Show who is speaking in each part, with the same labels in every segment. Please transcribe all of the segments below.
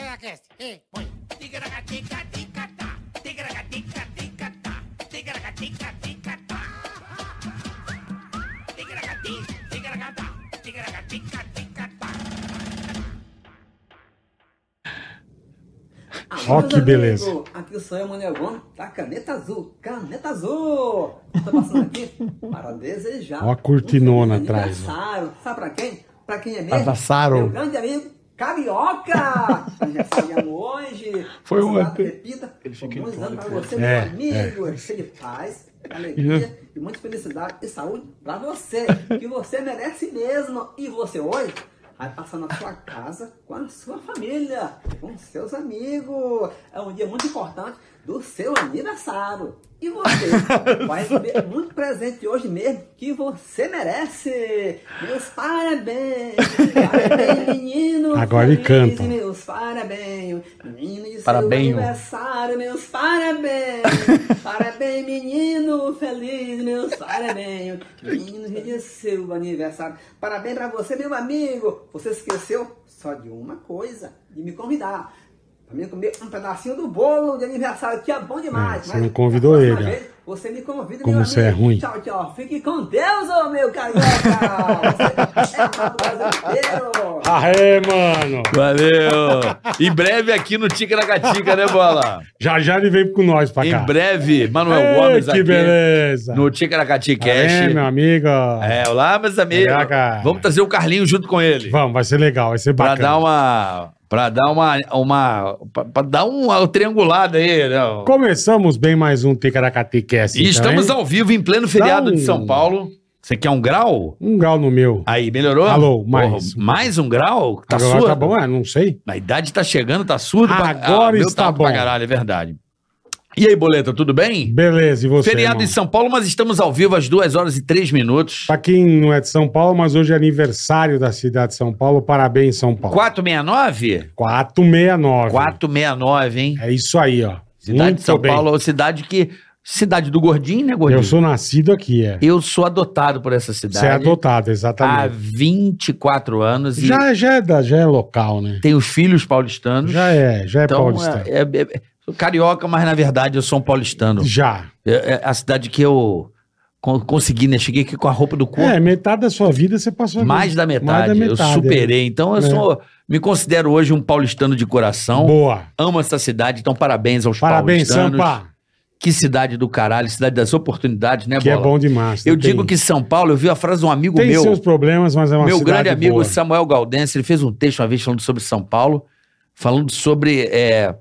Speaker 1: Ticaracast, ei, põe. Ticaracatica-ticatá, ticaracatica-ticatá, ticaracatica-ticatá. Ticaracati, ticaracatá, ticaracatica-ticatá.
Speaker 2: Ó,
Speaker 3: meus
Speaker 2: que beleza.
Speaker 3: amigos, Aqui o Sonho Manegon da Caneta Azul. Caneta Azul! Estou passando aqui para desejar.
Speaker 2: Ó a cortinona
Speaker 3: um feliz
Speaker 2: atrás, ó.
Speaker 3: Aniversário. Sabe para quem? Para quem é
Speaker 2: Pra
Speaker 3: mesmo?
Speaker 2: Vassaro.
Speaker 3: Meu grande amigo Carioca! Aniversariamos hoje.
Speaker 2: Foi
Speaker 3: Essa data
Speaker 2: ontem.
Speaker 3: repita.
Speaker 4: Ele fica
Speaker 3: Bons
Speaker 4: em
Speaker 3: anos para
Speaker 4: pânico. né?
Speaker 3: você,
Speaker 2: É,
Speaker 3: meu amigo. Cheio de paz,
Speaker 2: Isso.
Speaker 3: alegria e muita felicidade e saúde para você. Que você merece mesmo. E você hoje vai passar na sua casa com a sua família, com seus amigos. É um dia muito importante do seu aniversário. E você vai receber muito presente hoje mesmo que você merece. Meus parabéns. Parabéns, menino.
Speaker 2: Agora ele
Speaker 3: feliz,
Speaker 2: canta.
Speaker 3: Meus parabéns. Menino de
Speaker 4: Parabenho.
Speaker 3: seu aniversário. Meus parabéns. parabéns, menino. Feliz, meus parabéns. Menino de seu aniversário. Parabéns pra você, meu amigo. Você esqueceu só de uma coisa: de me convidar. Pra mim comer um pedacinho do bolo de aniversário, que é bom demais.
Speaker 2: É, você
Speaker 3: mas
Speaker 2: não convidou
Speaker 3: a próxima
Speaker 2: ele, ó.
Speaker 3: vez Você me convida,
Speaker 2: Como
Speaker 3: meu
Speaker 2: você
Speaker 3: amigo.
Speaker 2: é ruim.
Speaker 3: Tchau, tchau. Fique com Deus, ô meu carioca. Você é amado brasileiro.
Speaker 2: Aê, mano!
Speaker 4: Valeu! em breve aqui no Ticaracatica, né, Bola?
Speaker 2: Já já ele veio com nós pra
Speaker 4: Em
Speaker 2: cá.
Speaker 4: breve, Manuel
Speaker 2: Ei,
Speaker 4: Gomes
Speaker 2: que
Speaker 4: aqui
Speaker 2: beleza!
Speaker 4: no Ticaracatica
Speaker 2: Aê,
Speaker 4: Cash.
Speaker 2: meu amigo!
Speaker 4: É, olá, meus amigos.
Speaker 2: Caraca.
Speaker 4: Vamos trazer o Carlinho junto com ele.
Speaker 2: Vamos, vai ser legal, vai ser
Speaker 4: Pra
Speaker 2: bacana.
Speaker 4: dar uma. Pra dar uma. uma pra, pra dar uma triangulada aí, né?
Speaker 2: Começamos bem mais um Ticaracatecast.
Speaker 4: E estamos
Speaker 2: então, hein?
Speaker 4: ao vivo em pleno feriado
Speaker 2: Dá um-
Speaker 4: de São Paulo. Você quer um grau?
Speaker 2: Um grau no meu.
Speaker 4: Aí, melhorou?
Speaker 2: Alô, mais.
Speaker 4: Porra, mais um grau? Ah, Tá
Speaker 2: Agora
Speaker 4: surdo?
Speaker 2: tá bom, é, não sei.
Speaker 4: A idade tá chegando, tá surdo. pra-
Speaker 2: Agora
Speaker 4: meu
Speaker 2: está
Speaker 4: tá
Speaker 2: bom.
Speaker 4: Pra caralho, é verdade. E aí, Boleta, tudo bem?
Speaker 2: Beleza, e você?
Speaker 4: Feriado
Speaker 2: irmão?
Speaker 4: em São Paulo, mas estamos ao vivo às 2 horas e 3 minutos.
Speaker 2: Pra quem não é de São Paulo, mas hoje é aniversário da cidade de São Paulo, parabéns, São Paulo.
Speaker 4: 469?
Speaker 2: 469.
Speaker 4: 469, hein?
Speaker 2: É isso aí, ó.
Speaker 4: Cidade
Speaker 2: Muito
Speaker 4: de São
Speaker 2: bem.
Speaker 4: Paulo, cidade que. Cidade do Gordinho, né, Gordinho?
Speaker 2: Eu sou nascido aqui, é.
Speaker 4: Eu sou adotado por essa cidade. Ah,
Speaker 2: Você é adotado,
Speaker 4: Há
Speaker 2: exatamente.
Speaker 4: 24 anos e
Speaker 2: já, já, é da- já é local, né?
Speaker 4: tenho filhos paulistanos.
Speaker 2: Já é, já é
Speaker 4: então,
Speaker 2: paulistano.
Speaker 4: é- é- é- sou carioca, mas na verdade eu sou um paulistano.
Speaker 2: Já.
Speaker 4: É, é a cidade que eu con- consegui, né? Cheguei aqui com a roupa do corpo.
Speaker 2: É, metade da sua vida você passou aqui.
Speaker 4: mais, da metade. Eu superei. Então eu
Speaker 2: É.
Speaker 4: sou, me considero hoje um paulistano de coração.
Speaker 2: Boa.
Speaker 4: Amo essa cidade, então parabéns aos
Speaker 2: Parabéns,
Speaker 4: então, paulistanos.
Speaker 2: Sampa.
Speaker 4: Que cidade do caralho, cidade das oportunidades, né,
Speaker 2: que é
Speaker 4: Bola?
Speaker 2: bom demais.
Speaker 4: Eu
Speaker 2: Tem-
Speaker 4: digo que São Paulo, eu vi a frase de um amigo
Speaker 2: tem
Speaker 4: meu,
Speaker 2: seus problemas, mas é uma
Speaker 4: meu
Speaker 2: cidade
Speaker 4: grande amigo
Speaker 2: boa.
Speaker 4: Samuel Gaudense, ele fez um texto uma vez falando sobre São Paulo, falando sobre é,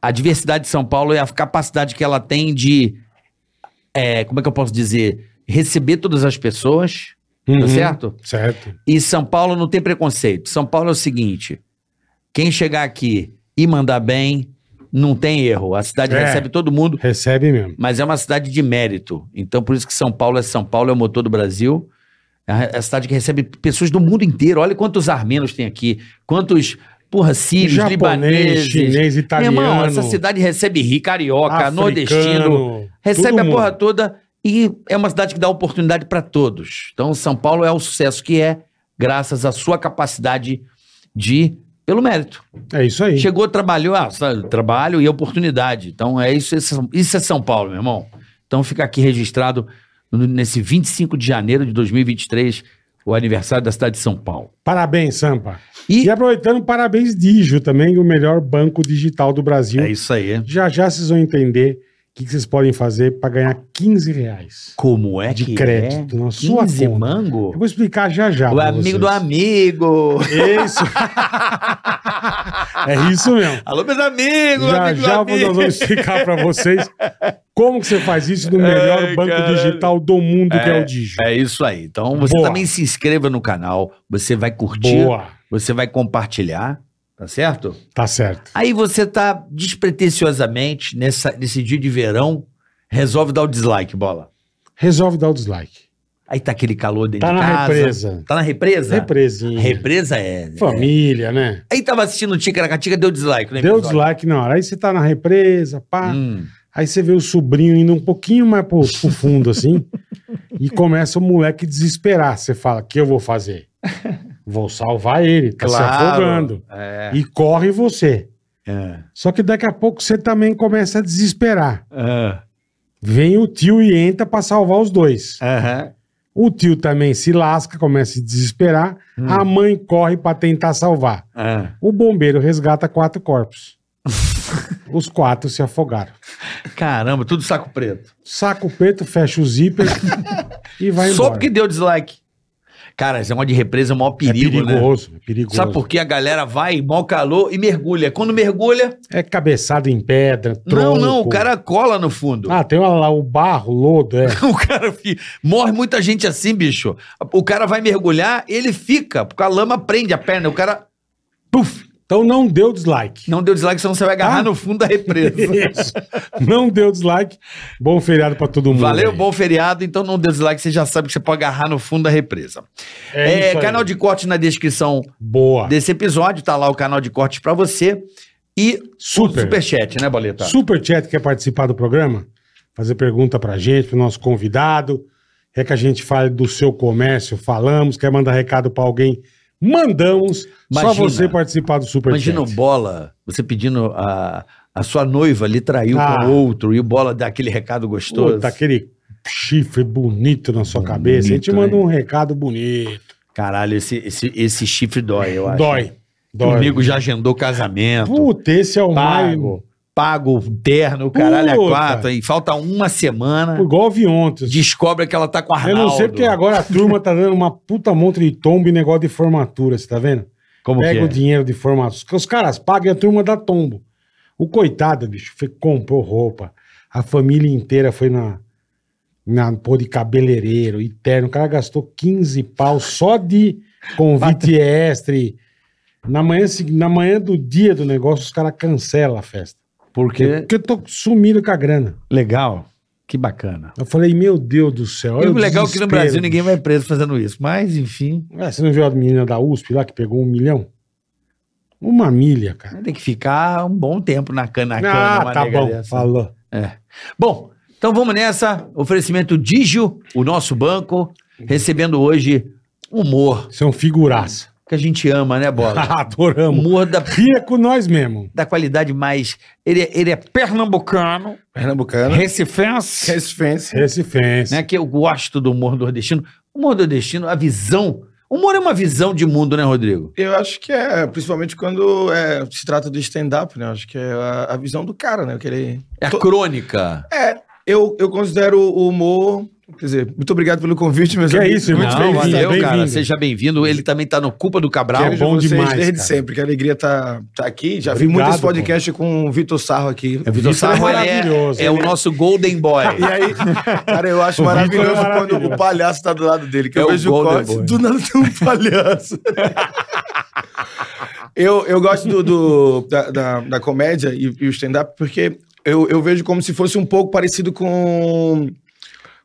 Speaker 4: a diversidade de São Paulo e a capacidade que ela tem de, é, como é que eu posso dizer, receber todas as pessoas,
Speaker 2: Uhum,
Speaker 4: tá certo?
Speaker 2: Certo.
Speaker 4: E São Paulo não tem preconceito. São Paulo é o seguinte: quem chegar aqui e mandar bem, não tem erro. A cidade
Speaker 2: É.
Speaker 4: recebe todo mundo,
Speaker 2: Recebe mesmo.
Speaker 4: mas é uma cidade de mérito. Então, por isso que São Paulo é São Paulo, é o motor do Brasil. É a é a cidade que recebe pessoas do mundo inteiro. Olha quantos armenos tem aqui, quantos, porra, sírios,
Speaker 2: Japonês,
Speaker 4: libaneses.
Speaker 2: chinês, italiano.
Speaker 4: Meu irmão, essa cidade recebe rio, carioca,
Speaker 2: africano,
Speaker 4: nordestino, recebe
Speaker 2: todo
Speaker 4: a
Speaker 2: mundo.
Speaker 4: porra toda e é uma cidade que dá oportunidade para todos. Então, São Paulo é o sucesso que é, graças à sua capacidade de. pelo mérito.
Speaker 2: É isso aí.
Speaker 4: Chegou, trabalhou, ah, sabe, trabalho e oportunidade. Então, é isso, isso isso é São Paulo, meu irmão. Então, fica aqui registrado no- nesse 25 de janeiro de 2023, o aniversário da cidade de São Paulo.
Speaker 2: Parabéns, Sampa. E...
Speaker 4: E.
Speaker 2: aproveitando, parabéns, Digio, também, o melhor banco digital do Brasil.
Speaker 4: É isso aí.
Speaker 2: Já já vocês vão entender o que, que vocês podem fazer para ganhar 15 reais
Speaker 4: Como é
Speaker 2: de
Speaker 4: que
Speaker 2: crédito na
Speaker 4: é?
Speaker 2: sua
Speaker 4: 15
Speaker 2: conta. Eu
Speaker 4: mango?
Speaker 2: vou explicar já já.
Speaker 4: O
Speaker 2: pra
Speaker 4: amigo
Speaker 2: vocês.
Speaker 4: do amigo.
Speaker 2: Isso. é isso mesmo.
Speaker 4: Alô, meus amigos,
Speaker 2: Já
Speaker 4: amigo,
Speaker 2: já
Speaker 4: amigo.
Speaker 2: nós vamos explicar para vocês como que você faz isso no melhor
Speaker 4: Ai,
Speaker 2: banco
Speaker 4: caralho.
Speaker 2: digital do mundo, que é o Digio.
Speaker 4: É isso aí. Então, você
Speaker 2: Boa.
Speaker 4: também se inscreva no canal, você vai curtir,
Speaker 2: Boa.
Speaker 4: você vai compartilhar, tá certo?
Speaker 2: Tá certo.
Speaker 4: Aí você tá despretensiosamente, nessa, nesse dia de verão, resolve dar o dislike, bola.
Speaker 2: Resolve dar o dislike.
Speaker 4: Aí tá aquele calor dentro
Speaker 2: Tá
Speaker 4: de
Speaker 2: na
Speaker 4: casa.
Speaker 2: represa.
Speaker 4: Tá na represa?
Speaker 2: Represinha.
Speaker 4: Represa é.
Speaker 2: Família, né?
Speaker 4: Aí tava assistindo o Ticaracatica, deu dislike, né?
Speaker 2: Deu o dislike na hora. Aí você tá na represa, pá.
Speaker 4: Hum.
Speaker 2: Aí você vê o sobrinho indo um pouquinho mais pro, pro fundo, assim, e começa o moleque desesperar. Você fala, o que eu vou fazer? Vou salvar ele, tá se
Speaker 4: Claro.
Speaker 2: É.
Speaker 4: é.
Speaker 2: afogando. E corre você.
Speaker 5: É.
Speaker 2: Só que daqui a pouco você também começa a desesperar. É.
Speaker 5: Ah,
Speaker 2: Vem o tio e entra pra salvar os dois.
Speaker 4: É.
Speaker 5: aham.
Speaker 2: O tio também se lasca, começa a se desesperar.
Speaker 4: Hum.
Speaker 2: A mãe corre pra tentar salvar.
Speaker 5: Ah.
Speaker 2: O bombeiro resgata quatro corpos. os quatro se afogaram.
Speaker 5: Caramba, tudo saco preto.
Speaker 2: Saco preto, fecha o zíper e vai
Speaker 4: Só
Speaker 2: embora.
Speaker 4: porque deu dislike. Cara, esse negócio de represa é o maior perigo,
Speaker 2: é
Speaker 4: né?
Speaker 2: perigoso, é perigoso.
Speaker 4: Sabe por quê? A galera vai, mal calor e mergulha. Quando mergulha,
Speaker 2: É cabeçada em pedra,
Speaker 4: não,
Speaker 2: tronco.
Speaker 4: não, o cara cola no fundo.
Speaker 2: Ah, tem uma lá o barro, lodo, é.
Speaker 4: O cara fi- morre muita gente assim, bicho. O cara vai mergulhar, ele fica, porque a lama prende a perna. O cara
Speaker 2: Puf! Então não deu dislike.
Speaker 4: não deu dislike, senão você vai agarrar
Speaker 2: Ah.
Speaker 4: no fundo da represa.
Speaker 2: Isso. Não deu dislike. Bom feriado pra todo mundo.
Speaker 4: Valeu,
Speaker 2: aí.
Speaker 4: bom feriado. Então não deu dislike, você já sabe que você pode agarrar no fundo da represa.
Speaker 2: É
Speaker 4: É,
Speaker 2: isso aí.
Speaker 4: canal de corte na descrição
Speaker 2: Boa.
Speaker 4: desse episódio, tá lá o canal de cortes pra você. E
Speaker 2: Super.
Speaker 4: o superchat, né, Boleta?
Speaker 2: Super chat quer participar do programa? Fazer pergunta pra gente, pro nosso convidado. Quer que a gente fale do seu comércio? Falamos. Quer mandar recado pra alguém? Mandamos.
Speaker 4: Imagina.
Speaker 2: Só você participar do Super
Speaker 4: Imagina o
Speaker 2: Chat.
Speaker 4: Bola, você pedindo a, a sua noiva lhe traiu
Speaker 2: Ah.
Speaker 4: com outro, e o Bola dá aquele recado gostoso.
Speaker 2: Puta, tá aquele chifre bonito na sua cabeça. A gente
Speaker 4: hein?
Speaker 2: manda um recado bonito.
Speaker 4: Caralho, esse, esse, esse chifre dói, eu acho.
Speaker 2: Dói.
Speaker 4: O
Speaker 2: Dói.
Speaker 4: amigo já agendou casamento.
Speaker 2: Puta, esse é o mais...
Speaker 4: pago, pago o terno, o
Speaker 2: Puta.
Speaker 4: caralho, a quatro. E falta uma semana,
Speaker 2: Igual eu vi ontem.
Speaker 4: descobre que ela tá com
Speaker 2: Eu
Speaker 4: Arnaldo.
Speaker 2: não sei porque agora a turma tá dando uma puta monte de tombo e negócio de formatura, você tá vendo?
Speaker 4: Como
Speaker 2: Pega o
Speaker 4: que é?
Speaker 2: dinheiro de formatura. Os caras pagam e a turma dá tombo. O coitado, bicho, foi, comprou roupa. A família inteira foi na. na pô, de cabeleireiro, e terno. O cara gastou 15 pau só de convite extra. Na manhã, segui- na manhã do dia do negócio, os caras cancelam a festa.
Speaker 5: Porque.
Speaker 2: Porque eu tô sumido com a grana.
Speaker 5: Legal. Que bacana.
Speaker 2: Eu falei, meu Deus do céu.
Speaker 4: E
Speaker 2: olha
Speaker 4: o legal é que no
Speaker 2: desespero,
Speaker 4: Brasil ninguém
Speaker 2: bicho.
Speaker 4: vai preso fazendo isso. Mas, enfim,
Speaker 2: É, você não viu a menina da USP lá que pegou um milhão? Uma milha, cara.
Speaker 4: tem que ficar um bom tempo na cana. na cana uma
Speaker 2: tá
Speaker 4: nega
Speaker 2: bom.
Speaker 4: dessa.
Speaker 2: Falou.
Speaker 4: Bom, então vamos nessa. Oferecimento Digio, o nosso banco, recebendo hoje humor,
Speaker 2: Você é um figuraça.
Speaker 4: que a gente ama, né, Bola?
Speaker 2: Adoramos.
Speaker 4: humor da,
Speaker 2: Ria com nós mesmo.
Speaker 4: da qualidade mais. Ele, é- ele é pernambucano,
Speaker 5: Pernambucano.
Speaker 4: recifense,
Speaker 5: Resfense.
Speaker 2: é Esse fence.
Speaker 4: né? Que eu gosto do humor nordestino. O humor nordestino, a visão. o Humor é uma visão de mundo, né, Rodrigo?
Speaker 6: Eu acho que é, principalmente quando é, se trata de stand-up, né? Eu acho que é a, a visão do cara, né? Que ele...
Speaker 4: É a
Speaker 6: Tô- É,
Speaker 4: crônica.
Speaker 6: eu, eu considero o humor. Quer dizer, muito obrigado pelo convite, meus
Speaker 2: Que é
Speaker 6: amigos.
Speaker 2: isso, irmão.
Speaker 6: muito
Speaker 4: Não,
Speaker 2: bem-vindo,
Speaker 4: valeu,
Speaker 2: bem-vindo.
Speaker 4: cara. Seja bem-vindo. Ele também tá no Culpa do Cabral.
Speaker 2: Que é
Speaker 6: Quero
Speaker 2: bom
Speaker 6: vocês
Speaker 2: demais,
Speaker 6: desde
Speaker 2: cara.
Speaker 6: sempre, que alegria estar tá, tá aqui. Já vi
Speaker 2: Obrigado,
Speaker 6: muitos podcasts com o Vitor Sarro aqui.
Speaker 2: É,
Speaker 4: Vitor
Speaker 2: Vitor
Speaker 4: Sarro
Speaker 2: é
Speaker 4: ele
Speaker 2: maravilhoso.
Speaker 4: é, é o nosso Golden Boy.
Speaker 6: E aí, cara, eu acho
Speaker 2: O
Speaker 6: maravilhoso,
Speaker 2: Vitor é maravilhoso.
Speaker 6: quando o palhaço tá do lado dele, que
Speaker 4: É
Speaker 6: eu
Speaker 4: o
Speaker 6: vejo o
Speaker 4: Golden
Speaker 6: corte,
Speaker 4: Boy.
Speaker 6: do nada tem um palhaço. eu, eu gosto do, do- da, da, da comédia e, e o stand-up porque eu, eu vejo como se fosse um pouco parecido com...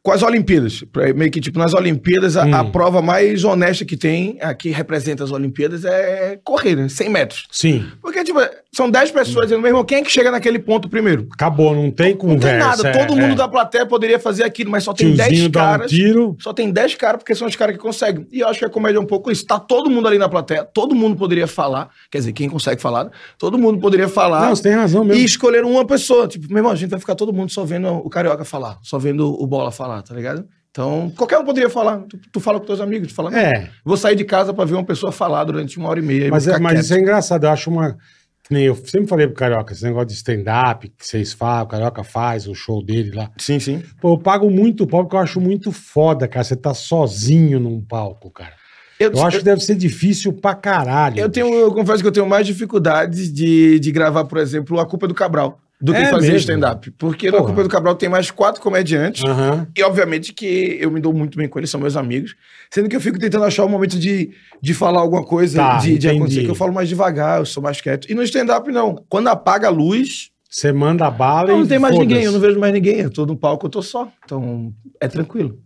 Speaker 6: Com as Olimpíadas, Pra- meio que tipo, nas Olimpíadas, a, a
Speaker 2: Hum.
Speaker 6: prova mais honesta que tem, a que representa as Olimpíadas, é correr, né? 100 metros.
Speaker 2: Sim,
Speaker 6: Porque, tipo, são 10 pessoas dizendo, meu irmão, quem é que chega naquele ponto primeiro?
Speaker 2: acabou, não tem
Speaker 6: Não tem
Speaker 2: conversa. é,
Speaker 6: nada, todo mundo da plateia poderia fazer aquilo, mas só tem
Speaker 2: Tiozinho dá
Speaker 6: 10
Speaker 2: um
Speaker 6: caras.
Speaker 2: tiro.
Speaker 6: Só tem 10 caras porque são os caras que conseguem. E eu acho que a comédia é um pouco isso. Tá todo mundo ali na plateia, todo mundo poderia falar, quer dizer, quem consegue falar, né? todo mundo poderia falar.
Speaker 2: Não, você tem razão mesmo.
Speaker 6: E escolher uma pessoa. Tipo, meu irmão, a gente vai ficar todo mundo só vendo o Carioca falar, só vendo o Bola falar, tá ligado? Então, qualquer um poderia falar. Tu, tu fala com teus amigos, tu fala.
Speaker 2: É,
Speaker 6: Vou sair de casa pra ver uma pessoa falar durante uma hora e meia. e
Speaker 2: mas, é,
Speaker 6: ficar
Speaker 2: mas
Speaker 6: quieto."
Speaker 2: isso é engraçado. Eu acho uma. que nem Eu sempre falei pro Carioca, esse negócio de stand-up que vocês falam, o Carioca faz, o show dele lá.
Speaker 6: Sim, sim.
Speaker 2: Pô, eu pago muito pau porque eu acho muito foda, cara. Você tá sozinho num palco, cara. Eu acho que deve ser difícil pra caralho.
Speaker 6: Eu tenho, eu confesso que eu tenho mais dificuldades de, de gravar, por exemplo, A Culpa é do Cabral do que
Speaker 2: É
Speaker 6: fazer
Speaker 2: mesmo?
Speaker 6: stand-up. Porque no
Speaker 2: Porra.
Speaker 6: A Culpa é do Cabral tem mais quatro comediantes.
Speaker 2: Aham.
Speaker 6: E obviamente que eu me dou muito bem com eles, são meus amigos. Sendo que eu fico tentando achar o momento de, de falar alguma coisa,
Speaker 2: Tá,
Speaker 6: de, de
Speaker 2: entendi.
Speaker 6: acontecer, que eu falo mais devagar, eu sou mais quieto. E no stand-up, não. Quando apaga a luz,
Speaker 2: Você manda bala e.
Speaker 6: não tem mais
Speaker 2: foda-se.
Speaker 6: ninguém, eu não vejo mais ninguém. Eu tô no palco, eu tô só. Então, é tranquilo.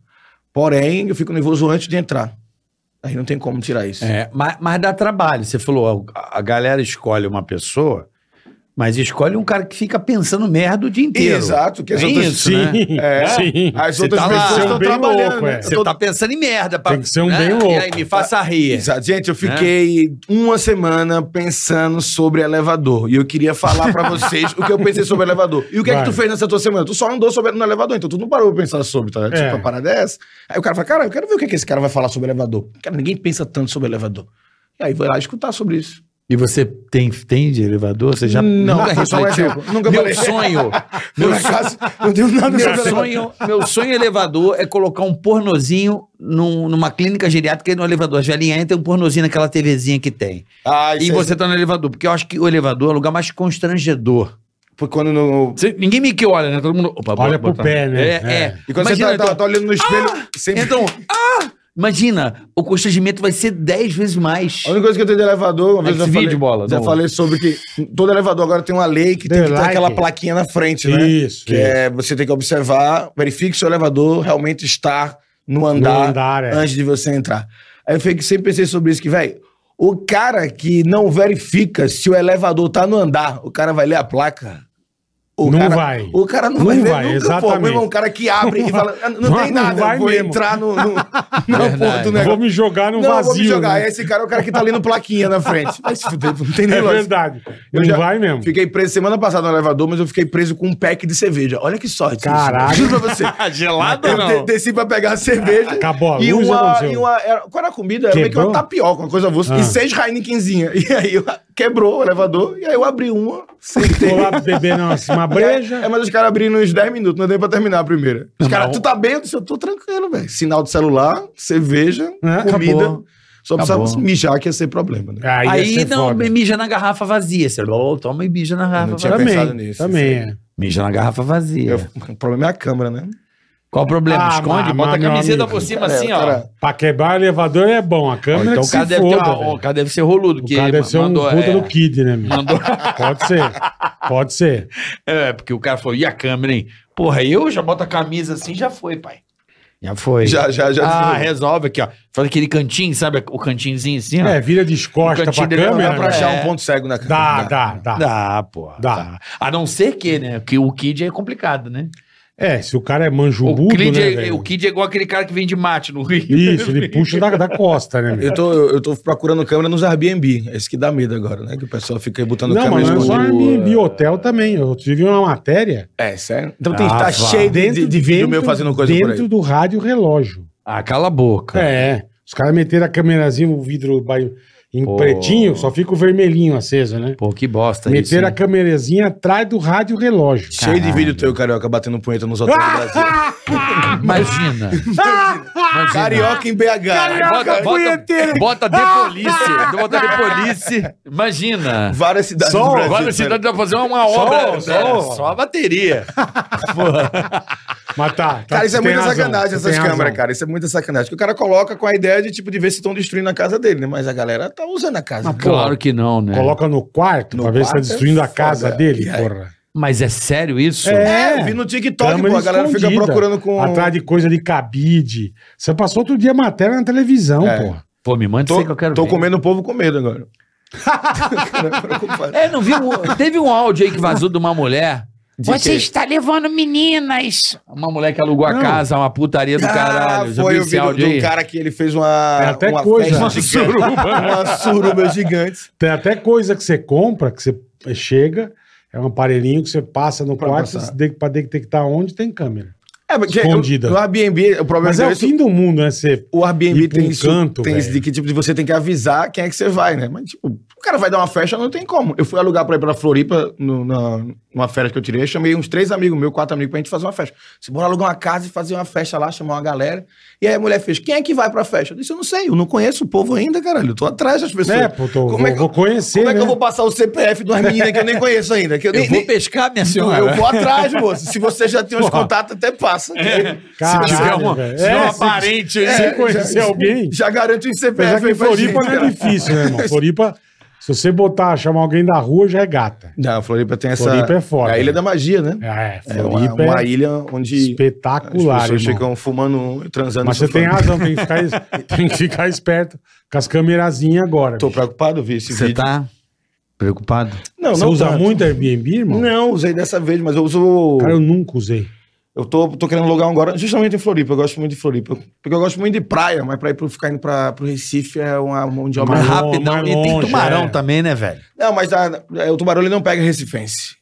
Speaker 6: Porém, eu fico nervoso antes de entrar. Aí não tem
Speaker 2: É.
Speaker 6: como tirar isso.
Speaker 4: É, mas, mas dá trabalho. Você falou, a, a galera escolhe uma pessoa,
Speaker 5: Mas escolhe um cara que fica pensando merda o dia inteiro.
Speaker 6: Exato, que as
Speaker 5: É
Speaker 6: outras-
Speaker 5: isso, né?
Speaker 6: É,
Speaker 2: sim.
Speaker 6: As
Speaker 5: Você
Speaker 6: outras
Speaker 5: tá lá. Tem
Speaker 6: pessoas
Speaker 5: um
Speaker 6: estão
Speaker 2: bem
Speaker 6: trabalhando.
Speaker 2: louco,
Speaker 6: né?
Speaker 2: é.
Speaker 5: Você
Speaker 6: Todo-
Speaker 5: tá pensando em merda. pra-
Speaker 2: Tem que ser um
Speaker 6: né?
Speaker 2: bem louco.
Speaker 5: E aí, me faça rir.
Speaker 6: Exato. Gente, eu fiquei uma semana pensando sobre elevador. E eu queria falar pra vocês o que eu pensei sobre elevador. E o que é
Speaker 2: Vai.
Speaker 6: que tu fez nessa tua semana? Tu só andou sobre, no elevador, então tu não parou pra pensar sobre, tá?
Speaker 2: É.
Speaker 6: Tipo, a parada é essa. Aí o cara fala, cara, eu quero ver o que, é que esse cara vai falar sobre elevador. Cara, ninguém pensa tanto sobre elevador. E aí vai lá escutar sobre isso.
Speaker 5: E você tem, tem de elevador? Você já
Speaker 6: Não,
Speaker 5: nunca
Speaker 6: eu sou um
Speaker 5: refletiu?
Speaker 6: exemplo. Nunca
Speaker 5: meu
Speaker 6: falei.
Speaker 5: sonho,
Speaker 6: Por acaso, não tenho nada sobre
Speaker 5: meu
Speaker 6: elevador.
Speaker 5: sonho,
Speaker 4: Meu sonho elevador é colocar um pornozinho num- numa clínica geriátrica e no elevador. A velhinha entra um pornozinho naquela TVzinha que tem.
Speaker 6: Ah,
Speaker 4: E
Speaker 6: isso
Speaker 4: você tá no elevador, porque eu acho que o elevador é o lugar mais constrangedor.
Speaker 6: Foi quando no...
Speaker 4: Você- ninguém me que olha, né? Todo mundo. Opa,
Speaker 2: Olha pro pé, né?
Speaker 4: É,
Speaker 2: É.
Speaker 4: é.
Speaker 6: E quando
Speaker 4: Imagina,
Speaker 6: você tá, tá- tá olhando no espelho, sempre...
Speaker 4: então, então, ah! Imagina, o constrangimento vai ser 10 vezes mais.
Speaker 6: A única coisa que eu tenho de elevador, uma vez eu já
Speaker 4: X-vídeo,
Speaker 6: falei,
Speaker 4: bola,
Speaker 6: já
Speaker 4: não.
Speaker 6: falei sobre que todo elevador agora tem uma lei que
Speaker 2: Dê
Speaker 6: tem que ter
Speaker 2: like.
Speaker 6: aquela plaquinha na
Speaker 2: tá
Speaker 6: frente, né?
Speaker 2: Isso,
Speaker 6: Que
Speaker 2: isso.
Speaker 6: é, você tem que observar, verifique se o elevador realmente está no andar,
Speaker 2: andar, é.
Speaker 6: antes de você entrar. Aí eu fiquei- sempre pensei sobre isso, que, velho, o cara que não verifica se o elevador tá no andar, o cara vai ler a placa. O
Speaker 2: Não
Speaker 6: cara-
Speaker 2: vai.
Speaker 6: O cara não,
Speaker 2: Não
Speaker 6: vai,
Speaker 2: vai,
Speaker 6: ver nunca, pô.
Speaker 2: exatamente.
Speaker 6: Meu irmão, um cara que abre e fala, "Ah, não,
Speaker 2: Não,
Speaker 6: tem
Speaker 2: não
Speaker 6: nada,
Speaker 2: vai
Speaker 6: eu vou
Speaker 2: mesmo."
Speaker 6: entrar no, no, na porta do
Speaker 2: Eu
Speaker 6: negócio
Speaker 2: Vou me jogar no
Speaker 6: não,
Speaker 2: vazio.
Speaker 6: vou me jogar.
Speaker 2: né?
Speaker 6: Esse cara é o cara que tá lendo plaquinha na frente. Vai se fuder, não tem nem
Speaker 2: É
Speaker 6: lógica.
Speaker 2: verdade.
Speaker 6: Eu
Speaker 2: não
Speaker 6: já
Speaker 2: vai mesmo.
Speaker 6: Fiquei preso semana passada no elevador, mas eu fiquei preso com um pack de cerveja. Olha que sorte.
Speaker 2: Caralho.
Speaker 6: isso. Juro pra você.
Speaker 5: Gelado
Speaker 6: Eu de- desci pra pegar a cerveja.
Speaker 2: Acabou a
Speaker 6: e
Speaker 2: luz,
Speaker 6: uma,
Speaker 2: aconteceu.
Speaker 6: e uma era- Qual era a comida? Era meio que uma
Speaker 2: Quebrou?
Speaker 6: tapioca, uma coisa avulsa.
Speaker 2: Ah.
Speaker 6: E seis Heinekenzinha. E aí eu- quebrou o elevador. E aí eu abri uma, sentei.
Speaker 2: Vou lá beber uma, uma
Speaker 6: É,
Speaker 2: breja.
Speaker 6: mas os caras abriram uns 10 minutos, não deu pra terminar a primeira. Os
Speaker 5: Não,
Speaker 6: caras,
Speaker 5: mas-
Speaker 6: tu tá bem? Eu disse, eu tô tranquilo, velho. Sinal de celular, cerveja,
Speaker 2: É,
Speaker 6: comida.
Speaker 5: acabou.
Speaker 6: Só
Speaker 5: Acabou.
Speaker 6: precisava mijar que ia ser problema, né?
Speaker 2: Aí,
Speaker 4: Aí,
Speaker 2: ia ser
Speaker 4: não,
Speaker 2: foda.
Speaker 4: mija na garrafa vazia. Você "Oh, toma e mija na garrafa
Speaker 6: não tinha
Speaker 4: vazia.
Speaker 6: pensado
Speaker 2: Também,
Speaker 6: nisso,
Speaker 2: também.
Speaker 6: isso
Speaker 2: é.
Speaker 4: Mija na garrafa vazia.
Speaker 6: Eu- o problema é a câmera, né?
Speaker 4: Qual o problema?
Speaker 2: Ah,
Speaker 4: Esconde,
Speaker 2: mas-
Speaker 4: bota a
Speaker 2: mas, meu
Speaker 4: camiseta
Speaker 2: amigo,
Speaker 4: por cima
Speaker 6: Cara,
Speaker 4: assim,
Speaker 6: o
Speaker 4: ó.
Speaker 6: cara-
Speaker 2: Pra quebrar o elevador é bom. A
Speaker 4: Ó,
Speaker 2: câmera
Speaker 4: Então
Speaker 2: que
Speaker 4: o
Speaker 2: se
Speaker 4: cara, deve ter
Speaker 2: foda,
Speaker 4: uma-
Speaker 2: velho.
Speaker 4: o cara deve ser roludo,
Speaker 2: O
Speaker 4: porque
Speaker 2: cara deve ser um
Speaker 4: mandou,
Speaker 2: puta
Speaker 4: é,
Speaker 2: do Kid, né, meu?
Speaker 4: mandou-
Speaker 2: Pode ser. Pode ser.
Speaker 4: é, porque o cara falou, e a câmera, hein? Porra, eu já boto a camisa assim, já foi, pai.
Speaker 5: Já foi.
Speaker 6: Já, já, já.
Speaker 4: ah,
Speaker 6: desligou.
Speaker 4: resolve aqui, ó. Faz aquele cantinho, sabe? O cantinhozinho assim, ó.
Speaker 2: É, vira de
Speaker 4: O
Speaker 2: escosta pra
Speaker 4: cantinho dele não dá
Speaker 2: câmera.
Speaker 6: Dá pra
Speaker 2: né?
Speaker 6: achar
Speaker 4: É.
Speaker 6: um ponto cego na câmera.
Speaker 2: Dá, dá, dá,
Speaker 4: Dá, porra.
Speaker 2: Dá.
Speaker 4: Ah, Tá. A não ser que, né? Que o Kid é complicado, né?
Speaker 2: É, se o cara é
Speaker 4: O,
Speaker 2: manjubudo, né,
Speaker 4: Kid é-
Speaker 2: velho?
Speaker 4: o é Kid é igual aquele cara que vende mate no Rio.
Speaker 2: Isso, ele puxa da, da costa, né, meu?
Speaker 6: Eu tô, eu tô procurando câmera nos Airbnb. É isso que dá medo agora, né? Que o pessoal fica aí botando
Speaker 2: Não,
Speaker 6: câmera
Speaker 2: mas não é só
Speaker 6: escondida.
Speaker 2: Airbnb, hotel também. Eu tive uma matéria
Speaker 6: É, sério. Então tem que
Speaker 5: Ah,
Speaker 6: estar
Speaker 5: vá.
Speaker 6: cheio de, de, de vídeo meu fazendo coisa por
Speaker 2: dentro
Speaker 6: aí.
Speaker 2: do rádio relógio.
Speaker 4: Ah, cala a boca.
Speaker 2: É, os caras meteram a câmerazinha, o vidro ba- em
Speaker 4: Pô.
Speaker 2: pretinho, só fica o vermelhinho aceso, né?
Speaker 4: Pô, que bosta isso.
Speaker 2: meteram a
Speaker 4: hein?
Speaker 2: câmerazinha atrás do rádio relógio.
Speaker 6: Tá Cheio de vídeo teu, carioca, batendo punheta nos hotéis do Brasil.
Speaker 4: Imagina. Imagina.
Speaker 6: Carioca em BH.
Speaker 4: Bota, bota,
Speaker 2: punheteiro.
Speaker 4: bota de polícia. Bota de polícia. Imagina.
Speaker 6: Várias cidades
Speaker 4: Só,
Speaker 6: do Brasil.
Speaker 4: agora a cidade vai fazer uma obra. Só, só a bateria.
Speaker 2: Mas tá, tá,
Speaker 6: Cara, isso é
Speaker 2: tem
Speaker 6: muita
Speaker 2: razão,
Speaker 6: sacanagem,
Speaker 2: você
Speaker 6: essas
Speaker 2: tem
Speaker 6: câmeras,
Speaker 2: razão.
Speaker 6: cara. Isso é muita sacanagem. Que o cara coloca com a ideia de, tipo, de ver se estão destruindo a casa dele, né? Mas a galera tá usando a casa. né?
Speaker 4: Ah, Claro que não, né?
Speaker 2: Coloca no quarto
Speaker 6: No
Speaker 2: pra ver se tá
Speaker 6: quarto é
Speaker 2: destruindo a
Speaker 6: foda.
Speaker 2: casa dele,
Speaker 6: E aí?
Speaker 2: porra.
Speaker 4: Mas é sério isso?
Speaker 6: É, eu vi no TikTok,
Speaker 2: câmera
Speaker 6: pô, a galera fica
Speaker 2: escondida,
Speaker 6: procurando com...
Speaker 2: Atrás de coisa de cabide. Você passou outro dia matéria na televisão,
Speaker 6: É.
Speaker 2: porra.
Speaker 4: Pô, me manda
Speaker 6: Tô,
Speaker 4: isso aí que eu quero
Speaker 6: tô
Speaker 4: ver.
Speaker 6: comendo o povo com medo agora. Cara, é preocupante.
Speaker 4: É, não viu? Teve um áudio aí que vazou de uma mulher.
Speaker 6: De quê?
Speaker 4: está levando meninas. Uma mulher que alugou a
Speaker 2: Não.
Speaker 4: casa, uma putaria do caralho.
Speaker 6: Ah,
Speaker 4: Já
Speaker 6: foi
Speaker 4: viu
Speaker 6: o
Speaker 4: esse
Speaker 6: vídeo
Speaker 4: áudio aí?
Speaker 6: do cara que ele fez uma,
Speaker 2: Tem até
Speaker 6: Ah, uma
Speaker 2: coisa. Uma
Speaker 6: festa gigante. uma suruba gigante.
Speaker 2: Tem até coisa que você compra, que você chega, é um aparelhinho que você passa no
Speaker 6: Pra
Speaker 2: quarto
Speaker 6: passar.
Speaker 2: você de- pra detectar onde tem câmera.
Speaker 6: É, porque
Speaker 2: Escondida.
Speaker 6: o- No Airbnb, o problema
Speaker 2: Mas
Speaker 6: é,
Speaker 2: é
Speaker 6: que
Speaker 2: o fim do mundo, né? Você...
Speaker 6: O Airbnb
Speaker 2: Ir pra um
Speaker 6: tem isso,
Speaker 2: canto,
Speaker 6: tem isso de
Speaker 2: velho.
Speaker 6: que tipo de você tem que avisar quem é que você vai, né? Mas tipo, o cara vai dar uma festa, não tem como. Eu fui alugar pra ir pra Floripa no- na, numa férias que eu tirei, eu chamei uns três amigos meus, quatro amigos pra gente fazer uma festa. Se bora alugar uma casa e fazer uma festa lá, chamar uma galera. E aí a mulher fez: "Quem é que vai pra festa?" Eu disse: "Eu não sei, eu não conheço o povo ainda, caralho. Eu tô atrás das pessoas."
Speaker 2: É, pô, tô-
Speaker 6: Como
Speaker 2: vou,
Speaker 6: é que eu-
Speaker 2: vou conhecer,
Speaker 6: Como é que
Speaker 2: né?
Speaker 6: eu vou passar o CPF de umas meninas que eu nem conheço ainda? Que eu,
Speaker 4: Eu
Speaker 6: nem-
Speaker 4: vou
Speaker 6: nem-
Speaker 4: pescar, minha
Speaker 6: Não,
Speaker 4: senhora.
Speaker 6: eu vou atrás, moço. Se você já tem os contatos, até passa.
Speaker 2: Caralho,
Speaker 4: se tiver uma,
Speaker 2: velho.
Speaker 4: se tiver
Speaker 2: É,
Speaker 4: uma
Speaker 2: se-
Speaker 4: parente aí.
Speaker 2: Se você conhecer alguém...
Speaker 6: Já garante o CPF
Speaker 2: Apesar que
Speaker 6: aí
Speaker 2: em
Speaker 6: pra
Speaker 2: Floripa
Speaker 6: gente,
Speaker 2: não é
Speaker 6: cara.
Speaker 2: difícil, né, irmão? Floripa, se você botar, chamar alguém da rua, já é gata.
Speaker 6: Não, Floripa tem essa.
Speaker 2: Floripa é foda,
Speaker 6: a Ilha
Speaker 2: né?
Speaker 6: da Magia, né?
Speaker 2: É,
Speaker 6: É uma,
Speaker 2: Floripa é,
Speaker 6: uma ilha onde as
Speaker 2: espetacular,
Speaker 6: pessoas
Speaker 2: irmão.
Speaker 6: ficam fumando um e transando.
Speaker 2: Mas
Speaker 6: no
Speaker 2: você tem
Speaker 6: sofá.
Speaker 2: razão, tem que ficar, es- tem que ficar esperto com as câmerazinhas agora.
Speaker 6: Tô
Speaker 2: bicho. tá-
Speaker 6: preocupado, vi esse
Speaker 5: Você
Speaker 6: vídeo.
Speaker 5: tá preocupado?
Speaker 6: Não, Não,
Speaker 2: Você
Speaker 6: não
Speaker 2: usa
Speaker 6: tanto.
Speaker 2: muito Airbnb, irmão?
Speaker 6: Não, usei dessa vez, mas eu uso.
Speaker 2: Cara, eu nunca usei.
Speaker 6: Eu tô, tô querendo alugar um agora, justamente em Floripa. Eu gosto muito de Floripa. Porque eu gosto muito de praia, mas pra ir pro, ficar indo pra, pro Recife é uma mão de obra.
Speaker 2: Mas
Speaker 5: Mas
Speaker 2: lo-
Speaker 5: rapidão.
Speaker 2: mais
Speaker 5: E tem
Speaker 2: longe,
Speaker 5: tubarão
Speaker 2: é.
Speaker 5: também, né, velho?
Speaker 6: Não, mas a- é, o tubarão ele não pega recifense.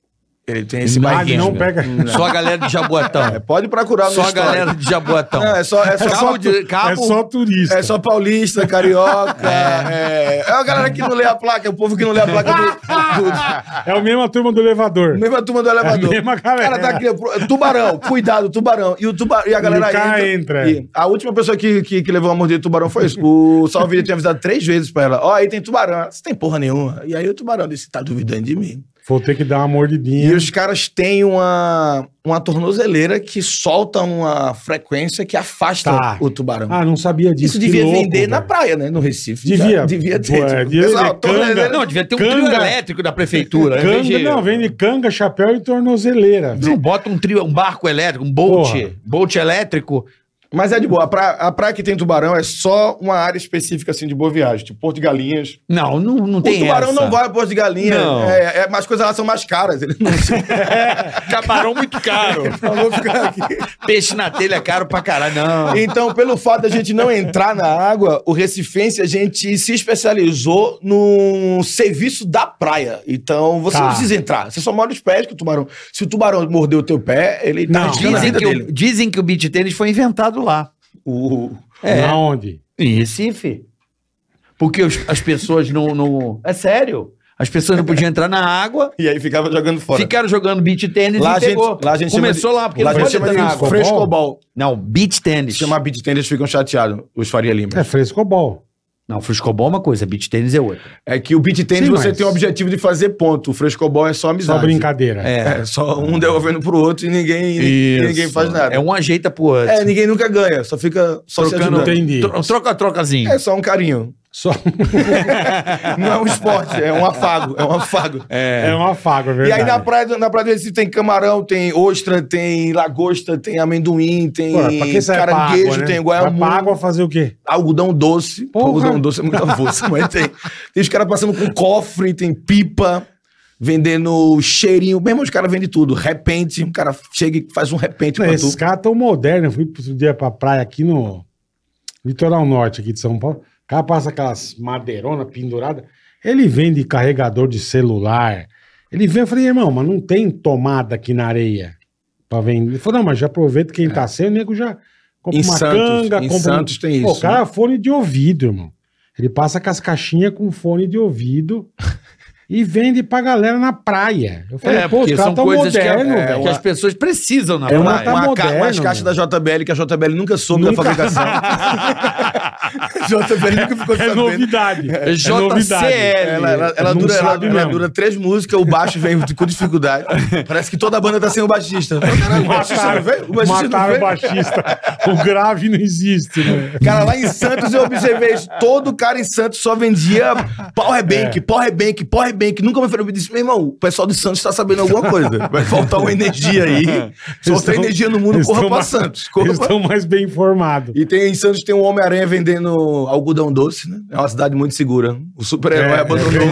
Speaker 6: Ele tem esse
Speaker 2: Ah,
Speaker 6: bairrinho.
Speaker 2: não pega.
Speaker 4: Só a galera de
Speaker 6: É,
Speaker 4: Jaboatão.
Speaker 6: pode procurar no
Speaker 4: Só a
Speaker 6: histórico.
Speaker 4: galera de Jaboatão.
Speaker 6: Não, é só, é só,
Speaker 4: Cabo de-
Speaker 2: É
Speaker 4: cabo-
Speaker 2: só turista.
Speaker 6: É só paulista, carioca. é. é a galera que não lê a placa, é o povo que não lê a placa
Speaker 2: É
Speaker 6: do.
Speaker 2: a mesma turma do elevador.
Speaker 6: do mesma turma do elevador.
Speaker 2: É mesma galera.
Speaker 6: Cara, tá aqui, pro- tubarão, cuidado, tubarão. E, o tuba, e a galera
Speaker 2: E o cara entra.
Speaker 6: E a última pessoa que, que, que levou a mordida de tubarão foi isso. O Salvini tinha avisado três vezes pra ela: Ó, aí tem tubarão. Ela, Você tem porra nenhuma. E aí o tubarão disse: Tá duvidando de mim.
Speaker 2: Vou ter que dar uma
Speaker 6: E
Speaker 2: mordidinha.
Speaker 6: os caras têm uma, uma tornozeleira que solta uma frequência que afasta
Speaker 2: Tá.
Speaker 6: o tubarão.
Speaker 2: Ah, não sabia disso.
Speaker 6: Isso
Speaker 2: que
Speaker 6: devia
Speaker 2: louco,
Speaker 6: vender na
Speaker 2: velho.
Speaker 6: praia, né? No Recife.
Speaker 2: Devia.
Speaker 6: Já Devia ter.
Speaker 2: Ué,
Speaker 6: tipo,
Speaker 2: devia
Speaker 6: pessoal,
Speaker 2: ter
Speaker 6: tornozeleira-
Speaker 2: canga.
Speaker 4: Não, devia ter um trio
Speaker 2: Canga.
Speaker 4: elétrico da
Speaker 6: né?
Speaker 4: prefeitura.
Speaker 2: Canga,
Speaker 4: em vez de-
Speaker 2: Não, vende canga, chapéu e tornozeleira. velho.
Speaker 4: Não, bota um trio, um barco elétrico, um bolt,
Speaker 2: Porra.
Speaker 4: bolt elétrico.
Speaker 6: Mas é de boa. A praia, a praia que tem tubarão é só uma área específica assim de boa viagem, tipo Porto de Galinhas.
Speaker 4: Não, não, não tem
Speaker 6: o tubarão
Speaker 4: essa.
Speaker 6: não vai a Porto de Galinhas.
Speaker 4: Não.
Speaker 6: É, é, mas as coisas lá são mais caras. Ele não então
Speaker 4: Camarão muito caro.
Speaker 6: eu vou ficar aqui.
Speaker 4: Peixe na telha é caro pra caralho. Não.
Speaker 6: Então, pelo fato da gente não entrar na água, o Recifense, a gente se especializou no serviço da praia. Então, você
Speaker 2: Tá.
Speaker 6: não precisa entrar. Você só molha os pés que o tubarão. Se o tubarão morder o teu pé, ele tá
Speaker 2: Não.
Speaker 6: arriscando a
Speaker 4: Dizem
Speaker 6: vida
Speaker 4: que,
Speaker 6: dele.
Speaker 4: o, dizem que o beat tênis foi inventado lá.
Speaker 6: O- É.
Speaker 2: Na onde?
Speaker 4: Em Recife. Porque os- as pessoas não, não- É sério. As pessoas não
Speaker 6: É.
Speaker 4: podiam entrar na água,
Speaker 6: E aí ficava jogando fora.
Speaker 4: ficaram jogando beach tênis
Speaker 6: Lá
Speaker 4: e
Speaker 6: a gente-
Speaker 4: pegou.
Speaker 6: lá a gente chama de-
Speaker 4: Começou lá, porque
Speaker 6: Lá a
Speaker 4: não
Speaker 6: gente
Speaker 4: pode
Speaker 6: chama
Speaker 4: entrar na
Speaker 6: de
Speaker 4: água.
Speaker 6: frescobol.
Speaker 4: Não, beach tênis.
Speaker 6: Chamar beat tênis, eles ficam chateados, os Faria Lima.
Speaker 2: É frescobol.
Speaker 4: Não, frescobol é uma coisa, beach tênis é outra.
Speaker 6: É que o beat tênis
Speaker 2: Sim,
Speaker 6: você
Speaker 2: mas-
Speaker 6: tem o objetivo de fazer ponto. O frescobol é só amizade.
Speaker 2: Só brincadeira.
Speaker 6: É, só um devolvendo pro outro e ninguém, ninguém faz nada.
Speaker 4: É um ajeita pro outro.
Speaker 6: É, ninguém nunca ganha, só fica só se
Speaker 2: Trocando,
Speaker 6: ajudando.
Speaker 2: entendi.
Speaker 4: Tro- Troca-trocazinho.
Speaker 6: É só um carinho.
Speaker 2: Só...
Speaker 6: Não é um esporte, é um afago, é um afago.
Speaker 2: É. um afago, é
Speaker 6: E aí
Speaker 2: verdade.
Speaker 6: na praia, do- na praia do Recife tem camarão, tem ostra, tem lagosta, tem amendoim, tem
Speaker 2: Pô, pra que serve pra
Speaker 6: caranguejo,
Speaker 2: água, né?
Speaker 6: tem é um
Speaker 2: Vai
Speaker 6: guaiamu,
Speaker 2: pra água fazer o quê?
Speaker 6: algodão doce.
Speaker 2: Porra.
Speaker 6: Algodão doce é muito avulso, mas tem. Tem os caras passando com cofre, tem pipa, vendendo cheirinho. Mesmo os caras vendem tudo. Repente, um cara chega e faz um repente
Speaker 2: Não,
Speaker 6: pra
Speaker 2: esses
Speaker 6: tu.
Speaker 2: caras tão modernos. Eu fui outro dia pra praia aqui no litoral norte aqui de São Paulo. O cara passa aquelas madeironas penduradas. Ele vende carregador de celular. Ele vem, eu falei, irmão, mas não tem tomada aqui na areia pra vender. Ele falou, não, mas já aproveita quem tá sem, o nego já compra
Speaker 6: Em
Speaker 2: uma
Speaker 6: Santos,
Speaker 2: canga.
Speaker 6: em
Speaker 2: compra um-
Speaker 6: Santos tem
Speaker 2: Pô,
Speaker 6: isso.
Speaker 2: o cara fone de ouvido, irmão. Ele passa com as caixinhas com fone de ouvido e vende pra galera na praia. Eu falei,
Speaker 4: É,
Speaker 2: pô, os
Speaker 4: porque
Speaker 2: caras
Speaker 4: são
Speaker 2: tão
Speaker 4: coisas que,
Speaker 2: modernos,
Speaker 4: é,
Speaker 2: velho.
Speaker 4: que as pessoas precisam na
Speaker 6: tá É uma,
Speaker 2: Mas tá
Speaker 6: uma ca-
Speaker 2: moderno,
Speaker 6: umas caixas da
Speaker 2: mano.
Speaker 6: JBL que a JBL nunca soube
Speaker 2: Nunca.
Speaker 6: da fabricação. JBL nunca ficou
Speaker 2: É
Speaker 6: sabendo.
Speaker 2: novidade. É, novidade.
Speaker 4: JCL.
Speaker 6: Ela, ela- ela
Speaker 2: Não
Speaker 6: dura, ela,
Speaker 2: sabe
Speaker 6: ela
Speaker 2: mesmo.
Speaker 6: dura três músicas, o baixo vem com dificuldade. Parece que toda a banda tá sem o baixista. Caralho, o baixista não veio?
Speaker 2: Mataram,
Speaker 6: O baixista não
Speaker 2: mataram o
Speaker 6: veio?
Speaker 2: baixista. O grave não existe, né?
Speaker 6: Cara, lá em Santos eu observei isso. Todo cara em Santos só vendia
Speaker 2: É.
Speaker 6: powerbank, powerbank, powerbank. Nunca me falou, eu disse, meu irmão, o pessoal de Santos tá sabendo alguma coisa. Vai faltar uma energia aí.
Speaker 2: Eles
Speaker 6: Falta
Speaker 2: tão-
Speaker 6: energia no mundo,
Speaker 2: eles
Speaker 6: corra
Speaker 2: tão
Speaker 6: pra
Speaker 2: mais-
Speaker 6: Santos. Corra
Speaker 2: Eles
Speaker 6: pra
Speaker 2: estão mais bem informados.
Speaker 6: E tem, em Santos tem um Homem-Aranha vendendo algodão doce, né? É uma cidade muito segura. O
Speaker 2: É,
Speaker 6: super-herói abandonou,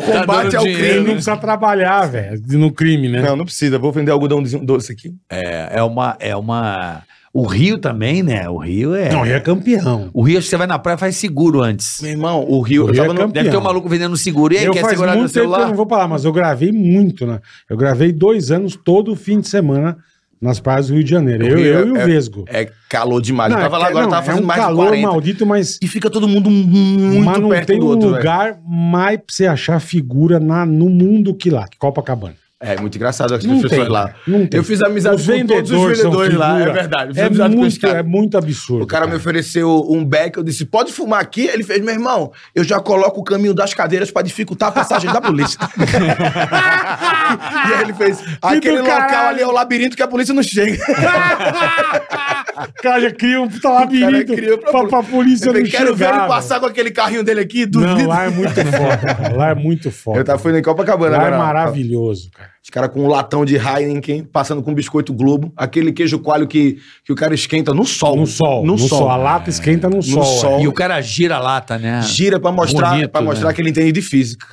Speaker 2: Tá
Speaker 6: o combate
Speaker 4: dando
Speaker 6: ao
Speaker 4: dinheiro,
Speaker 2: Ele não
Speaker 6: crime.
Speaker 2: precisa trabalhar, velho, no crime, né?
Speaker 6: Não, não precisa. Vou vender algodão doce aqui.
Speaker 4: É, é uma, é uma. O Rio também, né? O Rio é.
Speaker 2: Não, ele é campeão.
Speaker 4: O Rio, acho que você vai na praia e faz seguro antes.
Speaker 6: Meu irmão, o
Speaker 2: O
Speaker 6: Rio... eu
Speaker 2: Rio
Speaker 6: tava
Speaker 2: é
Speaker 6: no-
Speaker 2: campeão.
Speaker 4: Deve ter um maluco vendendo seguro. E aí,
Speaker 2: eu
Speaker 4: quer
Speaker 2: faz
Speaker 4: segurar no
Speaker 2: muito tempo que eu
Speaker 4: celular?
Speaker 2: não vou falar, mas eu gravei muito, né? Eu gravei dois anos todo fim de semana nas praias do Rio de Janeiro.
Speaker 6: O
Speaker 2: Eu,
Speaker 6: Rio
Speaker 2: eu e o
Speaker 6: é-
Speaker 2: Vesgo.
Speaker 6: É calor demais. eu
Speaker 2: Não,
Speaker 6: tava
Speaker 2: é-
Speaker 6: lá agora,
Speaker 2: não,
Speaker 6: tava fazendo
Speaker 2: é um
Speaker 6: mais de
Speaker 2: calor
Speaker 6: 40.
Speaker 2: maldito, mas
Speaker 6: E fica todo mundo muito
Speaker 2: mas não
Speaker 6: perto
Speaker 2: tem
Speaker 6: do outro,
Speaker 2: um
Speaker 6: velho.
Speaker 2: lugar mais pra você achar figura na, no mundo que lá, que Copacabana.
Speaker 6: É muito engraçado as
Speaker 2: Não
Speaker 6: pessoas
Speaker 2: tem,
Speaker 6: lá.
Speaker 2: não tem.
Speaker 6: Eu fiz amizade
Speaker 2: Os
Speaker 6: com todos os
Speaker 2: vendedores são
Speaker 6: vendedores lá, é
Speaker 2: figura.
Speaker 6: verdade. Eu fiz
Speaker 2: É
Speaker 6: amizade com os
Speaker 2: muito,
Speaker 6: caras.
Speaker 2: é muito absurdo.
Speaker 6: O cara me ofereceu um beck, eu disse, pode fumar aqui? Ele fez, meu irmão, eu já coloco o caminho das cadeiras pra dificultar a passagem da polícia. e aí ele fez, aquele
Speaker 2: do
Speaker 6: local
Speaker 2: caralho."
Speaker 6: ali é o labirinto que a polícia não chega.
Speaker 2: O cara já cria um puta labirinto
Speaker 6: criou pra
Speaker 2: pra, pra, polícia não
Speaker 6: Eu falei, quero ver
Speaker 2: chegar,
Speaker 6: ele passar com aquele carrinho dele aqui,
Speaker 2: velho.
Speaker 6: duvido.
Speaker 2: Não, lá é muito foda, cara. Lá é muito foda.
Speaker 6: Eu tava fui em Copacabana.
Speaker 2: Lá é
Speaker 6: agora.
Speaker 2: maravilhoso, cara.
Speaker 6: Os caras com um latão de Heineken, passando com um biscoito Globo, aquele queijo coalho que, que o cara esquenta no sol.
Speaker 2: No sol, no, sol. A lata esquenta no, sol.
Speaker 6: sol.
Speaker 2: é.
Speaker 4: E o cara gira a lata, né?
Speaker 6: Gira pra mostrar,
Speaker 4: Bonito,
Speaker 6: pra mostrar
Speaker 4: né?
Speaker 6: que ele entende de física.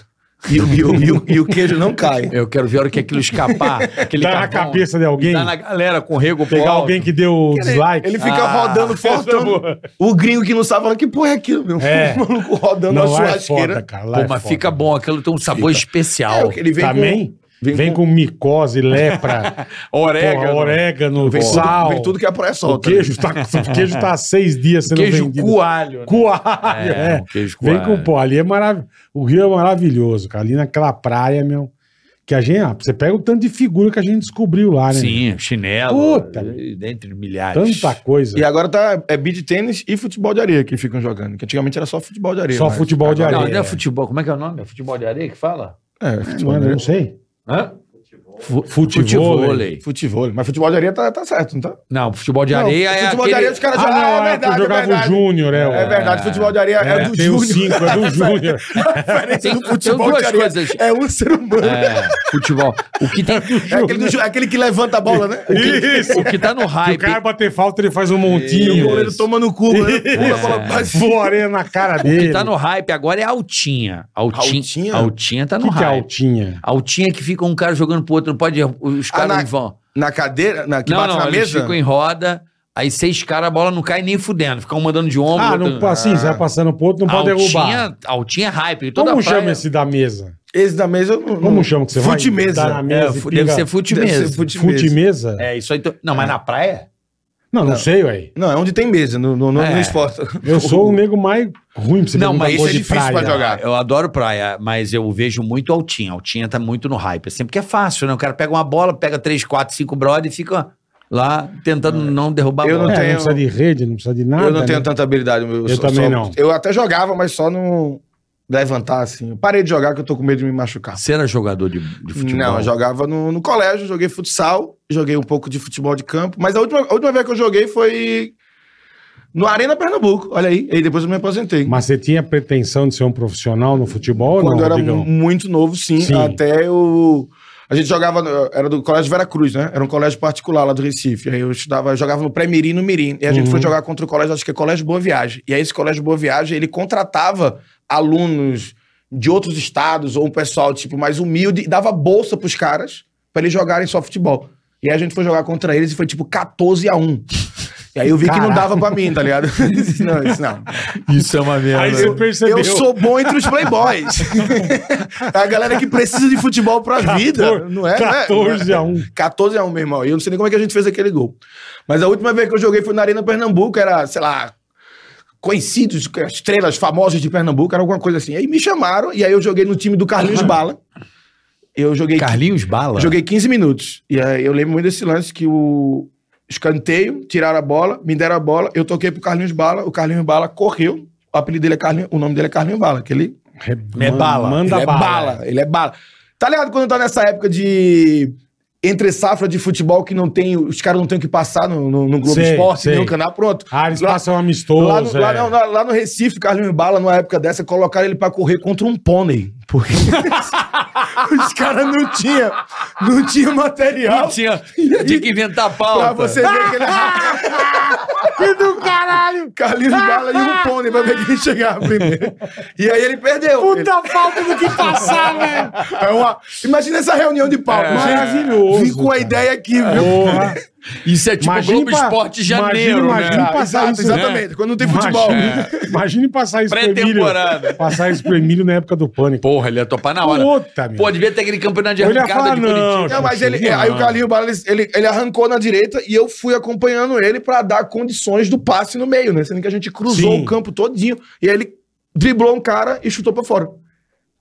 Speaker 6: E, o- e o- e o- e o queijo não cai.
Speaker 5: Eu quero ver a hora que aquilo escapar. Aquele
Speaker 6: tá
Speaker 2: Dar na
Speaker 5: carvão,
Speaker 2: cabeça de alguém.
Speaker 5: Dar na galera com rego pro
Speaker 2: Pegar
Speaker 5: alto.
Speaker 2: alguém que deu dislike.
Speaker 6: Ele fica
Speaker 5: Ah,
Speaker 6: rodando fortão. O gringo que não sabe fala que porra é aquilo, meu.
Speaker 2: É.
Speaker 6: O maluco rodando
Speaker 2: Não,
Speaker 6: na
Speaker 2: lá é
Speaker 6: churrasqueira.
Speaker 2: foda, cara. Lá
Speaker 5: Pô,
Speaker 2: é
Speaker 5: mas
Speaker 2: foda.
Speaker 5: fica bom, aquilo tem um sabor
Speaker 6: É,
Speaker 5: especial.
Speaker 6: o que ele vem
Speaker 2: Também?
Speaker 6: vem
Speaker 2: Vem, com... micose, lepra,
Speaker 5: Orégano.
Speaker 2: porra, orégano,
Speaker 6: com. Vem,
Speaker 2: sal.
Speaker 6: tudo, vem tudo que é né? a praia
Speaker 2: o
Speaker 6: solta.
Speaker 2: queijo tá, o queijo tá há seis dias sendo
Speaker 5: Queijo
Speaker 2: vendido.
Speaker 5: coalho. né?
Speaker 2: Coalho, é.
Speaker 5: um queijo
Speaker 2: Vem
Speaker 5: coalho.
Speaker 2: com pó. Ali é maravilhoso. O Rio é maravilhoso, cara. Ali naquela praia, meu. Que a gente. ah, Você pega o tanto de figura que a gente descobriu lá, né?
Speaker 5: Sim, chinelo.
Speaker 2: Puta.
Speaker 5: e- Dentre milhares.
Speaker 2: Tanta coisa.
Speaker 6: E agora tá, é beat tênis e futebol de areia que ficam jogando. Que antigamente era só futebol de areia.
Speaker 2: Só
Speaker 6: mas
Speaker 2: futebol
Speaker 6: né?
Speaker 2: de
Speaker 5: Não,
Speaker 2: areia.
Speaker 5: não é futebol. Como é que é o nome? É futebol de areia que fala?
Speaker 6: É,
Speaker 2: É,
Speaker 6: futebol de
Speaker 2: mano, eu
Speaker 6: areia.
Speaker 2: não sei.
Speaker 5: Hã?
Speaker 2: Futevôlei.
Speaker 6: Futebol. Mas futebol de areia tá, tá certo, não tá?
Speaker 5: Não, futebol de areia é
Speaker 6: futebol
Speaker 5: aquele...
Speaker 6: de areia os caras
Speaker 2: Ah,
Speaker 6: jogam.
Speaker 2: não,
Speaker 6: Ah,
Speaker 2: é,
Speaker 6: é
Speaker 2: porque
Speaker 6: verdade, é
Speaker 2: jogava o
Speaker 6: verdade.
Speaker 2: Júnior, é.
Speaker 6: É verdade, futebol de areia é, do
Speaker 2: tem o
Speaker 6: Júnior.
Speaker 2: 5, é do Júnior.
Speaker 6: diferença do
Speaker 4: São
Speaker 6: futebol
Speaker 4: duas
Speaker 6: de areia
Speaker 4: coisas.
Speaker 6: é um ser humano. É,
Speaker 4: É, futebol. O
Speaker 5: tá
Speaker 4: que, tem,
Speaker 6: aquele, do Ju- é aquele que levanta a bola, né?
Speaker 2: É Isso.
Speaker 4: o que tá no
Speaker 2: Se o
Speaker 4: hype.
Speaker 2: cara bater falta, ele faz um
Speaker 6: E o
Speaker 2: montinho.
Speaker 6: goleiro toma no cu, né? Pula a bola pra cima.
Speaker 2: É. Voa areia na cara
Speaker 4: O
Speaker 2: dele.
Speaker 4: que tá no hype agora é a altinha. Altinha?
Speaker 6: Altinha?
Speaker 4: Altinha, tá no
Speaker 2: que, que é
Speaker 4: hype.
Speaker 2: altinha?
Speaker 4: Altinha que fica um cara jogando pro outro, não pode. Os caras
Speaker 6: na-
Speaker 4: não vão.
Speaker 6: Na cadeira, na, que
Speaker 4: não,
Speaker 6: bate
Speaker 4: não,
Speaker 6: na
Speaker 4: eles
Speaker 6: mesa.
Speaker 4: ficam em roda, aí seis caras, a bola não cai nem fudendo, ficam um mandando de ombro.
Speaker 2: Ah,
Speaker 4: outro-
Speaker 2: não, assim, você vai passando pro outro, não pode derrubar.
Speaker 4: É. Altinha, altinha é hype. Toda
Speaker 2: Como
Speaker 4: praia-
Speaker 2: chama esse da mesa?
Speaker 6: Esse da mesa. eu não-
Speaker 2: Como chama que você
Speaker 6: Fute
Speaker 2: vai?
Speaker 6: mesa.
Speaker 2: Dá na
Speaker 4: É,
Speaker 2: mesa e
Speaker 4: fu- deve
Speaker 2: pinga-
Speaker 4: ser fute
Speaker 6: Deve ser
Speaker 4: mesmo.
Speaker 6: fute
Speaker 2: Fute
Speaker 6: mesa.
Speaker 2: mesa?
Speaker 4: É, isso aí. to- Não, mas na praia?
Speaker 2: Não, não, sei, ué.
Speaker 6: Não, é onde tem mesa, no, no, no,
Speaker 4: É.
Speaker 6: no esporte.
Speaker 2: Eu sou o nego mais ruim pra você
Speaker 4: Não,
Speaker 2: perguntar
Speaker 4: mas isso
Speaker 2: coisa
Speaker 4: é
Speaker 2: de
Speaker 6: difícil
Speaker 2: praia.
Speaker 6: pra jogar.
Speaker 4: Eu adoro praia, mas eu vejo muito altinha. Altinha tá muito no hype, assim, porque é fácil, né? O cara pega uma bola, pega três, quatro, cinco brother e fica lá tentando não derrubar a
Speaker 6: Eu
Speaker 4: bola.
Speaker 2: É,
Speaker 6: tenho-
Speaker 2: não precisa de rede, não precisa de nada.
Speaker 6: eu não tenho
Speaker 2: né?
Speaker 6: tanta habilidade. Eu,
Speaker 2: Eu também
Speaker 6: só-
Speaker 2: não.
Speaker 6: Eu até jogava, mas só não levantar assim. Eu parei de jogar que eu tô com medo de me machucar.
Speaker 4: Você era jogador de, de futebol?
Speaker 6: Não, eu jogava no, no colégio, joguei futsal, joguei um pouco de futebol de campo, mas a última, a última vez que eu joguei foi no Arena Pernambuco, olha aí, e depois eu me aposentei.
Speaker 2: Mas você tinha pretensão de ser um profissional no futebol
Speaker 6: Quando eu
Speaker 2: ou não,
Speaker 6: era um-
Speaker 2: Rodrigão?
Speaker 6: mu- muito novo, sim,
Speaker 2: Sim.
Speaker 6: até eu... A gente jogava, no- era do Colégio Vera Cruz, né? Era um colégio particular lá do Recife. Aí eu estudava, eu jogava no pré-mirim, e no mirim. E a
Speaker 2: Uhum.
Speaker 6: gente foi jogar contra o colégio, acho que é Colégio Boa Viagem. E aí esse Colégio Boa Viagem, ele contratava alunos de outros estados ou um pessoal, tipo, mais humilde e dava bolsa pros caras pra eles jogarem só futebol. E aí a gente foi jogar contra eles e foi, tipo, 14 a 1. E aí eu vi que não
Speaker 2: Caraca.
Speaker 6: dava pra mim, tá ligado? Disse, não, isso não.
Speaker 5: Isso é uma
Speaker 2: Aí
Speaker 5: merda.
Speaker 2: você percebeu.
Speaker 6: Eu sou bom entre os playboys. É a galera que precisa de futebol pra vida. Não é? não é?
Speaker 2: 14 a 1.
Speaker 6: 14 a 1, meu irmão. E eu não sei nem como é que a gente fez aquele gol. Mas a última vez que eu joguei foi na Arena Pernambuco, era, sei lá, conhecidos, estrelas famosas de Pernambuco, era alguma coisa assim. Aí me chamaram e aí eu joguei no time do Carlinhos Bala. Eu joguei
Speaker 5: Carlinhos Bala.
Speaker 6: Joguei 15 minutos. E aí eu lembro muito desse lance que o escanteio, tiraram a bola, me deram a bola, eu toquei pro Carlinhos Bala, o Carlinhos Bala correu. O apelido dele é Carlinhos, o nome dele é Carlinhos Bala, que ele,
Speaker 5: É bala.
Speaker 2: Manda
Speaker 6: ele é
Speaker 2: bala.
Speaker 6: bala, ele é bala. Tá ligado quando tá nessa época de entre safra de futebol que não tem, os caras não tem o que passar no, no, no Globo
Speaker 2: Sei,
Speaker 6: Esporte,
Speaker 2: sei.
Speaker 6: nenhum canal, pronto.
Speaker 2: Ah, eles
Speaker 6: Lá-
Speaker 2: passam amistoso.
Speaker 6: Lá no, lá,
Speaker 2: é.
Speaker 6: não, lá- lá no Recife, Carlinhos Bala, numa época dessa, colocaram ele pra correr contra um pônei. Porque os caras não tinham não tinha material
Speaker 4: Tinha, tinha que inventar a
Speaker 6: pra
Speaker 4: pauta.
Speaker 6: você ver que ele Que do caralho! Carlinhos Bala e um pônei pra ver quem chegava primeiro. E aí ele perdeu. Ele-
Speaker 2: Puta falta do que passar, velho.
Speaker 6: é uma- Imagina essa reunião de palco. gente.
Speaker 2: É Maravilhoso,
Speaker 6: Vim com a
Speaker 2: cara.
Speaker 6: ideia aqui, viu?
Speaker 2: Porra.
Speaker 4: Isso é tipo
Speaker 2: Imagine
Speaker 4: Globo
Speaker 2: pra-
Speaker 4: Esporte
Speaker 2: imagine,
Speaker 4: Janeiro,
Speaker 2: imagine
Speaker 4: né?
Speaker 2: pra- passar
Speaker 6: Exato,
Speaker 2: isso, né?
Speaker 6: é- exatamente. Quando não tem futebol.
Speaker 2: Imagine, imagine passar isso pro Emílio.
Speaker 4: Pré-temporada.
Speaker 2: Passar isso pro Emílio na época do pânico.
Speaker 4: Porra, ele ia topar na hora.
Speaker 2: Puta, meu.
Speaker 4: Pô, devia ter aquele campeonato de
Speaker 2: Eu ia falar,
Speaker 4: arrancada de Curitiba.
Speaker 6: Não, mas ele, é, aí o Carlinho Bala, ele, ele- ele arrancou na direita e eu fui acompanhando ele pra dar condições do passe no meio, né? Sendo que a gente cruzou
Speaker 2: Sim.
Speaker 6: o campo todinho. E aí ele driblou um cara e chutou pra fora.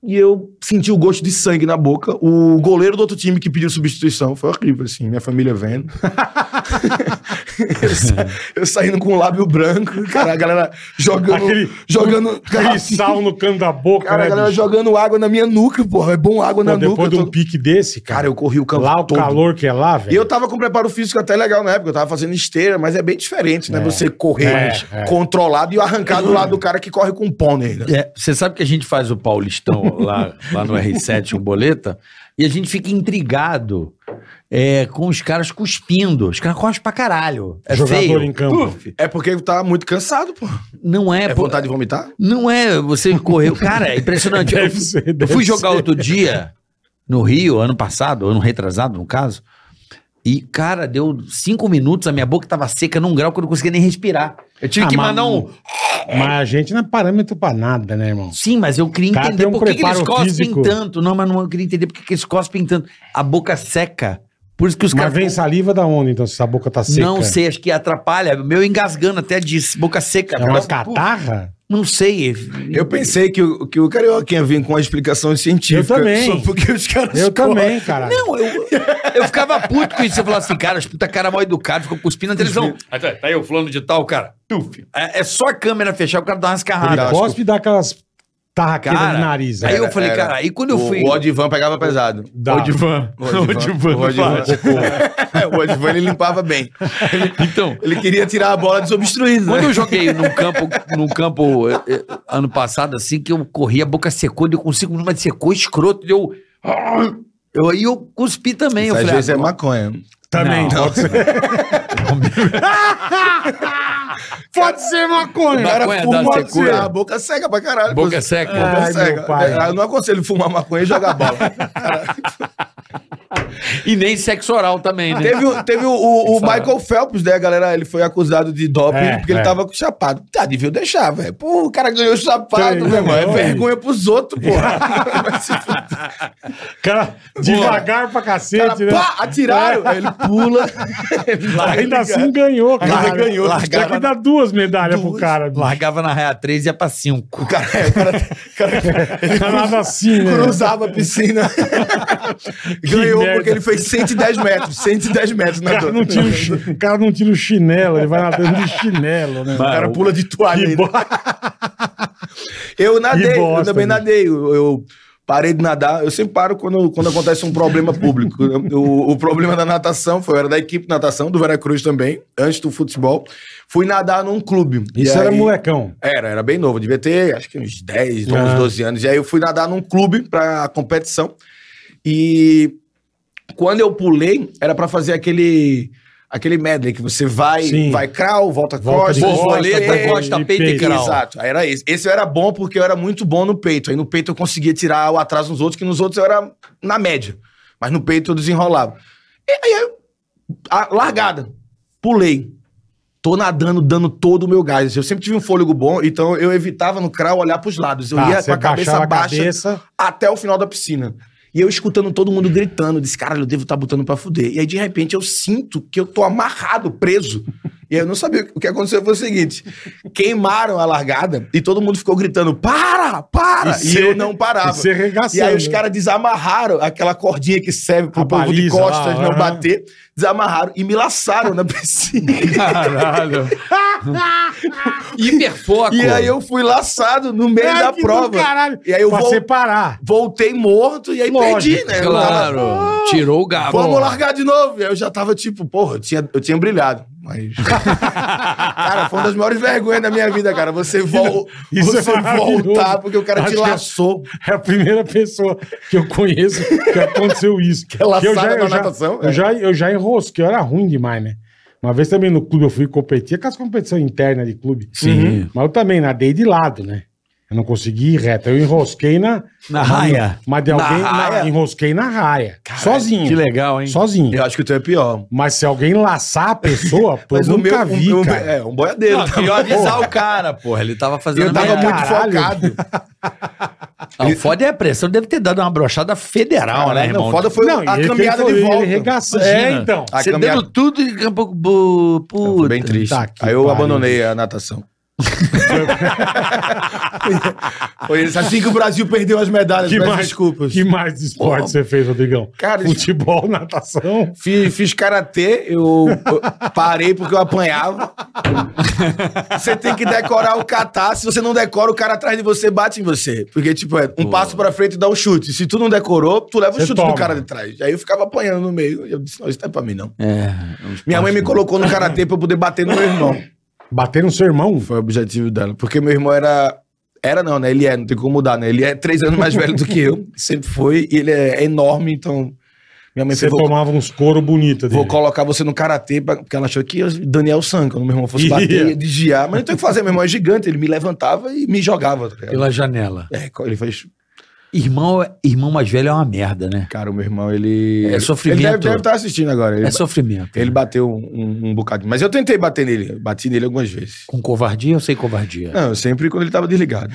Speaker 6: E eu senti o gosto de sangue na boca. O goleiro do outro time que pediu substituição foi horrível, assim. Minha família vendo. eu, sa- eu saindo com o lábio branco. Cara, a galera jogando...
Speaker 2: Aquele-
Speaker 6: jogando...
Speaker 2: Aquele sal no canto da boca,
Speaker 6: Cara, a
Speaker 2: né,
Speaker 6: galera
Speaker 2: bicho?
Speaker 6: jogando água na minha nuca, porra. É bom água
Speaker 2: Pô,
Speaker 6: na
Speaker 2: depois
Speaker 6: nuca. eu
Speaker 2: de um
Speaker 6: tô-
Speaker 2: pique desse, cara.
Speaker 6: Cara, eu corri o campo
Speaker 2: lá o
Speaker 6: todo.
Speaker 2: calor que é lá,
Speaker 6: E
Speaker 2: velho.
Speaker 6: eu tava com preparo físico até legal na época, eu tava fazendo esteira, mas é bem diferente, né? Você correr
Speaker 2: É, é.
Speaker 6: controlado e arrancar do lado do cara que corre com um pônei. Né?
Speaker 4: É, você sabe que a gente faz o Paulistão lá, lá no R7, o Boleta, e a gente fica intrigado é, com os caras cuspindo. Os caras cospem pra caralho. É
Speaker 2: Jogador
Speaker 4: feio.
Speaker 2: em campo.
Speaker 6: É porque ele tá muito cansado, pô.
Speaker 4: Não é,
Speaker 6: É
Speaker 4: pô.
Speaker 6: vontade de vomitar?
Speaker 4: Não é, você correu. Cara, é impressionante. Eu,
Speaker 2: Deve ser,
Speaker 4: eu
Speaker 2: deve
Speaker 4: fui jogar
Speaker 2: ser.
Speaker 4: outro dia no Rio, ano passado, ano retrasado, no caso. E, cara, deu cinco minutos, a minha boca tava seca num grau que eu não conseguia nem respirar. Eu tive
Speaker 2: Ah,
Speaker 4: que
Speaker 2: mas-
Speaker 4: mandar um.
Speaker 2: Mas a gente não é parâmetro pra nada, né, irmão?
Speaker 4: Sim, mas eu queria
Speaker 2: Cara,
Speaker 4: entender
Speaker 2: tem um
Speaker 4: por que, que eles
Speaker 2: preparo
Speaker 4: cospem
Speaker 2: físico.
Speaker 4: tanto. Não, mas não, eu queria entender por que, que eles cospem tanto. A boca seca. Por isso que os
Speaker 2: Mas
Speaker 4: caras.
Speaker 2: vem saliva da onde, então, se a boca tá seca?
Speaker 4: Não sei, acho que atrapalha. O meu engasgando até disso, boca seca.
Speaker 2: É uma
Speaker 4: Nossa, pô,
Speaker 2: catarra?
Speaker 4: Não sei.
Speaker 6: Eu pensei que o, que o Carioquinha vinha com uma explicação científica.
Speaker 2: Eu também.
Speaker 6: Só porque os caras.
Speaker 2: Eu também, cara.
Speaker 4: Não, eu, eu ficava puto com isso. Eu falava assim, cara, os puta cara mal educado, ficou cuspindo na televisão. Aí Tá tá aí o fulano de tal, cara. Tuf. É, é só a câmera fechar, o cara dá umas
Speaker 2: Ele
Speaker 4: carradas.
Speaker 2: cospe e dá aquelas tarraqueiras
Speaker 4: Cara,
Speaker 2: no nariz.
Speaker 4: Aí
Speaker 2: né?
Speaker 4: eu falei,
Speaker 6: era.
Speaker 4: cara, aí quando eu
Speaker 6: O-
Speaker 4: fui.
Speaker 6: O Odivan pegava pesado.
Speaker 2: Dá.
Speaker 5: Odivan. Odivan.
Speaker 6: O Odivan, o Odivan ele limpava bem.
Speaker 4: Então,
Speaker 6: Ele queria tirar a bola desobstruída.
Speaker 4: quando
Speaker 6: Né?
Speaker 4: eu joguei num campo, num campo eh, eh, ano passado, assim, que eu corri, a boca secou, deu com cinco minutos, mas secou escroto, deu. Eu, aí eu cuspi também. eu
Speaker 6: Às
Speaker 4: falei,
Speaker 6: vezes
Speaker 4: ah,
Speaker 6: é maconha.
Speaker 2: Também.
Speaker 4: Não.
Speaker 2: Pode ser. pode ser maconha.
Speaker 4: Maconha
Speaker 6: Cara,
Speaker 4: dá
Speaker 6: fuma
Speaker 4: secura?
Speaker 6: assim, a boca seca pra caralho.
Speaker 4: Boca seca.
Speaker 6: Boca
Speaker 2: Ai,
Speaker 6: seca.
Speaker 2: meu pai.
Speaker 6: É, Eu não aconselho fumar maconha e jogar bola.
Speaker 4: E nem sexo oral também, né?
Speaker 6: teve o, teve o, o- o Michael Phelps, né, galera? Ele foi acusado de doping
Speaker 2: É,
Speaker 6: porque
Speaker 2: é.
Speaker 6: ele tava com chapado. Tá, devia deixar, velho. Pô, o cara ganhou o
Speaker 2: Tem, né?
Speaker 6: chapado, meu irmão. É
Speaker 2: ganhou.
Speaker 6: vergonha pros outros, porra. Vai se fuder.
Speaker 2: Cara, devagar pra
Speaker 6: Cara,
Speaker 2: cacete, né?
Speaker 6: pá, atiraram. Aí Ele pula.
Speaker 4: um-
Speaker 2: Ainda assim ganhou, cara.
Speaker 6: Ainda ganhou.
Speaker 2: Tem que dar duas medalhas pro cara. bicho.
Speaker 4: Largava na raia 3 e ia pra 5.
Speaker 6: O cara, o cara, o cara ele
Speaker 2: Nada assim, né?
Speaker 6: cruzava a piscina. ganhou
Speaker 2: merda.
Speaker 6: porque ele fez 110 metros. 110 metros
Speaker 2: O
Speaker 6: na
Speaker 2: cara,
Speaker 6: dor.
Speaker 2: não tira o, chi- o cara não tira o chinelo, ele vai nadando de chinelo, né?
Speaker 6: O cara pula né? de toalha.
Speaker 2: Que
Speaker 6: ainda.
Speaker 2: bo-
Speaker 6: Eu nadei,
Speaker 2: Que bosta,
Speaker 6: eu também
Speaker 2: né?
Speaker 6: nadei. Eu, eu parei de nadar. Eu sempre paro quando, quando acontece um problema público. o, o problema da natação foi, eu era da equipe de natação, do Veracruz também, antes do futebol. Fui nadar num clube.
Speaker 2: Isso
Speaker 6: E
Speaker 2: era
Speaker 6: aí-
Speaker 2: molecão.
Speaker 6: Era, era bem novo, devia ter acho que uns 10,
Speaker 2: Ah.
Speaker 6: 11, 12 anos. E aí eu fui nadar num clube pra competição. E quando eu pulei, era pra fazer aquele aquele medley que você vai,
Speaker 2: Sim.
Speaker 6: vai crawl, volta, é,
Speaker 2: Volta de tá
Speaker 6: costa,
Speaker 2: costa,
Speaker 4: Borboleta,
Speaker 2: peito,
Speaker 4: costa,
Speaker 2: e
Speaker 4: peito e
Speaker 2: peito.
Speaker 4: crau.
Speaker 6: Exato, aí era esse. Esse eu era bom porque eu era muito bom no peito. Aí no peito eu conseguia tirar o atraso nos outros, que nos outros eu era na média. Mas no peito eu desenrolava. E aí eu. a- largada. Pulei. Tô nadando, dando todo o meu gás. Eu sempre tive um fôlego bom, então eu evitava no crau olhar pros lados. Eu
Speaker 2: Tá,
Speaker 6: ia
Speaker 2: você
Speaker 6: com a cabeça
Speaker 2: baixava a
Speaker 6: baixa
Speaker 2: cabeça.
Speaker 6: até o final da piscina. E eu escutando todo mundo gritando, disse, caralho, eu devo estar botando pra fuder. E aí, de repente, eu sinto que eu tô amarrado, preso. E aí eu não sabia o que aconteceu foi o seguinte: queimaram a largada e todo mundo ficou gritando: para, para! E,
Speaker 2: cê-
Speaker 6: eu não parava.
Speaker 2: E você
Speaker 6: E
Speaker 2: arregaçando. né?
Speaker 6: aí os caras desamarraram aquela cordinha que serve pro
Speaker 2: A
Speaker 6: povo de
Speaker 2: baliza
Speaker 6: costas
Speaker 2: lá,
Speaker 6: não
Speaker 2: aham.
Speaker 6: bater, desamarraram e me laçaram na piscina.
Speaker 5: Caralho.
Speaker 4: Hiperfoco.
Speaker 6: e aí eu fui laçado no meio
Speaker 2: Ai,
Speaker 6: da
Speaker 2: que do
Speaker 6: prova.
Speaker 2: caralho.
Speaker 6: E aí eu
Speaker 2: pra
Speaker 6: vou-
Speaker 2: separar.
Speaker 6: Voltei morto e aí
Speaker 2: Lógico,
Speaker 6: perdi, né? Eu
Speaker 4: Claro.
Speaker 6: tava-
Speaker 4: Tirou o
Speaker 2: Ah,
Speaker 4: gabo.
Speaker 6: Vamos largar de novo. E aí eu já tava tipo, porra, eu tinha, eu tinha brilhado. Mas. cara, foi uma das maiores vergonhas da minha vida, cara. Você, vol...
Speaker 2: Isso é
Speaker 6: você
Speaker 2: maravilhoso.
Speaker 6: voltar porque o cara
Speaker 2: Acho
Speaker 6: te
Speaker 2: que-
Speaker 6: laçou.
Speaker 2: É a primeira pessoa que eu conheço que aconteceu isso. Que
Speaker 6: é laçada
Speaker 2: eu já,
Speaker 6: na
Speaker 2: eu já,
Speaker 6: natação,
Speaker 2: eu
Speaker 6: é.
Speaker 2: já Eu já enrosquei, eu era ruim demais, né? Uma vez também no clube eu fui competir, aquelas competições internas de clube. Uhum.
Speaker 4: Sim.
Speaker 2: Mas eu também nadei de lado, né? Eu não consegui ir reto. Eu enrosquei na.
Speaker 5: Na raia.
Speaker 2: Mas de
Speaker 6: Na
Speaker 2: alguém. na-
Speaker 6: raia?
Speaker 2: enrosquei na raia. sozinho.
Speaker 5: Que legal, hein?
Speaker 2: Sozinho.
Speaker 6: Eu acho que o teu é pior.
Speaker 2: Mas se alguém laçar a pessoa, pô, eu
Speaker 6: o
Speaker 2: nunca
Speaker 6: meu,
Speaker 2: vi,
Speaker 6: o meu-
Speaker 2: cara.
Speaker 6: É, um boiadeiro.
Speaker 4: Não, queria avisar o cara, porra. Ele tá tava fazendo
Speaker 6: Eu tava
Speaker 4: merda.
Speaker 6: muito
Speaker 2: é né? Caralho. né,
Speaker 6: focado.
Speaker 4: Não, foda é a pressão. Deve ter dado uma brochada federal, né,
Speaker 6: Caralho,
Speaker 4: irmão? Ah,
Speaker 6: não, foda foi
Speaker 2: Não, e
Speaker 6: a
Speaker 2: ele
Speaker 6: caminhada
Speaker 2: tem-
Speaker 6: de
Speaker 2: ele
Speaker 6: volta.
Speaker 2: regaçou.
Speaker 4: Imagina.
Speaker 2: É, então.
Speaker 6: A
Speaker 4: Você
Speaker 6: caminhada-
Speaker 4: dando tudo e daqui a pouco... bu-
Speaker 6: Foi
Speaker 4: Puta.
Speaker 6: bem triste.
Speaker 2: Tá que
Speaker 6: aí eu
Speaker 2: pariu.
Speaker 6: abandonei a natação. Foi isso. Assim que o Brasil perdeu as medalhas,
Speaker 2: Que
Speaker 6: peço
Speaker 2: mais,
Speaker 6: desculpas.
Speaker 2: que mais de esporte você fez, Rodrigão?
Speaker 6: Cara, isso-
Speaker 2: Futebol, natação.
Speaker 6: Fiz, fiz karatê, eu eu parei porque eu apanhava. Você tem que decorar o kata. Se você não decora, o cara atrás de você bate em você. Porque, tipo, é um passo pra frente e dá um chute. Se tu não decorou, tu leva o
Speaker 2: Você
Speaker 6: chute do
Speaker 2: toma.
Speaker 6: cara de trás. Aí eu ficava apanhando no meio. Eu disse, não, isso não é pra mim, não.
Speaker 4: É, uns
Speaker 6: Minha mãe me colocou no karatê pra eu poder bater no meu irmão.
Speaker 2: Bater no seu irmão?
Speaker 6: Foi o objetivo dela. Porque meu irmão era. Era não, né? Ele é, não tem como mudar, né? Ele é três anos mais velho do que eu. Sempre foi. E ele é enorme, então. Minha mãe
Speaker 2: Você
Speaker 6: falou, "Vou-
Speaker 2: tomava uns couro bonito
Speaker 4: É.
Speaker 2: dele.
Speaker 6: Vou colocar você no karatê, pra- porque ela achou que eu- Daniel San, quando meu irmão fosse bater,
Speaker 2: Ia.
Speaker 6: ia desviar. Mas não tem o que fazer, meu irmão é gigante. Ele me levantava e me jogava. tá ligado?
Speaker 5: Pela janela.
Speaker 6: É, co- ele fez.
Speaker 4: Irmão, irmão mais velho é uma merda, né?
Speaker 6: Cara, o meu irmão, ele.
Speaker 4: É sofrimento.
Speaker 6: Ele deve- deve estar assistindo agora. Ele,
Speaker 4: É sofrimento.
Speaker 6: ele bateu um, um- um bocadinho. Mas eu tentei bater nele. eu Bati nele algumas vezes.
Speaker 4: Com covardia ou sem covardia?
Speaker 6: Não, sempre quando ele tava desligado.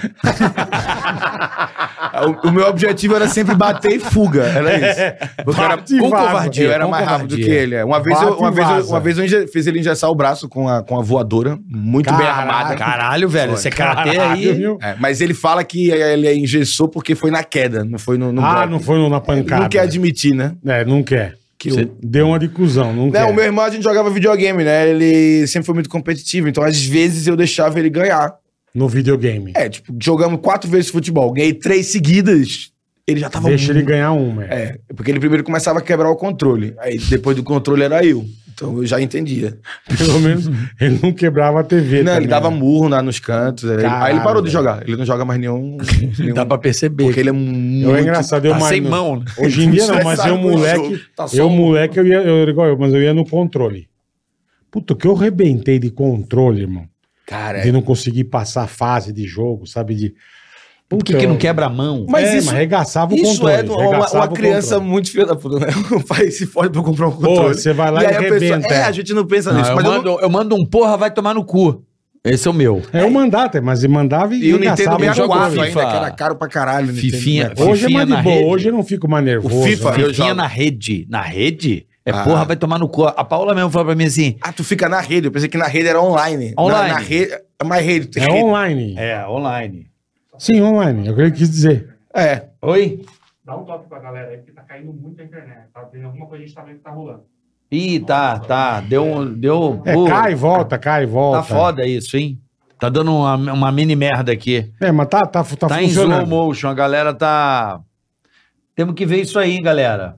Speaker 6: o, o meu objetivo era sempre bater e fuga.
Speaker 4: É.
Speaker 6: Era isso. Porque eu era
Speaker 2: Bate e
Speaker 6: com
Speaker 2: vaza.
Speaker 6: covardia. Eu era
Speaker 4: Com
Speaker 6: mais rápido
Speaker 4: covardia.
Speaker 6: que ele. é. Uma vez, eu,
Speaker 2: Bate
Speaker 6: uma
Speaker 2: e
Speaker 6: vez, eu,
Speaker 2: vaza.
Speaker 6: uma vez eu enje- fiz ele engessar o braço com a, com a voadora, muito bem armada.
Speaker 4: Caralho, velho. Você karatê
Speaker 2: Caralho,
Speaker 4: aí.
Speaker 2: viu?
Speaker 6: É, mas ele fala que é, ele engessou porque foi na queda, não foi no, no
Speaker 2: ah,
Speaker 6: golpe.
Speaker 2: não foi no- na
Speaker 6: Ele
Speaker 2: pancada.
Speaker 6: não quer admitir, né?
Speaker 2: É, não quer.
Speaker 6: Que
Speaker 2: Você
Speaker 6: o-
Speaker 2: Deu uma de cuzão, não,
Speaker 6: Não,
Speaker 2: quer.
Speaker 6: o meu irmão a gente jogava videogame, né? Ele sempre foi muito competitivo, então às vezes eu deixava ele ganhar.
Speaker 2: No videogame.
Speaker 6: É, tipo, jogamos quatro vezes futebol, ganhei três seguidas, ele já tava
Speaker 2: Deixa
Speaker 6: muito-
Speaker 2: ele ganhar uma. É.
Speaker 6: É, porque ele primeiro começava a quebrar o controle, aí depois do controle era eu. Então eu já entendia.
Speaker 2: Pelo menos ele não quebrava a TV.
Speaker 6: Não, ele
Speaker 2: também. né?
Speaker 6: dava murro lá nos cantos, aí, aí ele
Speaker 2: Caralho,
Speaker 6: parou de
Speaker 2: velho.
Speaker 6: jogar. Ele não joga mais nenhum, nenhum-
Speaker 5: Dá pra perceber.
Speaker 6: porque ele é muito
Speaker 2: Eu é engraçado, eu
Speaker 5: tá
Speaker 2: mais-
Speaker 5: sem mão, né?
Speaker 2: Hoje em dia não, mas eu
Speaker 6: Estressado com o
Speaker 2: moleque,
Speaker 6: jogo. Tá só
Speaker 2: eu
Speaker 6: um-
Speaker 2: moleque, eu ia, eu, era igual eu, mas eu ia no controle. Puta, o que eu rebentei de controle, irmão.
Speaker 4: É.
Speaker 6: Cara,
Speaker 2: De não conseguir passar fase de jogo, sabe? De... Então,
Speaker 4: Por que, que não quebra a mão?
Speaker 6: Mas
Speaker 2: é,
Speaker 6: isso-
Speaker 2: mas arregaçava o
Speaker 6: Isso
Speaker 2: controle.
Speaker 6: é de uma, uma,
Speaker 2: arregaçava
Speaker 6: uma
Speaker 2: o
Speaker 6: criança
Speaker 2: controle.
Speaker 6: muito filha da puta, né? O pai se fode pra comprar um controle.
Speaker 2: Pô, você vai lá e
Speaker 6: aí a pessoa-
Speaker 2: arrebenta.
Speaker 6: é, a gente não pensa
Speaker 4: Não,
Speaker 6: nisso.
Speaker 4: eu,
Speaker 6: Mas eu
Speaker 4: mando, eu mando um porra, vai tomar no cu. Esse é o meu.
Speaker 2: É, eu mandava, até, mas eu mandava e,
Speaker 6: não... E o Nintendo né?
Speaker 2: arregaçava o controle.
Speaker 6: 64
Speaker 4: jogo
Speaker 6: ainda,
Speaker 4: FIFA.
Speaker 6: que era caro pra caralho. o Nintendo né?
Speaker 4: Fifinha-
Speaker 6: 64.
Speaker 2: Hoje é mais
Speaker 4: Fifinha
Speaker 2: de
Speaker 4: na
Speaker 2: boa,
Speaker 4: rede.
Speaker 2: hoje eu não fico mais nervoso.
Speaker 6: FIFA,
Speaker 2: né?
Speaker 6: eu
Speaker 4: Fifinha
Speaker 6: jogo.
Speaker 4: na rede. Na rede? É
Speaker 6: Ah.
Speaker 4: porra, vai tomar no cu. A Paula mesmo falou pra mim assim.
Speaker 6: Ah, tu fica na rede. Eu pensei que na rede era online.
Speaker 4: Online.
Speaker 6: Na, na rede... É mais rede. tem
Speaker 2: É
Speaker 6: rede.
Speaker 2: online.
Speaker 4: É, online.
Speaker 2: Sim, online. É o que ele quis dizer.
Speaker 6: É.
Speaker 4: Oi?
Speaker 7: Dá um toque pra galera aí, porque tá caindo muito na internet. Tá tendo alguma coisa que a gente tá vendo que tá rolando.
Speaker 4: Ih, tá, tá. Deu. um- deu
Speaker 2: É,
Speaker 4: pô,
Speaker 2: cai e volta, cai e volta.
Speaker 4: Tá foda isso, hein? Tá dando uma, uma mini merda aqui.
Speaker 2: É, mas tá, tá, tá,
Speaker 4: Tá, em slow
Speaker 2: funcionando.
Speaker 4: motion, a galera tá. Temos que ver isso aí, hein, galera.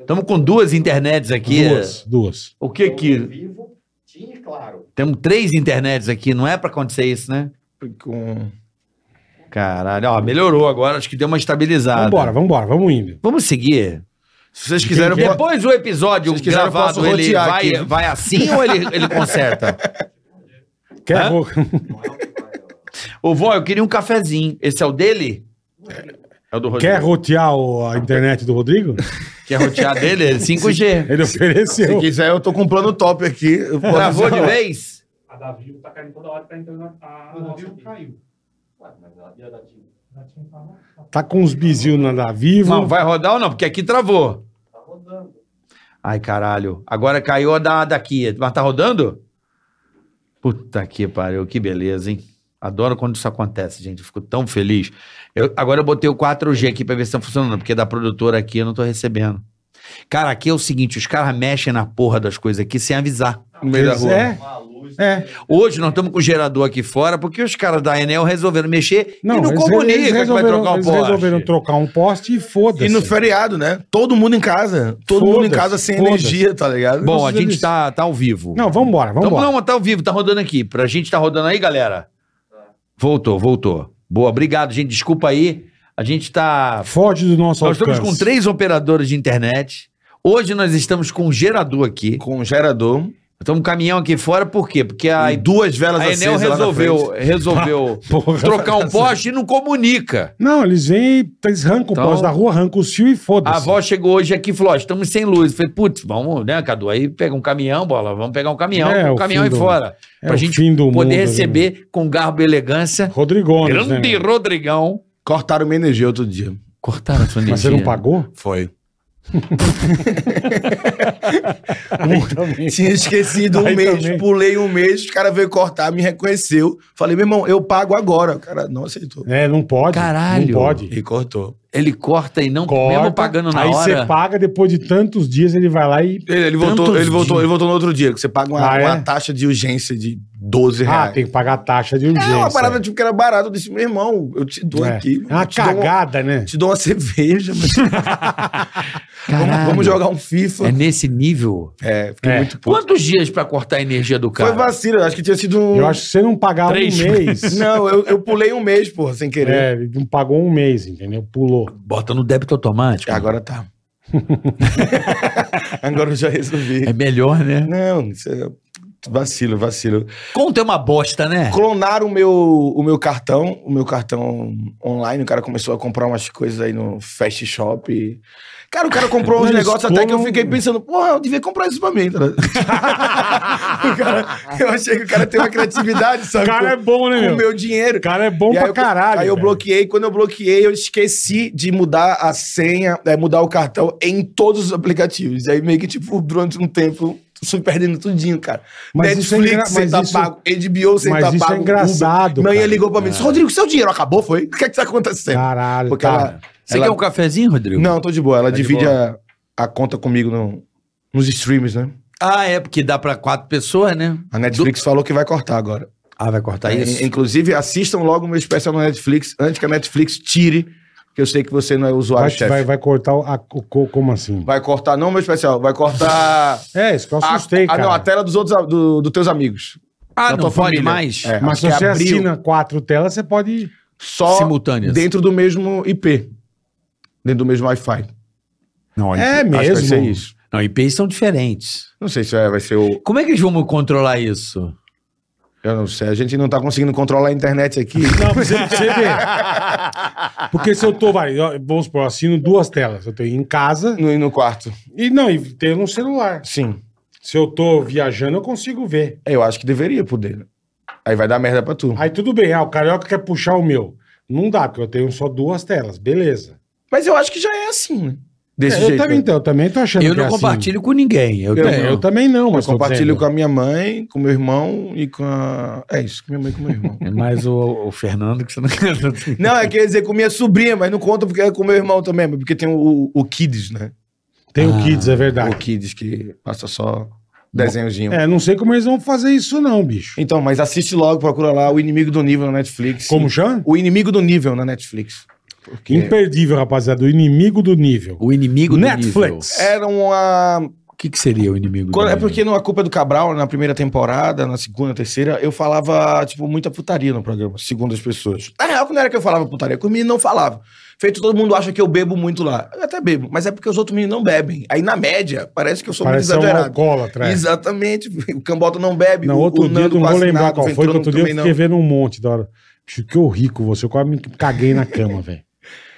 Speaker 4: Estamos com duas internets
Speaker 6: é.
Speaker 4: aqui.
Speaker 2: Duas, duas.
Speaker 4: O que que.
Speaker 7: Vivo, tinha, claro.
Speaker 4: Temos três internets aqui, não é pra acontecer isso, né?
Speaker 6: Com...
Speaker 4: Caralho, ó, melhorou agora, acho que deu uma
Speaker 6: Tá,
Speaker 4: estabilizada.
Speaker 2: Vambora,
Speaker 6: né?
Speaker 2: vambora, vamos indo.
Speaker 4: Vamos seguir.
Speaker 6: Se vocês quiserem... eu posso-
Speaker 4: Depois o episódio
Speaker 6: Vocês quiserem, eu posso
Speaker 4: gravado, ele
Speaker 6: rotear
Speaker 4: vai,
Speaker 6: aqui.
Speaker 4: vai assim ou ele, ele conserta?
Speaker 2: Quer
Speaker 4: Hã?
Speaker 2: vo-
Speaker 4: Ô, vó, eu queria um cafezinho. Esse é o dele? É o do Rodrigo.
Speaker 2: Quer rotear o- a internet do Rodrigo?
Speaker 4: Quer rotear dele? É 5G.
Speaker 2: Ele
Speaker 6: Se
Speaker 2: ofereceu.
Speaker 6: quiser, eu tô com um plano top aqui. Eu posso-
Speaker 4: Travou de vez?
Speaker 7: A da Vivo tá caindo toda hora, tá entrando a, a nossa aqui. caiu. Ué, mas a da Tim. Da Tim tá,
Speaker 2: Tá com uns bizinhos na da Vivo.
Speaker 4: Não, vai rodar ou não? Porque aqui travou.
Speaker 7: tá rodando.
Speaker 4: Ai, caralho. Agora caiu a da, daqui. Mas tá rodando? Puta que pariu, que beleza, hein? Adoro quando isso acontece, gente. Eu fico tão feliz. Eu- agora eu botei o 4G aqui pra ver se tá funcionando, porque da produtora aqui eu não tô recebendo. Cara, aqui é o seguinte: os caras mexem na porra das coisas aqui sem avisar.
Speaker 6: No meio da rua.
Speaker 2: É,
Speaker 7: Uma luz.
Speaker 2: é.
Speaker 4: Hoje nós estamos com o gerador aqui fora porque os caras da Enel resolveram mexer e não
Speaker 2: eles- eles
Speaker 4: comunica que vai
Speaker 2: resolveram-
Speaker 4: trocar o
Speaker 2: Eles
Speaker 4: poste.
Speaker 2: resolveram trocar um poste e
Speaker 6: E
Speaker 2: foda-se.
Speaker 6: no feriado, né? Todo mundo em casa. Todo mundo em
Speaker 2: Assim. Foda-se,
Speaker 6: casa sem
Speaker 2: foda-se.
Speaker 6: energia, tá ligado?
Speaker 4: Bom, a
Speaker 2: Vocês-
Speaker 4: gente tá, tá ao vivo.
Speaker 2: Não, vambora,
Speaker 4: Então,
Speaker 2: vambora.
Speaker 4: não, tá ao vivo, tá rodando aqui. Pra gente tá rodando aí, galera? Voltou, voltou. Boa, obrigado, gente. Desculpa aí. A gente tá.
Speaker 2: Foge do nosso
Speaker 4: Nós estamos
Speaker 2: alcance.
Speaker 4: com três operadores de internet. Hoje nós estamos com um gerador aqui.
Speaker 6: Com um gerador.
Speaker 4: Estamos com um caminhão aqui fora, por quê? Porque a,
Speaker 6: e duas velas
Speaker 4: a Enel
Speaker 6: acesas lá na
Speaker 4: resolveu,
Speaker 6: frente.
Speaker 4: resolveu
Speaker 2: Porra.
Speaker 4: trocar um poste e não comunica.
Speaker 2: Não, eles vêm e eles arrancam
Speaker 4: Então-
Speaker 2: o poste da rua, arrancam o fio e
Speaker 4: A
Speaker 2: foda-se.
Speaker 4: avó chegou hoje aqui e falou: ó, estamos sem luz. Eu falei, putz, vamos, né, Cadu? Aí pega um caminhão, bola, vamos pegar um caminhão,
Speaker 2: É,
Speaker 4: um
Speaker 2: o
Speaker 4: caminhão
Speaker 2: fim
Speaker 4: e
Speaker 2: do-
Speaker 4: fora.
Speaker 2: É
Speaker 4: pra
Speaker 2: o
Speaker 4: gente
Speaker 2: fim do
Speaker 4: poder
Speaker 2: mundo,
Speaker 4: receber com garbo e elegância.
Speaker 2: Rodrigones, né?
Speaker 4: grande
Speaker 2: meu?
Speaker 4: Rodrigão.
Speaker 6: Cortaram minha energia outro dia.
Speaker 4: Cortaram a sua
Speaker 2: Mas um você não pagou?
Speaker 6: Foi. Tinha esquecido um
Speaker 2: Aí
Speaker 6: mês,
Speaker 2: também.
Speaker 6: pulei um mês, os caras veio cortar, me reconheceu. Falei, meu irmão, eu pago agora. O cara não aceitou.
Speaker 2: É, não pode.
Speaker 4: Caralho.
Speaker 2: Não pode.
Speaker 6: E cortou.
Speaker 4: Ele corta e não,
Speaker 2: Corta,
Speaker 4: mesmo pagando na
Speaker 2: aí
Speaker 4: hora.
Speaker 2: você paga, depois de tantos dias ele vai lá e...
Speaker 6: Ele, ele voltou,
Speaker 4: Tantos
Speaker 6: ele, voltou,
Speaker 4: dias.
Speaker 6: ele voltou no outro dia, que você paga uma,
Speaker 2: Ah, é?
Speaker 6: uma taxa de urgência de 12
Speaker 4: É.
Speaker 2: Ah,
Speaker 6: reais.
Speaker 2: tem que pagar a taxa de
Speaker 6: É
Speaker 2: urgência.
Speaker 6: uma parada tipo que era barato. Eu disse, meu irmão, eu te dou
Speaker 2: É.
Speaker 6: aqui.
Speaker 2: É uma
Speaker 6: eu te dou uma-
Speaker 2: cagada, né?
Speaker 6: Te dou uma cerveja, mas vamos,
Speaker 4: Caralho.
Speaker 6: vamos jogar um FIFA.
Speaker 4: É nesse nível.
Speaker 6: É, fiquei
Speaker 2: É.
Speaker 6: muito puto.
Speaker 4: Quantos dias pra cortar a energia do
Speaker 6: Foi
Speaker 4: cara?
Speaker 6: vacilo, acho que tinha sido um.
Speaker 2: Eu acho que você não pagava
Speaker 4: Três.
Speaker 2: um mês.
Speaker 6: Não, eu, eu pulei um mês, porra, sem querer.
Speaker 2: É, ele não pagou um mês, entendeu? Pulou.
Speaker 4: Bota no débito automático.
Speaker 6: Agora tá. Agora eu já resolvi.
Speaker 4: É melhor, né?
Speaker 6: Não, isso é... vacilo, vacilo.
Speaker 4: Conta é uma bosta, né?
Speaker 6: Clonaram o meu, o meu cartão, o meu cartão online. O cara começou a comprar umas coisas aí no Fast Shop. e- Cara, o cara comprou uns
Speaker 2: Eles
Speaker 6: negócios até que eu
Speaker 2: clonam-
Speaker 6: fiquei pensando, porra, eu devia comprar isso pra mim. tá ligado? o cara, eu achei que o cara tem uma criatividade,
Speaker 2: O
Speaker 6: sabe?
Speaker 2: cara é bom, né,
Speaker 6: com o
Speaker 2: meu?
Speaker 6: meu dinheiro.
Speaker 2: O cara é bom
Speaker 6: E aí
Speaker 2: pra
Speaker 6: eu-
Speaker 2: caralho.
Speaker 6: Aí eu
Speaker 2: velho.
Speaker 6: bloqueei. Quando eu bloqueei, eu esqueci de mudar a senha, é, mudar o cartão em todos os aplicativos. E aí meio que, tipo, durante um tempo, fui perdendo tudinho, cara.
Speaker 2: Mas isso é
Speaker 6: Netflix
Speaker 2: engra-
Speaker 6: sem
Speaker 2: mas
Speaker 6: tá
Speaker 2: isso-
Speaker 6: pago, HBO sem
Speaker 2: mas
Speaker 6: tá
Speaker 2: isso é
Speaker 6: pago.
Speaker 2: engraçado,
Speaker 6: Não,
Speaker 2: cara. Ah.
Speaker 6: ele ligou pra mim e disse, Rodrigo, seu dinheiro acabou, foi? O que é que tá acontecendo?
Speaker 2: Caralho,
Speaker 6: Porque
Speaker 2: tá.
Speaker 6: ela...
Speaker 4: Você
Speaker 6: ela-
Speaker 4: quer um cafezinho, Rodrigo?
Speaker 6: Não, tô de boa. Ela
Speaker 4: Tá de
Speaker 6: divide A, a conta comigo no- nos streams, né?
Speaker 4: Ah, é, porque dá pra quatro pessoas, né?
Speaker 6: A Netflix falou que vai cortar agora.
Speaker 4: Ah,
Speaker 2: Tá
Speaker 4: vai cortar
Speaker 6: É,
Speaker 4: isso.
Speaker 6: Inclusive, assistam logo o meu especial na Netflix, antes que a Netflix tire, que eu sei que você não é
Speaker 2: Vai,
Speaker 6: usuário-chefe.
Speaker 2: vai, vai cortar o, a- o co- como assim?
Speaker 6: Vai cortar, não, meu especial, vai cortar.
Speaker 2: É, isso que eu
Speaker 6: a-
Speaker 2: assustei,
Speaker 6: a,
Speaker 2: cara.
Speaker 6: ah, não, a tela dos outros, do, dos teus amigos.
Speaker 4: Ah,
Speaker 6: da
Speaker 4: não
Speaker 6: tua
Speaker 4: pode
Speaker 6: família.
Speaker 4: mais?
Speaker 6: É,
Speaker 2: Mas
Speaker 6: acho
Speaker 2: se
Speaker 6: que
Speaker 2: você
Speaker 6: abril,
Speaker 2: assina quatro telas, você pode.
Speaker 6: Só
Speaker 4: Simultâneas.
Speaker 6: dentro do mesmo IP. Dentro do mesmo Wi-Fi.
Speaker 4: Não,
Speaker 2: É
Speaker 6: Acho que vai
Speaker 2: mesmo?
Speaker 6: ser isso.
Speaker 4: não, IPs são diferentes.
Speaker 6: Não sei se é- vai ser o.
Speaker 4: Como é que eles vão controlar isso?
Speaker 6: Eu não sei. A gente não tá conseguindo controlar a internet aqui.
Speaker 2: Não, pra você, pra você ver. Porque se eu tô, vai, ó, vamos supor, eu assino duas telas. Eu tenho em casa
Speaker 6: no, no quarto.
Speaker 2: e não, e tenho no celular.
Speaker 6: Sim.
Speaker 2: Se eu tô viajando, eu consigo ver.
Speaker 6: Eu acho que deveria poder. Aí vai dar merda pra tu.
Speaker 2: Aí tudo bem, ah, o carioca quer puxar o meu. Não dá, porque eu tenho só duas telas, beleza.
Speaker 6: Mas eu acho que já é assim, né? Desse
Speaker 2: É, eu
Speaker 6: jeito.
Speaker 2: também, então, eu também tô achando
Speaker 4: Eu
Speaker 2: que
Speaker 4: não
Speaker 2: é assim.
Speaker 4: compartilho com ninguém. Eu,
Speaker 2: Eu,
Speaker 4: tenho.
Speaker 2: eu também não,
Speaker 6: Eu
Speaker 2: mas
Speaker 6: compartilho com a minha mãe, com meu irmão e com a. É isso, com minha mãe e com meu irmão.
Speaker 4: Mas o, o Fernando, que você não
Speaker 6: Não, é quer dizer com minha sobrinha, mas não conta porque é com meu irmão também, mas porque tem o, o Kids, né?
Speaker 2: Tem o
Speaker 4: Ah,
Speaker 2: Kids, é verdade.
Speaker 6: O Kids que passa só desenhozinho.
Speaker 2: É, não sei como eles vão fazer isso, não, bicho.
Speaker 6: Então, mas assiste logo, procura lá O Inimigo do Nível na Netflix.
Speaker 2: Como chama?
Speaker 6: O Inimigo do Nível na Netflix. Porque
Speaker 2: Imperdível, rapaziada. O inimigo do nível.
Speaker 4: O inimigo do nível.
Speaker 2: Netflix.
Speaker 6: era uma.
Speaker 4: O que, que seria o inimigo do
Speaker 6: quando- É
Speaker 4: nível?
Speaker 6: porque no A Culpa é do Cabral, na primeira temporada, na segunda, terceira, eu falava, tipo, muita putaria no programa, segundo as pessoas. Na real, que não era que eu falava putaria, que os meninos não falavam. Feito, todo mundo acha que eu bebo muito lá. Eu até bebo, mas é porque os outros meninos não bebem. Aí, na média, parece que eu sou
Speaker 2: Parece ser
Speaker 6: muito
Speaker 2: um
Speaker 6: exagerado.
Speaker 2: alcoólatra. é.
Speaker 6: Exatamente. O Cambota não bebe.
Speaker 2: Não,
Speaker 6: o,
Speaker 2: outro
Speaker 6: o
Speaker 2: dia,
Speaker 6: Nando
Speaker 2: não vou
Speaker 6: quase
Speaker 2: lembrar
Speaker 6: nada,
Speaker 2: qual
Speaker 6: o
Speaker 2: foi, que
Speaker 6: Ventrilo
Speaker 2: outro dia eu
Speaker 6: também
Speaker 2: fiquei vendo um monte da hora. Bicho, que horrível você. Eu quase me caguei na cama, velho.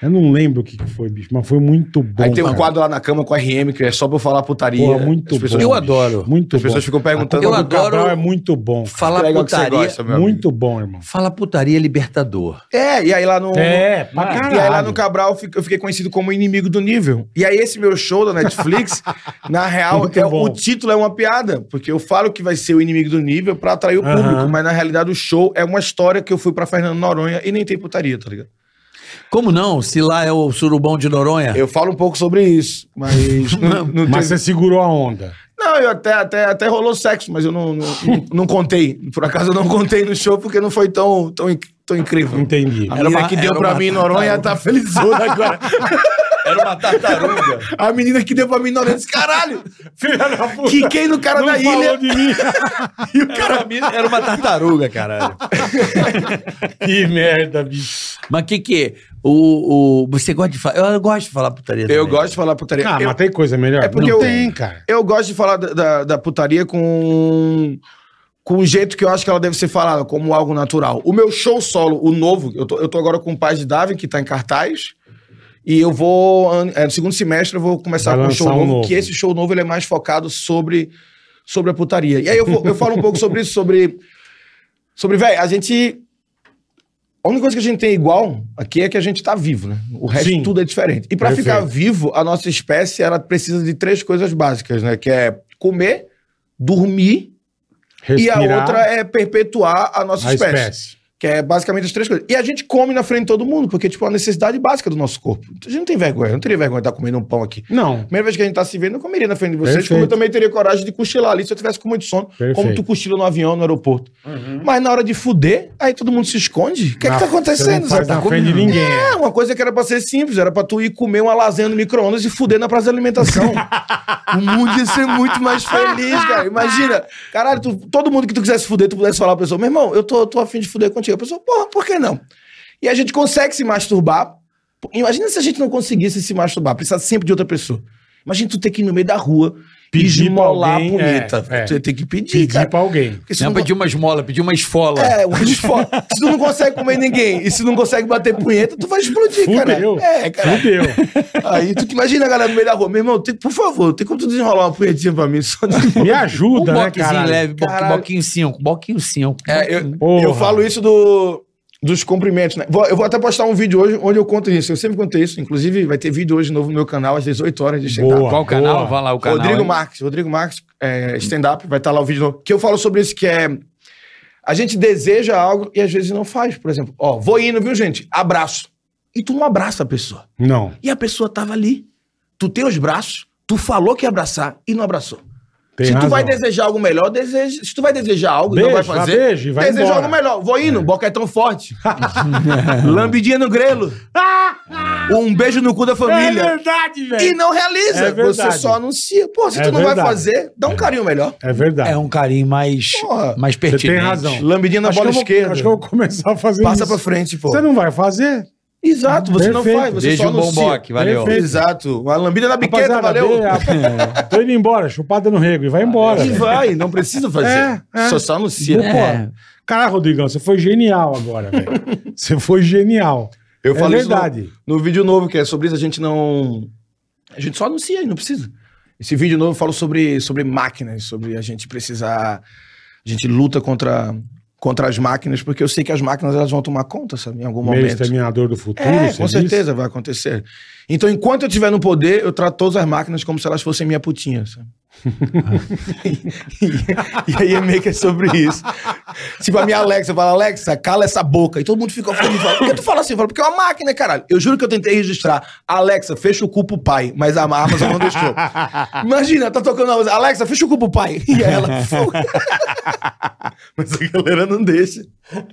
Speaker 2: Eu não lembro o que, que foi, bicho, mas foi muito bom.
Speaker 6: Aí tem um
Speaker 2: cara.
Speaker 6: quadro lá na cama com RM, que é só pra eu falar putaria.
Speaker 2: Porra, muito
Speaker 6: As pessoas,
Speaker 2: bom.
Speaker 4: Eu adoro.
Speaker 2: Muito
Speaker 6: As
Speaker 2: bom.
Speaker 6: pessoas ficam perguntando.
Speaker 4: Eu
Speaker 2: O
Speaker 4: adoro-
Speaker 2: Cabral é muito bom.
Speaker 4: Falar
Speaker 6: Pega o que você
Speaker 4: putaria.
Speaker 6: gosta, meu amigo.
Speaker 2: Muito bom, irmão.
Speaker 4: Fala putaria libertador.
Speaker 6: É, e aí lá no.
Speaker 2: É, pra
Speaker 6: E
Speaker 2: caralho.
Speaker 6: aí lá no Cabral eu fi- eu fiquei conhecido como inimigo do nível. E aí esse meu show da Netflix, na real,
Speaker 2: Muito
Speaker 6: é,
Speaker 2: bom.
Speaker 6: o título é uma piada, porque eu falo que vai ser o inimigo do nível pra atrair o
Speaker 2: Aham.
Speaker 6: público, mas na realidade o show é uma história que eu fui pra Fernando Noronha e nem tem putaria, tá ligado?
Speaker 4: Como não? Se lá é o surubão de Noronha.
Speaker 6: Eu falo um pouco sobre isso, mas não, não
Speaker 2: Mas você
Speaker 6: teve-
Speaker 2: segurou a onda.
Speaker 6: Não, eu até, até, até rolou sexo, mas eu não, não, não- não contei. Por acaso eu não contei no show porque não foi tão, tão, inc- tão incrível.
Speaker 2: Entendi.
Speaker 4: A
Speaker 6: Era uma
Speaker 4: menina-
Speaker 6: que deu
Speaker 4: era
Speaker 6: pra
Speaker 4: uma
Speaker 6: mim em Noronha, tá felizona agora.
Speaker 4: Era uma tartaruga.
Speaker 6: A menina que deu pra mim em Noronha disse, caralho,
Speaker 2: Filha da puta.
Speaker 6: quiquei no cara
Speaker 2: não
Speaker 6: da
Speaker 2: falou
Speaker 6: ilha.
Speaker 2: de mim.
Speaker 6: E o cara...
Speaker 4: Era uma tartaruga, caralho.
Speaker 2: que merda, bicho.
Speaker 4: Mas o que que é? O, o, você gosta de falar? Eu gosto de falar putaria
Speaker 6: Eu
Speaker 4: também.
Speaker 6: gosto de falar putaria.
Speaker 2: Ah,
Speaker 6: eu,
Speaker 2: mas tem coisa melhor?
Speaker 6: É porque
Speaker 2: não
Speaker 6: eu-
Speaker 2: tem, cara.
Speaker 6: eu gosto de falar da, da, da putaria com... Com o jeito que eu acho que ela deve ser falada, como algo natural. O meu show solo, o novo, eu tô, eu tô agora com o Paz de Davi, que tá em cartaz. E eu vou, an- é, no segundo semestre, eu vou começar
Speaker 2: Vai
Speaker 6: com um
Speaker 2: lançar
Speaker 6: show
Speaker 2: um
Speaker 6: novo,
Speaker 2: novo.
Speaker 6: que esse show novo ele é mais focado sobre, sobre a putaria. E aí eu, vou- eu falo um pouco sobre isso, sobre. Sobre, velho, a gente. A única coisa que a gente tem igual aqui é que a gente tá vivo, né? O resto
Speaker 2: Sim.
Speaker 6: tudo é diferente. E pra
Speaker 2: Perfeito.
Speaker 6: ficar vivo, a nossa espécie ela precisa de três coisas básicas, né? Que é comer, dormir
Speaker 2: Respirar
Speaker 6: e a outra é perpetuar a nossa
Speaker 2: a
Speaker 6: espécie.
Speaker 2: espécie.
Speaker 6: Que é basicamente as três coisas. E a gente come na frente de todo mundo, porque, tipo, é uma necessidade básica do nosso corpo. A gente não tem vergonha, eu não teria vergonha de estar comendo um pão aqui.
Speaker 2: Não.
Speaker 6: Primeira vez que a gente tá se vendo, eu comeria na frente de vocês,
Speaker 2: Perfeito.
Speaker 6: como eu também teria coragem de cochilar ali se eu tivesse com muito sono, como
Speaker 2: Perfeito.
Speaker 6: tu cochila no avião, no aeroporto.
Speaker 2: Uhum.
Speaker 6: Mas na hora de fuder, aí todo mundo se esconde. O que é que tá
Speaker 2: Você
Speaker 6: acontecendo?
Speaker 2: não faz
Speaker 6: Zé?
Speaker 2: na frente de ninguém. é.
Speaker 6: É, uma coisa que era pra ser simples, era pra tu ir comer uma lasanha no micro-ondas e fuder na praça da alimentação. o mundo ia ser muito mais feliz, cara. Imagina, caralho, tu- todo mundo que tu quisesse fuder, tu pudesse falar pra pessoa, meu irmão, eu tô, tô afim de fuder contigo. A pessoa, porra, por que não? E a gente consegue se masturbar Pô, Imagina se a gente não conseguisse se masturbar, precisar sempre de outra pessoa. Imagina tu ter que ir no meio da rua
Speaker 2: Pedir pra
Speaker 6: esmolar
Speaker 2: alguém,
Speaker 6: a punheta.
Speaker 2: é, é.
Speaker 6: Tu ia ter que pedir,
Speaker 2: Pedir
Speaker 6: cara.
Speaker 2: pra alguém.
Speaker 6: Porque se
Speaker 4: Não
Speaker 6: não,
Speaker 4: é pedir uma esmola, pedir uma esfola.
Speaker 6: É, uma desfola. se tu não consegue comer ninguém e se não consegue bater punheta, tu vai explodir, cara.
Speaker 2: Fudeu.
Speaker 6: É, cara.
Speaker 2: Fudeu.
Speaker 6: Aí tu te imagina a galera no meio da rua. Meu irmão, tem- por favor, tem como tu desenrolar uma punhetinha pra mim? Só de-
Speaker 2: Me
Speaker 4: um
Speaker 2: ajuda, né,
Speaker 4: boquezinho
Speaker 2: cara?
Speaker 4: leve, boque-
Speaker 6: Caralho.
Speaker 4: boquinho 5, boquinho 5.
Speaker 6: É, eu,
Speaker 2: Porra.
Speaker 6: eu falo isso do, dos cumprimentos, né? Vou- eu vou até postar um vídeo hoje onde eu conto isso. Eu sempre contei isso. Inclusive, vai ter vídeo hoje novo no meu canal, às 18 horas de stand-up.
Speaker 2: Boa,
Speaker 4: Qual o canal?
Speaker 2: boa.
Speaker 4: Vai lá o canal.
Speaker 6: Rodrigo
Speaker 4: hein?
Speaker 6: Marques. Rodrigo Marques, é, stand-up, vai estar lá o vídeo novo. Que eu falo sobre isso, que é. A gente deseja algo e às vezes não faz. Por exemplo, ó, vou indo, viu, gente? Abraço. E tu não abraça a pessoa.
Speaker 2: Não.
Speaker 6: E a pessoa tava ali. Tu tem os braços, tu falou que ia abraçar e não abraçou.
Speaker 2: Tem
Speaker 6: se tu
Speaker 2: razão.
Speaker 6: vai desejar algo melhor, deseja. Se tu vai desejar algo e não
Speaker 2: Beijo,
Speaker 6: vai fazer,
Speaker 2: dá beijo e vai
Speaker 6: deseja
Speaker 2: embora.
Speaker 6: algo melhor. Vou indo, boca é tão forte. Lambidinha no grelo. um beijo no cu da família.
Speaker 2: É verdade,
Speaker 6: e não realiza.
Speaker 2: É
Speaker 6: Você
Speaker 2: verdade.
Speaker 6: só anuncia. Pô, se
Speaker 2: É
Speaker 6: tu não vai
Speaker 2: verdade.
Speaker 6: fazer, dá um carinho melhor.
Speaker 2: É verdade.
Speaker 4: É um carinho mais,
Speaker 6: Porra,
Speaker 4: mais
Speaker 2: Você
Speaker 4: pertinente.
Speaker 2: tem razão.
Speaker 6: Lambidinha na
Speaker 2: Acho que
Speaker 6: bola
Speaker 2: eu vou-
Speaker 6: esquerda.
Speaker 2: Acho que eu vou começar a fazer
Speaker 6: Passa
Speaker 2: isso.
Speaker 6: pra frente, pô.
Speaker 2: Você não vai fazer?
Speaker 6: Exato, você não
Speaker 2: Perfeito.
Speaker 6: faz, você
Speaker 4: Beijo,
Speaker 6: só
Speaker 4: um bom
Speaker 6: anuncia.
Speaker 4: boque, valeu.
Speaker 2: Perfeito.
Speaker 6: Exato. Uma lambida na biqueta,
Speaker 2: Rapaziada,
Speaker 6: valeu.
Speaker 2: be- a- Tô indo embora, chupada no rego e vai embora.
Speaker 6: E vai, não precisa fazer.
Speaker 2: É, é.
Speaker 6: Só só anuncia.
Speaker 2: Pô, Caralho, Rodrigão, você foi genial agora, velho. Você foi genial.
Speaker 6: Eu
Speaker 2: é
Speaker 6: falei isso
Speaker 2: verdade.
Speaker 6: No um vídeo novo, que é sobre isso, a gente não. A gente só anuncia e não precisa. Esse vídeo novo eu falo sobre, sobre máquinas, sobre a gente precisar. A gente luta contra, contra as máquinas, porque eu sei que as máquinas elas vão tomar conta, sabe, em algum
Speaker 2: Meio
Speaker 6: momento.
Speaker 2: exterminador do futuro,
Speaker 6: É,
Speaker 2: você
Speaker 6: com
Speaker 2: disse?
Speaker 6: certeza vai acontecer. Então, enquanto eu estiver no poder, eu trato todas as máquinas como se elas fossem minha putinha, sabe? e, e aí é meio que é sobre isso. Tipo, a minha Alexa fala, Alexa, cala essa boca. E todo mundo fica ofendido. Fala, Por que tu fala assim? Eu falo, porque é uma máquina, caralho. Eu juro que eu tentei registrar. Alexa, fecha o cu pro pai. Mas a Amazon não deixou. Imagina, tá tocando a música. Alexa, fecha o cu pro pai. E aí ela... "Fu." mas a galera não deixa.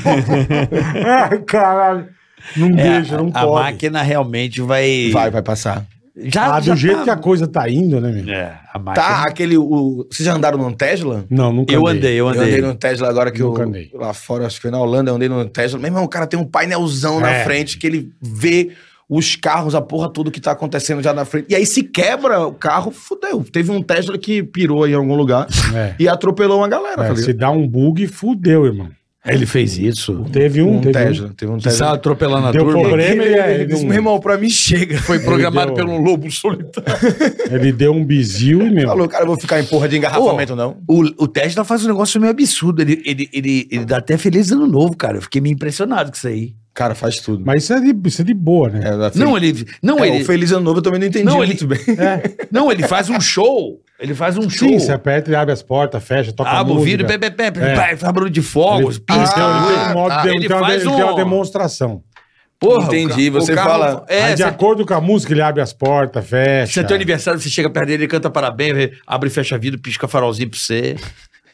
Speaker 2: É, caralho. Não deixa, não
Speaker 4: É, a, a
Speaker 2: pode.
Speaker 4: máquina realmente vai.
Speaker 6: Vai, vai passar.
Speaker 4: Já,
Speaker 2: Ah,
Speaker 4: já
Speaker 2: do jeito
Speaker 4: tá-
Speaker 2: que a coisa tá indo, né, meu?
Speaker 4: É, a máquina.
Speaker 6: Tá, aquele... O... Vocês já andaram num Tesla?
Speaker 2: Não, nunca
Speaker 4: Eu andei, eu
Speaker 6: Eu
Speaker 4: andei.
Speaker 6: andei num Tesla agora que eu.
Speaker 2: Nunca andei.
Speaker 6: Lá fora, acho que foi na Holanda, eu andei num Tesla. Meu irmão, o cara tem um painelzão na
Speaker 2: É.
Speaker 6: frente que ele vê os carros, a porra toda que tá acontecendo já na frente. E aí se quebra o carro, fudeu. Teve um Tesla que pirou aí em algum lugar
Speaker 2: É.
Speaker 6: e atropelou uma galera.
Speaker 2: É,
Speaker 6: tá ligado?
Speaker 2: se dá um bug, fudeu, irmão.
Speaker 4: Ele fez isso.
Speaker 2: Teve um,
Speaker 6: um
Speaker 2: teve
Speaker 6: Tesla, teve um
Speaker 4: Que
Speaker 6: Tesla.
Speaker 4: saiu atropelando a
Speaker 2: Deu
Speaker 4: turma.
Speaker 2: problema. Prêmio,
Speaker 6: ele,
Speaker 2: é,
Speaker 6: ele disse,
Speaker 2: não-
Speaker 6: meu irmão, pra mim chega.
Speaker 4: Foi programado
Speaker 2: deu-
Speaker 4: pelo lobo solitário.
Speaker 2: um. Ele deu um bizil e, meu.
Speaker 6: Falou, cara, eu vou ficar em porra de engarrafamento, não.
Speaker 4: O, o Tesla faz um negócio meio absurdo. Ele, ele, ele, ele dá até feliz ano novo, cara. Eu fiquei meio impressionado com isso aí.
Speaker 6: Cara, faz tudo.
Speaker 2: Mas isso é, de, isso é de boa, né?
Speaker 6: É, da-
Speaker 4: Não, ele. Não,
Speaker 6: É, o
Speaker 4: ele,
Speaker 6: Feliz Ano Novo eu também não entendi
Speaker 4: Não, ele-
Speaker 6: muito bem.
Speaker 4: não, ele faz um show. Ele faz um show.
Speaker 2: Sim, você aperta, ele abre as portas, fecha, toca
Speaker 4: Abre Ah, o vidro,
Speaker 2: música.
Speaker 4: pé, pé, pé,
Speaker 2: É.
Speaker 4: pá, faz barulho de fogos,
Speaker 2: Ele,
Speaker 4: pisca.
Speaker 2: então, ele, tem um
Speaker 4: ah,
Speaker 2: modo de-
Speaker 4: ele
Speaker 2: ele tem uma,
Speaker 4: faz
Speaker 2: ele tem uma
Speaker 4: um-
Speaker 2: demonstração.
Speaker 4: Porra,
Speaker 6: Entendi,
Speaker 4: o ca-
Speaker 6: você
Speaker 4: o carro-
Speaker 6: fala-
Speaker 4: É,
Speaker 2: Aí, de
Speaker 4: você-
Speaker 2: acordo com a música, ele abre as portas,
Speaker 4: Se
Speaker 2: fecha.
Speaker 4: é teu aniversário, você chega perto dele, ele canta parabéns, ele abre e fecha vidro, pisca farolzinho pra você.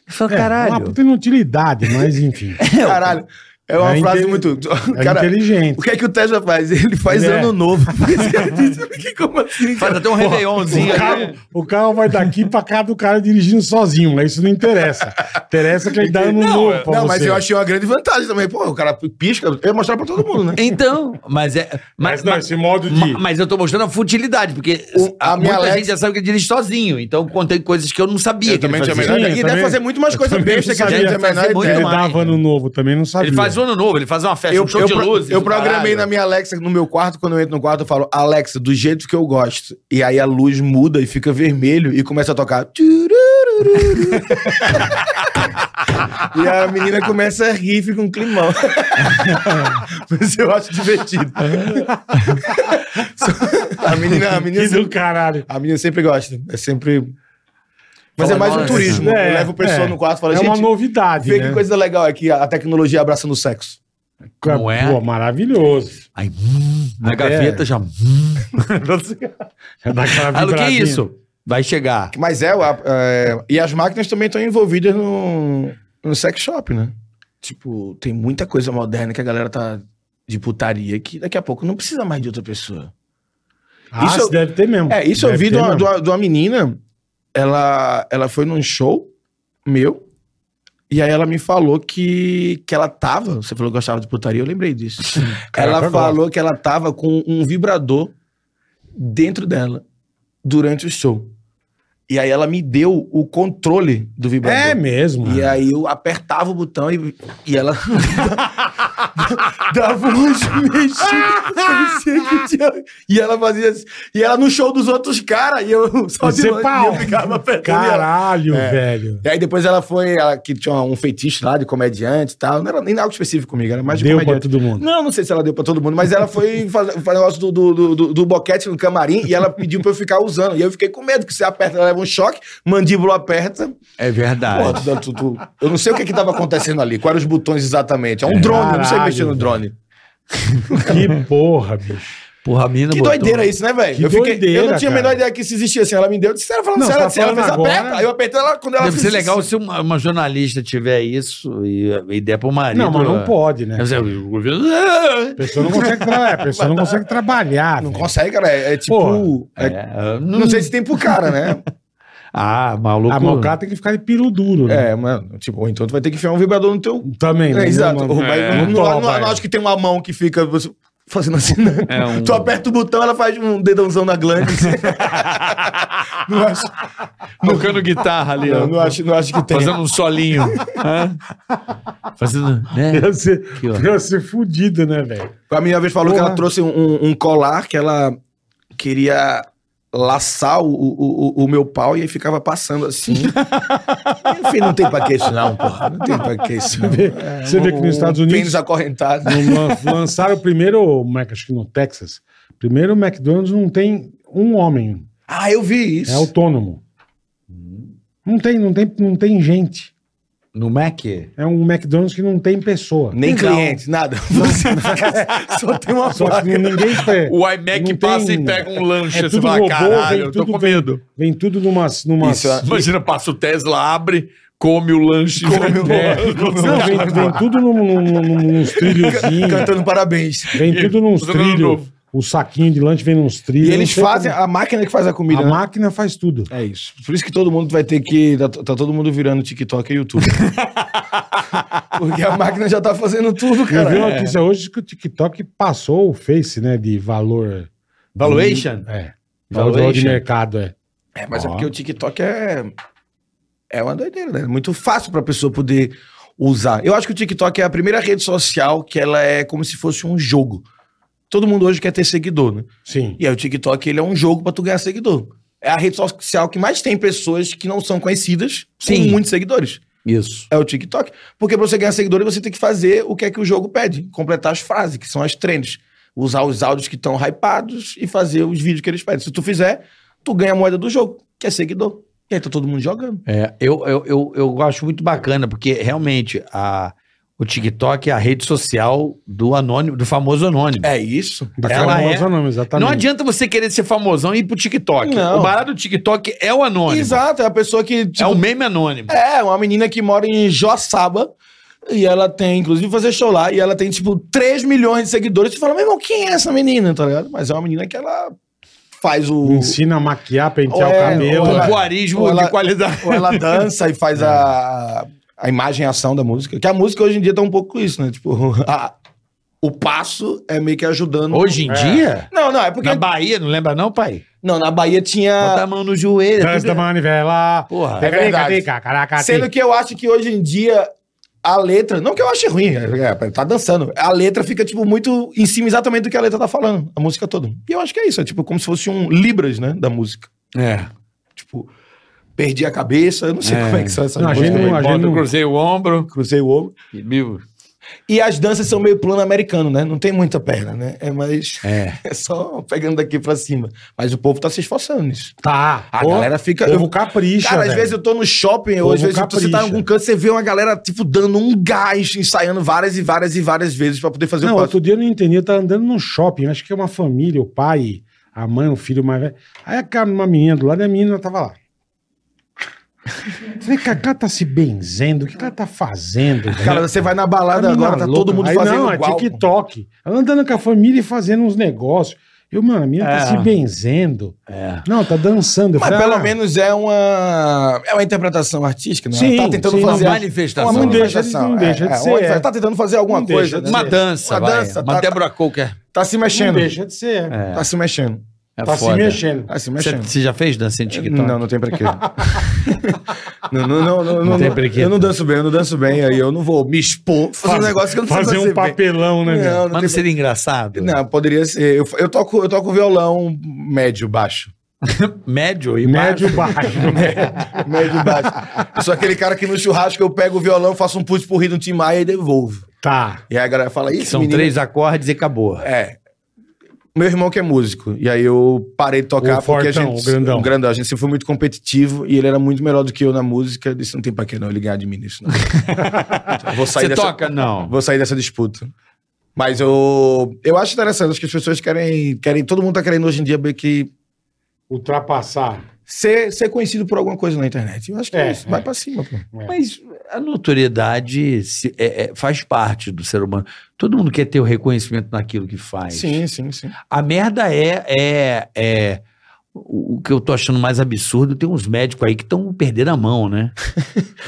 Speaker 4: Eu falo,
Speaker 2: É, uma
Speaker 4: um caralho.
Speaker 2: puta inutilidade, mas enfim.
Speaker 6: Caralho. É uma
Speaker 2: É
Speaker 6: frase
Speaker 2: intele-
Speaker 6: muito.
Speaker 2: É
Speaker 6: Cara,
Speaker 2: inteligente.
Speaker 6: O que é que o Tesla faz? Ele faz
Speaker 2: Ele é.
Speaker 6: ano novo. Esse cara disse, "Que Como assim?
Speaker 4: Faz até um
Speaker 2: O
Speaker 4: réveillonzinho.
Speaker 2: carro, o carro vai daqui pra cá do cara dirigindo sozinho, mas isso não interessa. Interessa que ele dá no
Speaker 4: é-
Speaker 2: novo pra
Speaker 6: Não,
Speaker 2: você.
Speaker 6: mas eu achei uma grande vantagem também. Pô, o cara pisca, eu ia mostrar pra todo mundo, né?
Speaker 4: Então, mas é. Mas,
Speaker 2: Mas não,
Speaker 4: mas-
Speaker 2: esse modo de...
Speaker 4: ma- mas eu tô mostrando a futilidade, porque
Speaker 6: O- a
Speaker 4: a
Speaker 6: minha
Speaker 4: muita
Speaker 6: Alexa-
Speaker 4: gente já sabe que ele dirige sozinho. Então, contei coisas que eu não sabia. que ele, fazia.
Speaker 2: melhor- Sim, eu
Speaker 6: E deve
Speaker 2: também-
Speaker 6: fazer muito mais
Speaker 2: eu
Speaker 6: coisa
Speaker 2: também
Speaker 6: besta
Speaker 2: não
Speaker 6: que a gente
Speaker 2: sabia.
Speaker 6: tem a menor
Speaker 4: Fazer muito
Speaker 2: ele
Speaker 6: ideia.
Speaker 4: mais.
Speaker 2: dava ano novo também, não sabia.
Speaker 4: ele faz o ano novo, ele faz uma festa,
Speaker 2: É
Speaker 6: Eu,
Speaker 4: um show
Speaker 6: eu
Speaker 4: de
Speaker 6: pro-
Speaker 4: luzes.
Speaker 6: eu
Speaker 4: o
Speaker 6: programei
Speaker 4: caralho.
Speaker 6: na minha Alexa, no meu quarto, quando eu entro no quarto, eu falo, Alexa, do jeito que eu gosto. E aí a luz muda e fica vermelho e começa a tocar. Tururururu. e a menina começa a rir, fica um climão. Mas eu acho divertido. a menina, a menina,
Speaker 2: Que do
Speaker 6: sempre,
Speaker 2: caralho.
Speaker 6: a menina sempre gosta. É sempre. Mas é
Speaker 4: Fala,
Speaker 6: mais um
Speaker 4: nossa.
Speaker 6: turismo.
Speaker 2: É,
Speaker 6: eu levo o pessoal
Speaker 2: é.
Speaker 6: no quarto e falo,
Speaker 2: É uma
Speaker 6: gente,
Speaker 2: novidade,
Speaker 6: vê
Speaker 2: né?
Speaker 6: que coisa legal é que a tecnologia abraçando o sexo.
Speaker 4: Não é?
Speaker 2: Pô, maravilhoso.
Speaker 4: Aí, hum, na
Speaker 2: Até-
Speaker 4: gaveta já. Hum.
Speaker 2: Já dá aquela
Speaker 4: Aí, o que é
Speaker 2: vibradinha.
Speaker 4: isso? Vai chegar.
Speaker 6: Mas é, a- é, e as máquinas também estão envolvidas no, no sex shop, né? Tipo, tem muita coisa moderna que a galera tá de putaria que daqui a pouco não precisa mais de outra pessoa.
Speaker 2: Ah,
Speaker 6: Isso
Speaker 2: isso
Speaker 6: eu-
Speaker 2: deve ter mesmo.
Speaker 6: É, isso eu
Speaker 2: Deve
Speaker 6: vi de
Speaker 2: ter
Speaker 6: uma, de
Speaker 2: mesmo.
Speaker 6: uma- de uma menina, ela, ela foi num show meu, E aí ela me falou que, que ela tava. Você falou que gostava de putaria, eu lembrei disso.
Speaker 2: Caraca,
Speaker 6: ela
Speaker 2: eu gosto.
Speaker 6: falou que ela tava com um vibrador dentro dela durante o show. E aí ela me deu o controle do vibrador.
Speaker 2: É mesmo.
Speaker 6: E aí eu apertava o botão e, e ela dava um uns mexidos. e ela fazia assim. E ela no show dos outros caras, e eu só
Speaker 2: Você
Speaker 6: longe,
Speaker 2: pau.
Speaker 6: e eu ficava apertando. e ela-
Speaker 2: Caralho,
Speaker 6: É.
Speaker 2: velho.
Speaker 6: E aí depois ela foi, ela que tinha um feitiço lá de comediante e tal. Não era nem algo específico comigo, era mais de
Speaker 2: Deu pra
Speaker 6: comediante.
Speaker 2: todo mundo.
Speaker 6: Não, não sei se ela deu pra todo mundo, mas ela foi fazer o negócio do, do, do- do- do boquete no camarim e ela pediu pra eu ficar usando. E eu fiquei com medo, que você aperta, ela leva um choque, mandíbula aperta.
Speaker 4: É
Speaker 6: Pô,
Speaker 4: verdade.
Speaker 6: tu- tu- tu- eu não sei o que que tava acontecendo ali, quais eram os botões exatamente. É um drone, eu não sei
Speaker 2: Caralho,
Speaker 6: mexer no
Speaker 2: velho.
Speaker 6: drone.
Speaker 2: Que porra, bicho.
Speaker 4: Porra, a mina
Speaker 6: Que
Speaker 4: botou-
Speaker 6: doideira isso, né, velho?
Speaker 2: Que
Speaker 6: Eu, fiquei- eu não
Speaker 2: doideira,
Speaker 6: tinha a
Speaker 2: cara.
Speaker 6: menor ideia que isso existia assim. Ela me deu, disse, ela falando,
Speaker 2: Não,
Speaker 6: se
Speaker 2: você
Speaker 6: ela,
Speaker 2: tá
Speaker 6: se ela
Speaker 2: falando
Speaker 6: fez
Speaker 2: agora,
Speaker 6: aperta. Aí eu apertei ela quando ela
Speaker 4: Deve
Speaker 6: fez
Speaker 4: ser
Speaker 6: isso.
Speaker 4: legal se uma, uma jornalista tiver isso e, e der pro marido.
Speaker 2: Não, mas não pode, né?
Speaker 4: Deve
Speaker 5: é,
Speaker 4: ser-
Speaker 2: A pessoa não consegue, tra- é, a pessoa não consegue trabalhar.
Speaker 6: Não
Speaker 2: velho.
Speaker 6: consegue, cara. É, é tipo.
Speaker 2: Porra.
Speaker 5: "Ah,
Speaker 6: é-
Speaker 4: É,
Speaker 6: não, sei se tem pro cara, né?
Speaker 4: Ah, maluco.
Speaker 2: A mão cara tem que ficar de piro duro, né?
Speaker 6: é, mano. Tipo, ou então tu vai ter que enfiar um vibrador no teu.
Speaker 2: Também,
Speaker 6: É,
Speaker 2: né?
Speaker 6: exato.
Speaker 2: Não-
Speaker 6: Mas
Speaker 5: é.
Speaker 6: não, não,
Speaker 2: Não topa,
Speaker 6: não- não
Speaker 2: é.
Speaker 6: acho que tem uma mão que fica você- fazendo assim, né?
Speaker 5: É um-
Speaker 6: Tu aperta o botão, ela faz um dedãozão na glande. assim. não, acho,
Speaker 5: Tocando guitarra ali, ó.
Speaker 6: não, não acho, não acho que tem.
Speaker 5: Fazendo um solinho. Hã? Fazendo. Né?
Speaker 2: Deve ser,
Speaker 4: Aqui, ó.
Speaker 2: deve ser fudido, né, velho?
Speaker 6: A minha vez falou que
Speaker 2: Porra.
Speaker 6: ela trouxe um, um colar que ela queria laçar o, o, o- o meu pau e aí ficava passando assim. Enfim, não tem pra que isso não, porra. Não tem pra que isso não. Um
Speaker 2: Você vê que nos Estados Unidos-
Speaker 6: Pênis acorrentado.
Speaker 2: No- lan- Lançaram o primeiro, Mac, acho que no Texas, primeiro McDonald's não tem um homem,
Speaker 6: Ah, eu vi isso.
Speaker 2: é autônomo. Não tem, não tem, não tem gente.
Speaker 4: No Mac?
Speaker 2: É um McDonald's que não tem pessoa.
Speaker 6: Nem
Speaker 4: Legal.
Speaker 6: cliente, nada. Só tem uma
Speaker 2: Só que
Speaker 6: vaga.
Speaker 2: ninguém tem.
Speaker 5: O iMac
Speaker 2: Não
Speaker 5: passa
Speaker 2: tem-
Speaker 5: e pega um lanche.
Speaker 2: é
Speaker 5: você
Speaker 2: tudo
Speaker 5: fala,
Speaker 2: robô,
Speaker 5: caralho,
Speaker 2: vem
Speaker 5: eu tô
Speaker 2: tudo
Speaker 5: com
Speaker 2: bem.
Speaker 5: medo.
Speaker 2: Vem tudo numas. numas...
Speaker 6: Isso, é-
Speaker 5: Imagina, passa o Tesla, abre, come o lanche.
Speaker 6: Come o
Speaker 5: É,
Speaker 6: lanche.
Speaker 5: come o
Speaker 2: Não, vem, vem tudo num, num, num- nos trilhozinhos.
Speaker 6: Cantando parabéns.
Speaker 2: Vem tudo nos
Speaker 5: Fazendo ano
Speaker 2: trilhos.
Speaker 5: novo.
Speaker 2: O saquinho de lanche vem nos
Speaker 6: E,
Speaker 2: trilhos. eu
Speaker 6: eles
Speaker 2: não sei
Speaker 6: fazem,
Speaker 2: como-
Speaker 6: a máquina que faz a comida.
Speaker 2: A
Speaker 6: né?
Speaker 2: máquina faz tudo.
Speaker 6: É isso. Por isso que todo mundo vai ter que. Tá, tá todo mundo virando TikTok e YouTube. Porque a máquina já tá fazendo tudo,
Speaker 2: Eu vi
Speaker 6: cara. é.
Speaker 2: uma notícia hoje que o TikTok passou o Face, né? De valor.
Speaker 4: Valuation?
Speaker 2: É. Valor de valor de
Speaker 4: Valuation.
Speaker 2: mercado, é.
Speaker 6: É, mas é
Speaker 2: Ó.
Speaker 6: porque o TikTok é. É uma doideira, né? É muito fácil pra pessoa poder usar. Eu acho que o TikTok é a primeira rede social que ela é como se fosse um jogo. Todo mundo hoje quer ter seguidor, né?
Speaker 2: Sim.
Speaker 6: E aí o TikTok, ele é um jogo pra tu ganhar seguidor. É a rede social que mais tem pessoas que não são conhecidas
Speaker 4: Sim.
Speaker 6: com muitos seguidores.
Speaker 4: Isso.
Speaker 6: É o TikTok. Porque pra você ganhar seguidores, você tem que fazer o que é que o jogo pede. Completar as frases, que são as trends. Usar os áudios que estão hypados e fazer os vídeos que eles pedem. Se tu fizer, tu ganha a moeda do jogo, que é seguidor. E aí tá todo mundo jogando.
Speaker 4: É, eu, eu, eu, eu acho muito bacana, porque realmente a, o TikTok é a rede social do anônimo, do famoso anônimo.
Speaker 6: É isso.
Speaker 2: Daquela
Speaker 4: Ela é-
Speaker 2: famosa nome, exatamente.
Speaker 4: Não adianta você querer ser famosão e ir pro TikTok.
Speaker 6: Não.
Speaker 4: O barato do TikTok é o anônimo.
Speaker 6: Exato, é a pessoa que. tipo,
Speaker 4: É o meme anônimo.
Speaker 6: É, uma menina que mora em Joaçaba. E ela tem, inclusive, fazer show lá. E ela tem, tipo, 3 milhões de seguidores. Tu fala, meu irmão, quem é essa menina? Tá ligado? Mas é uma menina que ela faz o.
Speaker 2: Ensina a maquiar, pentear
Speaker 6: Ou é,
Speaker 2: o cabelo.
Speaker 6: ou
Speaker 2: é.
Speaker 6: ela-
Speaker 4: Pompoarismo
Speaker 6: Ou ela-
Speaker 4: de qualidade.
Speaker 6: Ou ela dança e faz a, a imagem e ação da música. Que a música hoje em dia tá um pouco com isso, né? Tipo, a- o passo é meio que ajudando.
Speaker 4: Hoje em dia?
Speaker 6: Não, não, é porque.
Speaker 4: Na Bahia, não lembra não, pai?
Speaker 6: Não, na Bahia
Speaker 4: Bota
Speaker 6: tinha.
Speaker 4: a mão no joelho.
Speaker 2: Dança da
Speaker 4: tudo-
Speaker 2: manivela.
Speaker 4: Porra.
Speaker 2: Teca,
Speaker 6: É verdade.
Speaker 2: teca, teca, caraca,
Speaker 6: Sendo
Speaker 2: teca.
Speaker 6: que eu acho que hoje em dia a letra. Não que eu ache ruim, é, é, tá dançando. A letra fica, tipo, muito em cima exatamente do que a letra tá falando, a música toda. E eu acho que é isso, é tipo como se fosse um Libras, né? Da música.
Speaker 5: É.
Speaker 6: Tipo, perdi a cabeça, eu não sei
Speaker 5: É.
Speaker 6: como é que são essas
Speaker 2: Não, a
Speaker 6: músicas.
Speaker 2: gente não-
Speaker 5: Bota,
Speaker 2: não-
Speaker 5: cruzei o ombro.
Speaker 6: Cruzei o ombro.
Speaker 5: E mil.
Speaker 6: E as danças são meio plano americano, né? Não tem muita perna, né? É mais. É, só pegando daqui pra cima. Mas o povo tá se esforçando nisso.
Speaker 2: Tá.
Speaker 6: A
Speaker 2: Pô,
Speaker 6: galera fica.
Speaker 2: Povo
Speaker 6: eu-
Speaker 2: capricha,
Speaker 6: Cara, às
Speaker 2: velho.
Speaker 6: vezes eu tô no shopping, ou
Speaker 2: Povo
Speaker 6: às vezes eu tô- você tá em
Speaker 2: capricha.
Speaker 6: algum canto, você vê uma galera, tipo, dando um gás, ensaiando várias e várias e várias vezes pra poder fazer
Speaker 2: Não,
Speaker 6: o passo.
Speaker 2: outro dia eu não entendi. Eu tava andando no shopping. Acho que é uma família, o pai, a mãe, o filho mais velho. Aí a cara, uma menina do lado, e a menina tava lá. Falei, cara, ela tá se benzendo. O que que ela tá fazendo? velho?
Speaker 6: Cara, você vai na balada
Speaker 2: Menina
Speaker 6: agora, tá
Speaker 2: louca.
Speaker 6: todo mundo
Speaker 2: Aí
Speaker 6: fazendo
Speaker 2: Não, é
Speaker 6: igual.
Speaker 2: TikTok. Ela andando com a família e fazendo uns negócios. Eu, mano, a minha tá
Speaker 4: É.
Speaker 2: se benzendo.
Speaker 4: É.
Speaker 2: Não, tá dançando. Eu
Speaker 6: Mas
Speaker 2: falei,
Speaker 6: pelo
Speaker 2: ah,
Speaker 6: menos é uma. É uma interpretação artística, né?
Speaker 2: Sim,
Speaker 6: Ela tá tentando
Speaker 2: sim,
Speaker 6: fazer.
Speaker 2: uma
Speaker 4: manifestação.
Speaker 2: Não deixa de-
Speaker 6: manifestação.
Speaker 2: não deixa de
Speaker 6: é,
Speaker 2: ser,
Speaker 6: uma-
Speaker 2: é.
Speaker 6: Tá tentando fazer alguma
Speaker 2: Não deixa
Speaker 6: coisa.
Speaker 2: de
Speaker 6: né?
Speaker 4: Uma dança,
Speaker 6: Uma
Speaker 4: vai.
Speaker 6: dança,
Speaker 4: Uma
Speaker 6: tá-
Speaker 4: Débora é. Coker.
Speaker 6: Tá se
Speaker 2: Não
Speaker 6: mexendo.
Speaker 2: deixa de ser.
Speaker 4: É,
Speaker 6: Tá se mexendo.
Speaker 4: é
Speaker 2: tá se
Speaker 4: foda.
Speaker 2: mexendo.
Speaker 6: Tá se
Speaker 4: Você
Speaker 6: mexendo.
Speaker 4: você já fez dança em TikTok?
Speaker 6: Não, não tem pra quê. não, não, não, não, não,
Speaker 4: tem pra quê.
Speaker 6: Eu não danço bem, eu não danço bem. Aí eu não vou me expor fazer um negócio que eu não sei
Speaker 2: Fazer um papelão, né,
Speaker 6: Bem.
Speaker 2: meu?
Speaker 6: Não,
Speaker 4: Mas
Speaker 6: não,
Speaker 4: não
Speaker 6: tem-
Speaker 4: seria engraçado?
Speaker 6: não, poderia ser. Eu, eu, toco, eu toco violão médio, baixo.
Speaker 4: Médio e baixo.
Speaker 2: Médio baixo.
Speaker 6: Médio, baixo. Eu sou aquele cara que no churrasco eu pego o violão, faço um put por rir do Tim Maia e devolvo.
Speaker 2: Tá.
Speaker 6: E aí a galera fala, isso
Speaker 4: São três acordes e acabou.
Speaker 6: É. Meu irmão que é músico. E aí eu parei de tocar
Speaker 2: O fortão,
Speaker 6: porque a gente.
Speaker 2: o grandão.
Speaker 6: A gente sempre foi muito competitivo e ele era muito melhor do que eu na música. Eu Disse, não tem pra que não, ele ganhar de mim nisso, não. Eu vou sair
Speaker 4: Você
Speaker 6: dessa,
Speaker 4: toca? Não.
Speaker 6: Vou sair dessa disputa. Mas eu, eu acho interessante, acho que as pessoas querem, querem. Todo mundo tá querendo hoje em dia meio que
Speaker 2: Ultrapassar.
Speaker 6: ser, ser conhecido por alguma coisa na internet. Eu acho que
Speaker 2: É,
Speaker 6: é isso,
Speaker 2: é.
Speaker 6: vai pra cima, pô.
Speaker 4: Mas a notoriedade se- é- é- faz parte do ser humano. Todo mundo quer ter o reconhecimento naquilo que faz.
Speaker 6: Sim, sim, sim.
Speaker 4: A merda é. é, é o o que eu tô achando mais absurdo, tem uns médicos aí que estão perdendo a mão, né?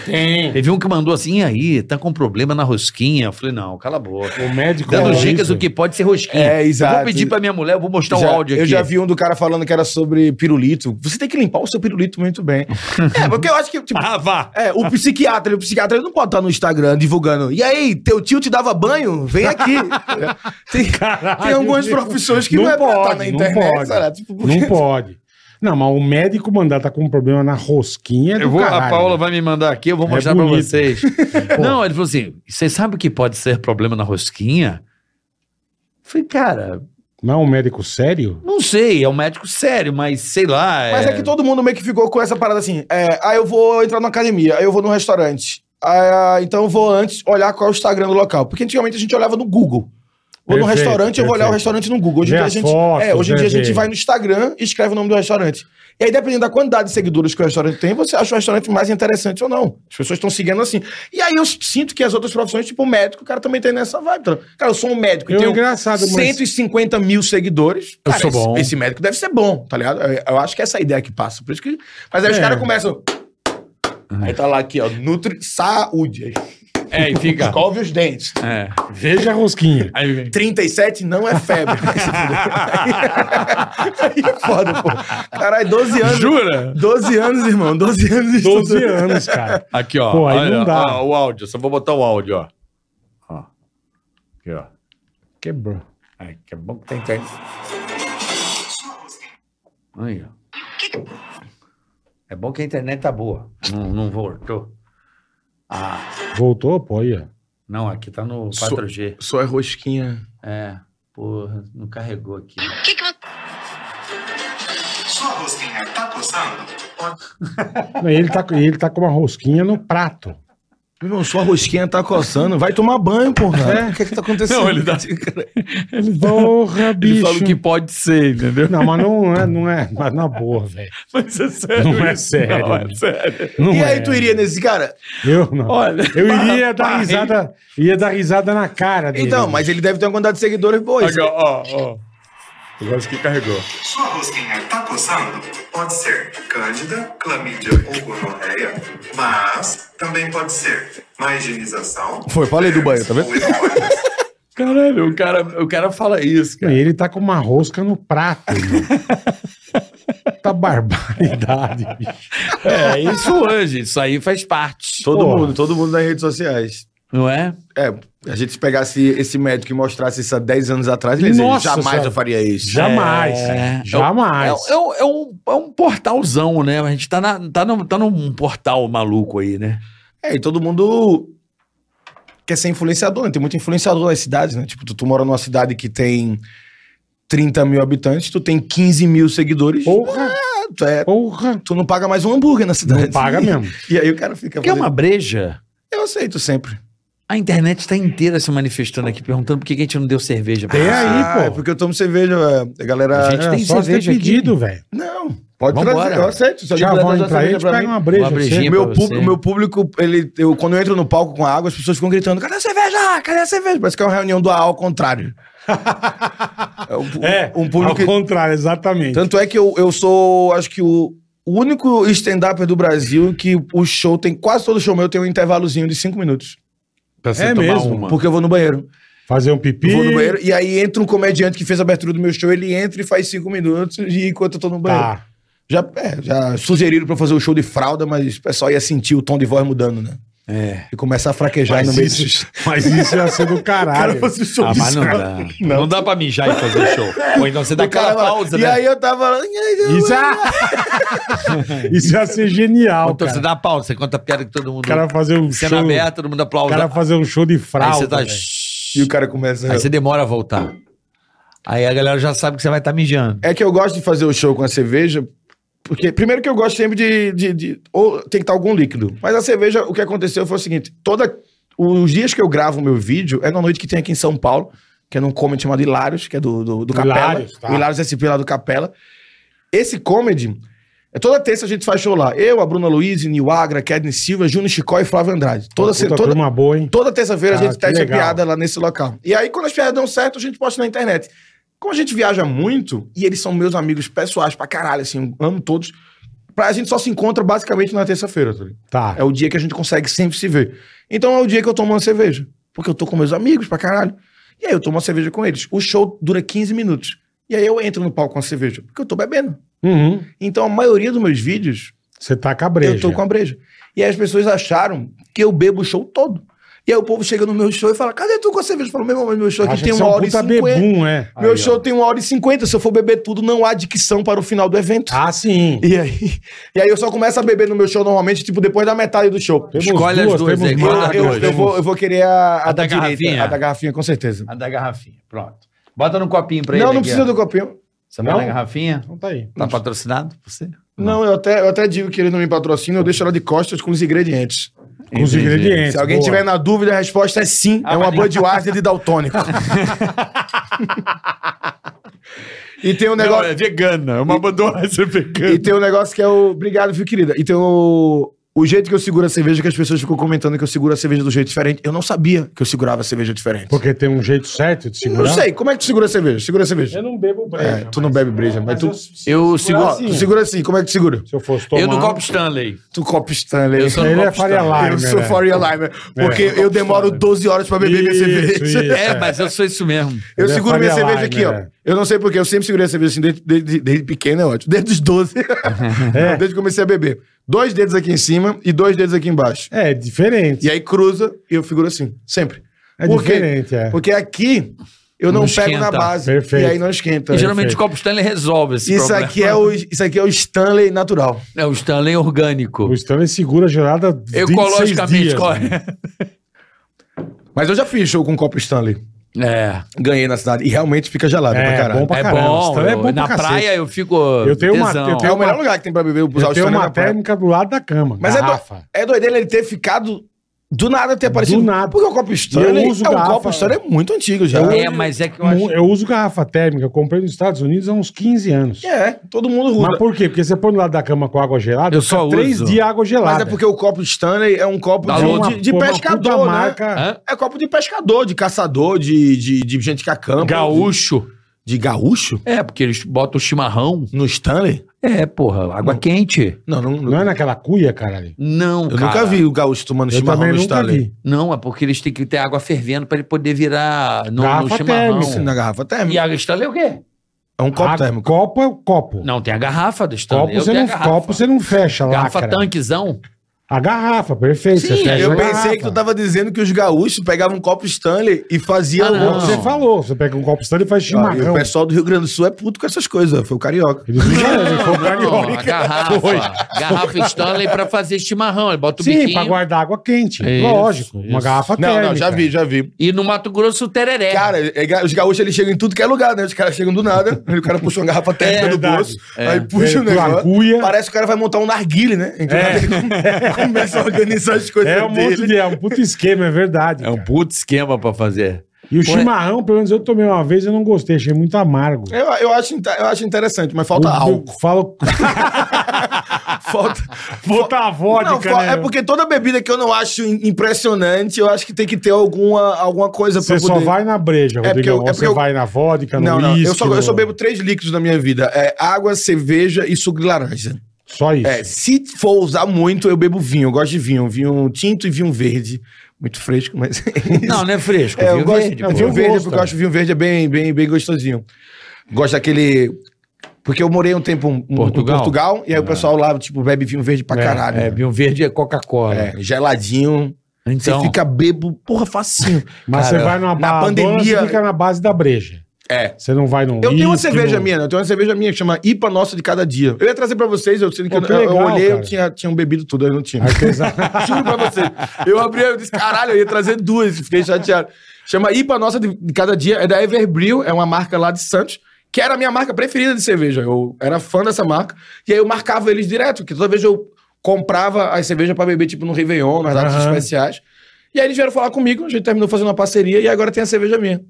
Speaker 2: Tem.
Speaker 4: Teve um que mandou assim, e aí, tá com problema na rosquinha? Eu falei, não, cala a boca.
Speaker 2: O médico.
Speaker 4: Dando
Speaker 2: é
Speaker 4: dicas
Speaker 2: isso.
Speaker 4: do que pode ser rosquinha.
Speaker 6: É,
Speaker 4: eu
Speaker 6: exato.
Speaker 4: vou pedir pra minha mulher, eu vou mostrar o
Speaker 6: Já-
Speaker 4: áudio aqui.
Speaker 6: Eu já vi um do cara falando que era sobre pirulito. Você tem que limpar o seu pirulito muito bem. é, porque eu acho que, tipo,
Speaker 4: Ah, vá!
Speaker 6: É, o psiquiatra, ele- o psiquiatra ele não pode estar no Instagram divulgando. E aí, teu tio te dava banho? Vem aqui. tem,
Speaker 2: Caralho,
Speaker 6: tem algumas
Speaker 2: meu.
Speaker 6: profissões que
Speaker 2: Não
Speaker 6: não, é pra
Speaker 2: pode,
Speaker 6: estar na
Speaker 2: não
Speaker 6: internet,
Speaker 2: pode.
Speaker 6: sabe? Tipo, porque-
Speaker 2: Não pode. Não, mas o médico mandar tá com um problema na rosquinha. é do
Speaker 4: Eu vou, a
Speaker 2: caralho.
Speaker 4: Paola vai me mandar aqui, eu vou
Speaker 2: É
Speaker 4: mostrar pra
Speaker 2: bonito.
Speaker 4: vocês. Não, ele falou assim: vocês sabem o que pode ser problema na rosquinha? Eu Falei, cara,
Speaker 2: Não é um médico sério?
Speaker 4: não sei, é um médico sério, mas sei lá.
Speaker 6: Mas é que todo mundo meio que ficou com essa parada assim. É, ah, eu vou entrar na academia, aí eu vou num restaurante. Ah, então eu vou antes olhar qual é o Instagram do local. Porque antigamente a gente olhava no Google. Vou num
Speaker 2: Perfeito,
Speaker 6: restaurante, eu vou olhar o
Speaker 2: perfeito.
Speaker 6: restaurante no Google. Hoje em
Speaker 2: Vê
Speaker 6: dia a
Speaker 2: as
Speaker 6: gente,
Speaker 2: fotos,
Speaker 6: é, hoje em
Speaker 2: vê-
Speaker 6: dia a gente
Speaker 2: vê.
Speaker 6: vai no Instagram e escreve o nome do restaurante. E aí, dependendo da quantidade de seguidores que o restaurante tem, você acha o restaurante mais interessante ou não. As pessoas estão seguindo assim. E aí eu sinto que as outras profissões, tipo o médico, o cara também tem nessa vibe. tá? Cara, eu sou um médico e
Speaker 2: Eu,
Speaker 6: tenho
Speaker 2: engraçado, mas-
Speaker 6: 150 mil seguidores.
Speaker 4: Eu
Speaker 6: Cara,
Speaker 4: sou bom.
Speaker 6: Esse, esse médico deve ser bom, tá ligado? Eu, eu acho que é essa a ideia que passa. Por isso que. Mas aí os
Speaker 2: É.
Speaker 6: caras começam. Aí tá lá aqui, ó. Nutri saúde. Aí
Speaker 4: É, e fica.
Speaker 6: Escove os dentes.
Speaker 4: É.
Speaker 2: Veja a rosquinha.
Speaker 4: Aí vem.
Speaker 6: 37 não é febre. aí é foda, pô. Caralho, 12 anos.
Speaker 4: Jura?
Speaker 6: 12 anos, irmão. 12 anos de
Speaker 2: 12 anos, cara.
Speaker 4: Aqui, ó.
Speaker 2: Pô, aí não dá.
Speaker 4: ó, o áudio, só vou botar o áudio, ó. Ó. Aqui, ó.
Speaker 2: Quebrou.
Speaker 4: Ai, que é bom que tem tempo. Aí, ó. É bom que a internet tá boa. Não, não voltou. Ah,
Speaker 2: Voltou, pô, aí, ó.
Speaker 4: não, aqui tá no
Speaker 6: Só-
Speaker 4: 4G.
Speaker 6: Só é rosquinha.
Speaker 4: É, porra, não carregou aqui.
Speaker 1: Sua rosquinha tá coçando?
Speaker 2: Não, Ele tá, ele tá com uma rosquinha no prato.
Speaker 6: Meu irmão, sua rosquinha tá coçando. Vai tomar banho, porra. O que é que tá acontecendo?
Speaker 4: dá. tá-
Speaker 2: Porra, bicho.
Speaker 4: pode ser, né? entendeu?
Speaker 2: Não, mas não é, não é, mas na boa, velho.
Speaker 4: Mas é sério.
Speaker 2: Não é
Speaker 4: isso,
Speaker 2: sério,
Speaker 4: Não, é
Speaker 2: mano.
Speaker 4: sério.
Speaker 2: Não
Speaker 6: E aí
Speaker 2: é.
Speaker 6: tu iria nesse cara?
Speaker 2: Eu não.
Speaker 4: Olha.
Speaker 2: Eu iria dar
Speaker 4: Pá,
Speaker 2: risada, ia dar risada na cara dele.
Speaker 6: Então, mas ele deve ter uma quantidade de seguidores boa.
Speaker 4: Aqui, ó, ó, ó. Eu gosto que carregou.
Speaker 1: Sua rosquinha tá coçando? Pode ser cândida, clamídia ou gonorreia, mas também pode ser má higienização.
Speaker 6: Foi, falei do banho, tá vendo?
Speaker 1: ou hemorroides.
Speaker 4: Caralho, o cara, o cara fala isso,
Speaker 2: Não,
Speaker 4: cara.
Speaker 2: e ele tá com uma rosca no prato. irmão. tá barbaridade, bicho.
Speaker 4: É isso hoje, isso aí faz parte.
Speaker 6: Todo
Speaker 2: Porra.
Speaker 6: mundo, todo mundo nas redes sociais.
Speaker 4: Não é?
Speaker 6: É, a gente se pegasse esse médico e mostrasse isso há 10 anos atrás, ele ia dizer,
Speaker 2: Nossa,
Speaker 6: jamais
Speaker 2: sabe?
Speaker 6: eu faria isso.
Speaker 2: Jamais.
Speaker 4: É.
Speaker 2: Jamais.
Speaker 4: É, é um- é um, é um portalzão, né? A gente tá, na, tá, num, tá num portal maluco aí, né?
Speaker 6: É, e todo mundo quer ser influenciador, né? Tem muito influenciador nas cidades, né? Tipo, tu, tu mora numa cidade que tem 30 mil habitantes, tu tem 15 mil seguidores.
Speaker 2: Porra,
Speaker 6: Ah, tu, é-
Speaker 2: porra.
Speaker 6: tu não paga mais um hambúrguer na cidade.
Speaker 2: Não paga mesmo.
Speaker 6: E aí o cara fica.
Speaker 4: Porque é
Speaker 6: fazendo-
Speaker 4: uma breja.
Speaker 6: Eu aceito sempre.
Speaker 4: A internet tá inteira se manifestando aqui, perguntando por que que a gente não deu cerveja. pra
Speaker 2: Tem
Speaker 4: vocês.
Speaker 2: aí, pô.
Speaker 6: é porque eu tomo cerveja, é, a galera.
Speaker 4: A gente
Speaker 2: É,
Speaker 4: tem
Speaker 2: só você ter
Speaker 4: cerveja aqui.
Speaker 2: pedido, velho.
Speaker 6: Não, pode
Speaker 4: Vambora.
Speaker 6: trazer, eu aceito. Se alguém
Speaker 2: Já
Speaker 6: quiser
Speaker 2: vão
Speaker 6: trazer
Speaker 2: entrar aí, a
Speaker 6: cerveja
Speaker 2: gente
Speaker 6: pra
Speaker 2: pega
Speaker 6: mim, Um
Speaker 2: uma breja.
Speaker 4: Uma
Speaker 2: pra você.
Speaker 4: brejinha.
Speaker 6: meu,
Speaker 4: pra
Speaker 6: público-
Speaker 4: você.
Speaker 6: meu público, ele, eu, quando eu entro no palco com água, as pessoas ficam gritando: cadê a cerveja? Cadê a cerveja? Parece que é uma reunião do A ao contrário. É um,
Speaker 2: É,
Speaker 6: um público
Speaker 2: ao
Speaker 6: que-
Speaker 2: contrário, exatamente.
Speaker 6: Tanto é que eu, eu sou, acho que o, o único stand-up do Brasil que o show tem, quase todo show meu tem um intervalozinho de cinco minutos.
Speaker 5: Pra você
Speaker 2: É
Speaker 5: tomar
Speaker 2: mesmo,
Speaker 5: uma.
Speaker 6: Porque eu vou no banheiro.
Speaker 2: Fazer um pipi.
Speaker 6: Eu vou no banheiro e aí entra um comediante que fez a abertura do meu show, ele entra e faz cinco minutos e enquanto eu tô no banheiro.
Speaker 2: Tá.
Speaker 6: Já, é, já sugeriram pra eu fazer o show de fralda, mas o pessoal ia sentir o tom de voz mudando, né?
Speaker 5: É.
Speaker 6: E começar a fraquejar
Speaker 2: Mas
Speaker 6: no meio do
Speaker 2: isso, mas isso ia ser do caralho.
Speaker 6: show
Speaker 5: Ah,
Speaker 6: de
Speaker 5: mas não
Speaker 6: fralda.
Speaker 5: dá. Não. dá pra mijar e fazer show. Ou então você dá
Speaker 6: O cara
Speaker 5: aquela
Speaker 6: vai lá,
Speaker 5: pausa,
Speaker 6: e
Speaker 5: né?
Speaker 6: aí eu tava...
Speaker 2: Isso, é... isso ia ser genial,
Speaker 4: Ou então você
Speaker 2: cara.
Speaker 4: dá pausa, você conta a piada que todo
Speaker 2: O
Speaker 4: mundo.
Speaker 2: cara fazer um
Speaker 4: Cena
Speaker 2: show...
Speaker 4: aberta, todo mundo
Speaker 2: O
Speaker 4: aplaude.
Speaker 2: cara fazer um show de
Speaker 4: Aí
Speaker 2: fralda.
Speaker 4: você tá.
Speaker 2: velho.
Speaker 6: E o cara começa...
Speaker 4: Aí você demora a voltar. Aí a galera já sabe que você vai estar mijando.
Speaker 6: É que eu gosto de fazer o show com a cerveja, porque primeiro que eu gosto sempre de. de- de- ou tem que estar algum líquido. Mas a cerveja, o que aconteceu foi o seguinte: toda, os dias que eu gravo o meu vídeo é na noite que tem aqui em São Paulo, que é num comedy chamado Hilários, que é do, do, do Capela.
Speaker 2: Hilários, tá.
Speaker 6: O Hilários SP lá do Capela. Esse comedy. é Toda terça a gente faz show lá. Eu, a Bruna Luiz, Nil Agra, Kedney Silva, Júnior Chicó e Flávio Andrade. Toda,
Speaker 2: Puta
Speaker 6: se- toda,
Speaker 2: turma boa, hein?
Speaker 6: Toda terça-feira a
Speaker 2: Cara,
Speaker 6: gente
Speaker 2: Ah, que
Speaker 6: testa a
Speaker 2: legal.
Speaker 6: piada lá nesse local. E aí, quando as piadas dão certo, a gente posta na internet. Como a gente viaja muito, e eles são meus amigos pessoais pra caralho, assim, eu amo todos. Pra, a gente só se encontra basicamente na terça-feira, tá ligado?
Speaker 2: Tá.
Speaker 6: É o dia que a gente consegue sempre se ver. Então é o dia que eu tomo uma cerveja. Porque eu tô com meus amigos pra caralho. E aí eu tomo uma cerveja com eles. O show dura 15 minutos. E aí eu entro no palco com a cerveja, porque eu tô bebendo.
Speaker 2: Uhum.
Speaker 6: Então a maioria dos meus vídeos
Speaker 2: Você tá com a breja.
Speaker 6: eu tô com a breja. E aí as pessoas acharam que eu bebo o show todo. E aí o povo chega no meu show e fala: cadê tu com a cerveja? Eu falo, meu irmão, mas meu show aqui
Speaker 2: Acha
Speaker 6: tem
Speaker 2: que você é
Speaker 6: uma
Speaker 2: um
Speaker 6: hora e
Speaker 2: puta
Speaker 6: cinquenta.
Speaker 2: bebum, é.
Speaker 6: Meu
Speaker 5: Aí,
Speaker 6: show
Speaker 5: ó.
Speaker 6: tem uma hora e cinquenta. Se eu for beber tudo, não há dicção para o final do evento.
Speaker 2: Ah, sim.
Speaker 6: E aí, e aí eu só começo a beber no meu show normalmente, tipo, depois da metade do show.
Speaker 2: Temos
Speaker 4: Escolhe as duas
Speaker 2: temos
Speaker 4: aí,
Speaker 6: Eu,
Speaker 4: qual
Speaker 2: duas,
Speaker 4: é a
Speaker 6: eu-
Speaker 4: duas,
Speaker 6: eu
Speaker 2: temos-
Speaker 6: vou, eu vou querer a, a
Speaker 4: A
Speaker 6: da,
Speaker 4: da
Speaker 6: direita,
Speaker 4: garrafinha?
Speaker 6: a da garrafinha, com certeza.
Speaker 4: A da garrafinha, pronto. Bota no copinho pra ele.
Speaker 6: não, não
Speaker 4: aqui,
Speaker 6: precisa
Speaker 4: ó.
Speaker 6: do copinho.
Speaker 4: Você vai
Speaker 2: Não?
Speaker 4: na garrafinha?
Speaker 2: Então tá aí.
Speaker 4: Tá patrocinado por você?
Speaker 6: Não, eu até, eu até digo que ele não me patrocina, eu deixo ela de costas com os ingredientes.
Speaker 2: Com os
Speaker 4: Entendi.
Speaker 2: ingredientes.
Speaker 6: Se alguém
Speaker 2: boa.
Speaker 6: tiver na dúvida, a resposta é sim. é uma Budweiser de daltônico. e tem um
Speaker 5: Não,
Speaker 6: negócio,
Speaker 5: é vegana. É uma abandonada vegana.
Speaker 6: e tem um negócio que é o obrigado, viu, querida. E tem o o jeito que eu seguro a cerveja que as pessoas ficam comentando que eu seguro a cerveja do jeito diferente. Eu não sabia que eu segurava a cerveja diferente.
Speaker 2: Porque tem um jeito certo de segurar.
Speaker 6: não sei, como é que tu segura a cerveja? Segura a cerveja.
Speaker 2: Eu não bebo breja.
Speaker 6: É, tu não bebe breja, mas tu
Speaker 4: Eu seguro.
Speaker 6: Ó, tu segura assim, como é que tu segura?
Speaker 2: Se eu fosse tomar...
Speaker 4: Eu no copo Stanley.
Speaker 6: Tu copo Stanley.
Speaker 4: Eu sou no
Speaker 2: Ele é
Speaker 4: copo
Speaker 2: Faria
Speaker 4: Stanley.
Speaker 2: Limer.
Speaker 6: Eu sou
Speaker 2: né?
Speaker 6: Faria Limer, porque
Speaker 2: É.
Speaker 6: eu demoro 12 horas pra beber minha
Speaker 2: Isso,
Speaker 6: cerveja.
Speaker 2: isso,
Speaker 4: É, mas eu sou isso mesmo.
Speaker 6: Eu
Speaker 2: Ele é
Speaker 6: seguro minha
Speaker 2: Faria
Speaker 6: cerveja aqui,
Speaker 2: Limer,
Speaker 6: ó.
Speaker 2: é.
Speaker 6: Eu não sei porque, eu sempre segurei a cerveja assim, desde, desde, desde pequeno, é ótimo. Desde os 12.
Speaker 2: É.
Speaker 6: desde que comecei a beber. Dois dedos aqui em cima e dois dedos aqui embaixo.
Speaker 2: É, diferente.
Speaker 6: E aí cruza e eu figuro assim, sempre.
Speaker 2: É
Speaker 6: Por quê?
Speaker 2: diferente, é.
Speaker 6: Porque aqui eu não,
Speaker 4: Não
Speaker 6: pego na
Speaker 4: esquenta.
Speaker 6: base.
Speaker 2: Perfeito.
Speaker 6: E aí não esquenta.
Speaker 4: E geralmente
Speaker 2: perfeito.
Speaker 4: o copo Stanley resolve esse
Speaker 6: Então é Isso
Speaker 4: problema.
Speaker 6: aqui, é o, isso aqui é o Stanley natural.
Speaker 4: É o Stanley orgânico.
Speaker 2: O Stanley segura a gelada 26
Speaker 4: Ecologicamente
Speaker 2: dias.
Speaker 4: correto.
Speaker 6: Mas eu já fiz show com um copo Stanley. né?
Speaker 4: É.
Speaker 6: Ganhei na cidade. E realmente fica gelado
Speaker 2: É,
Speaker 6: pra caralho.
Speaker 2: bom pra
Speaker 4: é
Speaker 2: caramba.
Speaker 4: bom.
Speaker 2: Stanley é
Speaker 4: eu-
Speaker 2: bom pra
Speaker 4: na
Speaker 2: cacete.
Speaker 4: praia eu fico.
Speaker 2: Eu tenho uma-
Speaker 4: tesão.
Speaker 2: eu
Speaker 6: É
Speaker 2: tenho-
Speaker 6: o melhor lugar que tem pra beber, usar
Speaker 2: né? Eu
Speaker 6: o
Speaker 2: tenho
Speaker 6: Stanley
Speaker 2: uma
Speaker 6: na praia.
Speaker 2: térmica do lado da cama.
Speaker 6: Mas é,
Speaker 2: garrafa.
Speaker 6: do, é doideira ele ter ficado do nada ter aparecido.
Speaker 2: nada.
Speaker 6: Porque o copo Stanley,
Speaker 2: Eu uso
Speaker 6: é um
Speaker 2: garrafa.
Speaker 6: copo Stanley muito antigo já.
Speaker 4: É, mas é que eu
Speaker 2: Mu-
Speaker 4: acho.
Speaker 2: Eu uso garrafa térmica, eu comprei nos Estados Unidos há uns 15 anos.
Speaker 6: É, todo mundo usa.
Speaker 2: Mas
Speaker 6: Mas,
Speaker 2: por quê? Porque você põe do lado da cama com água gelada,
Speaker 4: Eu só
Speaker 2: três
Speaker 4: uso.
Speaker 2: dias água gelada.
Speaker 6: é porque o copo Stanley é um copo
Speaker 4: Dá
Speaker 6: de,
Speaker 4: uma-
Speaker 6: de- de
Speaker 2: pô, uma
Speaker 6: pescador,
Speaker 2: puta
Speaker 6: né?
Speaker 2: marca.
Speaker 4: Hã?
Speaker 6: É copo de pescador, de caçador, de, de, de gente que acampa.
Speaker 4: Gaúcho.
Speaker 6: De, de gaúcho?
Speaker 4: É, porque eles botam o chimarrão.
Speaker 6: No Stanley?
Speaker 4: É, porra, água quente.
Speaker 6: Não, não,
Speaker 2: Não é naquela cuia, caralho?
Speaker 4: Não,
Speaker 6: eu
Speaker 4: cara.
Speaker 6: nunca vi o gaúcho tomando
Speaker 2: Eu
Speaker 6: chimarrão
Speaker 2: também
Speaker 6: no
Speaker 2: nunca
Speaker 6: Stanley.
Speaker 2: vi.
Speaker 4: Não, é porque eles têm que ter água fervendo pra ele poder virar no, no
Speaker 2: Garrafa
Speaker 4: chimarrão.
Speaker 2: térmica.
Speaker 6: Na garrafa
Speaker 4: E
Speaker 6: térmica.
Speaker 4: a Stanley é o quê?
Speaker 6: É um copo
Speaker 2: A-
Speaker 6: térmico.
Speaker 2: Copo é o copo.
Speaker 4: Não, tem a garrafa do Stanley.
Speaker 2: Copo
Speaker 4: eu
Speaker 2: você,
Speaker 4: tenho
Speaker 2: não,
Speaker 4: a garrafa.
Speaker 2: copo você Ah, não fecha lá.
Speaker 4: Garrafa tanquezão.
Speaker 2: A garrafa, perfeito.
Speaker 4: Sim,
Speaker 2: fecha
Speaker 6: Eu
Speaker 2: a
Speaker 6: pensei
Speaker 2: É, garrafa.
Speaker 6: que tu tava dizendo que os gaúchos pegavam um copo Stanley e faziam...
Speaker 4: Ah,
Speaker 2: É o
Speaker 4: Não.
Speaker 2: que Você falou, você pega um copo Stanley e faz
Speaker 6: Ah, E o
Speaker 2: chimarrão.
Speaker 6: pessoal do Rio Grande do Sul é puto com essas coisas. Foi o carioca.
Speaker 2: Eles não querem, eles vão pra
Speaker 4: Não, a
Speaker 2: Carioca.
Speaker 4: garrafa. Garrafa Stanley pra fazer chimarrão. Ele bota o
Speaker 2: Sim, pra
Speaker 4: biquinho.
Speaker 2: guardar água quente.
Speaker 4: Isso,
Speaker 2: Lógico, uma
Speaker 4: isso.
Speaker 2: garrafa
Speaker 6: Não,
Speaker 2: térmica.
Speaker 6: não, já vi, já vi.
Speaker 4: E no Mato Grosso, o tereré.
Speaker 6: Cara, é ga- os gaúchos eles chegam em tudo que é lugar, né? Os caras chegam do nada, aí o cara puxa uma garrafa térmica do
Speaker 2: É verdade. É.
Speaker 6: bolso, aí puxa o
Speaker 2: Ele pula a
Speaker 6: negócio.
Speaker 2: cuia.
Speaker 6: Parece que o cara vai montar um narguile, né? Então ele come- começa a organizar as coisas
Speaker 2: É um monte de... É um puto esquema, é verdade.
Speaker 6: um
Speaker 2: cara.
Speaker 4: puto esquema pra fazer.
Speaker 2: E o
Speaker 6: é-
Speaker 4: Porra.
Speaker 2: chimarrão, pelo menos eu tomei uma vez, eu não gostei, achei muito amargo.
Speaker 6: É, Eu, eu acho, inte- eu acho interessante, mas falta
Speaker 2: O-
Speaker 6: álcool.
Speaker 2: Falo...
Speaker 6: Falta.
Speaker 2: Botar a vodka,
Speaker 6: Não, fal-
Speaker 2: né?
Speaker 6: É porque toda bebida que eu não acho im- impressionante, eu acho que tem que ter alguma, alguma coisa pra
Speaker 2: Você só
Speaker 6: poder.
Speaker 2: vai na breja,
Speaker 6: É
Speaker 2: Rodrigo.
Speaker 6: porque eu- é
Speaker 2: você
Speaker 6: porque eu-
Speaker 2: vai na vodka, no
Speaker 6: Não, não.
Speaker 2: uísque,
Speaker 6: Eu só, eu
Speaker 2: no-
Speaker 6: só bebo três líquidos na minha vida: é água, cerveja e suco de laranja.
Speaker 2: Só isso.
Speaker 6: É, se for usar muito, eu bebo vinho. Eu gosto de vinho. Vinho tinto e vinho verde. Muito fresco, mas.
Speaker 4: Não, não é fresco.
Speaker 6: É, eu
Speaker 4: vinho
Speaker 6: gosto
Speaker 4: verde,
Speaker 6: é,
Speaker 4: pô.
Speaker 6: vinho
Speaker 2: Eu
Speaker 6: verde,
Speaker 2: gosto,
Speaker 6: porque eu acho vinho verde é bem, bem, bem gostosinho. Gosto daquele. Porque eu morei um tempo em em
Speaker 5: Portugal?
Speaker 6: Portugal, e aí o pessoal lá, tipo, bebe vinho verde pra
Speaker 2: É,
Speaker 6: caralho.
Speaker 4: É, vinho verde é Coca-Cola.
Speaker 6: É, geladinho.
Speaker 4: Então,
Speaker 6: você fica bebo, porra, facinho.
Speaker 2: Mas
Speaker 4: Cara,
Speaker 2: você vai numa
Speaker 6: na
Speaker 2: ba-
Speaker 6: pandemia-
Speaker 2: dona, você fica na base da breja.
Speaker 6: É.
Speaker 2: Você não vai num
Speaker 6: Eu tenho uma
Speaker 2: uísque,
Speaker 6: cerveja
Speaker 2: num-
Speaker 6: minha, né? eu tenho uma cerveja minha que chama IPA Nossa de Cada Dia. Eu ia trazer pra vocês, eu, sendo que
Speaker 2: Pô,
Speaker 6: eu-
Speaker 2: que
Speaker 6: eu,
Speaker 2: legal,
Speaker 6: olhei, eu
Speaker 2: cara.
Speaker 6: tinha, tinha bebido tudo, eu não tinha.
Speaker 2: Artesã-
Speaker 6: Juro pra vocês. Eu abri, eu disse, caralho, eu ia trazer duas, fiquei chateado. Chama IPA Nossa de, de Cada Dia, é da Everbril, é uma marca lá de Santos, que era a minha marca preferida de cerveja. Eu era fã dessa marca. E aí eu marcava eles direto, que toda vez eu comprava as cervejas pra beber, tipo, no Réveillon, nas datas
Speaker 2: Aham.
Speaker 6: especiais. E aí eles vieram falar comigo, a gente terminou fazendo uma parceria e agora tem a cerveja minha.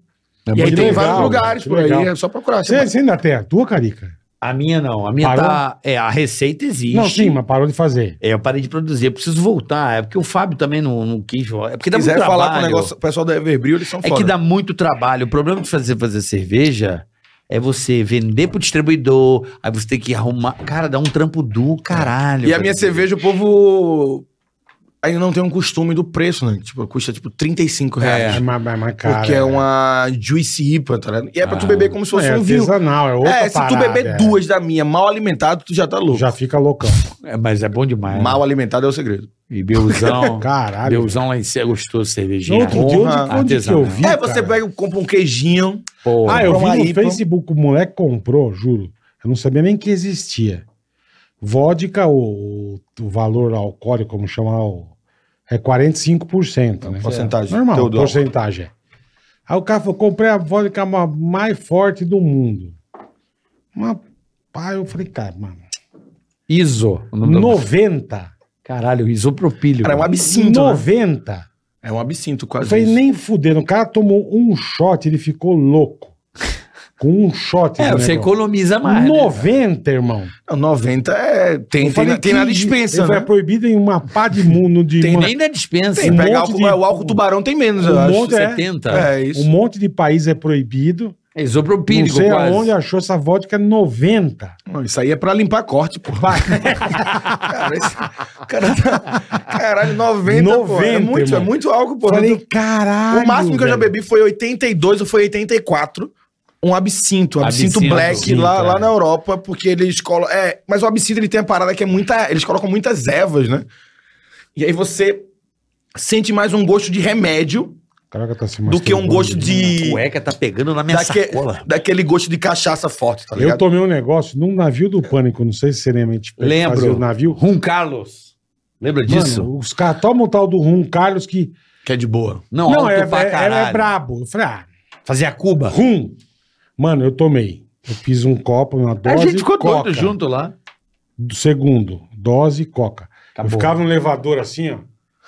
Speaker 4: é
Speaker 6: e aí
Speaker 4: muito
Speaker 6: tem
Speaker 4: legal.
Speaker 6: vários lugares
Speaker 2: que
Speaker 6: por aí,
Speaker 2: legal.
Speaker 6: é só procurar.
Speaker 2: Você, você ainda tem a tua, Carica?
Speaker 4: A minha não. A minha
Speaker 2: Parou?
Speaker 4: tá. É, a receita existe.
Speaker 2: Não, sim, mas parou de fazer.
Speaker 4: É, eu parei de produzir. Eu preciso voltar. É porque o Fábio também não, não quis. É porque
Speaker 6: Se
Speaker 4: dá
Speaker 6: quiser
Speaker 4: muito
Speaker 6: falar com o
Speaker 4: trabalho.
Speaker 6: negócio, tá o pessoal da Everbril, eles são
Speaker 4: É que dá muito trabalho. O problema de fazer, fazer cerveja é você vender pro distribuidor, aí você tem que arrumar. Cara, dá um trampo do caralho.
Speaker 6: E a minha cerveja, o povo ainda não tem um costume do preço, né? Tipo, custa tipo 35 reais.
Speaker 2: É, mais, mais, mais caro.
Speaker 6: porque é uma Juicy IPA, tá ligado? E é pra tu beber como se fosse
Speaker 2: é
Speaker 6: um vinho.
Speaker 2: artesanal, é outra
Speaker 6: É, se tu
Speaker 2: parada,
Speaker 6: beber
Speaker 2: é.
Speaker 6: duas da minha mal alimentado, tu já tá louco.
Speaker 2: Já fica loucão.
Speaker 4: É, mas é bom demais.
Speaker 6: Mal alimentado é o segredo.
Speaker 4: E Beuzão.
Speaker 2: Caralho.
Speaker 4: Beuzão lá em cima gostou cervejinha. é
Speaker 2: Outro dia,
Speaker 6: Porra,
Speaker 2: onde, onde que eu
Speaker 4: artesanal.
Speaker 2: vi,
Speaker 6: é, você
Speaker 2: cara?
Speaker 6: pega, compra um queijinho.
Speaker 4: Porra.
Speaker 2: Ah, eu
Speaker 6: Comprar uma
Speaker 2: vi no
Speaker 6: IPA.
Speaker 2: Facebook, o moleque comprou, juro. Eu não sabia nem que existia. Vodka, o, o valor alcoólico, como chama lá, o- é 45%, né?
Speaker 6: porcentagem.
Speaker 2: Normal,
Speaker 6: Teu dólar.
Speaker 2: porcentagem. é. Aí o cara falou, comprei a vodka ma- mais forte do mundo. Mas, pá, eu falei, cara, mano,
Speaker 4: Iso. o nome da-
Speaker 2: 90.
Speaker 4: Caralho, isopropílio.
Speaker 6: Cara, é um absinto. né?
Speaker 2: 90.
Speaker 6: É um absinto
Speaker 2: Eu
Speaker 6: quase.
Speaker 2: falei,
Speaker 6: isso.
Speaker 2: nem fudendo. O cara tomou um shot, ele ficou louco. Com um shot.
Speaker 4: É,
Speaker 2: de
Speaker 4: você
Speaker 2: negócio.
Speaker 4: economiza mais. né?
Speaker 2: 90, irmão.
Speaker 6: Não, 90 é. Tem,
Speaker 2: Eu falei
Speaker 6: tem, tem
Speaker 2: que
Speaker 6: na
Speaker 2: ele
Speaker 6: dispensa,
Speaker 2: foi
Speaker 6: né?
Speaker 2: proibido em uma pá de mundo de
Speaker 6: Tem
Speaker 2: uma-
Speaker 4: Nem na dispensa.
Speaker 6: Tem,
Speaker 2: um
Speaker 6: pega
Speaker 2: monte
Speaker 6: álcool,
Speaker 2: de-
Speaker 6: o álcool tubarão tem menos, eu
Speaker 2: um
Speaker 6: acho.
Speaker 2: monte- é.
Speaker 4: 70. É,
Speaker 6: É, isso.
Speaker 2: um monte de país é proibido.
Speaker 4: isopropílico
Speaker 2: não sei
Speaker 4: quase.
Speaker 2: aonde achou essa vodka 90.
Speaker 6: Não, isso aí é pra limpar corte, pô. cara, esse, cara tá- caralho, 90, pô. É
Speaker 2: 90,
Speaker 6: muito, é
Speaker 2: irmão.
Speaker 6: muito álcool, pô.
Speaker 2: Eu falei, caralho.
Speaker 6: o máximo que eu já
Speaker 2: velho.
Speaker 6: bebi foi 82 ou foi 84. Um absinto, um absinto,
Speaker 4: Absinto,
Speaker 6: black
Speaker 4: absinto,
Speaker 6: lá,
Speaker 4: é.
Speaker 6: lá na Europa, porque eles colocam. É, mas o absinto ele tem a parada que é muita. Eles colocam muitas ervas, né? E aí você sente mais um gosto de remédio
Speaker 2: Caraca, tá se
Speaker 6: do que um
Speaker 2: masturbando,
Speaker 6: gosto
Speaker 2: né?
Speaker 6: de.
Speaker 4: Cueca tá pegando na minha
Speaker 6: daque-
Speaker 4: sacola.
Speaker 6: daquele gosto de cachaça forte, tá
Speaker 2: Eu
Speaker 6: ligado? É.
Speaker 2: tomei um negócio num navio do pânico, não sei se você lembra. a gente
Speaker 4: Lembro.
Speaker 2: fazia O navio.
Speaker 4: Rum Carlos. Lembra disso?
Speaker 2: Mano, os caras tomam o tal do Rum Carlos que.
Speaker 6: Que é de boa.
Speaker 4: Não, alto
Speaker 2: é,
Speaker 4: pra
Speaker 2: é,
Speaker 4: caralho.
Speaker 2: é brabo. Eu falei, ah,
Speaker 4: Fazia Cuba.
Speaker 2: Rum. Mano, eu tomei. Eu fiz um copo, uma
Speaker 4: A
Speaker 2: dose.
Speaker 4: gente ficou
Speaker 2: coca.
Speaker 4: doido junto lá.
Speaker 2: do segundo, dose e coca.
Speaker 4: Acabou.
Speaker 2: Eu ficava no elevador assim, ó,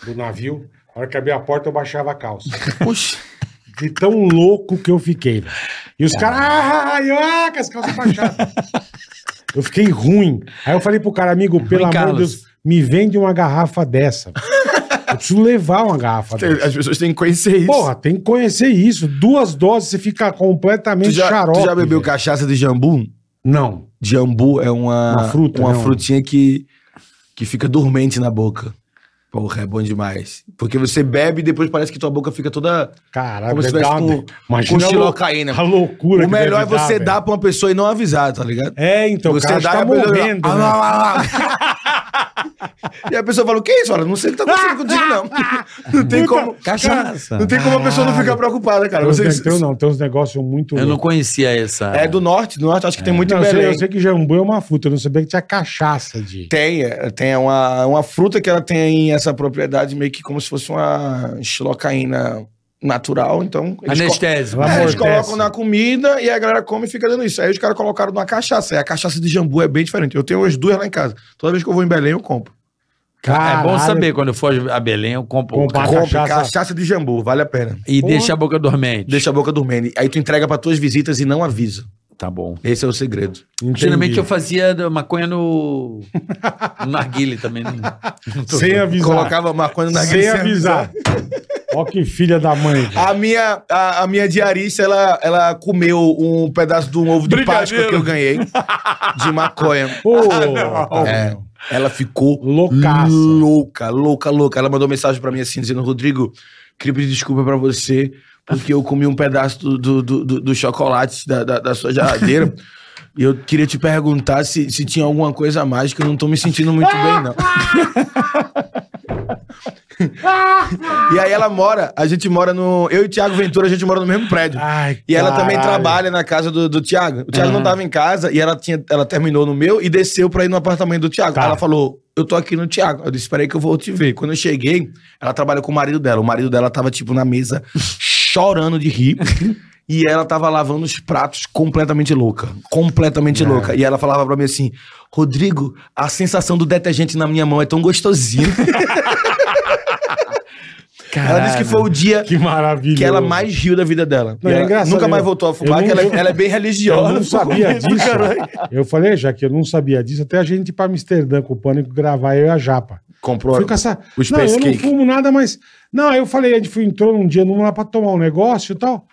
Speaker 2: do navio. A hora que abria a porta, eu baixava a calça.
Speaker 6: Puxa.
Speaker 2: De tão louco que eu fiquei. velho. E os caras, ah, eu, ah, com as calças baixadas. eu fiquei ruim. Aí eu falei pro cara, amigo, pelo amor de
Speaker 4: Carlos.
Speaker 2: Deus, me vende uma garrafa dessa. eu preciso levar uma garrafa
Speaker 6: Tem-
Speaker 2: dessa.
Speaker 6: As pessoas têm que conhecer isso.
Speaker 2: Porra, tem que conhecer isso. Duas doses, você fica
Speaker 6: tu
Speaker 2: completamente
Speaker 6: já,
Speaker 2: xarope.
Speaker 6: tu já bebeu
Speaker 2: velho.
Speaker 6: cachaça de jambu?
Speaker 2: Não.
Speaker 6: Jambu é uma,
Speaker 2: Uma fruta,
Speaker 6: uma
Speaker 2: né?
Speaker 6: frutinha que, que fica dormente na boca. Porra, é bom demais. Porque você bebe e depois parece que tua boca fica toda
Speaker 2: Caralho,
Speaker 6: como se
Speaker 2: deve
Speaker 6: tivesse
Speaker 2: dar uma-
Speaker 6: com, com
Speaker 2: Imagina a lou-
Speaker 6: xilocaína.
Speaker 2: a loucura
Speaker 6: O
Speaker 2: que
Speaker 6: melhor é
Speaker 2: deve
Speaker 6: você
Speaker 2: velho.
Speaker 6: dar pra uma pessoa e não avisar, tá ligado?
Speaker 2: É, então, o
Speaker 6: você
Speaker 2: cara
Speaker 6: dá
Speaker 2: tá
Speaker 6: e a pessoa-
Speaker 2: morrendo.
Speaker 6: Ah,
Speaker 2: né?
Speaker 6: lá, lá, lá. E a pessoa fala, o que é isso? Olha, não sei o que tá acontecendo contigo, não. Não tem como...
Speaker 4: Cachaça.
Speaker 6: Não tem como a pessoa não ficar preocupada, cara.
Speaker 2: Tem uns
Speaker 6: Você,
Speaker 2: ne- tem, não, tem uns negócios muito.
Speaker 4: Eu não
Speaker 2: loucos.
Speaker 4: conhecia essa.
Speaker 6: é do norte, do norte acho que tem muito
Speaker 2: Não,
Speaker 6: em
Speaker 2: eu, sei,
Speaker 6: Belém.
Speaker 2: eu sei que jambu é uma fruta, eu não sabia que tinha cachaça de.
Speaker 6: Tem, é, tem uma, uma fruta que ela tem essa propriedade meio que como se fosse uma xilocaína natural, então... eles co-
Speaker 4: Anestésico.
Speaker 2: Ela
Speaker 6: É, eles
Speaker 2: amortece.
Speaker 6: colocam na comida e a galera come e fica dando isso. Aí os caras colocaram numa cachaça. E a cachaça de jambu é bem diferente. Eu tenho as duas lá em casa. Toda vez que eu vou em Belém, eu compro.
Speaker 4: é
Speaker 2: Caralho,
Speaker 4: bom saber, quando eu for a Belém, eu compro.
Speaker 2: Comprar
Speaker 4: compro
Speaker 6: Compre
Speaker 2: cachaça-
Speaker 6: cachaça... de jambu, vale a pena.
Speaker 4: E
Speaker 2: Porra.
Speaker 4: deixa a boca dormente.
Speaker 6: Deixa a boca dormente. Aí tu entrega pra tuas visitas e não avisa.
Speaker 4: Tá bom.
Speaker 6: Esse é o segredo.
Speaker 4: Geralmente eu fazia da maconha no. no narguile também. né?
Speaker 2: Sem avisar.
Speaker 6: Colocava maconha na
Speaker 2: sem
Speaker 6: guia-
Speaker 2: avisar. Ó que filha da mãe. velho.
Speaker 6: A minha, a, a minha diarista, ela, ela comeu um pedaço de um ovo de Páscoa
Speaker 5: Brigadeiro.
Speaker 6: que eu ganhei de maconha.
Speaker 2: Pô,
Speaker 6: É, ela ficou
Speaker 2: Loucaça.
Speaker 6: louca, louca, louca. Ela mandou mensagem pra mim assim, dizendo, Rodrigo, queria pedir desculpa pra você, porque eu comi um pedaço do, do, do, do- do chocolate da, da, da sua geladeira. E eu queria te perguntar se, se tinha alguma coisa a mais, que eu não tô me sentindo muito bem, não. e aí ela mora, a gente mora no... Eu e o Thiago Ventura, a gente mora no mesmo prédio.
Speaker 2: Ai,
Speaker 6: É. E ela também
Speaker 2: caralho. Uhum.
Speaker 6: trabalha na casa do, do Thiago. O Thiago não tava em casa e ela, tinha, ela terminou no meu e desceu pra ir no apartamento do Thiago.
Speaker 2: Tá.
Speaker 6: Ela falou: Eu tô aqui no Thiago. Eu disse: Peraí que eu vou te ver. Quando eu cheguei, ela trabalha com o marido dela. O marido dela tava, tipo, na mesa, chorando de rir. E ela tava lavando os pratos completamente louca.
Speaker 2: É.
Speaker 6: Completamente louca. E ela falava pra mim assim: Rodrigo, a sensação do detergente na minha mão é tão gostosinho. ela disse que foi o dia
Speaker 2: Que maravilha.
Speaker 6: que ela é mais riu da vida dela.
Speaker 2: Não,
Speaker 6: E
Speaker 2: é
Speaker 6: ela
Speaker 2: engraçado,
Speaker 6: nunca mais
Speaker 2: eu-
Speaker 6: voltou a
Speaker 2: eu
Speaker 6: fumar,
Speaker 2: não-
Speaker 6: que ela, é- ela é bem
Speaker 2: Eu
Speaker 6: religiosa.
Speaker 2: não sabia disso.
Speaker 6: Caralho.
Speaker 2: Eu falei, já que eu não sabia disso, até a gente ir pra Amsterdã com o pânico gravar eu e a Japa.
Speaker 6: Comprou.
Speaker 2: Fui com essa.
Speaker 6: Os
Speaker 2: assim, não, eu não
Speaker 6: Space Cake.
Speaker 2: fumo nada, mas. Não, aí eu falei, a gente foi, entrou num dia numa lá pra tomar um negócio e tal.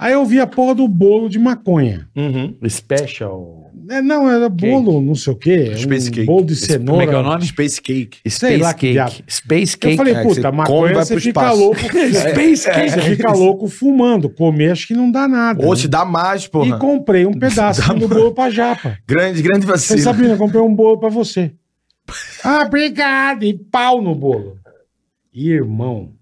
Speaker 2: Aí eu vi a porra do bolo de maconha.
Speaker 6: Uhum.
Speaker 5: Special.
Speaker 2: É, não, era bolo, não sei o quê.
Speaker 6: Space
Speaker 2: um
Speaker 6: Cake.
Speaker 2: Bolo de
Speaker 4: Esse- Como
Speaker 2: cenoura.
Speaker 4: é que é o nome?
Speaker 6: Space Cake.
Speaker 2: Sei
Speaker 4: Space
Speaker 2: lá que
Speaker 4: Cake.
Speaker 2: diabo.
Speaker 4: Space
Speaker 2: Eu
Speaker 4: Cake.
Speaker 2: falei,
Speaker 6: É, que
Speaker 2: puta,
Speaker 6: você
Speaker 2: maconha
Speaker 6: come e vai
Speaker 2: você
Speaker 6: pro
Speaker 2: fica
Speaker 6: espaço.
Speaker 2: louco. É,
Speaker 4: Space Cake.
Speaker 2: Você fica louco fumando. Comer acho que não dá nada.
Speaker 6: Ou
Speaker 2: né?
Speaker 6: te dá mais,
Speaker 2: E
Speaker 6: porra.
Speaker 2: comprei um pedaço do bolo pra japa.
Speaker 6: Grande, grande
Speaker 2: Você
Speaker 6: vacilo.
Speaker 2: Sabrina, eu comprei um bolo pra você. Ah, obrigado. E pau no bolo. Irmão,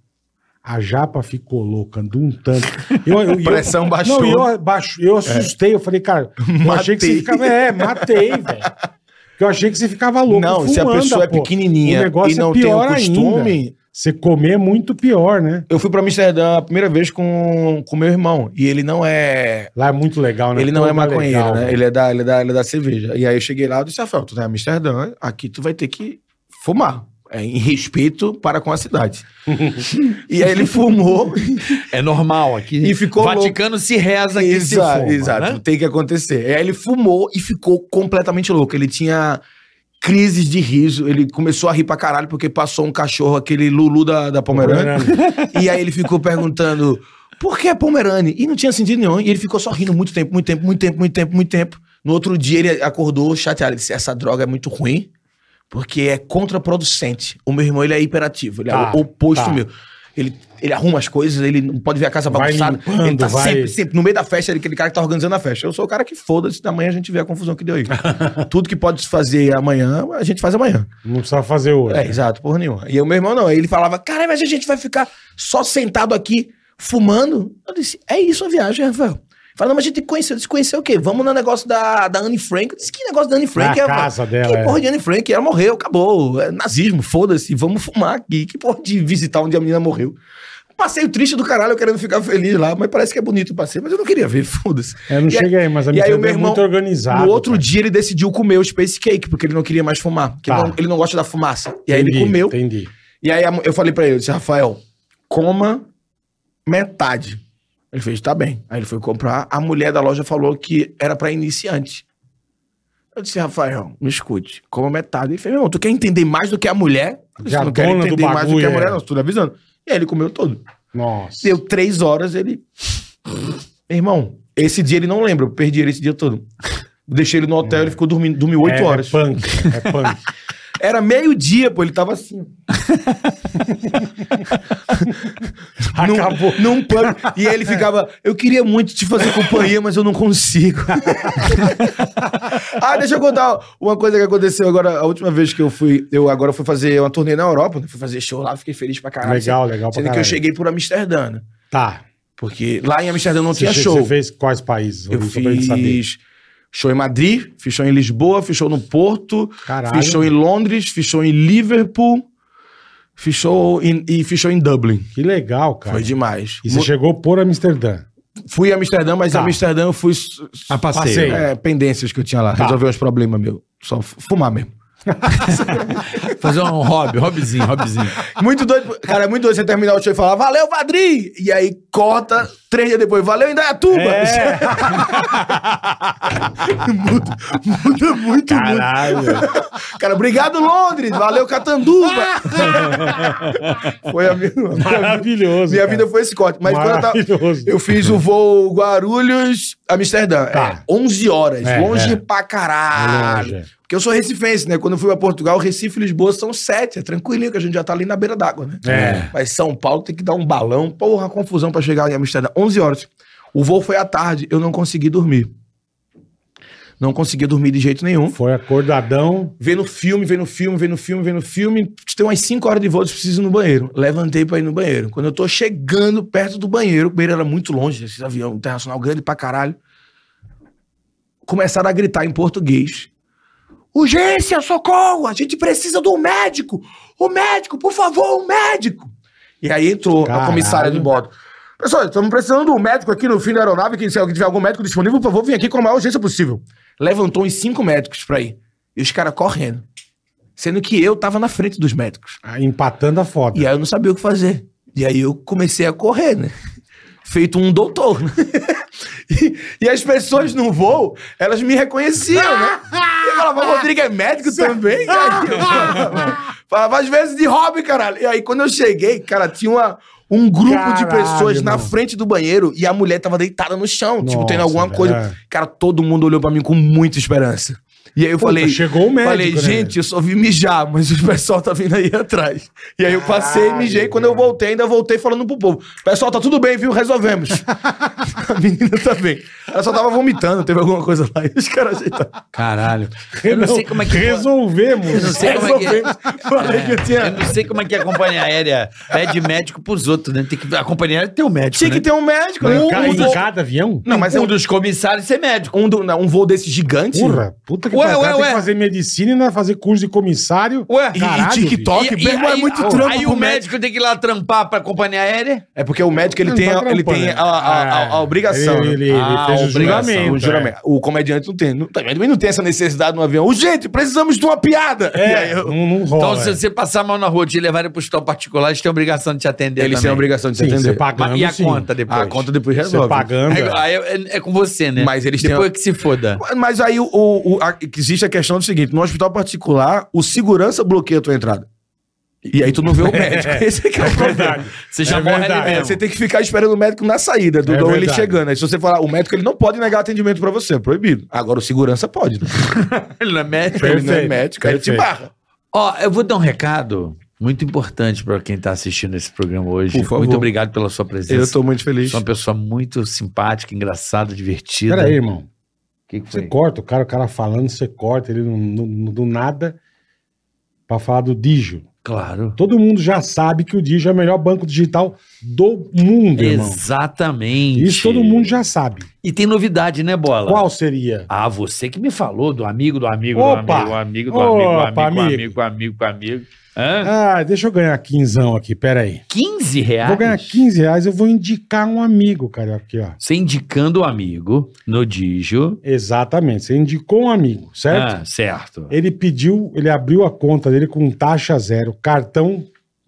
Speaker 2: a japa ficou louca de um tanto. Eu, eu- eu-
Speaker 6: Pressão baixou. É.
Speaker 2: Não, eu, baixo, eu assustei. Eu falei, cara, eu achei que você
Speaker 6: Matei.
Speaker 2: ficava... É, matei, velho. Porque Eu achei que você ficava louco
Speaker 6: não, se a
Speaker 2: fumando,
Speaker 6: pessoa é
Speaker 2: pô. O
Speaker 6: pequenininha
Speaker 2: negócio
Speaker 6: e não
Speaker 2: é
Speaker 6: tem o
Speaker 2: pior
Speaker 6: costume.
Speaker 2: ainda. Você comer é muito pior, né?
Speaker 6: Eu fui pra Amsterdã a primeira vez com o meu irmão. E ele não é.
Speaker 2: Lá é muito legal, né?
Speaker 6: Ele não
Speaker 2: Pô,
Speaker 6: é
Speaker 2: tá
Speaker 6: maconheiro,
Speaker 2: legal,
Speaker 6: né?
Speaker 2: velho.
Speaker 6: Ele é, da, ele, é da, ele é da cerveja. E aí eu cheguei lá e disse, Rafael, tu tá em Amsterdã, aqui tu vai ter que fumar. É, em respeito para com a cidade. e aí ele fumou
Speaker 4: É normal aqui.
Speaker 6: E ficou
Speaker 4: Vaticano se reza aqui se
Speaker 6: exato,
Speaker 4: fuma,
Speaker 6: exato.
Speaker 4: né?
Speaker 6: Tem que acontecer. Aí ele fumou e ficou completamente louco. Ele tinha crises de riso. Ele começou a rir pra caralho porque passou um cachorro, aquele Lulu da, da Pomerânia. e aí ele ficou perguntando por que Pomerânia? E não tinha sentido nenhum. E ele ficou só rindo muito tempo, muito tempo, muito tempo, muito tempo, muito tempo. No outro dia ele acordou chateado. Ele disse, essa droga é muito ruim. Porque é contraproducente. O meu irmão, ele é hiperativo. Ele
Speaker 2: Tá,
Speaker 6: é o oposto
Speaker 2: tá.
Speaker 6: meu. Ele, ele arruma as coisas, ele não pode ver a casa
Speaker 2: Vai
Speaker 6: bagunçada.
Speaker 2: limpando,
Speaker 6: ele tá
Speaker 2: vai-
Speaker 6: sempre, sempre no meio da festa, ele, aquele cara que tá organizando a festa. Eu sou o cara que foda-se, da manhã a gente vê a confusão que deu aí. Tudo que pode se fazer amanhã, a gente faz amanhã.
Speaker 2: Não precisa fazer hoje.
Speaker 6: É, exato, porra nenhuma. E o meu irmão não, ele falava, cara, mas a gente vai ficar só sentado aqui, fumando? Eu disse, é isso a viagem, Rafael. Fala, não, mas a gente tem que conhecer. Eu disse, conhecer o quê? Vamos no negócio da, da Anne Frank. Eu disse, que negócio da Anne Frank?
Speaker 2: Na
Speaker 6: Rafael?
Speaker 2: casa dela,
Speaker 6: Que
Speaker 2: é.
Speaker 6: porra de Anne Frank? Ela morreu, acabou. É nazismo, foda-se. Vamos fumar aqui. Que porra de visitar onde a menina morreu. Passeio triste do caralho, eu querendo ficar feliz lá, mas parece que é bonito o passeio, mas eu não queria ver, foda-se.
Speaker 2: Eu não
Speaker 6: E aí-
Speaker 2: cheguei aí, mas a
Speaker 6: e
Speaker 2: minha
Speaker 6: aí o
Speaker 2: irmã
Speaker 6: meu
Speaker 2: é
Speaker 6: irmão,
Speaker 2: muito organizada.
Speaker 6: no outro
Speaker 2: cara.
Speaker 6: dia ele decidiu comer o space cake, porque ele não queria mais fumar. Porque
Speaker 2: Tá.
Speaker 6: ele, não, ele não gosta da fumaça. E aí ele
Speaker 2: Entendi,
Speaker 6: comeu.
Speaker 2: Entendi.
Speaker 6: E aí a mu- eu falei pra ele, eu disse, Rafael, coma metade. Ele fez, tá bem. Aí ele foi comprar. A mulher da loja falou que era pra iniciante. Eu disse, Rafael, me escute, coma metade. Ele fez, meu irmão, tu quer entender mais do que a mulher? Eu disse,
Speaker 2: Já
Speaker 6: não quero
Speaker 2: dona do
Speaker 6: entender mais do que
Speaker 2: bagulho,
Speaker 6: a mulher,
Speaker 2: é.
Speaker 6: não, tô te avisando. E aí ele comeu todo.
Speaker 2: Nossa.
Speaker 6: Deu três horas, ele. Meu irmão, esse dia ele não lembra, eu perdi ele esse dia todo. Deixei ele no hotel, ele ficou dormindo, dormiu oito
Speaker 2: É-
Speaker 6: horas.
Speaker 2: É punk. É punk.
Speaker 6: Era meio-dia, pô, ele tava assim. num,
Speaker 2: Acabou.
Speaker 6: Num pub. E aí ele ficava, eu queria muito te fazer companhia, mas eu não consigo. ah, deixa eu contar uma coisa que aconteceu agora, a última vez que eu fui, eu agora fui fazer uma turnê na Europa, né? fui fazer show lá, fiquei feliz pra caralho.
Speaker 2: Legal, legal pra
Speaker 6: Sendo que eu
Speaker 2: caralho.
Speaker 6: cheguei por Amsterdã, né?
Speaker 2: Tá.
Speaker 6: Porque lá em Amsterdã não
Speaker 2: Você,
Speaker 6: tinha
Speaker 2: che-
Speaker 6: show.
Speaker 2: você fez quais países?
Speaker 6: Eu
Speaker 2: Rodrigo, só pra gente saber?
Speaker 6: fiz show em Madrid, fiz show em Lisboa, fiz show no Porto,
Speaker 2: Caralho.
Speaker 6: fiz show em Londres, fiz show em Liverpool, fiz show em, e fiz show em Dublin.
Speaker 2: Que legal, cara.
Speaker 6: Foi demais.
Speaker 2: Tá. E você
Speaker 6: Mu-
Speaker 2: chegou por Amsterdã.
Speaker 6: Fui a Amsterdã, mas
Speaker 2: Tá.
Speaker 6: em Amsterdã eu fui s- s-
Speaker 5: A passeio.
Speaker 2: Passeio.
Speaker 6: é, pendências que eu tinha lá,
Speaker 2: Tá.
Speaker 6: resolver os problemas meu, só f- fumar mesmo.
Speaker 5: Fazer um hobby, hobbyzinho, hobbyzinho.
Speaker 6: Muito doido. Cara, é muito doido você terminar o show e falar, valeu, Vadri! E aí corta, três dias depois, valeu, é
Speaker 2: É,
Speaker 6: Indaiatuba! muda, muda muito, né?
Speaker 5: Caralho.
Speaker 6: muito. Cara, obrigado, Londres! Valeu, Catanduva! foi a minha,
Speaker 2: Maravilhoso.
Speaker 6: minha
Speaker 2: cara.
Speaker 6: vida foi esse corte. Mas quando eu tava-
Speaker 2: Maravilhoso.
Speaker 6: eu fiz o voo Guarulhos, Amsterdã.
Speaker 2: Tá.
Speaker 6: É, 11 horas,
Speaker 2: É,
Speaker 6: longe
Speaker 2: é.
Speaker 6: pra caralho.
Speaker 2: Longe, é.
Speaker 6: Porque eu sou recifense, né? Quando eu fui pra Portugal, Recife e Lisboa são sete. É tranquilinho que a gente já tá ali na beira d'água, né?
Speaker 2: É.
Speaker 6: Mas São Paulo tem que dar um balão. Porra, confusão pra chegar em Amsterdã. 11 horas. O voo foi à tarde, eu não consegui dormir. Não conseguia dormir de jeito nenhum.
Speaker 2: Foi acordadão.
Speaker 6: Vendo filme, vendo filme, vendo filme, vendo filme. Tem umas 5 horas de voo, eu preciso ir no banheiro. Levantei pra ir no banheiro. Quando eu tô chegando perto do banheiro, o banheiro era muito longe, esse avião internacional grande pra caralho. Começaram a gritar em português. Urgência, socorro! A gente precisa do médico! O médico, por favor, o médico! E aí entrou
Speaker 2: Caralho.
Speaker 6: a comissária de bordo. Pessoal, estamos precisando do médico aqui no fim da aeronave. Quem se alguém tiver algum médico disponível, por favor, vem aqui com a maior urgência possível. Levantou uns cinco médicos pra ir. E os caras correndo. Sendo que eu tava na frente dos médicos.
Speaker 2: ah, Empatando a foda.
Speaker 6: E aí eu não sabia o que fazer. E aí eu comecei a correr, né? Feito um doutor. né? E, e as pessoas no voo, elas me reconheciam, né? E eu falava, o Rodrigo é médico também? E aí eu falava, falava, às vezes de hobby, caralho. E aí quando eu cheguei, cara, tinha uma- um grupo
Speaker 2: Caralho,
Speaker 6: de pessoas na
Speaker 2: mano.
Speaker 6: frente do banheiro e a mulher tava deitada no chão, tipo, tendo
Speaker 2: Nossa,
Speaker 6: alguma
Speaker 2: velho.
Speaker 6: coisa. Cara, todo mundo olhou pra mim com muita esperança. E aí eu
Speaker 2: Puta,
Speaker 6: falei,
Speaker 2: chegou o médico,
Speaker 6: falei,
Speaker 2: né?
Speaker 6: gente, eu só vi mijar, mas o pessoal tá vindo aí atrás. E aí eu passei,
Speaker 2: Caralho,
Speaker 6: mijei. Quando eu
Speaker 2: velho.
Speaker 6: voltei, ainda voltei falando pro povo: Pessoal, tá tudo bem, viu? Resolvemos. a menina tá bem. Ela só tava vomitando, teve alguma coisa lá. E os caras ajeitaram.
Speaker 5: Caralho.
Speaker 4: Eu não sei como é que.
Speaker 2: Resolvemos.
Speaker 4: Eu não sei como é que.
Speaker 6: Falei que eu tinha.
Speaker 4: Eu não sei como é que a companhia aérea pede médico pros outros, né? Tem que, a companhia aérea tem o médico.
Speaker 6: Tinha
Speaker 4: né?
Speaker 6: que ter um médico, né?
Speaker 2: Em
Speaker 6: Um,
Speaker 2: ca-
Speaker 6: um
Speaker 2: em
Speaker 6: voo,
Speaker 2: cada avião?
Speaker 6: não, mas é
Speaker 4: um
Speaker 6: um,
Speaker 4: dos comissários ser médico.
Speaker 6: um, do- não, um voo desse gigante.
Speaker 2: Porra, puta que
Speaker 4: Ué,
Speaker 2: pariu. O cara
Speaker 4: ué,
Speaker 2: tem
Speaker 4: ué.
Speaker 2: que fazer medicina e ainda fazer curso de comissário.
Speaker 4: Ué,
Speaker 6: E, e
Speaker 2: Caralho,
Speaker 6: TikTok,
Speaker 4: E- e
Speaker 6: meu irmão, é
Speaker 4: aí-
Speaker 6: muito
Speaker 4: aí
Speaker 6: trampo
Speaker 4: o
Speaker 6: pro
Speaker 4: médico, tem que ir lá trampar pra companhia aérea?
Speaker 6: É porque o médico ele
Speaker 2: Não
Speaker 6: tem,
Speaker 2: tá
Speaker 6: a, ele
Speaker 2: trampando, né?
Speaker 6: tem a, a- a- a
Speaker 2: É.
Speaker 6: obrigação.
Speaker 2: Ele-
Speaker 6: né?
Speaker 2: ele- ele
Speaker 6: A
Speaker 2: fez o
Speaker 6: obrigação,
Speaker 2: juramento, é.
Speaker 6: O, juramento. o comediante não tem. Não, também não tem essa necessidade no avião. Gente, precisamos de uma piada. E aí
Speaker 2: É,
Speaker 6: eu-
Speaker 2: não, não rola.
Speaker 4: Então, se você passar mal na rua e te levarem pro hospital particular, eles têm a obrigação de te atender.
Speaker 6: Eles têm
Speaker 4: também.
Speaker 6: a obrigação de se
Speaker 2: Sim, você
Speaker 6: atender.
Speaker 2: pagando,
Speaker 4: Mas E a
Speaker 2: sim. Ah,
Speaker 4: conta depois?
Speaker 6: A conta depois
Speaker 2: Você
Speaker 6: resolve.
Speaker 2: pagando.
Speaker 4: É, aí é, é com você, né?
Speaker 6: Mas eles têm
Speaker 4: Depois
Speaker 6: a-
Speaker 4: que se foda.
Speaker 6: Mas aí o, o- o- a- existe a questão do seguinte: no hospital particular, o segurança bloqueia a tua entrada. E aí tu não vê o médico. Esse que é o problema.
Speaker 4: Você já
Speaker 2: É
Speaker 4: morre né?
Speaker 2: verdade.
Speaker 4: ali
Speaker 6: É,
Speaker 4: mesmo.
Speaker 6: você tem que ficar esperando o médico na saída, do
Speaker 2: É
Speaker 6: ou ele
Speaker 2: verdade.
Speaker 6: chegando. Aí se você falar, o médico ele não pode negar atendimento pra você, é proibido. Agora o segurança pode. Né?
Speaker 4: Ele não é médico.
Speaker 6: Ele não é
Speaker 2: Perfeito,
Speaker 6: médico, aí ele te
Speaker 2: perfeito.
Speaker 6: barra.
Speaker 4: Ó, eu vou dar um recado muito importante pra quem tá assistindo esse programa hoje.
Speaker 6: Por favor.
Speaker 4: Muito obrigado pela sua
Speaker 6: Eu
Speaker 4: presença.
Speaker 6: tô muito feliz.
Speaker 4: Sou uma pessoa muito simpática, engraçada, divertida.
Speaker 2: Peraí, irmão.
Speaker 4: O que, que
Speaker 2: Você
Speaker 4: foi?
Speaker 2: corta o cara, o cara falando, você corta ele no- no- do nada pra falar do Digio.
Speaker 4: Claro.
Speaker 2: Todo mundo já sabe que o Digio é o melhor banco digital do mundo, irmão.
Speaker 4: Exatamente.
Speaker 2: Isso todo mundo já sabe.
Speaker 4: E tem novidade, né, Bola?
Speaker 2: Qual seria?
Speaker 4: Ah, você que me falou do amigo, do amigo, do
Speaker 2: Opa!
Speaker 4: amigo, amigo, do amigo,
Speaker 2: Opa,
Speaker 4: amigo,
Speaker 2: amigo.
Speaker 4: amigo, amigo, amigo. Hã?
Speaker 2: Ah, deixa eu ganhar quinzão aqui, peraí.
Speaker 4: 15 reais?
Speaker 2: Vou ganhar 15 reais, eu vou indicar um amigo, cara, aqui, ó.
Speaker 4: Você indicando o amigo no Digio.
Speaker 2: Exatamente, você indicou um amigo, certo?
Speaker 4: Ah, certo.
Speaker 2: Ele pediu, ele abriu a conta dele com taxa zero, cartão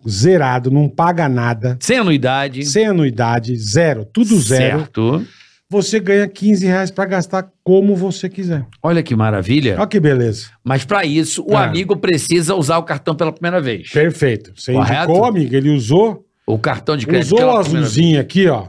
Speaker 2: zerado, não paga nada,
Speaker 4: Sem anuidade.
Speaker 2: sem anuidade, zero, tudo zero.
Speaker 4: Certo.
Speaker 2: Você ganha 15 reais pra gastar como você quiser.
Speaker 4: Olha que maravilha.
Speaker 2: Olha que beleza.
Speaker 4: Mas para isso, o
Speaker 2: Ah.
Speaker 4: amigo precisa usar o cartão pela primeira vez.
Speaker 2: Perfeito. Você
Speaker 4: Correto?
Speaker 2: indicou, amigo, ele usou,
Speaker 4: O cartão de crédito
Speaker 2: usou o
Speaker 4: pela primeira vez.
Speaker 2: azulzinho aqui, ó.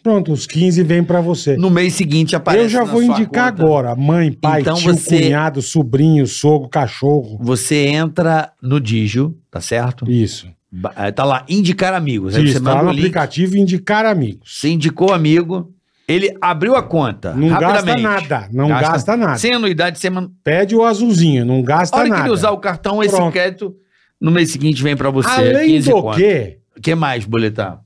Speaker 2: Pronto, os 15 vem pra você.
Speaker 4: No mês seguinte aparece
Speaker 2: Eu já
Speaker 4: na
Speaker 2: vou
Speaker 4: sua
Speaker 2: indicar
Speaker 4: conta.
Speaker 2: agora. Mãe, pai,
Speaker 4: Então
Speaker 2: tio,
Speaker 4: você-
Speaker 2: cunhado, sobrinho, sogro, cachorro.
Speaker 4: Você entra no Digio, tá certo?
Speaker 2: Isso.
Speaker 4: Ba- eh, Tá lá, indicar amigos. Aí
Speaker 2: Isso,
Speaker 4: você
Speaker 2: tá lá
Speaker 4: manda
Speaker 2: no
Speaker 4: o link.
Speaker 2: aplicativo indicar amigos.
Speaker 4: Você indicou o amigo, ele abriu a conta.
Speaker 2: Não gasta
Speaker 4: rapidamente.
Speaker 2: nada, não
Speaker 4: Gasta-
Speaker 2: gasta, nada.
Speaker 4: Sem anuidade, sem man...
Speaker 2: Pede o azulzinho, não
Speaker 4: A
Speaker 2: gasta
Speaker 4: hora que
Speaker 2: nada.
Speaker 4: ele usar é o cartão, esse
Speaker 2: Pronto.
Speaker 4: crédito no mês seguinte vem pra você.
Speaker 2: Além
Speaker 4: 15
Speaker 2: do
Speaker 4: conto.
Speaker 2: que,
Speaker 4: O que mais, Boletar?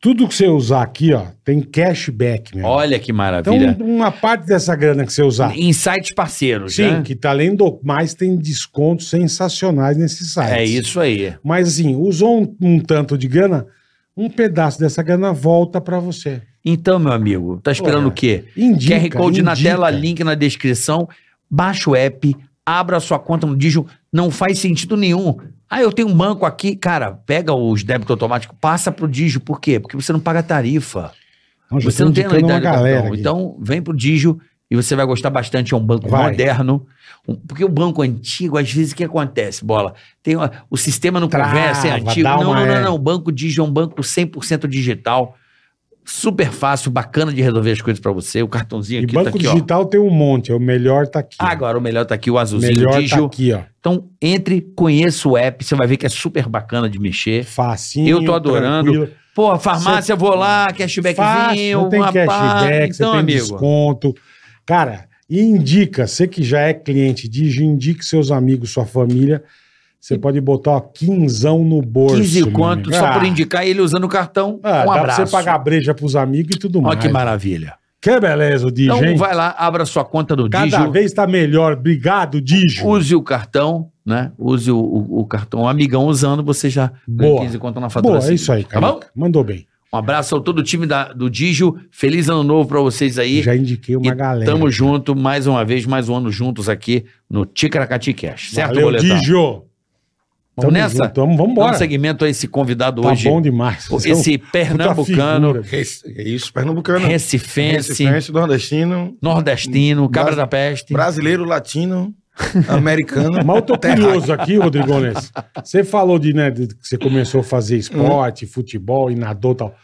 Speaker 2: tudo que você usar aqui, ó, tem cashback, meu.
Speaker 4: Olha que
Speaker 2: então,
Speaker 4: maravilha.
Speaker 2: uma parte dessa grana que você usar.
Speaker 4: Em sites parceiros,
Speaker 2: Sim,
Speaker 4: né?
Speaker 2: que tá além do mais, tem descontos sensacionais nesses sites.
Speaker 4: É isso aí.
Speaker 2: Mas assim, usou um, um tanto de grana, um pedaço dessa grana volta pra você.
Speaker 4: Então, meu amigo, tá esperando
Speaker 2: Olha,
Speaker 4: o quê?
Speaker 2: Indica,
Speaker 4: QR Code na
Speaker 2: indica.
Speaker 4: tela, link na descrição. Baixa o app, abra sua conta no Digio, não faz sentido nenhum. Ah, eu tenho um banco aqui, cara, pega os débitos automáticos, passa pro Digio, por quê? Porque você não paga tarifa.
Speaker 2: Não, já
Speaker 4: Você não
Speaker 2: estamos
Speaker 4: tem a
Speaker 2: tá indicando uma
Speaker 4: anuidade do
Speaker 2: galera.
Speaker 4: cartão.
Speaker 2: aqui.
Speaker 4: Então, vem pro Digio e você vai gostar bastante. É um banco
Speaker 2: Vai.
Speaker 4: moderno. Um- porque o banco antigo, às vezes, o que acontece, bola? Tem uma- o sistema não
Speaker 2: Trava,
Speaker 4: conversa, é antigo.
Speaker 2: dá
Speaker 4: Não,
Speaker 2: uma-
Speaker 4: não, não,
Speaker 2: é.
Speaker 4: não. O banco Digio é um banco 100% digital. Super fácil, bacana de resolver as coisas pra você. O cartãozinho
Speaker 2: E
Speaker 4: aqui
Speaker 2: banco
Speaker 4: tá aqui,
Speaker 2: digital tem um monte, é o melhor tá aqui.
Speaker 4: ó. Agora o melhor tá aqui, o
Speaker 2: o
Speaker 4: azulzinho,
Speaker 2: melhor tá
Speaker 4: Digio.
Speaker 2: aqui, ó.
Speaker 4: Então, entre, conheça o app, você vai ver que é super bacana de mexer.
Speaker 2: Facinho.
Speaker 4: Eu tô adorando.
Speaker 2: tranquilo.
Speaker 4: Pô, farmácia, eu vou lá, cashbackzinho,
Speaker 2: Fácil, tem
Speaker 4: uma pá.
Speaker 2: cashback, você
Speaker 4: Então,
Speaker 2: tem
Speaker 4: amigo.
Speaker 2: desconto. Cara, e indica, você que já é cliente, Digio, indique seus amigos, sua família. Você pode botar ó, quinzão no bolso.
Speaker 4: 15
Speaker 2: meu
Speaker 4: conto,
Speaker 2: amigo.
Speaker 4: só
Speaker 2: Ah,
Speaker 4: por indicar ele usando o cartão.
Speaker 2: ah,
Speaker 4: um
Speaker 2: dá
Speaker 4: abraço.
Speaker 2: pra você pagar breja pros amigos e tudo
Speaker 4: Olha
Speaker 2: mais.
Speaker 4: que maravilha.
Speaker 2: Que beleza, o Digio,
Speaker 4: Então
Speaker 2: hein?
Speaker 4: vai lá, abra sua conta do
Speaker 2: Cada
Speaker 4: Digio,
Speaker 2: vez tá melhor. Obrigado, Digio.
Speaker 4: use o cartão, né? Use o, o- o cartão um amigão usando, você já ganha
Speaker 2: Boa.
Speaker 4: 15 conto na fatura.
Speaker 2: Boa, é
Speaker 4: seguinte.
Speaker 2: isso aí,
Speaker 4: Tá
Speaker 2: cara.
Speaker 4: bom?
Speaker 2: Mandou bem.
Speaker 4: Um abraço a todo o time da- do Digio. Feliz ano novo pra vocês aí.
Speaker 2: Já indiquei uma
Speaker 4: E
Speaker 2: galera.
Speaker 4: Tamo junto, mais uma vez, mais um ano juntos aqui no Ticaracati Cash. Certo,
Speaker 2: Valeu,
Speaker 4: boletão?
Speaker 2: Digio.
Speaker 4: Vamos nessa?
Speaker 2: Tamo, vamos
Speaker 4: Dá um
Speaker 2: embora.
Speaker 4: segmento a esse convidado
Speaker 2: Tá
Speaker 4: hoje.
Speaker 2: bom demais.
Speaker 4: Pô,
Speaker 2: Vocês são
Speaker 4: Esse
Speaker 2: puta
Speaker 4: pernambucano,
Speaker 2: figura.
Speaker 6: É isso, pernambucano.
Speaker 4: recifense,
Speaker 6: Recifense, nordestino,
Speaker 4: nordestino, cabra
Speaker 6: Bras-
Speaker 4: da peste.
Speaker 6: brasileiro, latino, americano.
Speaker 2: Mas eu tô
Speaker 6: terráqueo.
Speaker 2: curioso aqui, Rodrigones. Você falou de, né, de que você começou a fazer esporte, futebol e nadou e tal.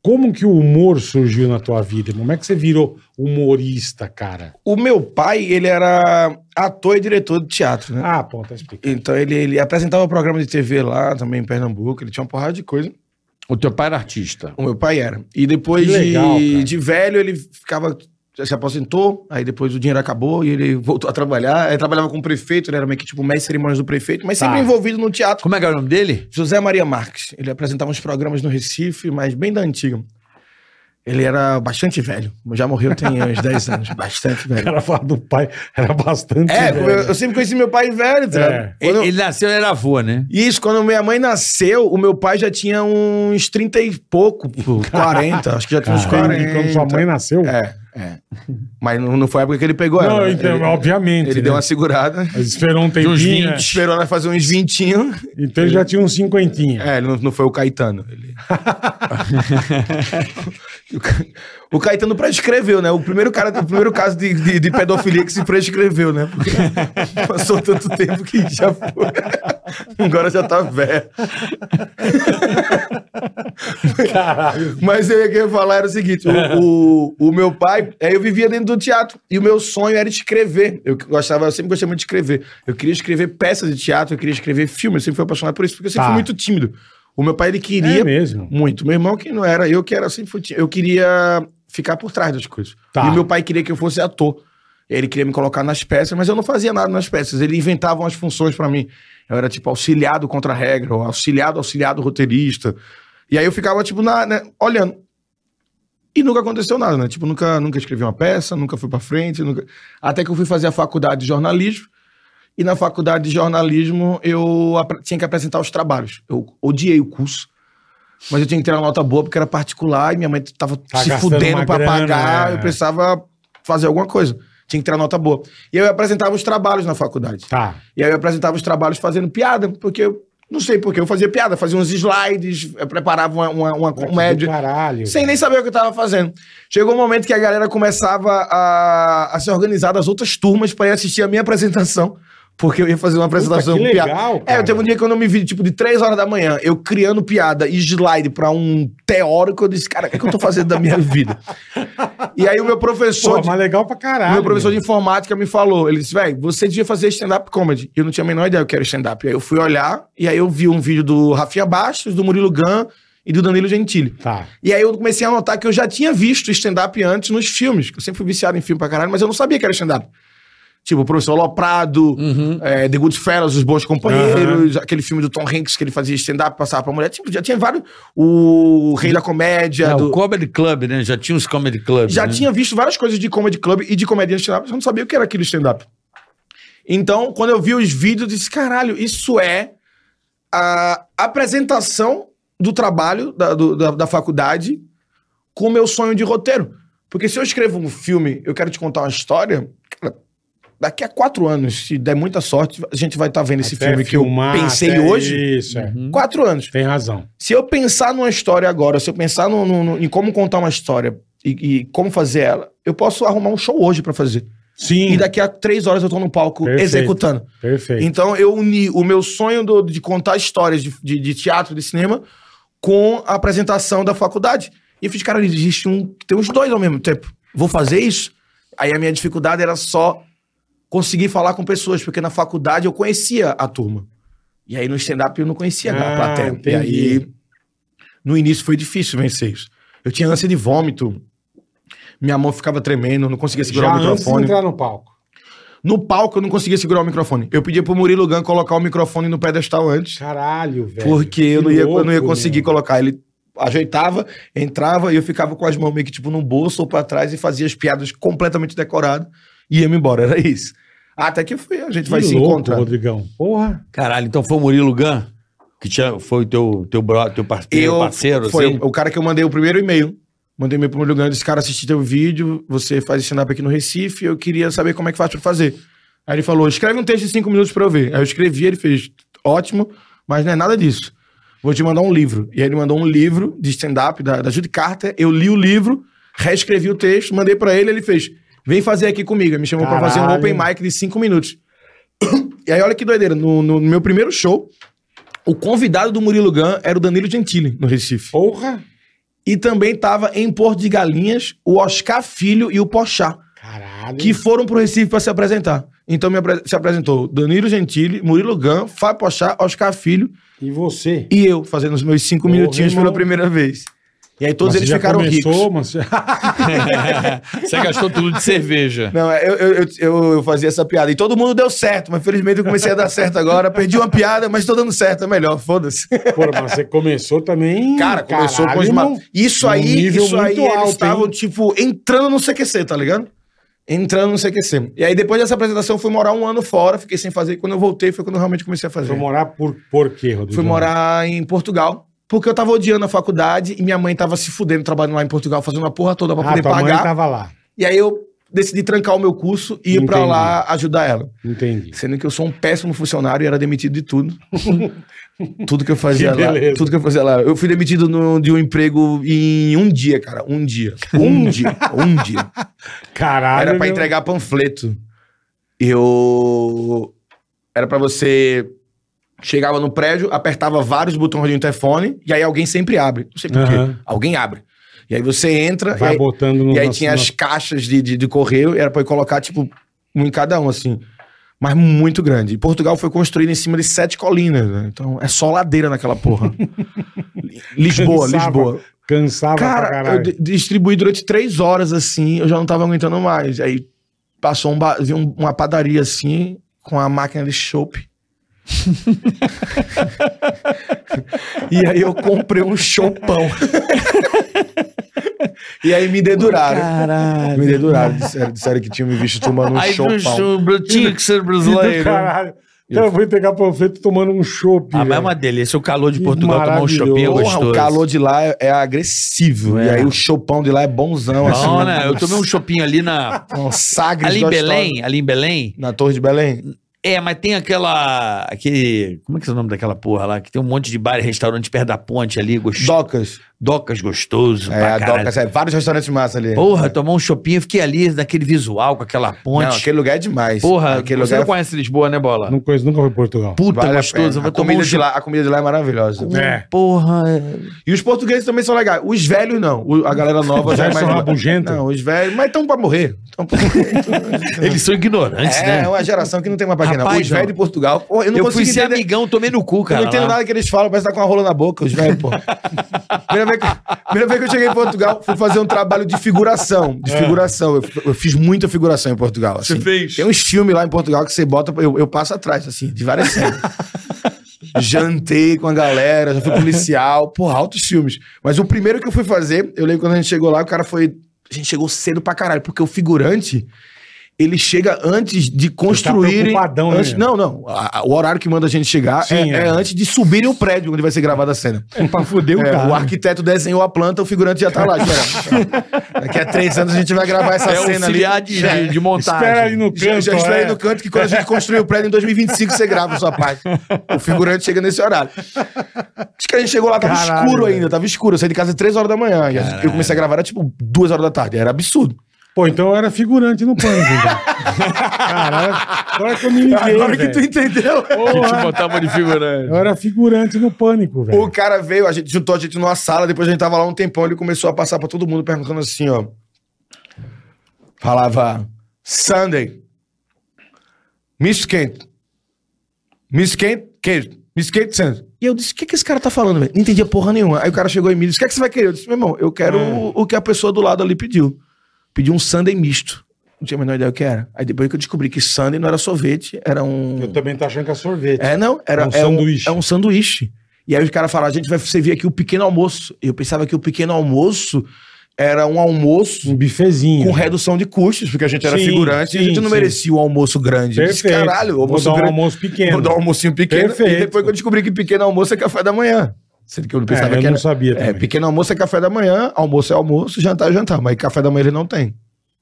Speaker 2: Como que o humor surgiu na tua vida? Como é que você virou humorista, cara?
Speaker 6: O meu pai, ele era ator e diretor de teatro, né?
Speaker 2: Ah, pô, tá explicando.
Speaker 6: Então ele, ele apresentava programa de TV lá, também em Pernambuco, ele tinha uma porrada de coisa.
Speaker 4: O teu pai era artista.
Speaker 6: O meu pai era. E depois
Speaker 2: Que legal, cara.
Speaker 6: de, de velho, ele ficava. Se aposentou, aí depois o dinheiro acabou e ele voltou a trabalhar. Aí trabalhava com o prefeito, ele era meio que tipo mestre de cerimônias do prefeito, mas
Speaker 2: Tá.
Speaker 6: sempre envolvido no teatro.
Speaker 4: Como é que é o nome dele?
Speaker 6: José Maria Marques. Ele apresentava uns programas no Recife, mas bem da antiga. Ele era bastante velho. Já morreu tem uns 10 anos. Bastante
Speaker 2: O
Speaker 6: velho.
Speaker 2: cara falar do pai era bastante.
Speaker 6: É,
Speaker 2: velho.
Speaker 6: eu, eu sempre conheci meu pai velho, tá
Speaker 2: É.
Speaker 6: ligado? Quando eu-
Speaker 4: Ele, ele nasceu, ele era avô, né?
Speaker 6: Isso, quando minha mãe nasceu, o meu pai já tinha uns 30 e pouco, pô, 40, acho que já tinha uns
Speaker 2: Você lembra de
Speaker 6: 40.
Speaker 2: quando sua mãe nasceu?
Speaker 6: É, é. Mas não, não foi a época que ele pegou ela.
Speaker 2: Não,
Speaker 6: né?
Speaker 2: então,
Speaker 6: ele,
Speaker 2: obviamente.
Speaker 6: ele
Speaker 2: né?
Speaker 6: deu uma segurada,
Speaker 2: Mas esperou um tempinho.
Speaker 4: uns
Speaker 2: né?
Speaker 4: 20.
Speaker 6: esperou ela fazer uns 20.
Speaker 2: Então ele já tinha uns cinquentinha.
Speaker 6: É, ele não, não foi o Caetano. ele- o, Ca- o Caetano prescreveu, né? O primeiro, cara, o primeiro caso de, de- de pedofilia que se prescreveu, né? Porque passou tanto tempo que já foi. Agora já tá velho.
Speaker 2: Caralho.
Speaker 6: Mas eu, o que eu ia falar era o seguinte: o, o, o meu pai, aí eu vivia dentro do teatro. E o meu sonho era escrever. Eu gostava, eu sempre gostei muito de escrever. Eu queria escrever peças de teatro, eu queria escrever filme, eu sempre fui apaixonado por isso, porque eu sempre
Speaker 2: Tá.
Speaker 6: fui muito tímido. O meu pai, ele
Speaker 2: É
Speaker 6: queria
Speaker 2: mesmo.
Speaker 6: muito. Meu irmão, que não era eu, que era sempre fui tímido. Eu queria ficar por trás das coisas.
Speaker 2: Tá.
Speaker 6: E o meu pai queria que eu fosse ator. Ele queria me colocar nas peças, mas eu não fazia nada nas peças. Ele inventava umas funções pra mim. Eu era tipo auxiliado contra a regra, ou auxiliado, auxiliado roteirista. E aí eu ficava tipo na, né, olhando. E nunca aconteceu nada, né? Tipo, nunca, nunca escrevi uma peça, nunca fui pra frente, nunca... até que eu fui fazer a faculdade de jornalismo. E na faculdade de jornalismo eu apre- tinha que apresentar os trabalhos. Eu odiei o curso. Mas eu tinha que ter uma nota boa porque era particular e minha mãe tava
Speaker 2: Tá
Speaker 6: se
Speaker 2: gastando uma
Speaker 6: fudendo pra
Speaker 2: grana,
Speaker 6: pagar.
Speaker 2: é.
Speaker 6: Eu precisava fazer alguma coisa. Tinha que ter uma nota boa. E eu apresentava os trabalhos na faculdade.
Speaker 2: Tá.
Speaker 6: E aí eu apresentava os trabalhos fazendo piada, porque eu não sei porque eu fazia piada, fazia uns slides, eu preparava uma, uma, uma
Speaker 2: Do
Speaker 6: comédia,
Speaker 2: Caralho.
Speaker 6: um sem nem saber o que eu tava fazendo. Chegou um momento que a galera começava a, a se organizar das outras turmas para ir assistir a minha apresentação. Porque eu ia fazer uma apresentação
Speaker 2: que
Speaker 6: com piada.
Speaker 2: legal,
Speaker 6: É,
Speaker 2: cara.
Speaker 6: eu teve um dia que eu não me vi, tipo, de três horas da manhã, eu criando piada e slide pra um teórico, eu disse, cara, o que, é que eu tô fazendo da minha vida? E aí o meu professor.
Speaker 2: Pô,
Speaker 6: de-
Speaker 2: mas legal pra caralho.
Speaker 6: meu professor de
Speaker 2: meu.
Speaker 6: informática me falou, ele disse, velho, você devia fazer stand-up comedy. E eu não tinha a menor ideia que era stand-up. Aí eu fui olhar, e aí eu vi um vídeo do Rafinha Bastos, do Murilo Gun e do Danilo Gentili.
Speaker 2: Tá.
Speaker 6: E aí eu comecei a notar que eu já tinha visto stand-up antes nos filmes, que eu sempre fui viciado em filme pra caralho, mas eu não sabia que era stand-up. Tipo, o professor Loprado, eh, The Goodfellas, Os Bons Companheiros, aquele filme do Tom Hanks que ele fazia stand-up, passava pra mulher. Tipo, já tinha vários. O Rei da Comédia.
Speaker 4: É,
Speaker 6: do-
Speaker 4: O Comedy Club, né? Já tinha os Comedy Club.
Speaker 6: já
Speaker 2: Uhum.
Speaker 4: né?
Speaker 6: tinha visto várias coisas de comedy club e de comédia de stand-up, mas eu não sabia o que era aquilo stand-up. Então, quando eu vi os vídeos, eu disse: caralho, isso é a apresentação do trabalho da, do- da, da faculdade com o meu sonho de roteiro. Porque se eu escrevo um filme, eu quero te contar uma história, cara, daqui a quatro anos, se der muita sorte, a gente vai estar vendo esse
Speaker 2: Até
Speaker 6: filme
Speaker 2: filmar,
Speaker 6: que eu pensei
Speaker 2: até
Speaker 6: hoje. Uhum.
Speaker 2: Isso, é.
Speaker 6: Quatro anos.
Speaker 2: Tem razão.
Speaker 6: Se eu pensar numa história agora, se eu pensar no- no- no- em como contar uma história e, e como fazer ela, eu posso arrumar um show hoje pra fazer.
Speaker 2: Sim,
Speaker 6: E daqui a três horas eu tô no palco
Speaker 2: Perfeito.
Speaker 6: executando.
Speaker 2: perfeito.
Speaker 6: Então eu uni o meu sonho do- de contar histórias de, de- de teatro, de cinema, com a apresentação da faculdade. E eu fiz, cara, existe um. Tem os dois ao mesmo tempo. Vou fazer isso? Aí a minha dificuldade era só conseguir falar com pessoas, porque na faculdade eu conhecia a turma. E aí no stand-up eu não conhecia a
Speaker 2: Ah,
Speaker 6: plateia.
Speaker 2: entendi.
Speaker 6: E aí no início foi difícil vencer isso. Eu tinha ânsia de vômito, minha mão ficava tremendo, eu não conseguia segurar
Speaker 2: Já
Speaker 6: o
Speaker 2: antes de
Speaker 6: microfone.
Speaker 2: entrar no palco.
Speaker 6: No palco eu não conseguia segurar o microfone. Eu pedia pro Murilo Gun colocar o microfone no pedestal antes,
Speaker 2: Caralho, velho.
Speaker 6: porque eu
Speaker 2: Que
Speaker 6: não, ia, eu não ia
Speaker 2: louco,
Speaker 6: conseguir
Speaker 2: meu.
Speaker 6: colocar. Ele ajeitava, entrava e eu ficava com as mãos meio que tipo no bolso ou pra trás e fazia as piadas completamente decoradas e ia-me embora. Era isso. Até que foi, a gente
Speaker 2: Que
Speaker 6: vai se
Speaker 2: louco,
Speaker 6: encontrar.
Speaker 2: Rodrigão. Porra.
Speaker 4: Caralho, então foi o Murilo Gun, que tinha, foi o teu, teu, bro, teu par- teu
Speaker 6: Eu-
Speaker 4: parceiro,
Speaker 6: Foi
Speaker 4: assim?
Speaker 6: o cara que eu mandei o primeiro e-mail. Mandei um e-mail pro meu lugar, disse, cara, assisti teu vídeo, você faz stand-up aqui no Recife, eu queria saber como é que faz pra fazer. Aí ele falou, escreve um texto de cinco minutos pra eu ver. Aí eu escrevi, ele fez, ótimo, mas não é nada disso. Vou te mandar um livro. E aí ele mandou um livro de stand-up da, da Judy Carter, eu li o livro, reescrevi o texto, mandei pra ele, ele fez, vem fazer aqui comigo. Ele Me chamou pra fazer um
Speaker 2: Caralho.
Speaker 6: open mic de cinco minutos. E aí olha que doideira, no, no- no meu primeiro show, o convidado do Murilo Gun era o Danilo Gentili, no Recife.
Speaker 2: Porra.
Speaker 6: E também tava em Porto de Galinhas o Oscar Filho e o Pochá,
Speaker 2: Caralho.
Speaker 6: que foram pro Recife pra se apresentar. Então me apre- se apresentou Danilo Gentili, Murilo Gun, Fábio Pochá, Oscar Filho
Speaker 2: E você?
Speaker 6: e eu, fazendo os meus cinco
Speaker 2: Porra,
Speaker 6: minutinhos
Speaker 2: irmão.
Speaker 6: pela primeira vez. E aí todos
Speaker 2: Mas você
Speaker 6: eles
Speaker 2: já
Speaker 6: ficaram ricos.
Speaker 2: começou, mas... Ah,
Speaker 5: Você gastou tudo de cerveja.
Speaker 6: Não, eu, eu, eu- eu- eu fazia essa piada. E todo mundo deu certo, mas felizmente eu comecei a dar certo agora. Perdi uma piada, mas tô dando certo, é melhor, foda-se.
Speaker 2: Porra, mas você começou também...
Speaker 6: Cara, começou
Speaker 2: Hum, caralho,
Speaker 6: com os
Speaker 2: irmão.
Speaker 6: ma... Isso
Speaker 2: num
Speaker 6: aí,
Speaker 2: nível
Speaker 6: isso aí,
Speaker 2: muito alto,
Speaker 6: eles estavam,
Speaker 2: hein?
Speaker 6: tipo, entrando no CQC, tá ligado? Entrando no CQC. E aí, depois dessa apresentação, eu fui morar um ano fora, fiquei sem fazer. E quando eu voltei, foi quando eu realmente comecei a fazer.
Speaker 2: Foi morar por, por quê, Rodrigo?
Speaker 6: Fui morar em Portugal. Porque eu tava odiando a faculdade e minha mãe tava se fudendo trabalhando lá em Portugal, fazendo uma porra toda pra
Speaker 2: Ah,
Speaker 6: poder
Speaker 2: tua
Speaker 6: pagar.
Speaker 2: mãe tava lá.
Speaker 6: E aí eu decidi trancar o meu curso e ir pra
Speaker 2: Entendi.
Speaker 6: lá ajudar ela.
Speaker 2: Entendi.
Speaker 6: Sendo que eu sou um péssimo funcionário e era demitido de tudo. tudo que eu fazia
Speaker 2: Que
Speaker 6: lá.
Speaker 2: beleza.
Speaker 6: Tudo que eu fazia lá. Eu fui demitido no- de um emprego em um dia, cara. Um dia. Um dia. Um dia.
Speaker 2: Caralho,
Speaker 6: Era pra
Speaker 2: Ah, meu.
Speaker 6: entregar panfleto. Eu. Era pra você. Chegava no prédio, apertava vários botões de interfone e aí alguém sempre abre. Não sei porquê.
Speaker 2: Aham.
Speaker 6: Alguém abre. E aí você entra. e
Speaker 2: Vai
Speaker 6: aí-
Speaker 2: botando no...
Speaker 6: e aí
Speaker 2: nas-
Speaker 6: tinha as
Speaker 2: nas-
Speaker 6: caixas de, de, de correio, era pra eu colocar, tipo, um em cada um, assim. Mas muito grande. E Portugal foi construído em cima de sete colinas, né? Então é só ladeira naquela porra. Li- Lisboa,
Speaker 2: Cansava.
Speaker 6: Lisboa.
Speaker 2: Cansava pra
Speaker 6: Cara, eu
Speaker 2: caralho.
Speaker 6: di- distribuí durante três horas, assim, eu já não tava aguentando mais. Aí passou um, ba- vi um- uma padaria, assim, com a máquina de chopp. e aí eu comprei um choppão. e aí me deduraram.
Speaker 4: Caralho.
Speaker 6: Me deduraram, disseram, disseram que tinha me visto tomando um
Speaker 4: Aí,
Speaker 6: chopão.
Speaker 4: bicho, tinha que ser
Speaker 2: Do
Speaker 4: brasileiro.
Speaker 2: caralho.
Speaker 6: né?
Speaker 2: Então eu fui pegar panfleto tomando um chopp.
Speaker 5: Ah, mas é
Speaker 2: velho.
Speaker 5: uma delícia. O calor de Portugal tomar um
Speaker 2: Maravilhoso.
Speaker 5: chopinho é
Speaker 6: Porra,
Speaker 5: gostoso.
Speaker 6: o calor de lá é, é agressivo.
Speaker 5: É.
Speaker 6: E aí o chopão de lá é bonzão.
Speaker 4: Não,
Speaker 6: assim,
Speaker 4: né? Eu tomei um chopinho ali na...
Speaker 6: um sagres
Speaker 4: Ali em
Speaker 6: gostosos.
Speaker 4: Belém, ali em Belém.
Speaker 6: Na Torre de Belém?
Speaker 4: É, mas tem aquela... Aquele... Como é que é o nome daquela porra lá? Que tem um monte de bar e restaurante perto da ponte ali. Gostoso.
Speaker 6: Docas.
Speaker 4: Docas gostoso.
Speaker 6: É,
Speaker 4: pra
Speaker 6: a
Speaker 4: caralho.
Speaker 6: Docas. É, vários restaurantes massa ali.
Speaker 4: Porra, tomar um chopinho. Fiquei ali naquele visual com aquela ponte.
Speaker 6: Não, aquele lugar é demais.
Speaker 4: Porra,
Speaker 6: aquele
Speaker 4: você
Speaker 6: lugar
Speaker 4: não
Speaker 6: é
Speaker 4: conhece Lisboa, né, Bola?
Speaker 2: Não conheço, nunca foi Portugal.
Speaker 4: Puta
Speaker 6: vale a pena.
Speaker 4: gostoso. eu
Speaker 6: A
Speaker 4: Vou tomar
Speaker 6: comida,
Speaker 4: um
Speaker 6: de
Speaker 4: chopinho.
Speaker 6: lá, a comida de lá é maravilhosa.
Speaker 2: É.
Speaker 4: Porra.
Speaker 6: E os portugueses também são legais. Os velhos não. O- a galera nova já é
Speaker 2: Velhos
Speaker 6: mais...
Speaker 2: são rabugentos.
Speaker 6: Não, os velhos... Mas estão pra morrer. Tão pra morrer.
Speaker 4: Eles são ignorantes,
Speaker 6: é,
Speaker 4: né?
Speaker 6: é uma geração que não tem mais pra quem não.
Speaker 4: Rapaz,
Speaker 6: Os velhos
Speaker 4: não.
Speaker 6: de Portugal... Porra, eu não
Speaker 4: Eu fui
Speaker 6: consigo
Speaker 4: ser
Speaker 6: entender...
Speaker 4: amigão, tomei no cu, cara.
Speaker 6: Eu não entendo
Speaker 4: lá.
Speaker 6: nada que eles falam, parece que tá com uma rola na boca, os velhos, pô. primeira, vez que, primeira vez que eu cheguei em Portugal, fui fazer um trabalho de figuração. De figuração. Eu, eu fiz muita figuração em Portugal. Você fez? Tem uns filmes lá em Portugal que você bota, eu, eu passo atrás, assim, de várias cenas. Jantei com a galera, já fui policial, porra, altos filmes. Mas o primeiro que eu fui fazer, eu lembro quando a gente chegou lá, o cara foi. A gente chegou cedo pra caralho, porque o figurante, ele chega antes de construírem.
Speaker 2: preocupadão, né,
Speaker 6: antes-
Speaker 2: meu?
Speaker 6: Não, não. A- a- o horário que manda a gente chegar é-
Speaker 2: Sim,
Speaker 6: é,
Speaker 2: é.
Speaker 6: antes de subirem o prédio onde vai ser gravada a cena.
Speaker 2: É pra foder o
Speaker 6: É,
Speaker 2: cara.
Speaker 6: o arquiteto desenhou a planta, o figurante já tá lá. espera. Daqui a três anos a gente vai gravar essa
Speaker 5: É
Speaker 6: cena ali.
Speaker 5: auxiliar de,
Speaker 6: Já-
Speaker 5: de, de montagem.
Speaker 2: Espera aí no
Speaker 6: já,
Speaker 2: canto.
Speaker 6: já está
Speaker 2: é.
Speaker 6: aí no canto que quando a gente construir o prédio em 2025 você grava a sua parte. O figurante chega nesse horário. Acho que a gente chegou lá, tava
Speaker 2: Caralho,
Speaker 6: escuro
Speaker 2: velho.
Speaker 6: ainda, tava escuro. Eu saí de casa três horas da manhã. E a gente- eu comecei a gravar, era tipo duas horas da tarde. Era absurdo.
Speaker 2: Pô, então eu era figurante no pânico. então. Caralho, agora que eu me liguei,
Speaker 6: Agora que
Speaker 2: velho.
Speaker 6: tu entendeu.
Speaker 5: Que
Speaker 2: Porra,
Speaker 5: te botava de
Speaker 2: eu
Speaker 5: figurante.
Speaker 2: era figurante no pânico,
Speaker 6: O
Speaker 2: velho.
Speaker 6: cara veio, a gente juntou a gente numa sala, depois a gente tava lá um tempão, ele começou a passar pra todo mundo perguntando assim, ó. Falava Sunday. Miss Kent. Miss Kent, Kent. Miss Kent Sanders. E eu disse, o que, que esse cara tá falando, velho? Não entendia porra nenhuma. Aí o cara chegou em mim e disse, o que, é que você vai querer? Eu disse, meu irmão, eu quero o, o que a pessoa do lado ali pediu. Pediu um Sunday misto. Não tinha a menor ideia o que era. Aí depois que eu descobri que Sunday não era sorvete, era um...
Speaker 2: Eu também tô achando que é sorvete.
Speaker 6: É, não, era
Speaker 2: É um
Speaker 6: é um
Speaker 2: sanduíche.
Speaker 6: É um sanduíche. E aí os caras falaram, a gente vai servir aqui o pequeno almoço. E eu pensava que o pequeno almoço era um almoço
Speaker 2: Um bifezinho.
Speaker 6: com redução de custos, porque a gente era
Speaker 2: Sim,
Speaker 6: figurante e a
Speaker 2: sim,
Speaker 6: gente não
Speaker 2: sim.
Speaker 6: merecia o almoço grande. Eu disse,
Speaker 2: Perfeito.
Speaker 6: Caralho, o
Speaker 2: Vou
Speaker 6: almoço
Speaker 2: dar um
Speaker 6: grande.
Speaker 2: almoço pequeno.
Speaker 6: Vou dar um almocinho pequeno.
Speaker 2: Perfeito.
Speaker 6: E depois que eu descobri que pequeno almoço é café da manhã. Sendo que eu não pensava
Speaker 2: É, eu
Speaker 6: que
Speaker 2: não
Speaker 6: era.
Speaker 2: sabia
Speaker 6: É,
Speaker 2: também.
Speaker 6: pequeno almoço é café da manhã, almoço é almoço, jantar é jantar. Mas café da manhã ele não tem.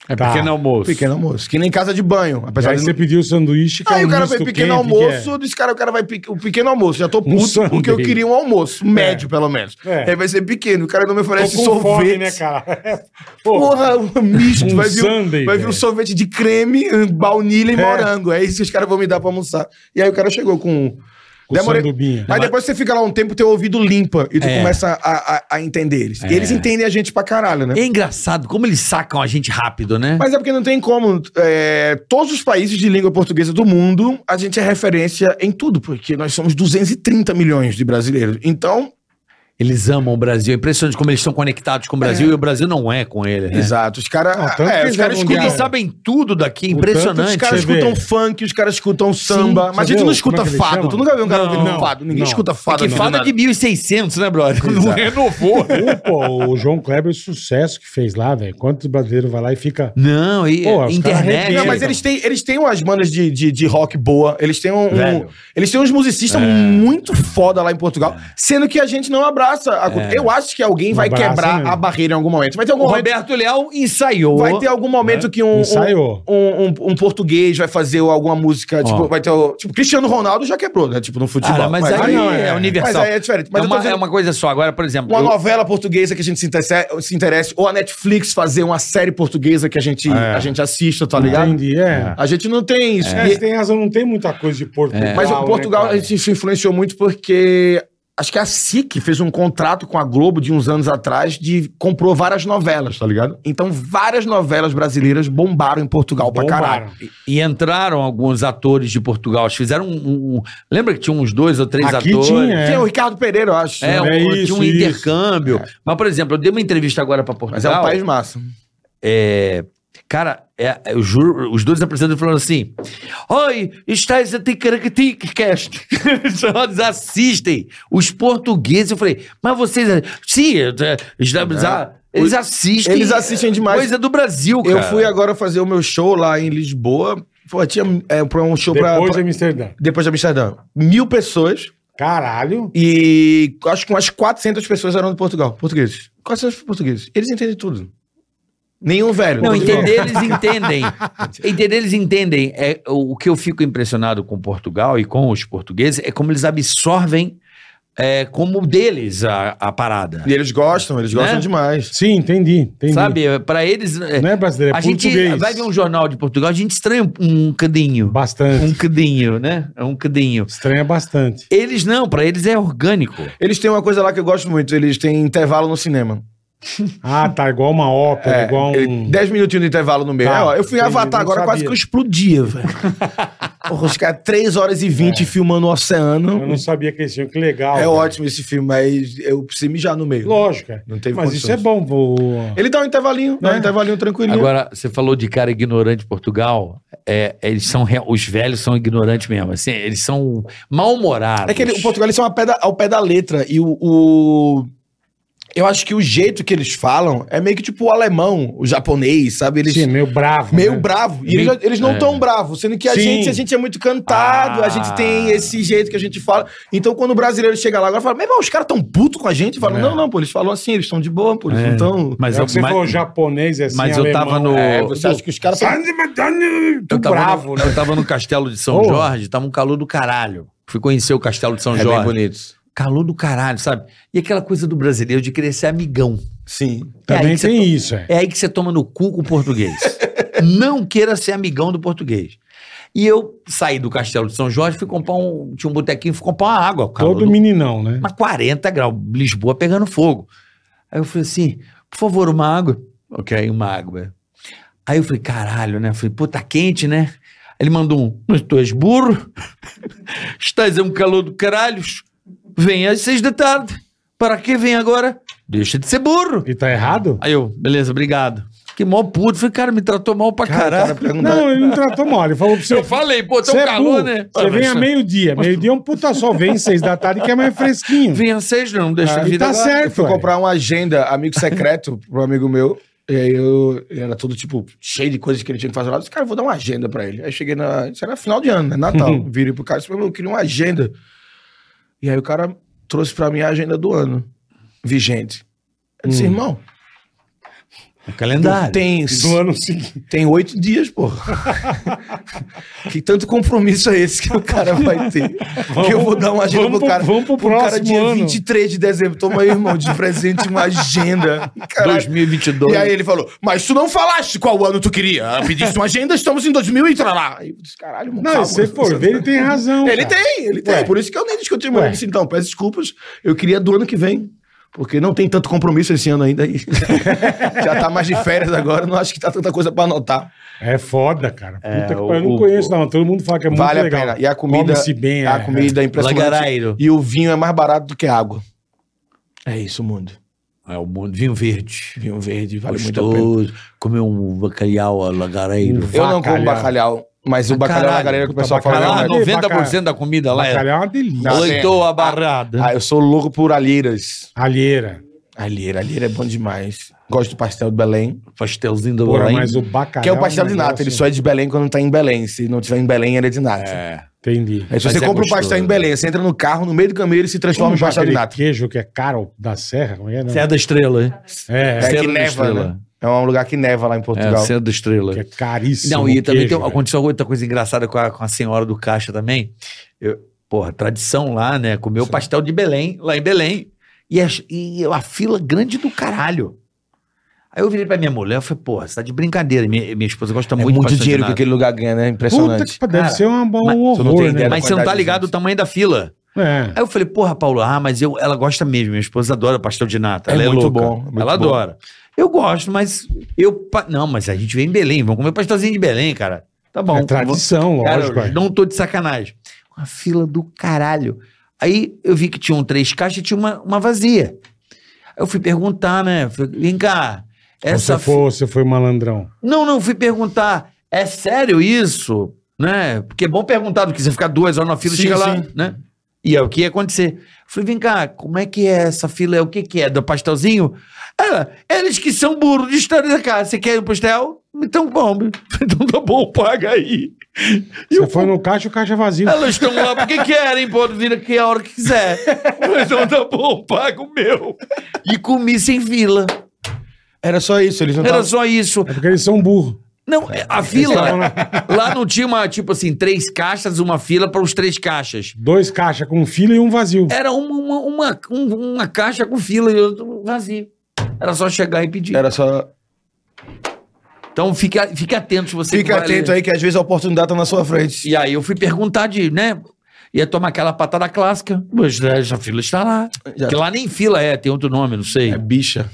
Speaker 5: É
Speaker 2: Tá.
Speaker 5: pequeno almoço.
Speaker 6: Pequeno almoço. Que nem casa de banho. Apesar
Speaker 2: Aí
Speaker 6: de
Speaker 2: você pediu o sanduíche, que
Speaker 6: Aí
Speaker 2: é um
Speaker 6: o cara
Speaker 2: misto
Speaker 6: veio pequeno
Speaker 2: quente, que é.
Speaker 6: almoço, disse, cara, o cara vai pe- o pequeno almoço. Já tô puto
Speaker 2: Sunday.
Speaker 6: porque eu queria um almoço, médio pelo menos.
Speaker 2: É.
Speaker 6: Aí vai ser pequeno. O cara não me
Speaker 2: é?
Speaker 6: oferece
Speaker 2: Tô com
Speaker 6: sorvete.
Speaker 2: fome, né, cara? Porra,
Speaker 6: Porra, um misto.
Speaker 2: Um
Speaker 6: vai vir, um-
Speaker 2: Sunday,
Speaker 6: vai vir
Speaker 2: velho.
Speaker 6: um sorvete de creme, um baunilha e
Speaker 2: É.
Speaker 6: morango. É isso que os caras vão me dar pra almoçar. E aí o cara chegou com. um.
Speaker 2: Com sandubinha.
Speaker 6: Aí depois você fica lá um tempo, teu ouvido limpa e tu
Speaker 4: É.
Speaker 6: começa a, a- a entender eles.
Speaker 2: É.
Speaker 6: E eles entendem a gente pra caralho, né?
Speaker 4: É engraçado como eles sacam a gente rápido, né?
Speaker 6: Mas é porque não tem como. é, todos os países de língua portuguesa do mundo, a gente é referência em tudo, porque nós somos 230 milhões de brasileiros. Então,
Speaker 4: Eles amam o Brasil. É impressionante como eles estão conectados com o Brasil e o Brasil não é com ele, né?
Speaker 6: exato, os
Speaker 2: Ah,
Speaker 6: caras.
Speaker 2: tanto que
Speaker 6: É, os
Speaker 2: eles
Speaker 6: caras
Speaker 2: eram
Speaker 6: escutam.
Speaker 4: Eles
Speaker 2: Cara.
Speaker 4: sabem tudo daqui,
Speaker 2: tanto
Speaker 4: impressionante.
Speaker 6: Os caras
Speaker 2: Você vê.
Speaker 6: escutam funk, os caras escutam samba. mas a gente
Speaker 2: entendeu?
Speaker 6: não escuta
Speaker 2: Como é que ele
Speaker 6: fado.
Speaker 2: chama?
Speaker 6: Tu nunca viu um cara
Speaker 2: Não,
Speaker 6: ouvindo
Speaker 2: não,
Speaker 6: fado. Ninguém
Speaker 2: não.
Speaker 6: escuta fado.
Speaker 4: que
Speaker 6: não,
Speaker 4: fala é
Speaker 6: nada.
Speaker 4: de 1600, né, brother? Não renovou.
Speaker 2: Pô, pô, o João Kleber, o sucesso que fez lá, velho. Quantos brasileiros vai lá e fica.
Speaker 4: Não, e
Speaker 2: Pô, os caras
Speaker 4: internet.
Speaker 2: arrebentam.
Speaker 6: Não, mas eles têm, eles têm umas bandas de, de, de rock boa, eles têm um, um-
Speaker 4: Velho.
Speaker 6: eles têm uns musicistas
Speaker 2: É.
Speaker 6: muito foda lá em Portugal, sendo que a gente não abraça a cultura. Eu acho que alguém
Speaker 2: É.
Speaker 6: vai
Speaker 2: abraça
Speaker 6: quebrar
Speaker 2: mesmo.
Speaker 6: a barreira em algum momento. Vai ter algum
Speaker 4: O
Speaker 6: momento,
Speaker 4: Roberto Leal ensaiou.
Speaker 6: vai ter algum
Speaker 2: né?
Speaker 6: momento que um,
Speaker 2: Ensaiou.
Speaker 6: um, um, um- um português vai fazer alguma música, tipo, vai ter o, tipo, Cristiano Ronaldo já quebrou, né, tipo, no futebol.
Speaker 4: Cara, mas, aí
Speaker 2: não,
Speaker 4: é,
Speaker 2: é.
Speaker 4: universal.
Speaker 6: Mas aí é diferente. Mas
Speaker 4: é,
Speaker 6: eu tô
Speaker 4: uma,
Speaker 6: dizendo-
Speaker 4: é uma coisa só. Agora, por exemplo,
Speaker 6: é Uma
Speaker 4: eu-
Speaker 6: novela portuguesa que a gente se interesse, se interesse, ou a Netflix fazer uma série portuguesa que a gente, a gente assista, tá ligado?
Speaker 2: Entendi, é.
Speaker 6: A gente não tem isso.
Speaker 2: É,
Speaker 6: E-
Speaker 2: você tem razão, não tem muita coisa de
Speaker 4: É.
Speaker 2: Portugal.
Speaker 6: Mas o tá
Speaker 2: né,
Speaker 6: Portugal
Speaker 2: cara?
Speaker 6: a gente se influenciou muito porque acho que a SIC fez um contrato com a Globo de uns anos atrás de comprou várias novelas, tá ligado? Então várias novelas brasileiras bombaram em Portugal pra
Speaker 2: Bombaram.
Speaker 6: caralho.
Speaker 4: e entraram alguns atores de Portugal. Eles fizeram um, um- um- Lembra que tinha uns dois ou três
Speaker 2: Aqui
Speaker 4: atores?
Speaker 2: tinha, é.
Speaker 6: Tem o Ricardo Pereira, eu acho.
Speaker 4: É,
Speaker 6: né?
Speaker 4: um,
Speaker 2: É
Speaker 4: tinha
Speaker 2: isso,
Speaker 4: um
Speaker 2: isso.
Speaker 4: intercâmbio. Mas, por exemplo, eu dei uma entrevista agora pra Portugal.
Speaker 6: É. Mas é um país massa.
Speaker 4: É, cara, é, eu juro, os dois apresentadores falaram assim: Oi, estás a Ticaracaticcast. Só eles assistem. Os portugueses, eu falei, mas vocês. Sim, é, estamos a- eles assistem.
Speaker 6: Eles assistem demais.
Speaker 4: Coisa do Brasil, cara.
Speaker 6: Eu fui agora fazer o meu show lá em Lisboa. Pô, tinha é, pra um show pra-
Speaker 2: Depois de
Speaker 6: pra.
Speaker 2: Amsterdã.
Speaker 6: Depois de Amsterdã. Mil pessoas.
Speaker 2: Caralho.
Speaker 6: E acho que umas 400 pessoas eram de Portugal, portugueses. 400 portugueses. Eles entendem tudo. Nenhum velho.
Speaker 4: Não,
Speaker 6: Portugal.
Speaker 4: entender eles entendem. entender eles entendem. É, o o que eu fico impressionado com Portugal e com os portugueses é como eles absorvem é, como deles a, a parada.
Speaker 6: E eles gostam, eles gostam
Speaker 4: Né?
Speaker 6: demais.
Speaker 2: Sim, entendi. entendi.
Speaker 4: Sabe? Pra eles. é,
Speaker 2: Não é brasileiro, é
Speaker 4: a gente
Speaker 2: português.
Speaker 4: vai ver um jornal de Portugal, a gente estranha um- um cadinho.
Speaker 2: Bastante.
Speaker 4: Um cadinho, né? É um cadinho.
Speaker 2: Estranha bastante.
Speaker 4: Eles não, pra eles é orgânico.
Speaker 6: Eles têm uma coisa lá que eu gosto muito, eles têm intervalo no cinema.
Speaker 2: Ah, tá igual uma ópera,
Speaker 6: É,
Speaker 2: igual um...
Speaker 6: ele- 10 minutinhos de intervalo no meio.
Speaker 2: Tá,
Speaker 6: É, ó, eu fui em
Speaker 2: entendi, não
Speaker 6: Avatar agora, quase
Speaker 2: sabia.
Speaker 6: que eu explodia, velho. Porra, Os caras 3 horas e 20 filmando o
Speaker 2: É. Eu
Speaker 6: oceano.
Speaker 2: não sabia que eles tinham. Que legal.
Speaker 6: É
Speaker 2: cara.
Speaker 6: ótimo esse filme, mas eu preciso mijar no meio.
Speaker 2: Lógico. é.
Speaker 6: Não teve
Speaker 2: Mas
Speaker 6: condições.
Speaker 2: isso é bom. Vou...
Speaker 6: Ele dá um intervalinho, dá um intervalinho tranquilinho.
Speaker 4: Agora, você falou de cara ignorante de Portugal. É, eles são. re- Os velhos são ignorantes mesmo. Assim, eles são mal-humorados.
Speaker 6: É que ele- o Portugal eles são ao pé, da, ao pé da letra. E o, o, Eu acho que o jeito que eles falam é meio que tipo o alemão, o japonês, sabe? Eles
Speaker 2: Sim, meio bravo.
Speaker 6: meio
Speaker 2: né?
Speaker 6: bravo. E
Speaker 5: Meio-
Speaker 6: eles, eles não
Speaker 5: é.
Speaker 6: tão bravos, sendo que a
Speaker 2: Sim.
Speaker 6: gente, a gente é muito cantado, a gente tem
Speaker 4: Ah.
Speaker 6: esse jeito que a gente fala. Então quando o brasileiro chega lá agora fala: "Meu irmão, os caras tão puto com a gente", falam:
Speaker 2: É.
Speaker 6: "Não, não, pô, eles falam assim, eles estão de boa, pô, eles
Speaker 5: É.
Speaker 6: não tão
Speaker 5: Mas
Speaker 2: é
Speaker 5: eu,
Speaker 2: o que você
Speaker 5: mas,
Speaker 2: falou japonês, é assim,
Speaker 5: mas eu tava
Speaker 2: alemão.
Speaker 5: no.
Speaker 6: É, você acha que os caras tão...
Speaker 2: Tô
Speaker 4: Eu tava,
Speaker 2: bravo,
Speaker 4: no,
Speaker 2: né?
Speaker 4: eu tava no castelo de São
Speaker 2: Porra.
Speaker 4: Jorge, tava um calor do caralho. Fui conhecer o castelo de São
Speaker 6: É bem
Speaker 4: Jorge.
Speaker 6: bonitos.
Speaker 4: Calor do caralho, sabe? E aquela coisa do brasileiro de querer ser amigão.
Speaker 6: Sim.
Speaker 4: é aí
Speaker 2: Também
Speaker 4: que você
Speaker 2: tem
Speaker 4: to-
Speaker 2: isso, é.
Speaker 4: É aí que você toma no cu com o português. Não queira ser amigão do português. E eu saí do castelo de São Jorge, fui comprar um. Tinha um botequinho, fui comprar uma água. calor
Speaker 2: Todo
Speaker 4: do
Speaker 2: meninão, né?
Speaker 4: mas 40 graus, Lisboa pegando fogo. Aí eu falei assim, por favor, uma água. Ok, uma água. Aí eu falei, caralho, né? Eu falei, pô, tá quente, né? Ele mandou um, mas tu és burro? Estás a um calor do caralhos? Vem às seis da tarde. Para que vem agora? Deixa de ser burro.
Speaker 2: E tá errado?
Speaker 4: Aí eu, beleza, obrigado. Que mal puto. Falei, cara, me tratou mal pra caralho.
Speaker 2: Não, ele não tratou mal. Ele falou pra você.
Speaker 4: Eu falei, pô, tá
Speaker 2: Você
Speaker 4: um
Speaker 2: é
Speaker 4: calor,
Speaker 2: burro.
Speaker 4: né?
Speaker 2: Você vem a meio-dia. Meio-dia é um puta só. Vem seis da tarde que é mais fresquinho.
Speaker 4: Vem às seis, não, deixa
Speaker 2: Ah,
Speaker 4: de vir
Speaker 2: tá
Speaker 4: agora.
Speaker 6: Eu fui
Speaker 2: certo. ué.
Speaker 6: comprar uma agenda amigo secreto pro amigo meu. E aí eu e era tudo, tipo, cheio de coisas que ele tinha que fazer lá. Eu disse, cara, eu vou dar uma agenda pra ele. Aí cheguei na. Isso era final de ano, né? Natal. Virei pro cara e disse, meu, eu queria uma agenda. E aí o cara trouxe pra mim a agenda do ano. Vigente. Eu
Speaker 2: Hum.
Speaker 6: disse, irmão,
Speaker 4: O Um calendário.
Speaker 6: tem,
Speaker 2: Do ano seguinte.
Speaker 6: tem oito dias, pô. que tanto compromisso é esse que o cara vai ter? que eu vou dar uma agenda
Speaker 2: vamos
Speaker 6: pro cara.
Speaker 2: pro- vamos pro
Speaker 6: cara
Speaker 2: próximo
Speaker 6: dia
Speaker 2: ano.
Speaker 6: 23 de dezembro. Toma aí, irmão, de presente uma agenda. Caralho.
Speaker 4: 2022.
Speaker 6: E aí ele falou, mas tu não falaste qual ano tu queria. Ah, Pediste uma agenda, estamos em 2000 e trará. lá. Aí eu disse, caralho, mano.
Speaker 2: Não,
Speaker 6: calma.
Speaker 2: se você for ver, ele tem razão.
Speaker 6: Ele
Speaker 2: cara.
Speaker 6: tem, ele tem.
Speaker 2: Ué.
Speaker 6: Por isso que eu nem discuti mais.
Speaker 2: Ué.
Speaker 6: Eu disse, então, peço desculpas, eu queria do ano que vem. Porque não tem tanto compromisso esse ano ainda. E já tá mais de férias agora, não acho que tá tanta coisa pra anotar.
Speaker 2: É foda, cara. Puta que pariu. Eu não
Speaker 4: o-
Speaker 2: conheço, não. Todo mundo fala que é muito
Speaker 6: vale
Speaker 2: legal.
Speaker 6: a pena. E a comida,
Speaker 2: Come-se bem,
Speaker 6: a
Speaker 2: é.
Speaker 6: comida é impressionante.
Speaker 4: Lagarairo.
Speaker 6: E o vinho é mais barato do que a água. É isso, mundo.
Speaker 4: É o mundo vinho verde.
Speaker 6: Vinho verde vale muito a pena.
Speaker 4: Gostoso. Comer um bacalhau a lagareiro.
Speaker 6: Eu não
Speaker 2: Bacalhau.
Speaker 6: como bacalhau, mas o
Speaker 4: Ah,
Speaker 6: bacalhau
Speaker 4: caralho.
Speaker 6: na galera que o
Speaker 2: Puta,
Speaker 6: pessoal fala.
Speaker 2: bacalhau
Speaker 6: "Não,
Speaker 4: Lá,
Speaker 6: é
Speaker 2: Caralho,
Speaker 4: 90% da comida lá é
Speaker 2: Bacalhau é uma delícia.
Speaker 6: Não.
Speaker 4: leitoa a barrada.
Speaker 6: Ah, eu sou louco por alheiras.
Speaker 2: Alheira.
Speaker 6: Alheira, alheira é bom demais. Gosto do pastel de Belém,
Speaker 4: Pastelzinho do
Speaker 2: Porra,
Speaker 4: Belém.
Speaker 2: mas o bacalhau.
Speaker 6: que é o pastel de
Speaker 2: um
Speaker 6: nata. Ele
Speaker 2: negócio-
Speaker 6: só é de Belém quando tá em Belém. Se não tiver em Belém, ele é de nata.
Speaker 2: Entendi.
Speaker 6: Aí se
Speaker 4: Mas
Speaker 6: você
Speaker 4: é
Speaker 6: compra o
Speaker 4: gostoso.
Speaker 6: pastel em Belém, você entra no carro, no meio do caminho, ele se transforma
Speaker 2: Como
Speaker 6: em um pastel de
Speaker 2: aquele
Speaker 6: nata.
Speaker 2: um queijo que é caro da serra, como é? Não?
Speaker 4: Céu da Estrela, hein?
Speaker 2: É,
Speaker 6: É
Speaker 4: Estrela
Speaker 6: que
Speaker 4: da
Speaker 6: neva,
Speaker 4: Estrela.
Speaker 6: né? É um lugar que neva lá em
Speaker 4: É,
Speaker 6: Portugal.
Speaker 4: Céu da Estrela.
Speaker 2: que é caríssimo.
Speaker 4: Não,
Speaker 6: um
Speaker 4: e
Speaker 2: o
Speaker 4: também
Speaker 2: queijo,
Speaker 4: tem, um, aconteceu outra coisa engraçada com a, com a senhora do caixa também. Eu, porra, tradição lá, né? Comer o pastel de Belém, lá em Belém. E a, e a fila grande do caralho. Aí eu virei pra minha mulher e falei, porra, você tá de brincadeira. Minha, minha esposa gosta
Speaker 6: É
Speaker 4: muito de
Speaker 6: muito
Speaker 4: pastel de
Speaker 6: dinheiro que
Speaker 4: nata.
Speaker 6: aquele lugar ganha, né?
Speaker 2: Puta
Speaker 6: Impressionante.
Speaker 2: que pa- deve
Speaker 4: Cara,
Speaker 2: ser um, bom
Speaker 4: mas-
Speaker 2: horror,
Speaker 6: você não tem ideia
Speaker 2: né?
Speaker 4: Mas você não tá
Speaker 6: quantidade de
Speaker 4: ligado
Speaker 6: gente.
Speaker 4: o tamanho da fila.
Speaker 2: É.
Speaker 4: Aí eu falei, porra, Paulo, ah, mas eu, ela gosta mesmo. Minha esposa adora pastel de nata.
Speaker 6: É
Speaker 4: ela é
Speaker 6: muito
Speaker 4: louca.
Speaker 6: bom, é muito
Speaker 4: ela
Speaker 6: bom.
Speaker 4: adora. Eu gosto, mas eu. pa- Não, mas a gente vem em Belém. Vamos comer pastelzinho de Belém, cara. Tá bom.
Speaker 2: é tradição,
Speaker 4: Cara,
Speaker 2: lógico.
Speaker 4: eu
Speaker 2: é.
Speaker 4: não tô de sacanagem. Uma fila do caralho. Aí eu vi que tinham três caixas e tinha uma, uma vazia. Aí eu fui perguntar, né? Falei, Vem cá, essa
Speaker 2: Você, foi,
Speaker 4: fi-
Speaker 2: você foi malandrão.
Speaker 4: Não, não, fui perguntar. É sério isso? Né? Porque é bom perguntar do que você ficar duas horas na fila e
Speaker 6: Sim,
Speaker 4: chega lá,
Speaker 6: sim.
Speaker 4: né? E é o que ia acontecer. Falei, vem cá, como é que é essa fila? É o que que é? Do pastelzinho? Ela, eles que são burros de história da casa. Você quer um pastel? Então, bom. Então tá bom, paga aí. E
Speaker 2: Você
Speaker 4: eu
Speaker 2: foi no caixa, o caixa é vazio.
Speaker 4: elas estão lá porque querem, pode vir aqui a hora que quiser. Mas não tá bom, paga o meu. E comi sem fila.
Speaker 6: Era só isso, eles não
Speaker 4: Era
Speaker 6: tavam-
Speaker 4: só isso.
Speaker 2: É porque eles são burros.
Speaker 4: Não, é, a
Speaker 2: Então,
Speaker 4: fila.
Speaker 2: né?
Speaker 4: Lá não tinha uma, tipo assim, três caixas, uma fila para os três caixas.
Speaker 2: Dois caixas com um fila e um vazio.
Speaker 4: Era uma, uma, uma, um- uma caixa com fila e outro vazio. Era só chegar e pedir.
Speaker 6: Era só.
Speaker 4: Então fique, a- fique atento se você que
Speaker 6: Fica
Speaker 4: vai
Speaker 6: atento
Speaker 4: ler.
Speaker 6: aí que às vezes a oportunidade tá na sua frente.
Speaker 4: E aí eu fui perguntar de, né? Ia tomar aquela patada clássica. Mas né, essa fila está lá.
Speaker 6: Já-
Speaker 4: Que lá nem fila é, tem outro nome, não sei.
Speaker 6: É bicha.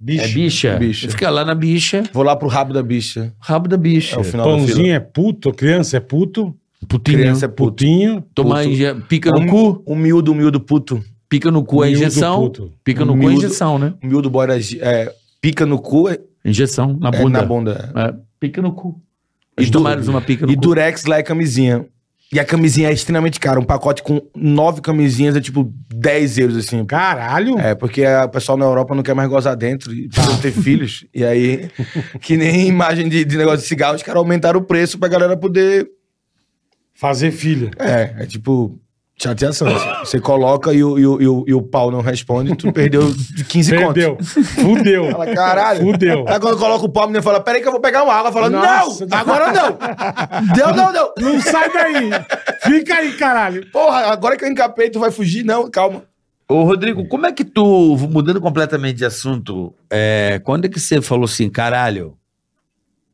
Speaker 2: Bicho.
Speaker 4: É bicha?
Speaker 6: Bicha.
Speaker 4: Fica lá na bicha,
Speaker 6: Vou lá pro rabo da bicha.
Speaker 4: rabo da bicha.
Speaker 6: É o final da fila.
Speaker 2: Pãozinho é puto, criança é puto,
Speaker 4: Putinha.
Speaker 6: Criança é puto.
Speaker 2: putinho.
Speaker 4: Toma
Speaker 6: puto.
Speaker 4: inje- pica no
Speaker 6: Um,
Speaker 4: cu,
Speaker 6: cu, um miúdo, um miúdo puto.
Speaker 4: pica no cu é
Speaker 2: miúdo
Speaker 4: injeção.
Speaker 2: puto.
Speaker 4: Pica no cu é
Speaker 6: Miúdo.
Speaker 4: injeção, né?
Speaker 6: Um miúdo bora. É, pica no cu, é,
Speaker 4: Injeção na
Speaker 6: é
Speaker 4: bunda.
Speaker 6: na bunda.
Speaker 4: É, pica no cu.
Speaker 6: E
Speaker 4: Eles
Speaker 6: du-
Speaker 4: tomaram uma pica no
Speaker 6: E
Speaker 4: cu.
Speaker 6: durex lá é camisinha. E a camisinha é extremamente cara. Um pacote com nove camisinhas é tipo 10 euros, assim.
Speaker 2: Caralho.
Speaker 6: É, porque a- o pessoal na Europa não quer mais gozar dentro e precisa ter filhos. E aí, que nem imagem de, de negócio de cigarro, os caras aumentaram o preço pra galera poder.
Speaker 2: Fazer filha.
Speaker 6: É, é tipo. Chateação. assim. Você coloca e o, e o, e o, e o pau não responde, tu perdeu de 15
Speaker 2: Perdeu.
Speaker 6: contos.
Speaker 2: Fudeu.
Speaker 6: Fala, caralho.
Speaker 2: Fudeu.
Speaker 6: Aí quando coloca o pau, a menina fala: peraí que eu vou pegar uma água. Fala:
Speaker 2: Nossa.
Speaker 6: não! Agora não! Deu, não, não!
Speaker 2: Não sai daí. Fica aí, caralho.
Speaker 6: Porra, agora que eu encapei, tu vai fugir? Não, calma.
Speaker 5: Ô, Rodrigo, como é que tu, mudando completamente de assunto,
Speaker 4: É, quando é que você falou assim, caralho,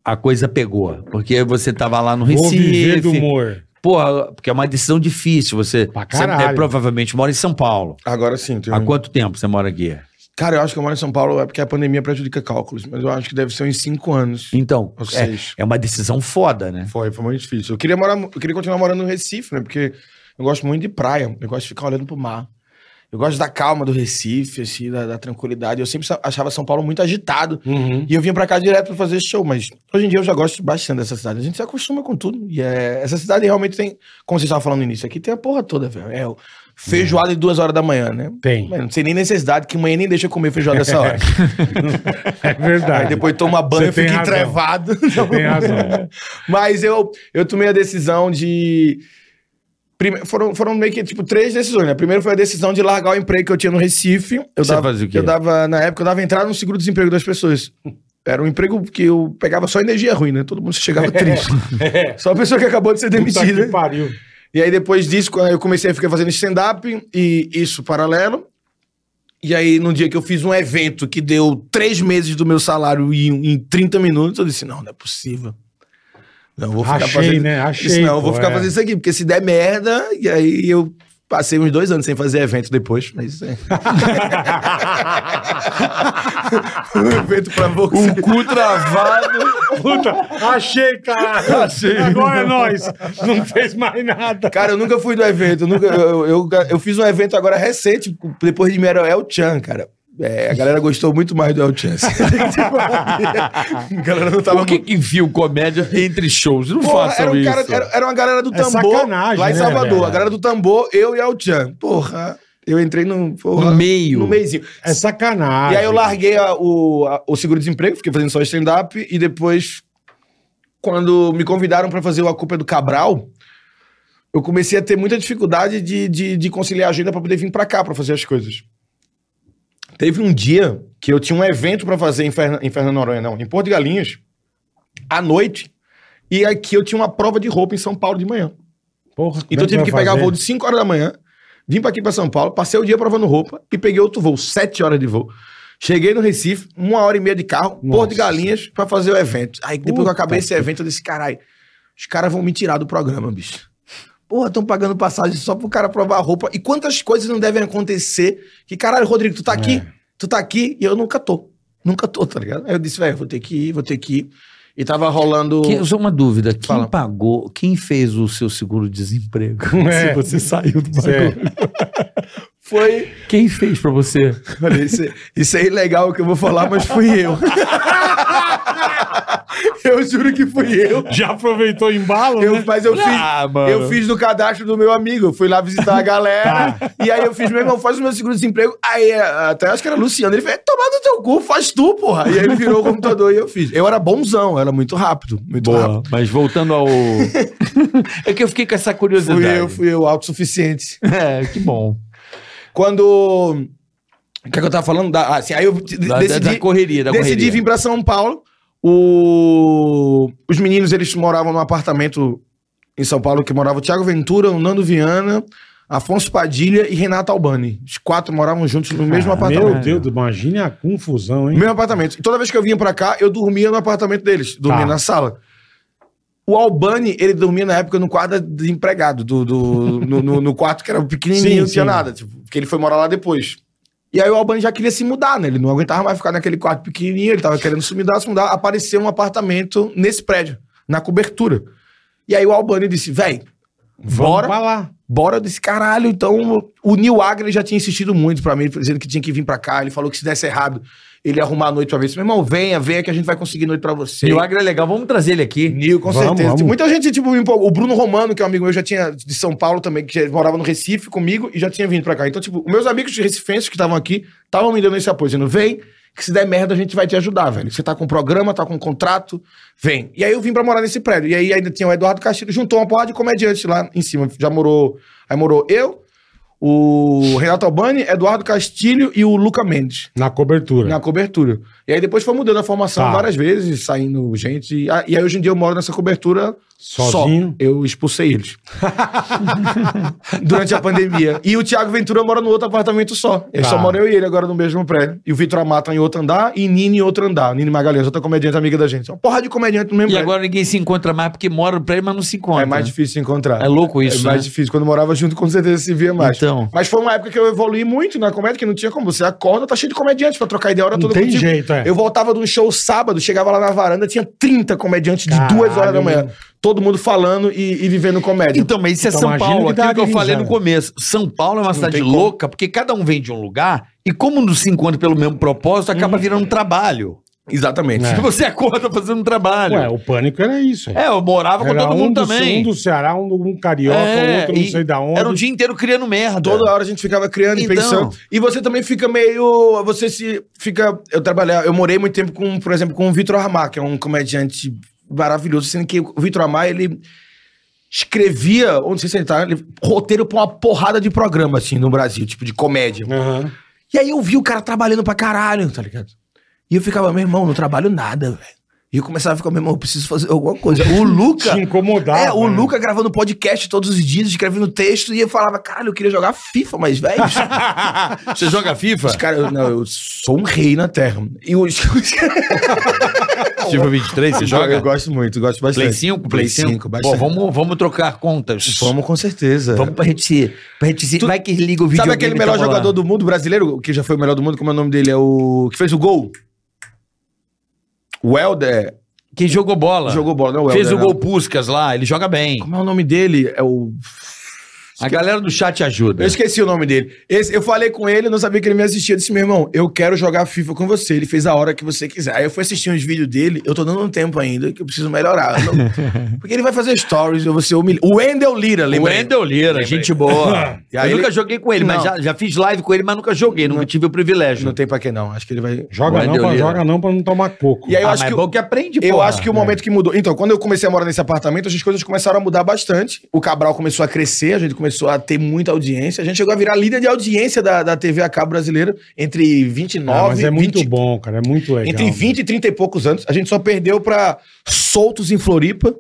Speaker 4: a coisa pegou? Porque você tava lá no
Speaker 2: Vou viver do
Speaker 4: Recife.
Speaker 2: humor.
Speaker 4: Porra, porque é uma decisão difícil. Você,
Speaker 2: Pra
Speaker 4: você
Speaker 2: caralho.
Speaker 4: é, provavelmente mora em São Paulo.
Speaker 6: Agora sim, tem um-
Speaker 4: Há quanto tempo você mora aqui?
Speaker 6: Cara, eu acho que eu moro em São Paulo é porque a pandemia prejudica cálculos, mas eu acho que deve ser uns 5 anos.
Speaker 4: Então,
Speaker 6: Ou
Speaker 4: é,
Speaker 6: seis.
Speaker 4: é uma decisão foda, né?
Speaker 6: Foi, foi muito difícil. Eu queria, morar, eu queria continuar morando no Recife, né? Porque eu gosto muito de praia, eu gosto de ficar olhando pro mar. Eu gosto da calma do Recife, assim, da, da tranquilidade. Eu sempre sa- achava São Paulo muito agitado.
Speaker 2: Uhum.
Speaker 6: E eu vinha pra cá direto pra fazer show, mas hoje em dia eu já gosto bastante dessa cidade. A gente se acostuma com tudo. E é- essa cidade realmente tem, como vocês estavam falando no início, aqui tem a porra toda, velho. É o feijoada de duas horas da manhã, né?
Speaker 2: Tem.
Speaker 6: Mano, não sei nem necessidade, que manhã nem deixa eu comer feijoada essa hora.
Speaker 2: É verdade.
Speaker 6: Aí depois toma banho e
Speaker 2: Você tem
Speaker 6: fica
Speaker 2: razão.
Speaker 6: entrevado.
Speaker 2: Você tem razão.
Speaker 6: Mas eu, eu tomei a decisão de. Prime... Foram, foram meio que tipo três decisões, né? Primeiro foi a decisão de largar o emprego que eu tinha no Recife. Eu
Speaker 5: Você
Speaker 6: dava,
Speaker 5: fazia o quê?
Speaker 6: Eu dava, na época, eu dava entrada no seguro-desemprego das pessoas. Era um emprego que eu pegava só energia ruim, né? Todo mundo chegava triste.
Speaker 5: É.
Speaker 6: Só a pessoa que acabou de ser
Speaker 2: Puta
Speaker 6: demitida.
Speaker 2: que pariu.
Speaker 6: E aí depois disso, quando eu comecei a ficar fazendo stand-up e isso paralelo. E aí, num dia que eu fiz um evento que deu três meses do meu salário em, em 30 minutos, eu disse, não, não é possível. Não, eu vou ficar
Speaker 2: Achei,
Speaker 6: fazendo...
Speaker 2: né? Achei,
Speaker 6: Disse, não, eu
Speaker 2: pô,
Speaker 6: vou ficar
Speaker 2: é.
Speaker 6: fazendo isso aqui, porque se der merda... E aí eu passei uns dois anos sem fazer evento depois, mas... É. um evento pra você. Um cu travado...
Speaker 2: Puta, achei, caralho.
Speaker 6: Achei.
Speaker 2: Agora é nós. Não fez mais nada.
Speaker 6: Cara, eu nunca fui do evento. Eu, nunca, eu, eu, eu fiz um evento agora recente, depois de mim era o El Chan, cara. É, a galera gostou muito mais do El Chan. assim. Tipo, a galera não tava
Speaker 5: por que, que enfia o comédia entre shows? Não
Speaker 6: Porra,
Speaker 5: façam
Speaker 6: era, um
Speaker 5: isso.
Speaker 6: cara- era, era uma galera do
Speaker 2: É
Speaker 6: tambor
Speaker 2: sacanagem,
Speaker 6: lá em
Speaker 2: né,
Speaker 6: Salvador.
Speaker 2: velho?
Speaker 6: a galera do tambor, eu e El Chan. Porra, eu entrei num, porra,
Speaker 5: No meio.
Speaker 6: No meiozinho.
Speaker 2: É sacanagem.
Speaker 6: E aí eu larguei a- o, a- o seguro-desemprego, fiquei fazendo só stand-up, e depois, quando me convidaram pra fazer o A Culpa é do Cabral, eu comecei a ter muita dificuldade de, de, de conciliar a agenda pra poder vir pra cá pra fazer as coisas. Teve um dia que eu tinha um evento pra fazer em, Ferna- em Fernando Noronha, não, em Porto de Galinhas, à noite, e aqui eu tinha uma prova de roupa em São Paulo de manhã.
Speaker 2: Porra, como
Speaker 6: Então
Speaker 2: é
Speaker 6: eu tive
Speaker 2: vai
Speaker 6: que pegar
Speaker 2: fazer?
Speaker 6: voo de 5 horas da manhã, vim pra aqui pra São Paulo, passei o dia provando roupa e peguei outro voo, 7 horas de voo. Cheguei no Recife, uma hora e meia de carro, Porto de Galinhas, pra fazer o evento. Aí depois que eu acabei esse evento, eu disse: caralho, os caras vão me tirar do programa, bicho. Porra, estão pagando passagem só pro cara provar a roupa. E quantas coisas não devem acontecer que, caralho, Rodrigo, tu tá aqui, tu tá aqui e eu nunca tô. Nunca tô, tá ligado? Aí eu disse, velho, vou ter que ir, vou ter que ir. E tava rolando.
Speaker 4: Que- só uma dúvida. Quem
Speaker 6: Fala.
Speaker 4: pagou, quem fez o seu seguro-desemprego?
Speaker 2: É.
Speaker 4: Se você saiu do
Speaker 2: Cê-
Speaker 4: bagulho.
Speaker 6: Foi.
Speaker 4: Quem fez pra você?
Speaker 6: Olha, isso, é- isso é ilegal o que eu vou falar, mas fui eu. eu juro que fui eu.
Speaker 2: Já aproveitou o embalo,
Speaker 6: Eu-
Speaker 2: né?
Speaker 6: mas eu fiz,
Speaker 5: Ah, mano.
Speaker 6: eu fiz no cadastro do meu amigo. Eu fui lá visitar a galera.
Speaker 5: Tá.
Speaker 6: E aí eu fiz, meu irmão, faz o meu seguro-desemprego. Aí é, até acho que era Luciano. Ele fez, toma no teu cu, faz tu, porra. E aí ele virou o computador e eu fiz. Eu era bonzão, eu era muito rápido. Muito rápido.
Speaker 5: Boa, mas voltando ao. é que eu fiquei com essa curiosidade.
Speaker 6: Fui eu, fui eu, autossuficiente.
Speaker 5: É, que bom.
Speaker 6: Quando. O que é que eu tava falando? Da- ah, assim, aí eu de-
Speaker 5: Da, da-
Speaker 6: decidi.
Speaker 5: da correria, da
Speaker 6: Decidi
Speaker 5: correria.
Speaker 6: vir pra São Paulo. O- Os meninos, eles moravam num apartamento em São Paulo que morava o Thiago Ventura, o Nando Viana, Afonso Padilha e Renato Albani. Os quatro moravam juntos no mesmo
Speaker 5: Ah,
Speaker 6: apartamento.
Speaker 2: Ah, Meu Deus, imagine a confusão, hein?
Speaker 6: Mesmo apartamento. E toda vez que eu vinha pra cá, eu dormia no apartamento deles. Dormia
Speaker 2: Tá.
Speaker 6: na sala. O Albani, ele dormia na época no quarto de empregado, do, do- no, no- no quarto que era pequenininho,
Speaker 2: Sim,
Speaker 6: não tinha
Speaker 2: sim.
Speaker 6: nada. Tipo, porque ele foi morar lá depois. E aí o Albani já queria se mudar, né? Ele não aguentava mais ficar naquele quarto pequenininho, ele tava querendo se mudar, se mudar. Apareceu um apartamento nesse prédio, na cobertura. E aí o Albani disse, véi,
Speaker 2: Vamos
Speaker 6: Bora.
Speaker 2: pra lá.
Speaker 6: Bora, eu disse, caralho, então o Neil Agri já tinha insistido muito pra mim, dizendo que tinha que vir pra cá, ele falou que se desse errado, ele ia arrumar a noite pra mim, Eu disse, meu irmão, venha, venha que a gente vai conseguir noite pra você.
Speaker 4: E o Agra é legal, vamos trazer ele aqui.
Speaker 6: Nil, com
Speaker 2: Vamos,
Speaker 6: certeza.
Speaker 2: vamos.
Speaker 6: Muita gente, tipo, me empolgou. O Bruno Romano, que é um amigo meu, já tinha de São Paulo também, que já morava no Recife comigo e já tinha vindo pra cá. Então, tipo, meus amigos recifenses que estavam aqui estavam me dando esse apoio, dizendo: vem, que se der merda a gente vai te ajudar, velho. Você tá com um programa, tá com um contrato, vem. E aí eu vim pra morar nesse prédio. E aí ainda tinha o Eduardo Castilho, juntou uma porrada de comediante lá em cima. Já morou. Aí morou eu, o Renato Albani, Eduardo Castilho e o Luca Mendes.
Speaker 2: Na
Speaker 4: É.
Speaker 2: cobertura.
Speaker 6: Na cobertura. E aí depois foi mudando a formação
Speaker 2: Tá.
Speaker 6: várias vezes, saindo gente. E a- e aí hoje em dia eu moro nessa cobertura
Speaker 2: Sozinho.
Speaker 6: só. Eu expulsei eles. Durante a pandemia. E o Thiago Ventura mora no outro apartamento só. Ele
Speaker 2: Tá.
Speaker 6: só mora eu e ele agora no mesmo prédio. E o Vitor Amata em outro andar e Nini em outro andar. Nini Magalhães, outra comediante amiga da gente. Uma porra de comediante no mesmo
Speaker 4: E
Speaker 6: prédio.
Speaker 4: agora ninguém se encontra mais, porque mora no prédio, mas não se encontra.
Speaker 6: É mais difícil de encontrar.
Speaker 4: É louco isso,
Speaker 6: É mais
Speaker 4: né?
Speaker 6: difícil. Quando morava junto, com certeza se via mais.
Speaker 4: Então.
Speaker 6: Mas foi uma época que eu evoluí muito na comédia, que não tinha como. Você acorda, tá cheio de comediante pra trocar ideia a hora
Speaker 2: Não
Speaker 6: toda
Speaker 2: tem
Speaker 6: contigo.
Speaker 2: jeito, é.
Speaker 6: Eu voltava de um show sábado, chegava lá na varanda, tinha 30 comediantes
Speaker 2: Caralho,
Speaker 6: de duas horas da manhã.
Speaker 2: mano.
Speaker 6: Todo mundo falando e, e vivendo comédia.
Speaker 4: Então, mas isso é
Speaker 2: Então,
Speaker 4: São
Speaker 2: imagina
Speaker 4: Paulo,
Speaker 2: que dá
Speaker 6: tá
Speaker 4: aquilo que eu
Speaker 2: uma
Speaker 4: falei no
Speaker 2: divisada.
Speaker 4: começo. São Paulo é uma cidade
Speaker 6: tem como.
Speaker 4: louca, porque cada um vem de um lugar, e como não se encontra pelo mesmo propósito,
Speaker 6: Hum.
Speaker 4: acaba virando um trabalho.
Speaker 6: Exatamente.
Speaker 2: É.
Speaker 4: Você acorda fazendo um trabalho.
Speaker 2: Ué, o pânico era isso.
Speaker 4: é, eu morava com
Speaker 2: Era
Speaker 4: todo
Speaker 2: um
Speaker 4: mundo
Speaker 2: do-
Speaker 4: também.
Speaker 2: Um do Ceará, um, do- um carioca,
Speaker 4: É,
Speaker 2: o outro não
Speaker 4: e
Speaker 2: sei da onde.
Speaker 4: Era o dia inteiro criando merda.
Speaker 6: Toda
Speaker 2: É.
Speaker 6: hora a gente ficava criando e
Speaker 4: Então.
Speaker 6: pensando. E você também fica meio. Você se. Fica. Eu trabalhei. Eu morei muito tempo com, por exemplo, com o Vitor Amar, que é um comediante maravilhoso. Sendo que o Vitor Amar, ele escrevia. eu Não sei se ele tá. Ele, roteiro pra uma porrada de programa, assim, no Brasil, tipo, de comédia.
Speaker 2: Aham.
Speaker 6: E aí eu vi o cara trabalhando pra caralho, tá ligado? E eu ficava, meu irmão, não trabalho nada, velho. E eu começava a ficar, meu irmão, eu preciso fazer alguma coisa. O Luca.
Speaker 2: Te incomodava,
Speaker 6: É, o
Speaker 2: né?
Speaker 6: Luca gravando podcast todos os dias, escrevendo texto, e eu falava, caralho, eu queria jogar FIFA, mas, velho.
Speaker 4: Você joga FIFA?
Speaker 6: os caras, eu- não, eu sou um rei na Terra. E os.
Speaker 4: FIFA 23, você joga?
Speaker 6: é um Eu gosto muito, gosto bastante.
Speaker 4: Play 5? Play 5? Pô,
Speaker 6: bastante.
Speaker 4: vamos, vamos trocar contas.
Speaker 6: Vamos, com certeza. tá
Speaker 4: Vamos pra gente se... Pra gente se...
Speaker 6: Tu-
Speaker 4: Vai que tá liga o vídeo.
Speaker 6: Sabe aquele melhor jogador do mundo brasileiro, que já foi o melhor do mundo, como é o nome dele? É o. Que fez o gol? O Helder.
Speaker 4: Que jogou bola.
Speaker 6: Jogou bola, não é o Helder.
Speaker 4: Fez o
Speaker 6: né?
Speaker 4: gol Puskas lá, ele joga bem.
Speaker 6: Como é o nome dele? É o.
Speaker 4: A galera do chat ajuda.
Speaker 6: Eu esqueci o nome dele. Esse- eu falei com ele, eu não sabia que ele me assistia. Eu disse, meu irmão, eu quero jogar FIFA com você. Ele fez a hora que você quiser. Aí eu fui assistir uns vídeos dele, eu tô dando um tempo ainda, que eu preciso melhorar. Eu não- Porque ele vai fazer stories, eu vou ser humilhado. O Wendel Lira,
Speaker 4: O
Speaker 6: lembra?
Speaker 4: Wendel Lira, gente boa.
Speaker 6: E aí
Speaker 4: é eu nunca
Speaker 6: ele-
Speaker 4: joguei com ele, mas
Speaker 6: Não.
Speaker 4: já, já fiz live com ele, mas nunca joguei, nunca tive o privilégio.
Speaker 6: Não tem pra que não, acho que ele vai...
Speaker 2: Joga,
Speaker 4: Ué,
Speaker 2: não
Speaker 4: deu né?
Speaker 2: pra,
Speaker 4: liga.
Speaker 2: joga não pra não tomar coco.
Speaker 6: E aí eu
Speaker 4: Ah,
Speaker 6: acho
Speaker 4: mas
Speaker 6: que...
Speaker 4: é bom que aprende,
Speaker 6: Eu
Speaker 4: porra. né?
Speaker 6: acho que o momento que mudou. Então, quando eu comecei a morar nesse apartamento, as coisas começaram a mudar bastante. O Cabral começou a crescer, a gente começou a ter muita audiência. A gente chegou a virar líder de audiência da, da TV a cabo brasileira entre 29
Speaker 2: Ah, mas é muito
Speaker 6: 20
Speaker 2: bom, cara. É muito legal.
Speaker 6: Entre 20 e 30 e poucos anos. A gente só perdeu pra soltos em Floripa.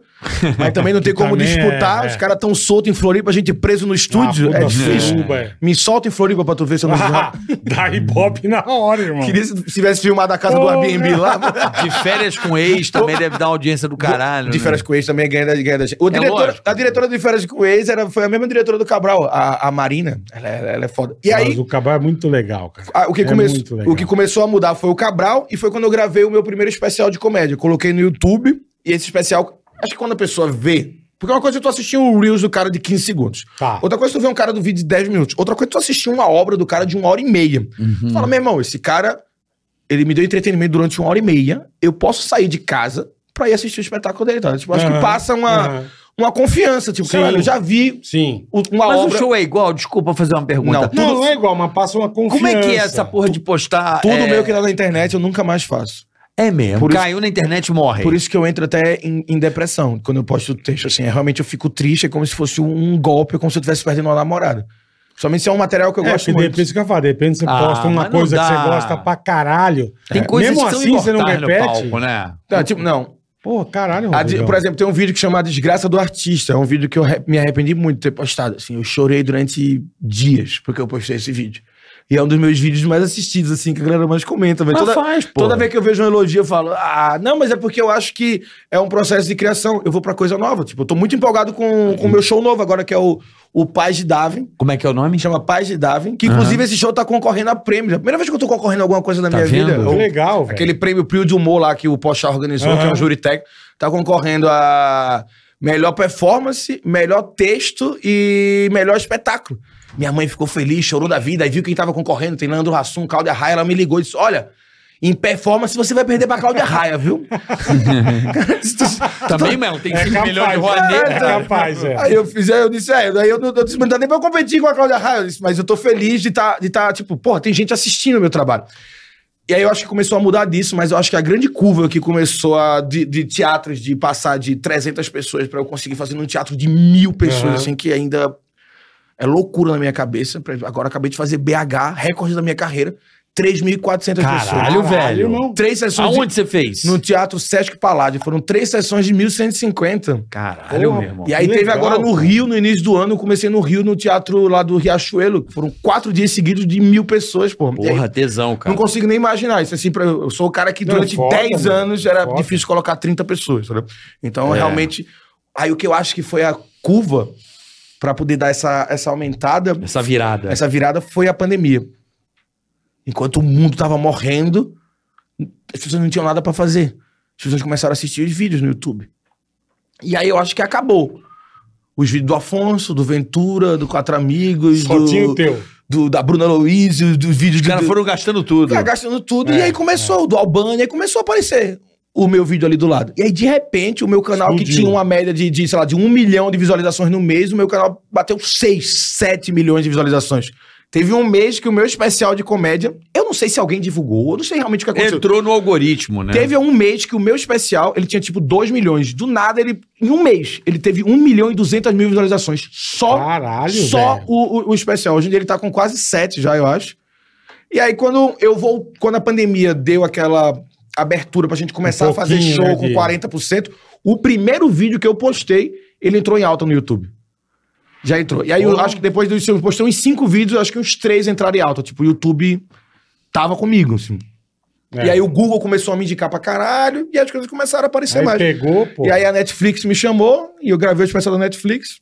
Speaker 6: Mas também não tem como
Speaker 2: Também é,
Speaker 6: disputar.
Speaker 2: é. Ah,
Speaker 6: Os caras tão soltos em Floripa, a gente preso no estúdio.
Speaker 2: puta
Speaker 6: é difícil.
Speaker 2: suruba, é.
Speaker 6: Me solta em Floripa pra tu ver se eu não
Speaker 2: Ah,
Speaker 6: ah,
Speaker 2: dá hip-hop na hora, irmão.
Speaker 6: Queria se tivesse filmado a casa do
Speaker 2: Porra.
Speaker 6: Airbnb lá.
Speaker 4: De férias com ex também deve dar audiência do caralho.
Speaker 6: De
Speaker 4: né? É
Speaker 6: Férias com Ex também é ganha da, ganha da gente. O diretor-
Speaker 4: lógico.
Speaker 6: a diretora de Férias com Ex era, foi a mesma diretora do Cabral, a, a Marina. Ela, ela- ela é foda. E aí,
Speaker 2: Mas o Cabral é muito legal, cara.
Speaker 6: Ah, o, que
Speaker 2: É
Speaker 6: come-
Speaker 2: muito legal.
Speaker 6: o que começou a mudar foi o Cabral e foi quando eu gravei o meu primeiro especial de comédia. Eu Coloquei no YouTube e esse especial. Acho que quando a pessoa vê. Porque uma coisa é tu assistir um Reels do cara de 15 segundos.
Speaker 4: Ah.
Speaker 2: Tá.
Speaker 6: Outra coisa é tu ver um cara do vídeo de 10 minutos. Outra coisa é tu assistir uma obra do cara de uma hora e meia.
Speaker 4: Uhum.
Speaker 6: Tu Fala, meu irmão, esse cara, ele me deu entretenimento durante uma hora e meia. Eu posso sair de casa pra ir assistir o espetáculo dele. Tá? Tipo, acho que
Speaker 2: Aham,
Speaker 6: passa uma,
Speaker 2: aham.
Speaker 6: uma confiança. Tipo,
Speaker 2: Sim.
Speaker 6: caralho, eu já vi
Speaker 2: Sim.
Speaker 6: o- uma
Speaker 4: Mas
Speaker 6: obra.
Speaker 4: o show é igual? Desculpa fazer uma pergunta.
Speaker 6: Não.
Speaker 2: Não,
Speaker 6: Tudo-
Speaker 2: não é igual, mas passa uma confiança.
Speaker 4: Como é que é essa porra de postar?
Speaker 6: Tudo
Speaker 4: é...
Speaker 6: meu que tá na internet eu nunca mais faço.
Speaker 4: É mesmo.
Speaker 6: Por isso-
Speaker 4: Caiu na internet e morre.
Speaker 2: É
Speaker 6: Por isso que eu entro até em, em depressão. Quando eu posto texto assim, é, realmente eu fico triste, é como se fosse um golpe, é como se eu estivesse perdendo uma namorada. Somente se é um material que eu
Speaker 2: É,
Speaker 6: gosto
Speaker 2: porque de
Speaker 6: muito.
Speaker 2: repente, isso que eu falei, de repente você
Speaker 4: Ah,
Speaker 2: posta uma
Speaker 4: mas não
Speaker 2: coisa que
Speaker 4: dá.
Speaker 2: você gosta pra caralho.
Speaker 4: Tem
Speaker 2: É.
Speaker 4: coisas
Speaker 2: Mesmo
Speaker 4: que são
Speaker 2: assim, você não
Speaker 4: imortais no
Speaker 2: repete?
Speaker 4: palco, né?
Speaker 6: Não, tipo, não.
Speaker 2: Pô, caralho,
Speaker 6: A de-
Speaker 2: Rodrigão.
Speaker 6: por exemplo, tem um vídeo que chama A Desgraça do Artista. É um vídeo que eu re- me arrependi muito de ter postado. Assim, eu chorei durante dias porque eu postei esse vídeo. E é um dos meus vídeos mais assistidos, assim, que a galera mais comenta. velho.
Speaker 4: Mas
Speaker 6: Toda,
Speaker 4: faz, pô.
Speaker 6: toda vez que eu vejo um elogio, eu falo, ah, não, mas é porque eu acho que é um processo de criação. Eu vou pra coisa nova. Tipo, eu tô muito empolgado com com o meu show novo agora, que é o, o Paz de Davin.
Speaker 4: Como é que é o nome?
Speaker 6: Me chama Paz de Davin, que inclusive esse show tá concorrendo a prêmio. É a primeira vez que eu tô concorrendo a alguma coisa na
Speaker 4: Tá
Speaker 6: minha
Speaker 4: vendo?
Speaker 6: vida.
Speaker 2: Que
Speaker 6: Eu-
Speaker 2: legal, velho.
Speaker 6: Aquele prêmio Prio de Humor lá que o Pochá organizou, que é
Speaker 2: Aham.
Speaker 6: um júri técnico, tá concorrendo a Melhor performance, melhor texto e melhor espetáculo. Minha mãe ficou feliz, chorou da vida, aí viu quem tava concorrendo, tem Leandro Hassum, Cláudia Raia, ela me ligou e disse, olha, em performance você vai perder pra Cláudia Raia, viu? Cara, se tu-
Speaker 4: Também, Melo, tem 5 milhões de
Speaker 2: é,
Speaker 4: Rouanet.
Speaker 2: é capaz, é.
Speaker 6: Aí eu fiz, aí eu disse, é, daí eu, não- eu disse, mas não dá nem pra eu competir com a Cláudia Raia. Eu disse, mas eu tô feliz de estar, de tá, tipo, porra, tem gente assistindo o meu trabalho. E aí eu acho que começou a mudar disso, mas eu acho que a grande curva que começou a, de, de teatros de passar de 300 pessoas pra eu conseguir fazer num teatro de mil pessoas,
Speaker 2: Aham.
Speaker 6: assim, que ainda é loucura na minha cabeça. Pra- Agora acabei de fazer BH, recorde da minha carreira, 3.400 pessoas.
Speaker 4: Caralho, velho.
Speaker 2: irmão.
Speaker 6: Três sessões de-
Speaker 4: Aonde você fez?
Speaker 6: no Teatro Sesc Paládio. Foram três sessões de 1.150.
Speaker 4: Caralho,
Speaker 2: Porra.
Speaker 4: meu irmão.
Speaker 6: E aí
Speaker 2: Que
Speaker 6: teve
Speaker 2: legal,
Speaker 6: agora no
Speaker 2: cara.
Speaker 6: Rio, no início do ano, eu comecei no Rio, no teatro lá do Riachuelo. que Foram quatro dias seguidos de mil pessoas, porra. E aí,
Speaker 4: Porra, tesão, cara.
Speaker 6: não consigo nem imaginar isso. Assim, pra- eu sou o cara que
Speaker 2: Não,
Speaker 6: durante
Speaker 2: foda,
Speaker 6: 10
Speaker 2: mano,
Speaker 6: anos era
Speaker 2: foda.
Speaker 6: difícil colocar 30 pessoas, entendeu? Então,
Speaker 4: É.
Speaker 6: realmente... Aí o que eu acho que foi a curva pra poder dar essa, essa aumentada,
Speaker 4: Essa virada.
Speaker 6: essa virada, foi a pandemia. Enquanto o mundo tava morrendo, as pessoas não tinham nada pra fazer. As pessoas começaram a assistir os vídeos no YouTube. E aí eu acho que acabou. Os vídeos do Afonso, do Ventura, do Quatro Amigos,
Speaker 2: Só tinha o
Speaker 6: do,
Speaker 2: teu.
Speaker 6: do- da Bruna Aloysio, dos vídeos
Speaker 4: Os
Speaker 6: de-
Speaker 4: caras
Speaker 6: do-
Speaker 4: foram gastando tudo.
Speaker 6: Cara, gastando tudo.
Speaker 2: É,
Speaker 6: e aí começou o do Albânia, aí começou a aparecer o meu vídeo ali do lado. E aí, de repente, o meu canal, que
Speaker 2: Explodiu.
Speaker 6: tinha uma média de, de, sei lá, de um milhão de visualizações no mês, o meu canal bateu 6, 7 milhões de visualizações. Teve um mês que o meu especial de comédia, eu não sei se alguém divulgou, eu não sei realmente o que aconteceu.
Speaker 4: Entrou no algoritmo, né?
Speaker 6: Teve um mês que o meu especial, ele tinha tipo 2 milhões. Do nada, ele, em um mês, ele teve 1 milhão e 200 mil visualizações. Só
Speaker 2: Ah, Caralho,
Speaker 6: só um
Speaker 2: velho.
Speaker 6: o, o- o especial. Hoje em dia ele tá com quase sete já, eu acho. E aí, quando eu vou. Quando a pandemia deu aquela abertura pra gente começar
Speaker 2: Um
Speaker 6: a fazer
Speaker 2: pouquinho,
Speaker 6: show
Speaker 2: né,
Speaker 6: com
Speaker 2: de-
Speaker 6: 40%, o primeiro vídeo que eu postei, ele entrou em alta no YouTube. Já entrou. E aí eu
Speaker 2: Porra.
Speaker 6: acho que depois do eu postei uns cinco vídeos, eu acho que uns três entraram em alta. Tipo, o YouTube tava comigo, assim.
Speaker 2: É.
Speaker 6: E aí o Google começou a me indicar pra caralho, e as coisas começaram a aparecer
Speaker 2: Aí
Speaker 6: mais.
Speaker 2: pegou, pô.
Speaker 6: E aí a Netflix me chamou, e eu gravei o especial da Netflix,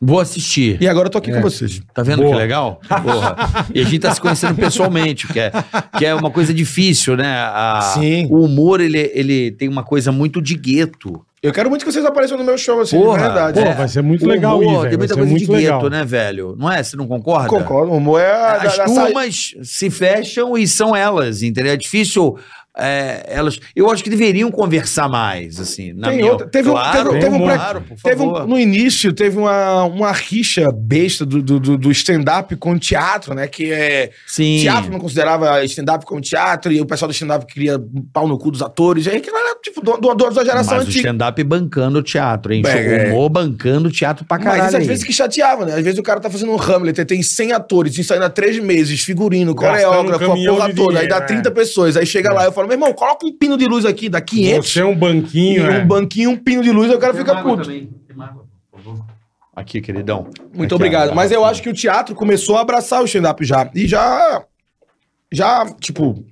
Speaker 4: Vou assistir.
Speaker 6: e agora eu tô aqui
Speaker 2: É.
Speaker 6: com vocês.
Speaker 4: Tá vendo
Speaker 2: Boa.
Speaker 4: que legal? Porra. E a gente tá se conhecendo pessoalmente, que é, que é uma coisa difícil, né? A-
Speaker 6: Sim.
Speaker 4: O humor, ele, ele tem uma coisa muito de gueto.
Speaker 6: Eu quero muito que vocês apareçam no meu show, assim,
Speaker 4: Porra,
Speaker 6: de verdade.
Speaker 2: Pô,
Speaker 4: é.
Speaker 2: vai ser muito
Speaker 4: O
Speaker 2: legal
Speaker 4: humor
Speaker 2: isso, velho.
Speaker 4: tem
Speaker 2: Vai
Speaker 4: muita
Speaker 2: ser
Speaker 4: coisa de
Speaker 2: muito
Speaker 4: gueto,
Speaker 2: legal.
Speaker 4: né, velho? Não é? Você não concorda?
Speaker 6: Concordo, o humor é a,
Speaker 4: As
Speaker 6: da, da saída.
Speaker 4: turmas se fecham e são elas, entendeu? É difícil... é, elas, eu acho que deveriam conversar mais, assim. Na
Speaker 6: Tem
Speaker 4: minha,
Speaker 6: outra- teve um-
Speaker 4: claro,
Speaker 6: teve-
Speaker 2: teve um pré-
Speaker 4: claro, por
Speaker 6: Teve um-
Speaker 4: favor.
Speaker 6: no início, teve uma, uma rixa besta do, do, do- do stand-up com o teatro, né? Que é.
Speaker 4: Sim.
Speaker 6: Teatro não considerava stand-up como teatro, e o pessoal do stand-up queria pau no cu dos atores. E aí que era, tipo, do, do, do- da geração
Speaker 4: Mas o
Speaker 6: antiga.
Speaker 4: stand-up bancando o teatro, hein?
Speaker 6: Bem, é.
Speaker 4: o humor bancando o teatro pra caralho.
Speaker 6: Mas isso às
Speaker 4: hein?
Speaker 6: vezes que chateava, né? Às vezes o cara tá fazendo um Hamlet, aí tem 100 atores, ensaiando há 3 meses, figurino,
Speaker 2: Gastando
Speaker 6: coreógrafo, a
Speaker 2: caminhão
Speaker 6: porra
Speaker 2: de
Speaker 6: toda. Aí
Speaker 2: dinheiro,
Speaker 6: dá
Speaker 2: é.
Speaker 6: 30 pessoas. Aí chega lá, eu falo, meu irmão, coloca um pino de luz aqui, dá 500.
Speaker 2: Você é um
Speaker 6: né? E
Speaker 2: banquinho, é.
Speaker 6: um banquinho, um pino de luz, aí o cara fica puto.
Speaker 4: Aqui, queridão.
Speaker 6: Muito obrigado. Mas eu acho que o teatro começou a abraçar o stand-up já. E já. Já, tipo,